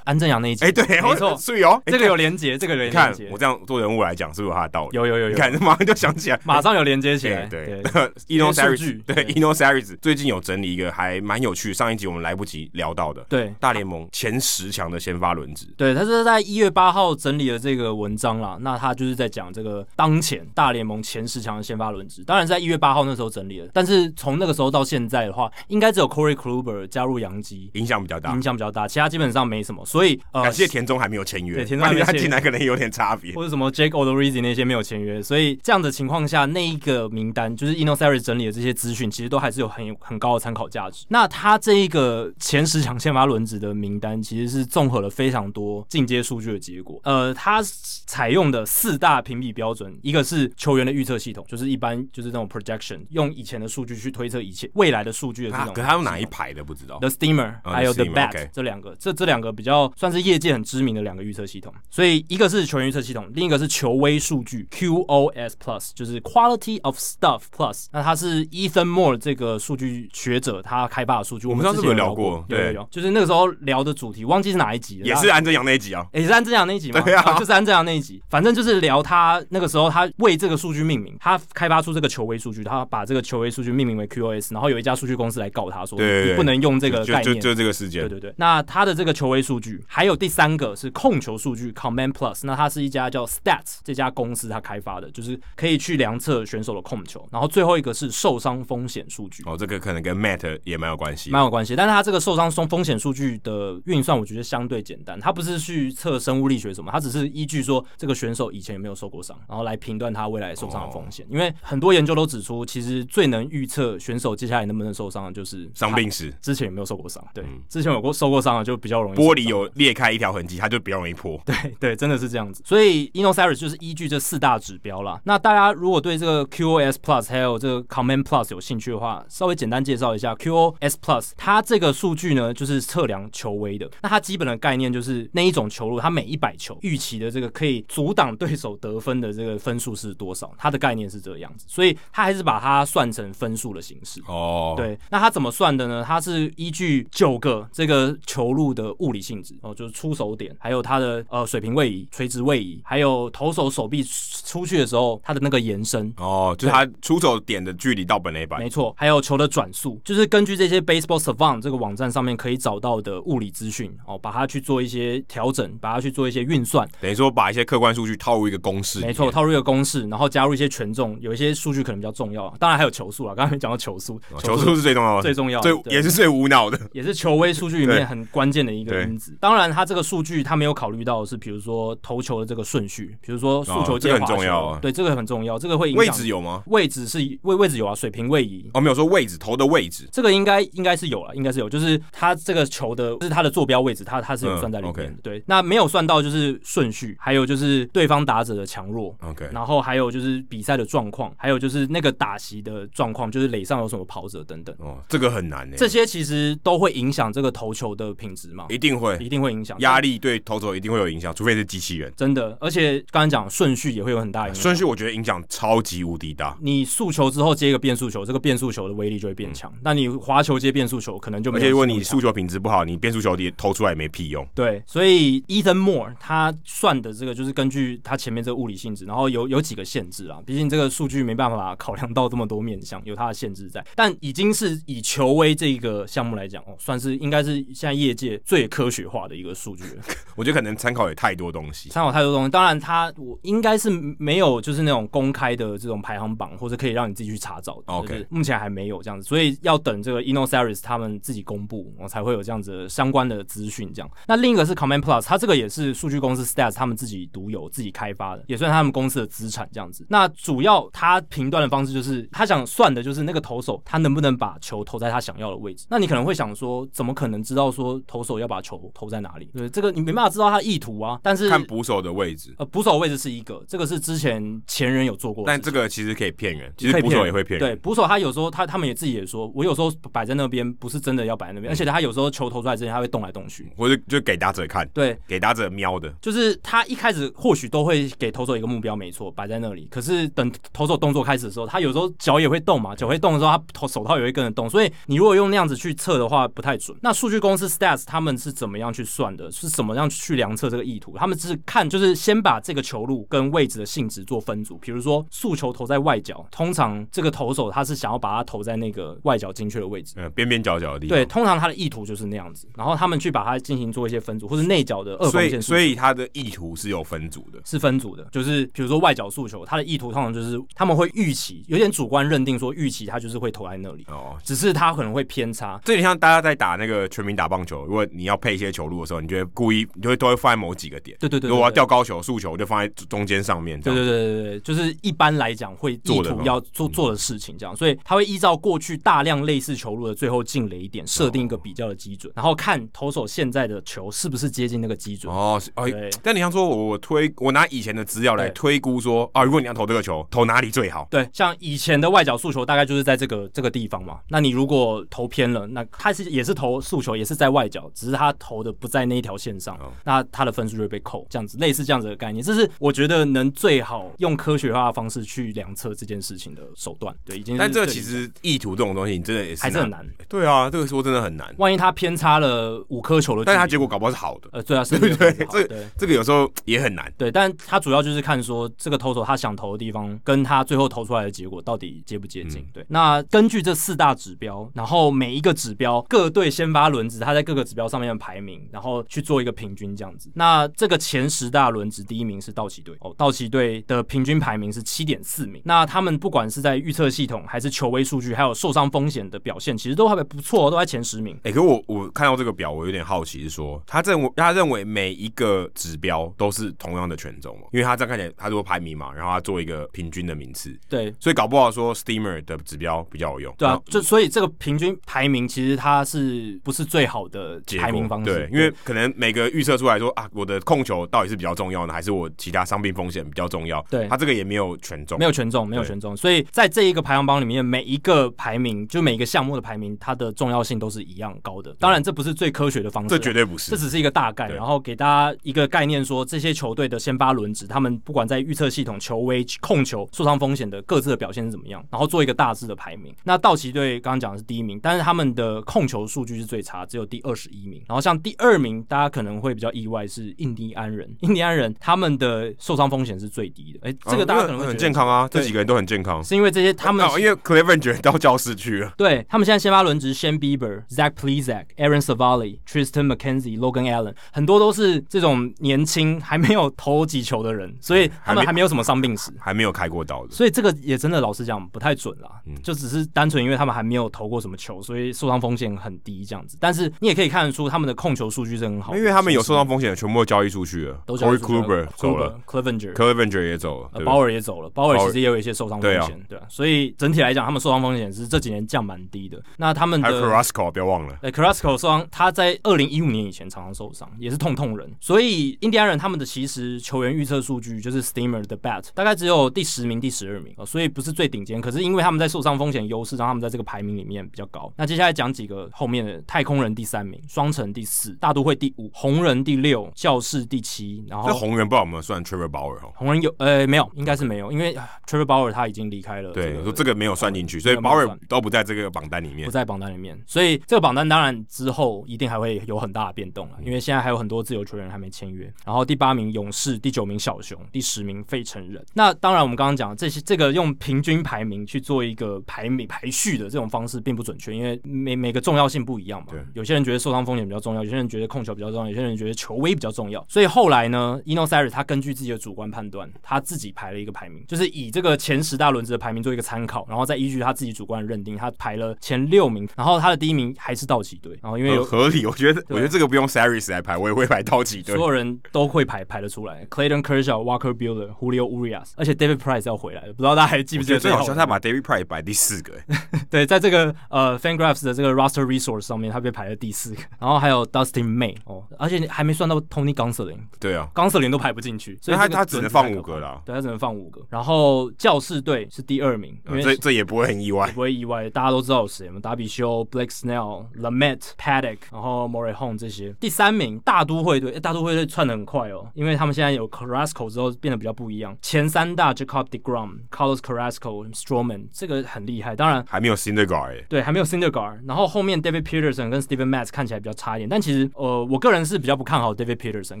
[SPEAKER 2] 安正阳那一集，
[SPEAKER 3] 哎、对，
[SPEAKER 2] 没错，
[SPEAKER 3] 所以哦，哎
[SPEAKER 2] 这个有连接，这个有
[SPEAKER 3] 你
[SPEAKER 2] 连
[SPEAKER 3] 看
[SPEAKER 2] 接
[SPEAKER 3] 我，这样做人物来讲是不是有他的道理？
[SPEAKER 2] 有有有
[SPEAKER 3] 你
[SPEAKER 2] 有，
[SPEAKER 3] 看马上就想起来，
[SPEAKER 2] 马上有连接起来
[SPEAKER 3] 对，对
[SPEAKER 2] 对，
[SPEAKER 3] [laughs] ，Eno
[SPEAKER 2] 这些数据
[SPEAKER 3] Saris 对
[SPEAKER 2] 对
[SPEAKER 3] Eno Saris 最近有整理一个还蛮有趣，上一集我们来不及聊到的，
[SPEAKER 2] 对
[SPEAKER 3] 大联盟前十强的先发轮值，
[SPEAKER 2] 对，他是在一月八号整理了这个文章啦。那他就是在讲这个当前大联盟前十强的先发轮值，当然在一月八号那时候整理的，但是从那个时候到现在的话，应该只有 Corey Kluber 加入洋基
[SPEAKER 3] 影响比较大
[SPEAKER 2] 影。响比较大，其他基本上没什么。所以呃
[SPEAKER 3] 啊感，谢田中还没有签约，
[SPEAKER 2] 对田中还没
[SPEAKER 3] [laughs] 不然他
[SPEAKER 2] 签
[SPEAKER 3] 进来可能有点差别。
[SPEAKER 2] 或者什么 Jake Odorizzi 那些没有签约，所以这样的情况下，那一个名单就是 i n o s a r i 整理的这些资讯，其实都还是有很有很高的参考价值。那他这一个前十强先发轮值的名单，其实是综合了非常多进阶数据的结果。呃，他采用的四大评比标准，一个是球员的预测系统，就是一般就是那种 projection，用以前的数据去推测以前未来的数据的这
[SPEAKER 3] 啊
[SPEAKER 2] 种。
[SPEAKER 3] 可他用哪一排的不知道
[SPEAKER 2] The。Steamer，、
[SPEAKER 3] 哦
[SPEAKER 2] 还有
[SPEAKER 3] The
[SPEAKER 2] The
[SPEAKER 3] Steamer，
[SPEAKER 2] Bat、
[SPEAKER 3] OK
[SPEAKER 2] 这两个，这这两个比较算是业界很知名的两个预测系统。所以一个是球员预测系统，另一个是球威数据 QOS Plus，就是 Quality of Stuff Plus。那它是 Ethan Moore 这个数据学者他开发的数据，我
[SPEAKER 3] 们
[SPEAKER 2] 之前有聊
[SPEAKER 3] 上次有聊过
[SPEAKER 2] 有
[SPEAKER 3] 对
[SPEAKER 2] 有有，就是那个时候聊的主题，忘记是哪一集了，
[SPEAKER 3] 也是安正阳那一集啊，
[SPEAKER 2] 也是安正阳那一集吗？
[SPEAKER 3] 对啊
[SPEAKER 2] 就是安正阳那一集。反正就是聊他那个时候，他为这个数据命名，他开发出这个球威数据，他把这个球威数据命名为 QoS，然后有一家数据公司来告他说，
[SPEAKER 3] 对对对
[SPEAKER 2] 你不能用这个
[SPEAKER 3] 就
[SPEAKER 2] 概
[SPEAKER 3] 就
[SPEAKER 2] 念。
[SPEAKER 3] 就这个事件
[SPEAKER 2] 对，对对，那他的这个球威数据，还有第三个是控球数据 Command Plus，那它是一家叫 Stats 这家公司它开发的，就是可以去量测选手的控球。然后最后一个是受伤风险数据，
[SPEAKER 3] 哦，这个可能跟 Matt 也蛮有关系的。
[SPEAKER 2] 蛮有关系。但是它这个受伤风风险数据的运算，我觉得相对简单。它不是去测生物力学什么，它只是依据说这个选手以前有没有受过伤，然后来评断他未来受伤的风险。因为很多研究都指出，其实最能预测选手接下来能不能受伤的就是
[SPEAKER 3] 伤病史，
[SPEAKER 2] 之前有没有受过伤。对，之前有过受过伤的就比较容易受伤。
[SPEAKER 3] 玻璃有裂开一条痕迹，它就比较容易破。
[SPEAKER 2] 对，真的是这样子。所以 Inosiris 就是依据这四大指标啦。那大家如果对这个 QoS Plus 还有这个 Command Plus 有兴趣的话，稍微简单介绍一下 QoS Plus，它这个数据呢就是测量球威的。那它基本的概念就是那一种球路，它每一百球预期的这个可以阻挡对手得分的这个分数是多少，它的概念是这个样子。所以它还是把它算成分数的形式。
[SPEAKER 3] 哦，，
[SPEAKER 2] 对，那它怎么算的呢？它是依据九个这个球路的物理性质哦，就是出手点，还有它的呃水平位移、垂直位移，还有投手手臂出去的时候它的那个延伸。
[SPEAKER 3] 哦，就是它出手点的距离到本垒板
[SPEAKER 2] 没，错，还有球的转速，就是根据这些 Baseball Savant 这个网站上面可以找到的物理资讯哦，把它去做一些调整，把它去做一些运算，
[SPEAKER 3] 等于说把一些客观数据套入一个公式里面。哦
[SPEAKER 2] 没错，套入一个公式，然后加入一些权重，有一些数据可能比较重要啊，当然还有球速啊，刚才没讲到球速，
[SPEAKER 3] 哦球速是最重要的，
[SPEAKER 2] 最重要
[SPEAKER 3] 最
[SPEAKER 2] 对
[SPEAKER 3] 也是最无脑的。
[SPEAKER 2] 也是球威数据里
[SPEAKER 3] 对
[SPEAKER 2] 面很关键的一个
[SPEAKER 3] 对
[SPEAKER 2] 因子。当然，它这个数据它没有考虑到的是，比如说投球的这个顺序，比如说速球
[SPEAKER 3] 哦这
[SPEAKER 2] 接
[SPEAKER 3] 个
[SPEAKER 2] 滑
[SPEAKER 3] 很
[SPEAKER 2] 球，
[SPEAKER 3] 重要啊
[SPEAKER 2] 对，这个很重要，这个会影响
[SPEAKER 3] 位置有吗？
[SPEAKER 2] 位置是位位置有啊，水平位移。
[SPEAKER 3] 哦，没有说位置，投的位置。
[SPEAKER 2] 这个应该应该是有了，应该是有，就是它这个球的，就是它的坐标位置，它它是有算在里面的。
[SPEAKER 3] 嗯，OK
[SPEAKER 2] 对，那没有算到就是顺序，还有就是对方打者的强弱，
[SPEAKER 3] OK，
[SPEAKER 2] 然后还有就是比赛的状况，还有就是那个打席的状况，就是垒上有什么跑者等等，
[SPEAKER 3] 哦，这个很难呢，
[SPEAKER 2] 这些其实都会影响这个投球的品质嘛。
[SPEAKER 3] 一定会
[SPEAKER 2] 一定会影响
[SPEAKER 3] 压，力对投手一定会有影响，除非是机器人。
[SPEAKER 2] 真的。而且刚才讲顺序也会有很大影响。
[SPEAKER 3] 啊顺序我觉得影响超级无敌大，
[SPEAKER 2] 你速球之后接一个变速球，这个变速球的威力就会变强。那你滑球接变速球，可能就没
[SPEAKER 3] 嗯而
[SPEAKER 2] 有
[SPEAKER 3] 且如果
[SPEAKER 2] 那么
[SPEAKER 3] 你
[SPEAKER 2] 强
[SPEAKER 3] 速球品质不好，你变速球也投出来也没屁用。
[SPEAKER 2] 对，所以 Ethan Moore 他算的这个就是根据他前面这个物理性质，然后有有几个限制啊，毕竟这个数据没办法考量到这么多面向，有它的限制在。但已经是以球威这个项目来讲，哦，算是应该是现在业界最科学化
[SPEAKER 4] 的一个数据了。
[SPEAKER 3] 我觉得可能参考也太多东西。
[SPEAKER 2] 参考太多东西，当然它我应该是没有就是那种公开的这种排行榜，或者可以让你自己去查找的。
[SPEAKER 3] OK
[SPEAKER 2] 就是目前还没有这样子，所以要等这个 InnoSeries 他们自己公布，我才会有这样子相关的资讯。这样，那另一个是 Command Plus，它这个也是数据公司 Stats 他们自己独有、自己开发的，也算他们公司的资产这样子。那主要他评断的方式就是他想算的就是那个投手他能不能把球投在他想要的位置。那你可能会想说，怎么可能知道说投手要把球投在哪里？对，这个你没办法知道他意图啊。但是
[SPEAKER 3] 看捕手的位置，
[SPEAKER 2] 呃，捕手位置是一个，这个是之前前人有做过的
[SPEAKER 3] 但
[SPEAKER 2] 事情，
[SPEAKER 3] 这个其实可以骗人，其
[SPEAKER 2] 可
[SPEAKER 3] 实
[SPEAKER 2] 以
[SPEAKER 3] 捕手也会骗
[SPEAKER 2] 对，
[SPEAKER 3] 人。
[SPEAKER 2] 捕手他有时候他他们也自己也说，我有时候摆在那边不是真的要摆在
[SPEAKER 3] 嗯
[SPEAKER 2] 那边，而且他有时候球投出来之前他会动来动去。
[SPEAKER 3] 或者就给打者看，
[SPEAKER 2] 对，
[SPEAKER 3] 给打者瞄的，
[SPEAKER 2] 就是他一开始或许都会给投手一个目标，没错，摆在那里。可是等投手动作开始的时候，他有时候脚也会动嘛，脚会动的时候，他投手套也会跟着动。所以你如果用那样子去测的话，不太准。那数据公司 Stats 他们是怎么样去算的？是怎么样去量测这个意图？他们是看就是先把这个球路跟位置的性质做分组，比如说速球投在外角，通常这个投手他是想要把它投在那个外角精确的位置。
[SPEAKER 3] 嗯，边边角角的地方。
[SPEAKER 2] 对，，通常他的意图就是那样子，然后他们去把它进行做一些分组，或是内角的二
[SPEAKER 3] 所
[SPEAKER 2] 缝
[SPEAKER 3] 以
[SPEAKER 2] 线
[SPEAKER 3] 所以他的意图是有分组的。
[SPEAKER 2] 是分组的，就是比如说外角诉求，他的意图通常就是他们会预期，有点主观认定说预期他就是会投在那里，
[SPEAKER 3] 哦，
[SPEAKER 2] 只是他可能会偏差。
[SPEAKER 3] 这有点像大家在打那个全民打棒球，如果你要配一些球路的时候，你就会故意，你就会都会放在某几个点。
[SPEAKER 2] 对对对
[SPEAKER 3] 如果我要
[SPEAKER 2] 对
[SPEAKER 3] 吊高球、速球，我就放在中间上面。这
[SPEAKER 2] 对
[SPEAKER 3] 样
[SPEAKER 2] 对对对对，就是一般来讲会意
[SPEAKER 3] 做的
[SPEAKER 2] 图
[SPEAKER 3] 吗
[SPEAKER 2] 要做做的事情这样，所以他会依照过去大量类似球路的最后进雷点设定一个比较的基准，然后看投手现在的球是不是接近那个基准。
[SPEAKER 3] 哦，是哎
[SPEAKER 2] 对，
[SPEAKER 3] 但你像说我我推我拿以前的资料来
[SPEAKER 2] 对
[SPEAKER 3] 推估说啊，如果你要投这个球，投哪里最好？
[SPEAKER 2] 对，像以前的外角速球大概就是在这个这个地方嘛。那你如果投偏了，那他是也是投速球，也是在外角，只是他投的不在那一条线上，
[SPEAKER 3] 哦
[SPEAKER 2] 那他的分数就会被扣。这样子，类似这样子的概念，这是我觉得能最好用科学化的方式去量测这件事情的手段。嗯对，已经是
[SPEAKER 3] 但这个
[SPEAKER 2] 最
[SPEAKER 3] 其实意图这种东西，你真的也是
[SPEAKER 2] 还是很。难。
[SPEAKER 3] 对啊，这个说真的很难。
[SPEAKER 2] 万一他偏差了五颗球的距离，
[SPEAKER 3] 但是他结果搞不好是好的，
[SPEAKER 2] 呃，对啊，是对
[SPEAKER 3] [laughs] 对这
[SPEAKER 2] 对。
[SPEAKER 3] 这个有时候也很难。
[SPEAKER 2] 对，但他主要就是看说这个投手他想投的地方跟他最后投出来的结果到底接不接近。对，那根据这四大指标，然后每一个指标各队先发轮值，他在各个指标上面的排名，然后去做一个平均这样子。那这个前十大轮值第一名是道奇队哦，道奇队的平均排名是七点四名。那他们不管是在预测系统，还是球威数据，还有受伤风险的表现，其实都还不错、哦，都在前十名。
[SPEAKER 3] 哎、可我我看到这个表，我有点好奇，是说他认为他认为每一个指标都是同样的权重吗？因为他这样看起来，他如果排名嘛，然后他做一个平均的名次，
[SPEAKER 2] 对，
[SPEAKER 3] 所以搞不好说 Steamer 的指标比较有用。
[SPEAKER 2] 对
[SPEAKER 3] 然
[SPEAKER 2] 啊
[SPEAKER 3] 后，
[SPEAKER 2] 就所以这个平均排名其实它是不是最好的
[SPEAKER 3] 结果
[SPEAKER 2] 排名方式？
[SPEAKER 3] 对，因为可能每个预测出来说啊，我的控球到底是比较重要呢，还是我其他伤病风险比较重要？
[SPEAKER 2] 对
[SPEAKER 3] 他这个也没有权重，
[SPEAKER 2] 没有权重，没有权重，所以在这一个排行榜里面，每一个排名就每一个项目的排名，它的重要性都是一样高的。当然，这不是最科学的方式，啊
[SPEAKER 3] 这绝对不是
[SPEAKER 2] 这。只是一个大概，
[SPEAKER 3] 对
[SPEAKER 2] 然后给大家一个概念说，这些球队的先发轮值，他们不管在预测系统、球威、控球、受伤风险的各自的表现是怎么样，然后做一个大致的排名。那道奇队刚刚讲的是第一名，但是他们的控球数据是最差，只有第二十一名。然后像第二名，大家可能会比较意外是印第安人，
[SPEAKER 3] 哦
[SPEAKER 2] 印第安人他们的受伤风险是最低的，哎，这个大家可能
[SPEAKER 3] 啊
[SPEAKER 2] 会觉
[SPEAKER 3] 因为
[SPEAKER 2] 得
[SPEAKER 3] 很健康啊，这
[SPEAKER 2] 对
[SPEAKER 3] 几个人都很健康。
[SPEAKER 2] 是因为这些他们
[SPEAKER 3] 啊因为 Cleveland 觉得到教室去了，
[SPEAKER 2] 对他们现在先发轮值 Shane Bieber、Zach Plezak、Aaron Savali、Tristan McKenzie、Logan Allen，很多都是这种年轻还没有投几球的
[SPEAKER 3] [laughs]
[SPEAKER 2] 人，所以他
[SPEAKER 3] 还
[SPEAKER 2] 们
[SPEAKER 3] 没
[SPEAKER 2] 还没有什么伤病史。
[SPEAKER 3] 还没有开过刀的。
[SPEAKER 2] 所以这个也真的老实讲不太准啦，
[SPEAKER 3] 嗯
[SPEAKER 2] 就只是单纯因为他们还没有投过什么球，所以受伤风险很低这样子。但是你也可以看得出他们的控球数据是很好的，
[SPEAKER 3] 因为他们有
[SPEAKER 2] 其实
[SPEAKER 3] 受伤风险的，全部都交易出去了。
[SPEAKER 2] 哦都
[SPEAKER 3] Corey Kluber 走
[SPEAKER 2] Kluber
[SPEAKER 3] 了
[SPEAKER 2] Clevenger
[SPEAKER 3] ，Clevenger 也走了，
[SPEAKER 2] 呃，
[SPEAKER 3] 对
[SPEAKER 2] 鲍
[SPEAKER 3] 吧？
[SPEAKER 2] 尔也走了，鲍尔
[SPEAKER 3] 鲍尔
[SPEAKER 2] 其实也有一些受伤风
[SPEAKER 3] 对啊
[SPEAKER 2] 险，对啊，所以整体来讲，他们受伤风险是这几年降蛮低的。那他们
[SPEAKER 3] 还有
[SPEAKER 2] 的
[SPEAKER 3] Carrasco，不要忘了。
[SPEAKER 2] 对 c a r a s c o 受伤，呃他在二零一五年以前常常受伤，也是痛痛人。所以印第安人他们的其实球员预测数据就是 Steamer 的 Bat 大概只有第十名、第十二名、呃所以不是最顶尖。可是因为他们在受伤风险优势，让他们在这个排名里面比较高。那接下来讲几个后面的太空人第三名，双城第四，大都会第五，红人第六，教士第七，然后
[SPEAKER 3] 这。红人不知道有没有算 Trevor 鲍尔哦？
[SPEAKER 2] 红人有呃没有，应该是没有，因为啊 Trevor Bauer 他已经离开了呃个。
[SPEAKER 3] 对，我说这个没有算进去，所以
[SPEAKER 2] 没有
[SPEAKER 3] 鲍尔
[SPEAKER 2] 算
[SPEAKER 3] 都不在这个榜单里面
[SPEAKER 2] 不。在榜单里面，所以这个榜单当然之后一定还会有很大的变动了，啊因为现在还有很多自由球员还没签约。然后第八名勇士，第九名小熊，第十名费城人。那当然我们刚刚讲这些，这个用平均排名去做一个排名排序的这种方式并不准确，因为每每个重要性不一样嘛
[SPEAKER 3] 对。
[SPEAKER 2] 有些人觉得受伤风险比较重要，有些人觉觉得控球比较重要，有些人觉得球威比较重要。所以后来呢 e n o s a r i 他根据自己的主观判断，他自己排了一个排名，就是以这个前十大轮子的排名做一个参考，然后再依据他自己主观的认定，他排了前六名，然后他的第一名还是道奇队，啊然后因为有啊
[SPEAKER 3] 很呃合
[SPEAKER 2] [laughs]
[SPEAKER 3] 理。我觉得，我觉得这个不用 Saris 来排，我也会排道奇队
[SPEAKER 2] 所。有人都会排排得出来，Clayton Kershaw、Walker Buehler、Julio Urias，而且 David Price 要回来了，不知道大家还记不
[SPEAKER 3] 我
[SPEAKER 2] 记
[SPEAKER 3] 觉
[SPEAKER 2] 得
[SPEAKER 3] 得最好
[SPEAKER 2] 这
[SPEAKER 3] 笑，
[SPEAKER 2] 个
[SPEAKER 3] 他把 David Price 摆第四
[SPEAKER 2] [laughs]
[SPEAKER 3] 个、欸
[SPEAKER 2] 对，在这个呃 FanGraphs 的这个 roster resource 上面，他被排在第四个，然后还有 Dustin May 哦，而且还没算到 Tony Gonsolin，Gonsolin
[SPEAKER 3] 对啊，
[SPEAKER 2] 都排不进去，所
[SPEAKER 3] 那
[SPEAKER 2] 以
[SPEAKER 3] 他
[SPEAKER 2] 这个
[SPEAKER 3] 他只能
[SPEAKER 2] 轮子太
[SPEAKER 3] 放五
[SPEAKER 2] 可怕
[SPEAKER 3] 个啦
[SPEAKER 2] 对他只能放五个。然后教士队是第二名，因
[SPEAKER 3] 呃
[SPEAKER 2] 为
[SPEAKER 3] 这这也不会很意外
[SPEAKER 2] 不。会意外，大家都知道有谁嘛，达比修、Blake Snell、Lamet、Paddock，然后 m o r e y Home 这些。第三名大都会队，诶大都会队窜的很快哦，因为他们现在有 Carrasco 之后变得比较不一样。前三大 Jacob Degrom、Carlos Carrasco、Stroman 这个很厉害，当然
[SPEAKER 3] 还没有 Syndergaard，、欸、
[SPEAKER 2] 对，还没有 Syndergaard，然后后面 David Peterson 跟 Steven Matz 看起来比较差一点，但其实呃，我个人是比较不看好 David Peterson，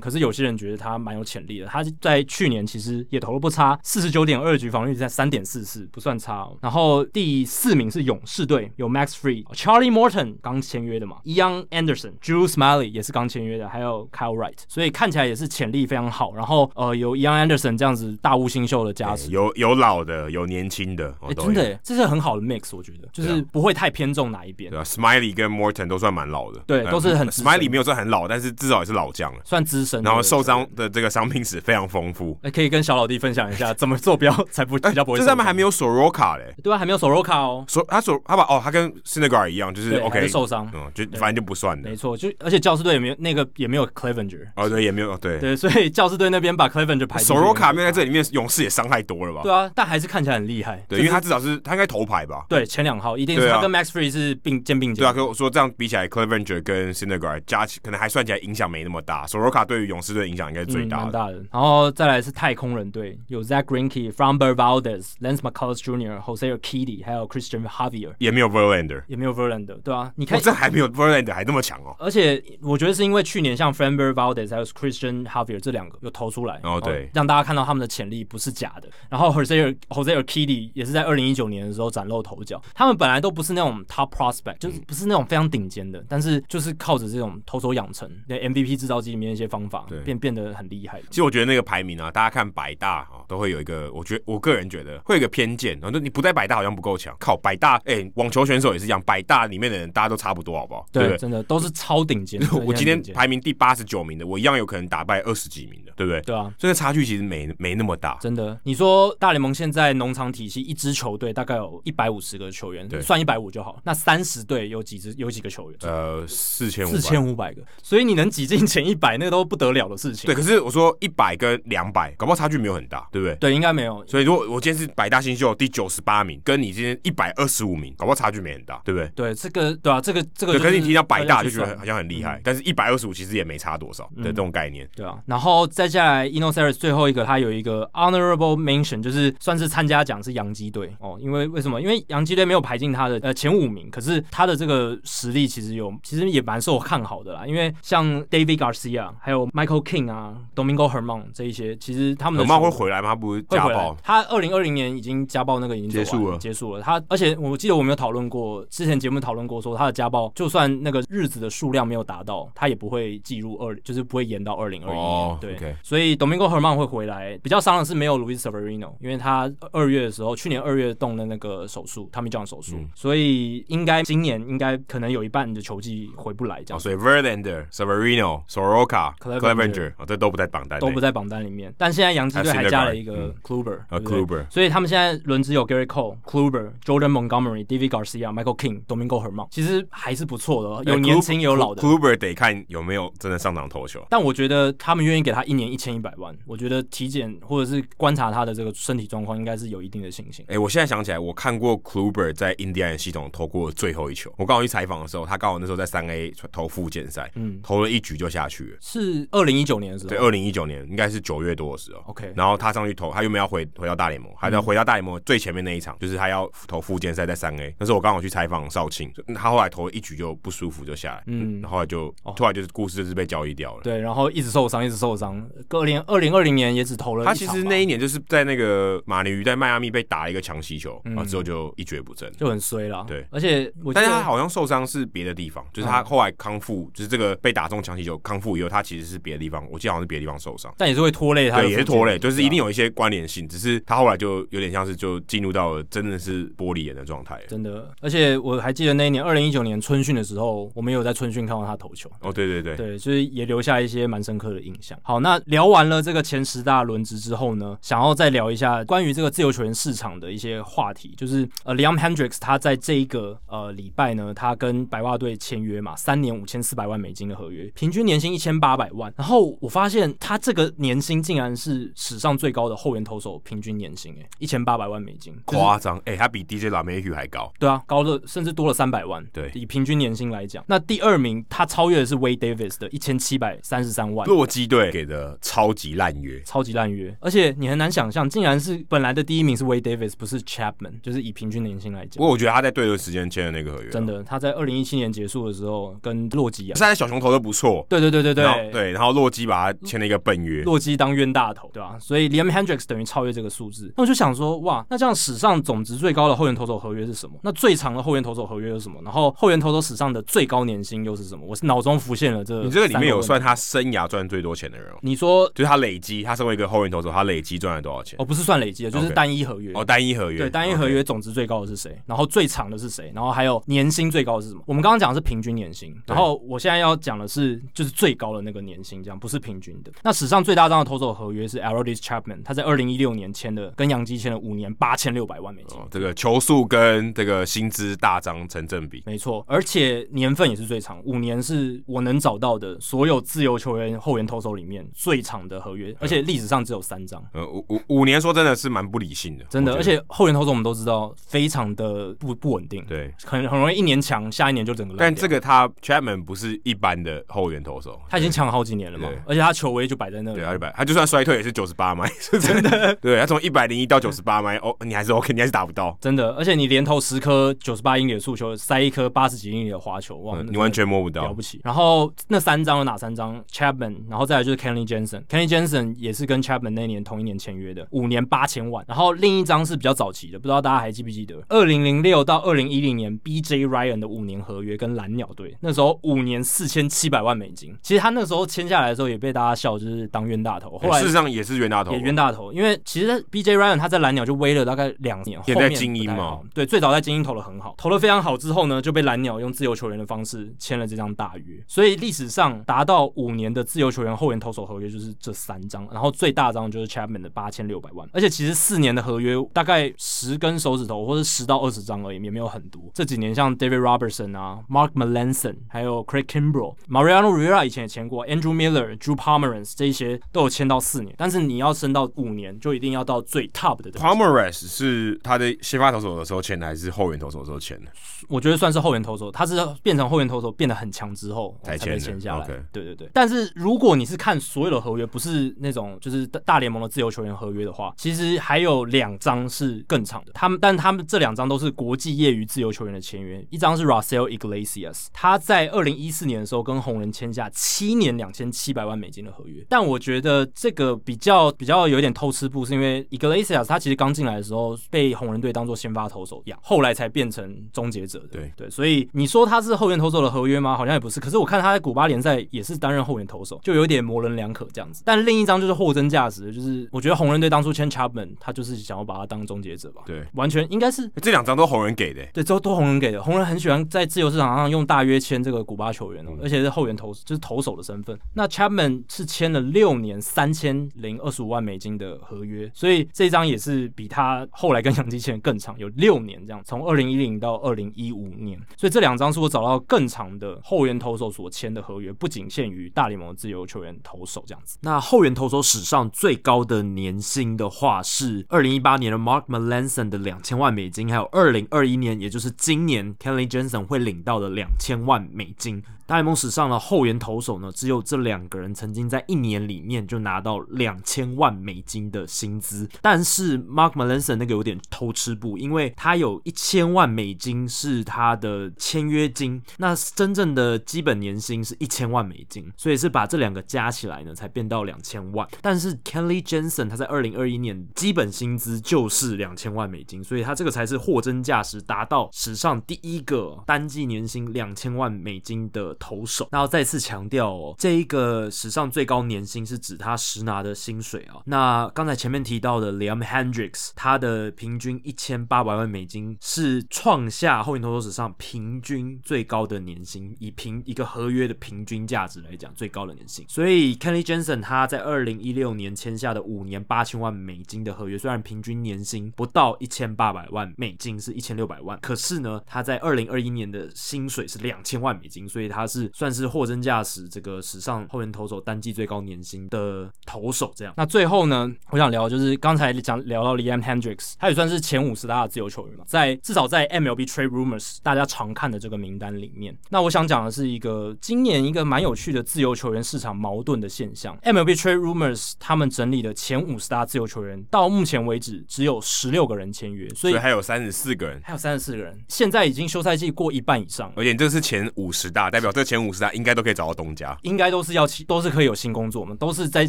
[SPEAKER 2] 可是有些人觉得他蛮有潜力的。他在去年其实也投的不差，四十九点二局防御率在三点四四，不算差、哦。然后第四名是勇士队，有 Max Free、Charlie Morton 刚签约的嘛，Young Anderson、Drew Smiley 也是刚签约的，还有 Kyle Wright，所以看起来也是潜力非常好。然后呃，有 Young Anderson 这样子大物新秀的加持。
[SPEAKER 3] 有有老的，有年轻的，哦
[SPEAKER 2] 哎，
[SPEAKER 3] 都
[SPEAKER 2] 啊真的
[SPEAKER 3] 有啊
[SPEAKER 2] 耶，这是很好的 mix，我觉得，就是不会太偏重哪一边
[SPEAKER 3] 对。啊，Smiley 跟 Morton 都算蛮老的，
[SPEAKER 2] 对
[SPEAKER 3] 呃
[SPEAKER 2] 都是很资深
[SPEAKER 3] Smiley 没有算很老，但是至少也是老将了。
[SPEAKER 2] 算资深的，
[SPEAKER 3] 然后受伤的这个伤病史非常丰富，
[SPEAKER 2] 哎，可以跟小老弟分享一下 [laughs] 怎么坐标才不比较不会。
[SPEAKER 3] 就是他们哎还没有 Soroka 嘞，
[SPEAKER 2] 对啊，还没有 Soroka 哦，
[SPEAKER 3] 所他所他把哦，他跟 Syndergaard 一样，就是
[SPEAKER 2] 对还
[SPEAKER 3] OK
[SPEAKER 2] 是受伤
[SPEAKER 3] 嗯，就反正就不算的
[SPEAKER 2] 没。错，就而且教士队也没有那个也没有 Clevenger，
[SPEAKER 3] 哦，对，也没有哦对。
[SPEAKER 2] 对，所以教士队那边把 Clevenger 排进去
[SPEAKER 3] Soroka 没有在这里面，勇士也伤害多了吧？
[SPEAKER 2] 对啊，但还是看起来很厉害，
[SPEAKER 3] 对，因为他至少是他应该头牌吧？
[SPEAKER 2] 对前两号一定是
[SPEAKER 3] 对啊
[SPEAKER 2] 他跟 Max Free 是并肩并肩，
[SPEAKER 3] 对啊，可我说这样比起来，Clevenger 跟 Syndergaard 加起可能还算起来影响没那么大，Soroka 对于勇士队的影响应该是最
[SPEAKER 2] 嗯
[SPEAKER 3] 大
[SPEAKER 2] 蛮
[SPEAKER 3] 的。
[SPEAKER 2] 大的。然后再来是太空人队，有 Zach Greinke、Framber Valdez、Lance McCullers Jr.、Jose Urquidy，还有 Christian Javier，
[SPEAKER 3] 也没有 Verlander，
[SPEAKER 2] 也没有 Verlander，对啊，你看
[SPEAKER 3] 我这还没有 Verlander 还那么强哦。
[SPEAKER 2] 而且我觉得是因为去年像 Framber Valdez 还有 Christian Javier 这两个有投出来，
[SPEAKER 3] 哦对
[SPEAKER 2] 然后让大家看到他们的潜力不是假的。然后 Jose Jose Urquidy 也是在二零一九年的时候崭露头角，他们本来都不是那种 top prospect，就是
[SPEAKER 3] 嗯
[SPEAKER 2] 不是那种非常顶尖的，但是就是靠着这种投手养成，那 MVP 制造机里面一些方法
[SPEAKER 3] 对，
[SPEAKER 2] 变变得很厉害。
[SPEAKER 3] 其实我觉得那个排名啊，大家看百大啊、哦，都会有一个，我觉得我个人觉得会有一个偏见，然后就你不在百大好像不够强。靠，百大哎、网球选手也是一样，百大里面的人大家都差不多，好不好？对
[SPEAKER 2] 对，
[SPEAKER 3] 不对？
[SPEAKER 2] 真的都是超顶尖的。
[SPEAKER 3] [laughs] 我今
[SPEAKER 2] 真的很顶
[SPEAKER 3] 天
[SPEAKER 2] 尖
[SPEAKER 3] 排名第八十九名的，我一样有可能打败二十几名的，对不对？
[SPEAKER 2] 对啊，
[SPEAKER 3] 所以那差距其实没没那么大。
[SPEAKER 2] 真的，你说大联盟现在农场体系，一支球队大概有一百五十个球员
[SPEAKER 3] 对，
[SPEAKER 2] 算一百五就好。那三十队有几支有几个球员？
[SPEAKER 3] 呃，四千五，
[SPEAKER 2] 四千五百个，所以你能挤进前一百，那个都不得了的事情。
[SPEAKER 3] 对。可是我说一百跟两百，搞不好差距没有很大，对不对？
[SPEAKER 2] 对，应该没有。
[SPEAKER 3] 所以如果我今天是百大新秀第九十八名，跟你今天一百二十五名，搞不好差距没很大，对不对？
[SPEAKER 2] 对，这个对啊，这个这个、就
[SPEAKER 3] 对，
[SPEAKER 2] 是，
[SPEAKER 3] 可是你听到百大就觉
[SPEAKER 2] 要去
[SPEAKER 3] 得
[SPEAKER 2] 算
[SPEAKER 3] 好像很厉
[SPEAKER 2] 嗯
[SPEAKER 3] 害，但是一百二十五其实也没差多少的这种概念。
[SPEAKER 2] 对啊，然后再下来 i n o s a r i s 最后一个，他有一个 honorable mention，就是算是参加奖是洋基队哦，因为为什么？因为洋基队没有排进他的呃前五名，可是他的这个实力其实有，其实也蛮受我看好的啦。因为像 David Garcia 还有 Michael King 啊，Domingo Herman 这一些，其实他们的
[SPEAKER 3] 冷帽会
[SPEAKER 2] 球
[SPEAKER 3] 回来吗？他不是
[SPEAKER 2] 会
[SPEAKER 3] 家
[SPEAKER 2] 回来
[SPEAKER 3] 暴。
[SPEAKER 2] 他二零二零年已经家暴那个已经走完
[SPEAKER 3] 结束了
[SPEAKER 2] 结束了。他而且我记得我们有讨论过，之前节目讨论过说他的家暴，就算那个日子的数量没有达到，他也不会计入二，就是不会延到二零二一
[SPEAKER 3] 哦
[SPEAKER 2] 年。对
[SPEAKER 3] OK
[SPEAKER 2] 所以 Domingo Herman 会回来。比较伤的是没有 Luis Severino，因为他二月的时候，去年二月动的那个手术，Tommy John 手术，
[SPEAKER 3] 嗯
[SPEAKER 2] 所以应该今年应该可能有一半的球季回不来这
[SPEAKER 3] 哦，
[SPEAKER 2] 样。
[SPEAKER 3] 所以 Verlander、Severino、Soroka、
[SPEAKER 2] Clevenger
[SPEAKER 3] Clevenger 哦，这都不在榜单内，
[SPEAKER 2] 都不在榜单里面，但现在洋
[SPEAKER 3] 啊
[SPEAKER 2] 基队还加了一个 Kluber，
[SPEAKER 3] 呃
[SPEAKER 2] 对不对
[SPEAKER 3] Kluber
[SPEAKER 2] 所以他们现在轮值有 Gary Cole、Kluber、Jordan Montgomery、David Garcia、Michael King、Domingo Herman，其实还是不错的，哦
[SPEAKER 3] 对。
[SPEAKER 2] 有年轻有老的。
[SPEAKER 3] 哎 Kluber 得看有没有真的上场投球。
[SPEAKER 2] 但我觉得他们愿意给他一年一千一百万，我觉得体检或者是观察他的这个身体状况，应该是有一定的信心。
[SPEAKER 3] 哎、我现在想起来，我看过 Kluber 在印第安人系统投过最后一球。我刚好去采访的时候，他刚好那时候在三 A 投附件赛，
[SPEAKER 2] 嗯
[SPEAKER 3] 投了一局就下去了。
[SPEAKER 2] 是啊二零一九年的时候，
[SPEAKER 3] 对，二零一九年应该是九月多的时候。
[SPEAKER 2] OK
[SPEAKER 3] 然后他上去投，他原本要回回到大联盟，还
[SPEAKER 2] 嗯
[SPEAKER 3] 要回到大联盟最前面那一场，就是他要投附件赛在三 A。那时候我刚好去采访少庆，他后来投了一局就不舒服就下来，嗯，
[SPEAKER 2] 嗯
[SPEAKER 3] 然后后来就、突然就是故事就是被交易掉了。
[SPEAKER 2] 对然后一直受伤，一直受伤。二零二零二零年也只投了一
[SPEAKER 3] 他其
[SPEAKER 2] 场
[SPEAKER 3] 实
[SPEAKER 2] 吧
[SPEAKER 3] 那一年就是在那个马林鱼在迈阿密被打了一个强袭球，然后之后就一蹶不振。
[SPEAKER 2] 嗯就很衰啦。
[SPEAKER 3] 对
[SPEAKER 2] 而且我记
[SPEAKER 3] 但
[SPEAKER 2] 得嗯
[SPEAKER 3] 是他好像受伤是别的地方，就是他后来康复，就是这个被打中强袭球康复以后，他其实是别的地方，我记得好像是别的地方受伤。
[SPEAKER 2] 但也是会拖累他，
[SPEAKER 3] 对，也是拖累，
[SPEAKER 2] 啊
[SPEAKER 3] 就是一定。有一些关联性，只是他后来就有点像是就进入到了真的是玻璃眼的状态了。
[SPEAKER 2] 真的，而且我还记得那一年二零一九年春训的时候，我们有在春训看到他投球，
[SPEAKER 3] 哦，对对对，
[SPEAKER 2] 对，就是也留下一些蛮深刻的印象。好，那聊完了这个前十大轮值之后呢，想要再聊一下关于这个自由球员市场的一些话题，就是呃，Leon Hendricks 他在这一个呃礼拜呢，他跟白袜队签约嘛，三年五千四百万美金的合约，平均年薪一千八百万。然后我发现他这个年薪竟然是史上最高的后援投手平均年薪、欸，一千八百万美金，
[SPEAKER 3] 夸张，哎、他比 DJ 拉梅玉还高。
[SPEAKER 2] 对啊，高了甚至多了三百万。
[SPEAKER 3] 对
[SPEAKER 2] 以平均年薪来讲，那第二名他超越的是 Way Davis 的一千七百三十三万，
[SPEAKER 3] 洛基队给的超级烂约，
[SPEAKER 2] 超级烂约。而且你很难想象，竟然是本来的第一名是 Way Davis，不是 Chapman，就是以平均年薪来
[SPEAKER 3] 不
[SPEAKER 2] 讲
[SPEAKER 3] 过，我觉得他在对的时间签的那个合约，啊
[SPEAKER 2] 真
[SPEAKER 3] 的，
[SPEAKER 2] 的，他在二零一七年结束的时候跟洛基啊
[SPEAKER 3] 现，在小熊投的不错，
[SPEAKER 2] 对对对对
[SPEAKER 3] 然后
[SPEAKER 2] 对。
[SPEAKER 3] 对，然后洛基把他签了一个本约，
[SPEAKER 2] 洛基当冤大头，对吧、所以 Liam Hendricks 等于超越这个数字。那我就想说，哇，那这样史上总值最高的后援投手合约是什么？那最长的后援投手合约是什么？然后后援投手史上的最高年薪又是什么？我是脑中浮现了这
[SPEAKER 3] 你这个里
[SPEAKER 2] 三
[SPEAKER 3] 面有
[SPEAKER 2] 问题
[SPEAKER 3] 算他生涯赚最多钱的人哦，
[SPEAKER 2] 你说
[SPEAKER 3] 就是他累积，他身为一个后援投手，他累积赚了多少钱？
[SPEAKER 2] 哦，不是算累积的，就是
[SPEAKER 3] OK
[SPEAKER 2] 单一合约。
[SPEAKER 3] 哦，单一合约，
[SPEAKER 2] 对，单一合
[SPEAKER 3] OK
[SPEAKER 2] 约总值最高的是谁？然后最长的是谁？然后还有年薪最高的是什么？我们刚刚讲的是平均年薪，然后我现在要讲的是就是最高的那个年薪，这样不是平均的。那史上最大张的投手合约是 a r o d i s Chapman，他在二零一六年签的，跟杨基签了五年八千六百万美金。
[SPEAKER 3] 哦，这个球速跟这个薪资大张成正比，
[SPEAKER 2] 没错，而且年份也是最长，五年是我能找到的所有自由球员后援投手里面最长的合约，而且历史上只有三张。
[SPEAKER 3] 呃，五五五年说真的是蛮不理性的，
[SPEAKER 2] 真的，
[SPEAKER 3] 我
[SPEAKER 2] 而
[SPEAKER 3] 觉得
[SPEAKER 2] 且后援投手我们都知道非常的不不稳定，，
[SPEAKER 3] 对。
[SPEAKER 2] 很很容易一年强，下一年就整个烂
[SPEAKER 3] 但
[SPEAKER 2] 掉
[SPEAKER 3] 这个他 Chapman 不是一般的后援投手，
[SPEAKER 2] 他已经强了好几年了嘛
[SPEAKER 3] 对，
[SPEAKER 2] 而且他球威就摆在那里
[SPEAKER 3] 对，他啊一百，他就算衰退也是九十八迈， [laughs] 是真的。对他从一百零一到九十八迈，哦，你还是 OK，你还是打不到，
[SPEAKER 2] 真的，而且你连投十颗九十八英里的速球，塞一颗八十几英里的滑球，哇，那
[SPEAKER 3] 嗯
[SPEAKER 2] 真的
[SPEAKER 3] 你完全摸不
[SPEAKER 2] 了
[SPEAKER 3] 到
[SPEAKER 2] 不。起。然后那三张有啊哪三张？Chapman，然后再来就是 Kenny Jensen，Kenny Jensen 也是跟 Chapman 那年同一年签约的，五年八千万。然后另一张是比较早期的，不知道大家还记不记得？二零零六到二零一零年 B.J. Ryan 的五年合约跟蓝鸟队，那时候五年四千七百万美金。其实他那时候签下来的时候也被大家笑，就是当冤大头。后来
[SPEAKER 3] 事实上也是冤大头
[SPEAKER 2] 也，冤大头，因为其实 B.J. Ryan 他在蓝鸟就威了大概两年，
[SPEAKER 3] 也
[SPEAKER 2] 后面
[SPEAKER 3] 在精英
[SPEAKER 2] 不太好
[SPEAKER 3] 嘛，
[SPEAKER 2] 对，最早在精英投的很好，投的非常好之后呢，就被蓝鸟用自由球员的方式签了这张大约，所以历史上达到五年的自由球员后援投手合约就是这三张，然后最大张就是 Chapman 的八千六百万，而且其实四年的合约大概十根手指头或者十到二十张而已，也没有很多。这几年像 David Robertson 啊、Mark Melanson 还有 Craig Kimbrell、Mariano Rivera 以前也签过，Andrew Miller、Drew Pomeranz 这一些都有签到四年，但是你要升到五年，就一定要到最 top 的等级
[SPEAKER 3] Pomeras 是他的先发投手的时候签的，还是后援投手的时候签的？
[SPEAKER 2] 我觉得算是后援投手，他是变成后援投手变得很强之后
[SPEAKER 3] 才
[SPEAKER 2] 才被
[SPEAKER 3] 签
[SPEAKER 2] 签
[SPEAKER 3] 的
[SPEAKER 2] 下来。
[SPEAKER 3] OK
[SPEAKER 2] 对对对。但是如果你是看所有的合约，不是那种就是大大联盟的自由球员合约的话，其实还有两张是更长的。他们，但他们这两张都是国际业余自由球员的签约，一张是 Rossell Iglesias，他在二零一四年的时候跟红人签下七年两千七百万美金的合约。但我觉得这个比较比较有点偷吃步，是因为 Iglesias 他其实刚进来的时候被红人队当做先发投手养，后来才变成终结者的。
[SPEAKER 3] 对
[SPEAKER 2] 对，所以你说他是后援投手的合约吗？好像也不是。可是我看他在古巴联赛也是担任后援投手，就有点模棱两可这样子。但另一张就是货真价实的，就是我觉得红人队当初签 Chapman，他就是想要把他当终结者吧。
[SPEAKER 3] 对，
[SPEAKER 2] 完全应该是
[SPEAKER 3] 这两张都红人给的，欸
[SPEAKER 2] 对，都都红人给的。红人很喜欢在自由市场上用大约签这个古巴球员哦，
[SPEAKER 4] 嗯
[SPEAKER 2] 而且是后援投，就是投手的身份。那 Chapman 是签了六年三千零二十五万美金的合约，所以这张也是比他后来跟杨基签的更长，有六年这样，从二零一零到二零一五年。所以这两张是我找到更长的后援投手所签的合约，不仅限于大联盟自由球员投手这样子。
[SPEAKER 4] 那后援投手史上最高的年薪的话是二零一八年的 Mark Melanson 的两千万美金，还有二零二一年，也就是今年 Kenley Jensen 会领到的两千万美金。大联盟史上的后援投手呢，只有这两个人曾经在一年里面就拿到两千万美金的薪资，但是 Mark Melanson 那个有点偷吃步，因为他有一千万美金是他的签约金，那真正的基本年薪是一千万美金，所以是把这两个加起来呢，才变到两千万。但是 Kenley Jensen 他在二零二一年基本薪资就是两千万美金，所以他这个才是货真价实，达到史上第一个单季年薪两千万美金的
[SPEAKER 6] 投手。那要再次强调哦，这一个史上最高年薪是指他实拿的薪水啊、那刚才前面提到的 Liam Hendricks，他的平均一千八百万美金是创下后援投手史上平均最高的年薪，以平一个合约的平均价值来讲，最高的年薪。所以 Kenley Jensen 他在二零一六年签下的五年八千万美金的合约，虽然平均年薪不到一千八百万美金，是一千六百万，可是呢，他在二零二一年的薪水是两千万美金，所以他是算是货真价实这个史上后援投手单季最高年薪的投手这样。
[SPEAKER 2] 那最后呢，我想聊就是刚才讲聊到 Liam Hendricks，他也算是前五十大的自由球员嘛，在至少在 MLB Trade Rumors 大家常看的这个名单里面。那我想讲的是一个今年一个蛮有趣的自由球员市场矛盾的现象。MLB Trade Rumors 他们整理的前五十大自由球员，到目前为止只有十六个人签约，所
[SPEAKER 3] 所
[SPEAKER 2] 以
[SPEAKER 3] 以还有三十四个人，
[SPEAKER 2] 还有三十四个人，现在已经休赛季过一半以上了。
[SPEAKER 3] 而且这是前五十大，代表这前五十大应该都可以找到东家。
[SPEAKER 2] 应该都是要起都是可以有新工作嘛，都是在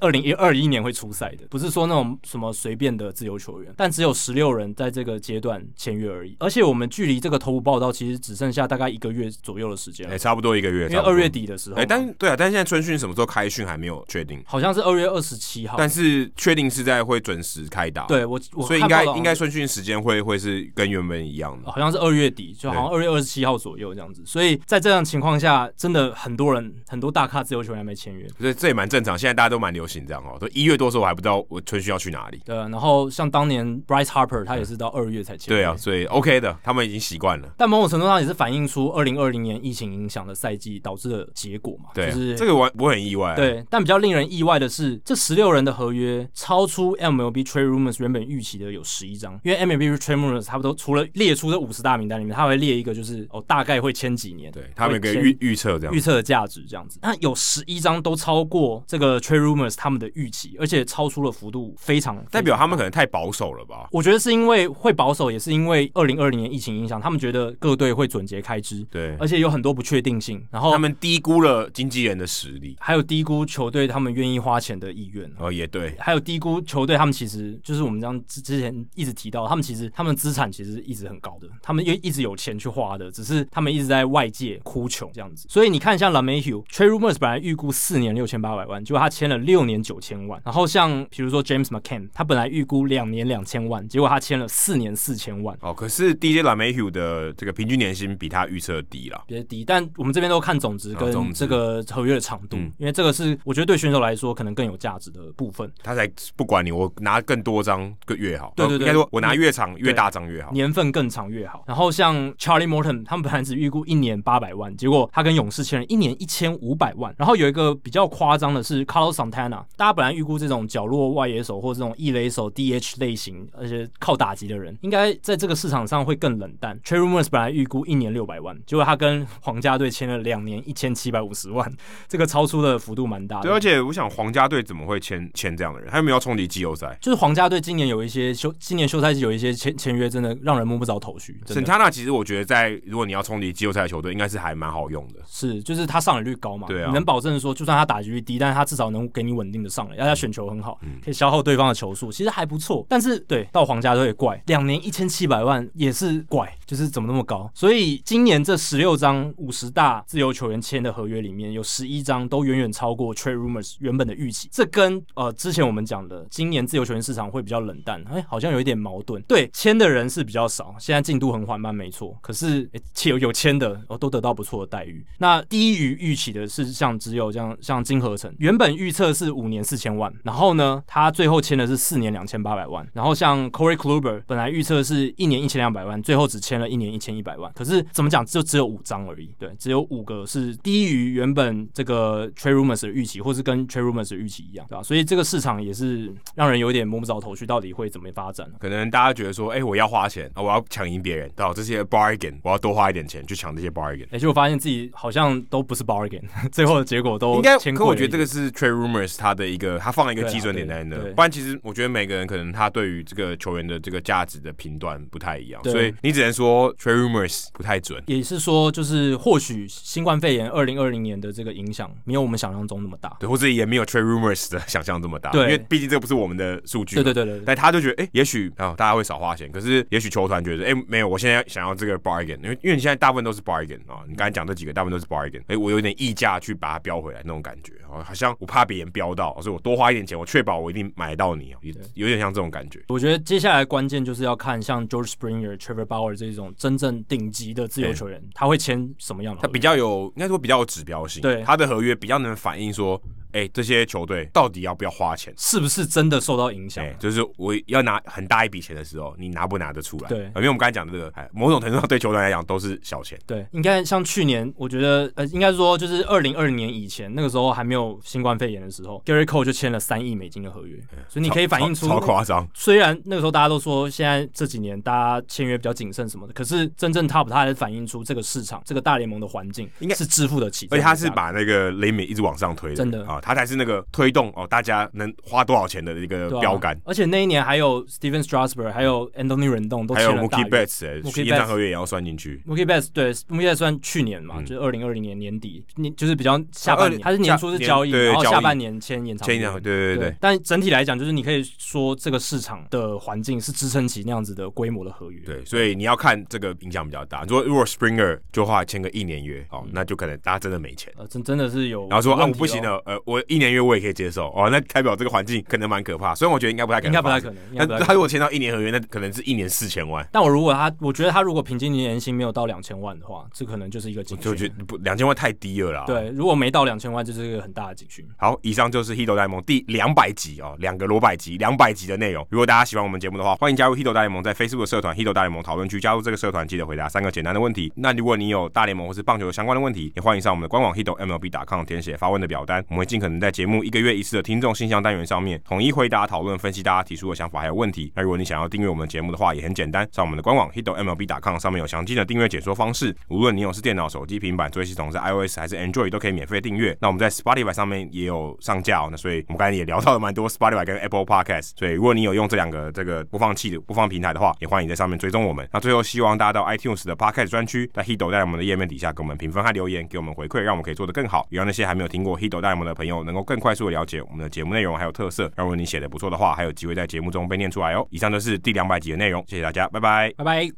[SPEAKER 2] 二零一二一年会出赛的，不是说那种什么随便的自由球员。但只有十六人在这个阶段签约而已，而且我们距离这个投捕报道其实只剩下大概一个月左右的时间
[SPEAKER 3] 哎、
[SPEAKER 2] 了，
[SPEAKER 3] 差不多一个月，
[SPEAKER 2] 啊因为
[SPEAKER 3] 差不多
[SPEAKER 2] 二月。底的时候嘛，
[SPEAKER 3] 哎、但对啊，但现在春训什么时候开训还没有确定，
[SPEAKER 2] 好像是二月二十七号，
[SPEAKER 3] 但是确定是在会准时开打。，
[SPEAKER 2] 对我我
[SPEAKER 3] 所以应
[SPEAKER 2] 看报
[SPEAKER 3] 该
[SPEAKER 2] 道好像哦
[SPEAKER 3] 应该春训时间会会是跟原本一样的。
[SPEAKER 2] 好像是二月底，就好像二月二十七号左右这样子。所以在这样情况下，真的很多人很多大咖自由球员还没签约。
[SPEAKER 3] 所以这也蛮正常，现在大家都蛮流行这样哦。都一月多的时候，我还不知道我春训要去哪里。
[SPEAKER 2] 对啊，然后像当年 Bryce Harper 他也是到二月才签约。
[SPEAKER 3] 对啊，所以 OK 的，他们已经习惯了。
[SPEAKER 2] 但某种程度上也是反映出二零二零年疫情影响的赛季导致的结果嘛，
[SPEAKER 3] 对啊，
[SPEAKER 2] 就是
[SPEAKER 3] 这个我我很意外、，
[SPEAKER 2] 对。但比较令人意外的是，这十六人的合约超出 MLB Trade Rumors 原本预期的有十一张，因为 MLB Trade Rumors 差不多除了列出这五十大名单里面，他会列一个就是哦大概会签几年，
[SPEAKER 3] 对他们有个
[SPEAKER 2] 会签
[SPEAKER 3] 预预测这样
[SPEAKER 2] 预。测的价值这样子。那有十一张都超过这个 Trade Rumors 他们的预期，而且超出了幅度非常
[SPEAKER 3] 代表他们可能太保守了吧？
[SPEAKER 2] 我觉得是因为会保守，也是因为二零二零年疫情影响，他们觉得各队会准节开支，
[SPEAKER 3] 对，
[SPEAKER 2] 而且有很多不确定性，然后
[SPEAKER 3] 他们低估了经纪人的实力。
[SPEAKER 2] 还有低估球队他们愿意花钱的意愿。
[SPEAKER 3] 哦，也对，
[SPEAKER 2] 还有低估球队，他们其实就是我们这样之之前一直提到，他们其实他们资产其实一直很高的，他们也一直有钱去花的，只是他们一直在外界哭穷这样子。所以你看，像 LaMahieu、Trey Rumors 本来预估四年六千八百万，结果他签了六年九千万。然后像比如说 James McCann，他本来预估两年两千万，结果他签了四年四千万。
[SPEAKER 3] 哦，可是 DJ l a m a h u 的这个平均年薪比他预测低啦。
[SPEAKER 2] 别低，但我们这边都看总值
[SPEAKER 3] 啊总
[SPEAKER 2] 跟
[SPEAKER 3] 值
[SPEAKER 2] 这个合约的长度，
[SPEAKER 3] 嗯
[SPEAKER 2] 因为这个是我觉得对选手来说可能更有价值的部分。
[SPEAKER 3] 他才不管你，我拿更多张更越好。哦
[SPEAKER 2] 对对对
[SPEAKER 3] 应该说我拿越长越大张越好。
[SPEAKER 2] 年份更长越好。然后像 Charlie Morton，他们本来只预估一年八百万，结果他跟勇士签了一年一千五百万。然后有一个比较夸张的是 Carlos Santana，大家本来预估这种角落外野手或这种异垒手 DH 类型，而且靠打击的人，应该在这个市场上会更冷淡。t r e y Rumors 本来预估一年六百万，结果他跟皇家队签了两年一千七百五十万，这个超出的幅度蛮大的。
[SPEAKER 3] 对，而且我想皇家队怎么会签签这样的人？他有没有冲击季后赛？
[SPEAKER 2] 就是皇家队今年有一些休，今年休赛季有一些签签约，真的让人摸不着头绪。真的
[SPEAKER 3] 沈塔纳其实我觉得在如果你要冲击季后赛的球队，应该是还蛮好用的。
[SPEAKER 2] 是，就是他上垒率高嘛，
[SPEAKER 3] 对啊
[SPEAKER 2] 你能保证说，就算他打击率低，但是他至少能给你稳定的上
[SPEAKER 3] 嗯
[SPEAKER 2] 垒，而且他选球很好，可以消耗对方的球数，其实还不错。但是对，到皇家队也怪，两
[SPEAKER 3] 嗯
[SPEAKER 2] 年一千七百万也是怪，就是怎么那么高？所以今年这十六张五十大自由球员签的合约里面，有十一张都远远超过 Trade Rumors 原本的预期，这跟呃之前我们讲的今年自由球员市场会比较冷淡，哎，好像有一点矛盾。对，签的人是比较少，现在进度很缓慢，没错。可是哎且有有签的哦，都得到不错的待遇。那低于预期的是像只有像像金合成，原本预测是五年四千万，然后呢，他最后签的是四年两千八百万。然后像 Corey Kluber 本来预测是一年一千两百万，最后只签了一年一千一百万。可是怎么讲，就只有五张而已，对，只有五个是低于原本这个 Trade Rumors 的预期，或是跟 Trade Rumors 的预期一样，对吧、所以这个市场也是让人有点摸不着头绪，到底会怎么发展、
[SPEAKER 3] 可能大家觉得说，哎、我要花钱啊，我要抢赢别人，到这些 bargain，我要多花一点钱去抢这些 bargain。
[SPEAKER 2] 哎、结果发现自己好像都不是 bargain，最 [laughs] 后的结果都
[SPEAKER 3] 应该，
[SPEAKER 2] 签
[SPEAKER 3] 可我
[SPEAKER 2] 哦贵
[SPEAKER 3] 觉得
[SPEAKER 2] 了
[SPEAKER 3] 这个是 Trade Rumors 它的一个，它放了一个
[SPEAKER 2] 对啊
[SPEAKER 3] 基准点在那
[SPEAKER 2] 对对，
[SPEAKER 3] 不然其实我觉得每个人可能他对于这个球员的这个价值的评断不太一样，
[SPEAKER 2] 对
[SPEAKER 3] 所以你只能说 Trade Rumors 不太准。
[SPEAKER 2] 也是说，就是或许新冠肺炎二零二零年的这个影响没有我们想象中那么大。
[SPEAKER 3] 对，或者也没有 Trade Rumors 的想象这么大，
[SPEAKER 2] 对
[SPEAKER 3] 因为毕竟这不是我们的数据嘛，
[SPEAKER 2] 对对对对对，
[SPEAKER 3] 但他就觉得，哎、也许啊、大家会少花钱，可是也许球团觉得，哎、没有，我现在想要这个 bargain，因为因为你现在大部分都是 bargain 啊、你刚才讲这几个大部们都是 bargain，哎，我有点溢价去把它标回来那种感觉，哦好像我怕别人标到，所以我多花一点钱，我确保我一定买到你，哦，有有点像这种感觉。
[SPEAKER 2] 我觉得接下来关键就是要看像 George Springer、Trevor Bauer 这种真正顶级的自由球员，他会签什么样的合
[SPEAKER 3] 它
[SPEAKER 2] 约？
[SPEAKER 3] 比较有，应该说比较有指标性，
[SPEAKER 2] 对
[SPEAKER 3] 他的合约比较能反映说，哎，这些球队到底要不要花钱。
[SPEAKER 2] 是不是真的受到影响？
[SPEAKER 3] 哎，就是我要拿很大一笔钱的时候，你拿不拿得出来？
[SPEAKER 2] 对
[SPEAKER 3] 因为我们刚才讲的这个，哎某种程度上对球队来讲都是小钱。
[SPEAKER 2] 对，应该像去年，我觉得呃，应该说就是二零二零年以前，那个时候还没有新冠肺炎的时候，Gary Cole 就签了三亿美金的合约，所以你可以反映出
[SPEAKER 3] 嗯超超超夸张，
[SPEAKER 2] 虽然那个时候大家都说现在这几年大家签约比较谨慎什么的，可是真正 top 它还是反映出这个市场、这个大联盟的环境
[SPEAKER 3] 应该
[SPEAKER 2] 是支付得起这
[SPEAKER 3] 而且
[SPEAKER 2] 样的价格，
[SPEAKER 3] 他是把那个 limit 一直往上推的，
[SPEAKER 2] 真的
[SPEAKER 3] 啊，他才是那个推动哦，大家能花多少钱的一个
[SPEAKER 2] 对啊
[SPEAKER 3] 标杆。嗯
[SPEAKER 2] 而且那一年还有 Steven Strasburg，还有 Anthony Rendon 都
[SPEAKER 3] 还
[SPEAKER 2] 签
[SPEAKER 3] 有
[SPEAKER 2] 了大
[SPEAKER 3] Mookie
[SPEAKER 2] 约。
[SPEAKER 3] Betts，哎
[SPEAKER 2] Mookie
[SPEAKER 3] 延
[SPEAKER 2] Betts
[SPEAKER 3] 长合约也要算进去。
[SPEAKER 2] Mookie Betts 对，Mookie Betts 算去年嘛，
[SPEAKER 3] 嗯
[SPEAKER 2] 就是二零二零年年底，年就是比较下半年，
[SPEAKER 3] 啊20
[SPEAKER 2] 它是年初是交易，
[SPEAKER 3] 下年对
[SPEAKER 2] 然后
[SPEAKER 3] 交易
[SPEAKER 2] 下半年签延长合
[SPEAKER 3] 前
[SPEAKER 2] 约，
[SPEAKER 3] 一场，对对对，
[SPEAKER 2] 但整体来讲，就是你可以说这个市场的环境是支撑起那样子的规模的合约。
[SPEAKER 3] 对，对所以你要看这个影响比较大。如果如果 Springer 就话签个一年约，哦，那就可能大家真的没钱。
[SPEAKER 2] 呃，真真的是嗯有问题咯。哦
[SPEAKER 3] 然后说啊，我不行了，呃，我一年约我也可以接受哦，那代表这个环境可能蛮可怕。虽然我觉得应该不太可
[SPEAKER 2] 应该
[SPEAKER 3] 能，
[SPEAKER 2] 不太可。能。应该不太
[SPEAKER 3] 但
[SPEAKER 2] 可
[SPEAKER 3] 他
[SPEAKER 2] 能
[SPEAKER 3] 如果签到一年合约，那可能是一年四千万，
[SPEAKER 2] 但我如果他，我觉得他如果平均年薪没有到两千万的话，这可能就是一个啊警
[SPEAKER 3] 就觉
[SPEAKER 2] 讯。
[SPEAKER 3] 得不两千万太低了啦。哦
[SPEAKER 2] 对，如果没到两千万，就是一个很大的警讯。
[SPEAKER 3] 好，以上就是《h i t o 大联盟》第两百集哦，两个罗百集，两百集的内容。如果大家喜欢我们节目的话，欢迎加入《h i t o 大联盟》在 Facebook 的社团 h i t o 大联盟”讨论区，加入这个社团，记得回答三个简单的问题。那如果你有大联盟或是棒球相关的问题，也欢迎上我们的官网 h i t o MLB.com 填写发问的表单，我们会尽可能在节目一个月一次的听众信箱单元上面统一回答、讨论、分析大家提出的想法还有问题。那如果你想要订阅我们的节目的话，也很简单，上我们的官网 h i t o MLB.com 上面有详尽的订阅解说方式，无论你有是电脑、手机、平板作业系统是 iOS 还是 Android 都可以免费订阅。那我们在 Spotify 上面也有上架哦。那所以我们刚才也聊到了蛮多 Spotify 跟 Apple Podcast，所以如果你有用这两个这个播放器的播放平台的话，也欢迎在上面追踪我们。那最后希望大家到 iTunes 的 Podcast 专区，在 Hido 在我们的页面底下给我们评分和留言，给我们回馈，让我们可以做得更好，也让那些还没有听过 Hido 大联盟的朋友能够更快速的了解我们的节目内容还有特色。让如果你写的不错的话，还有机会在节目中被念出来哦。以上就是第两百集的内容，谢谢大家，拜拜。
[SPEAKER 2] 拜拜。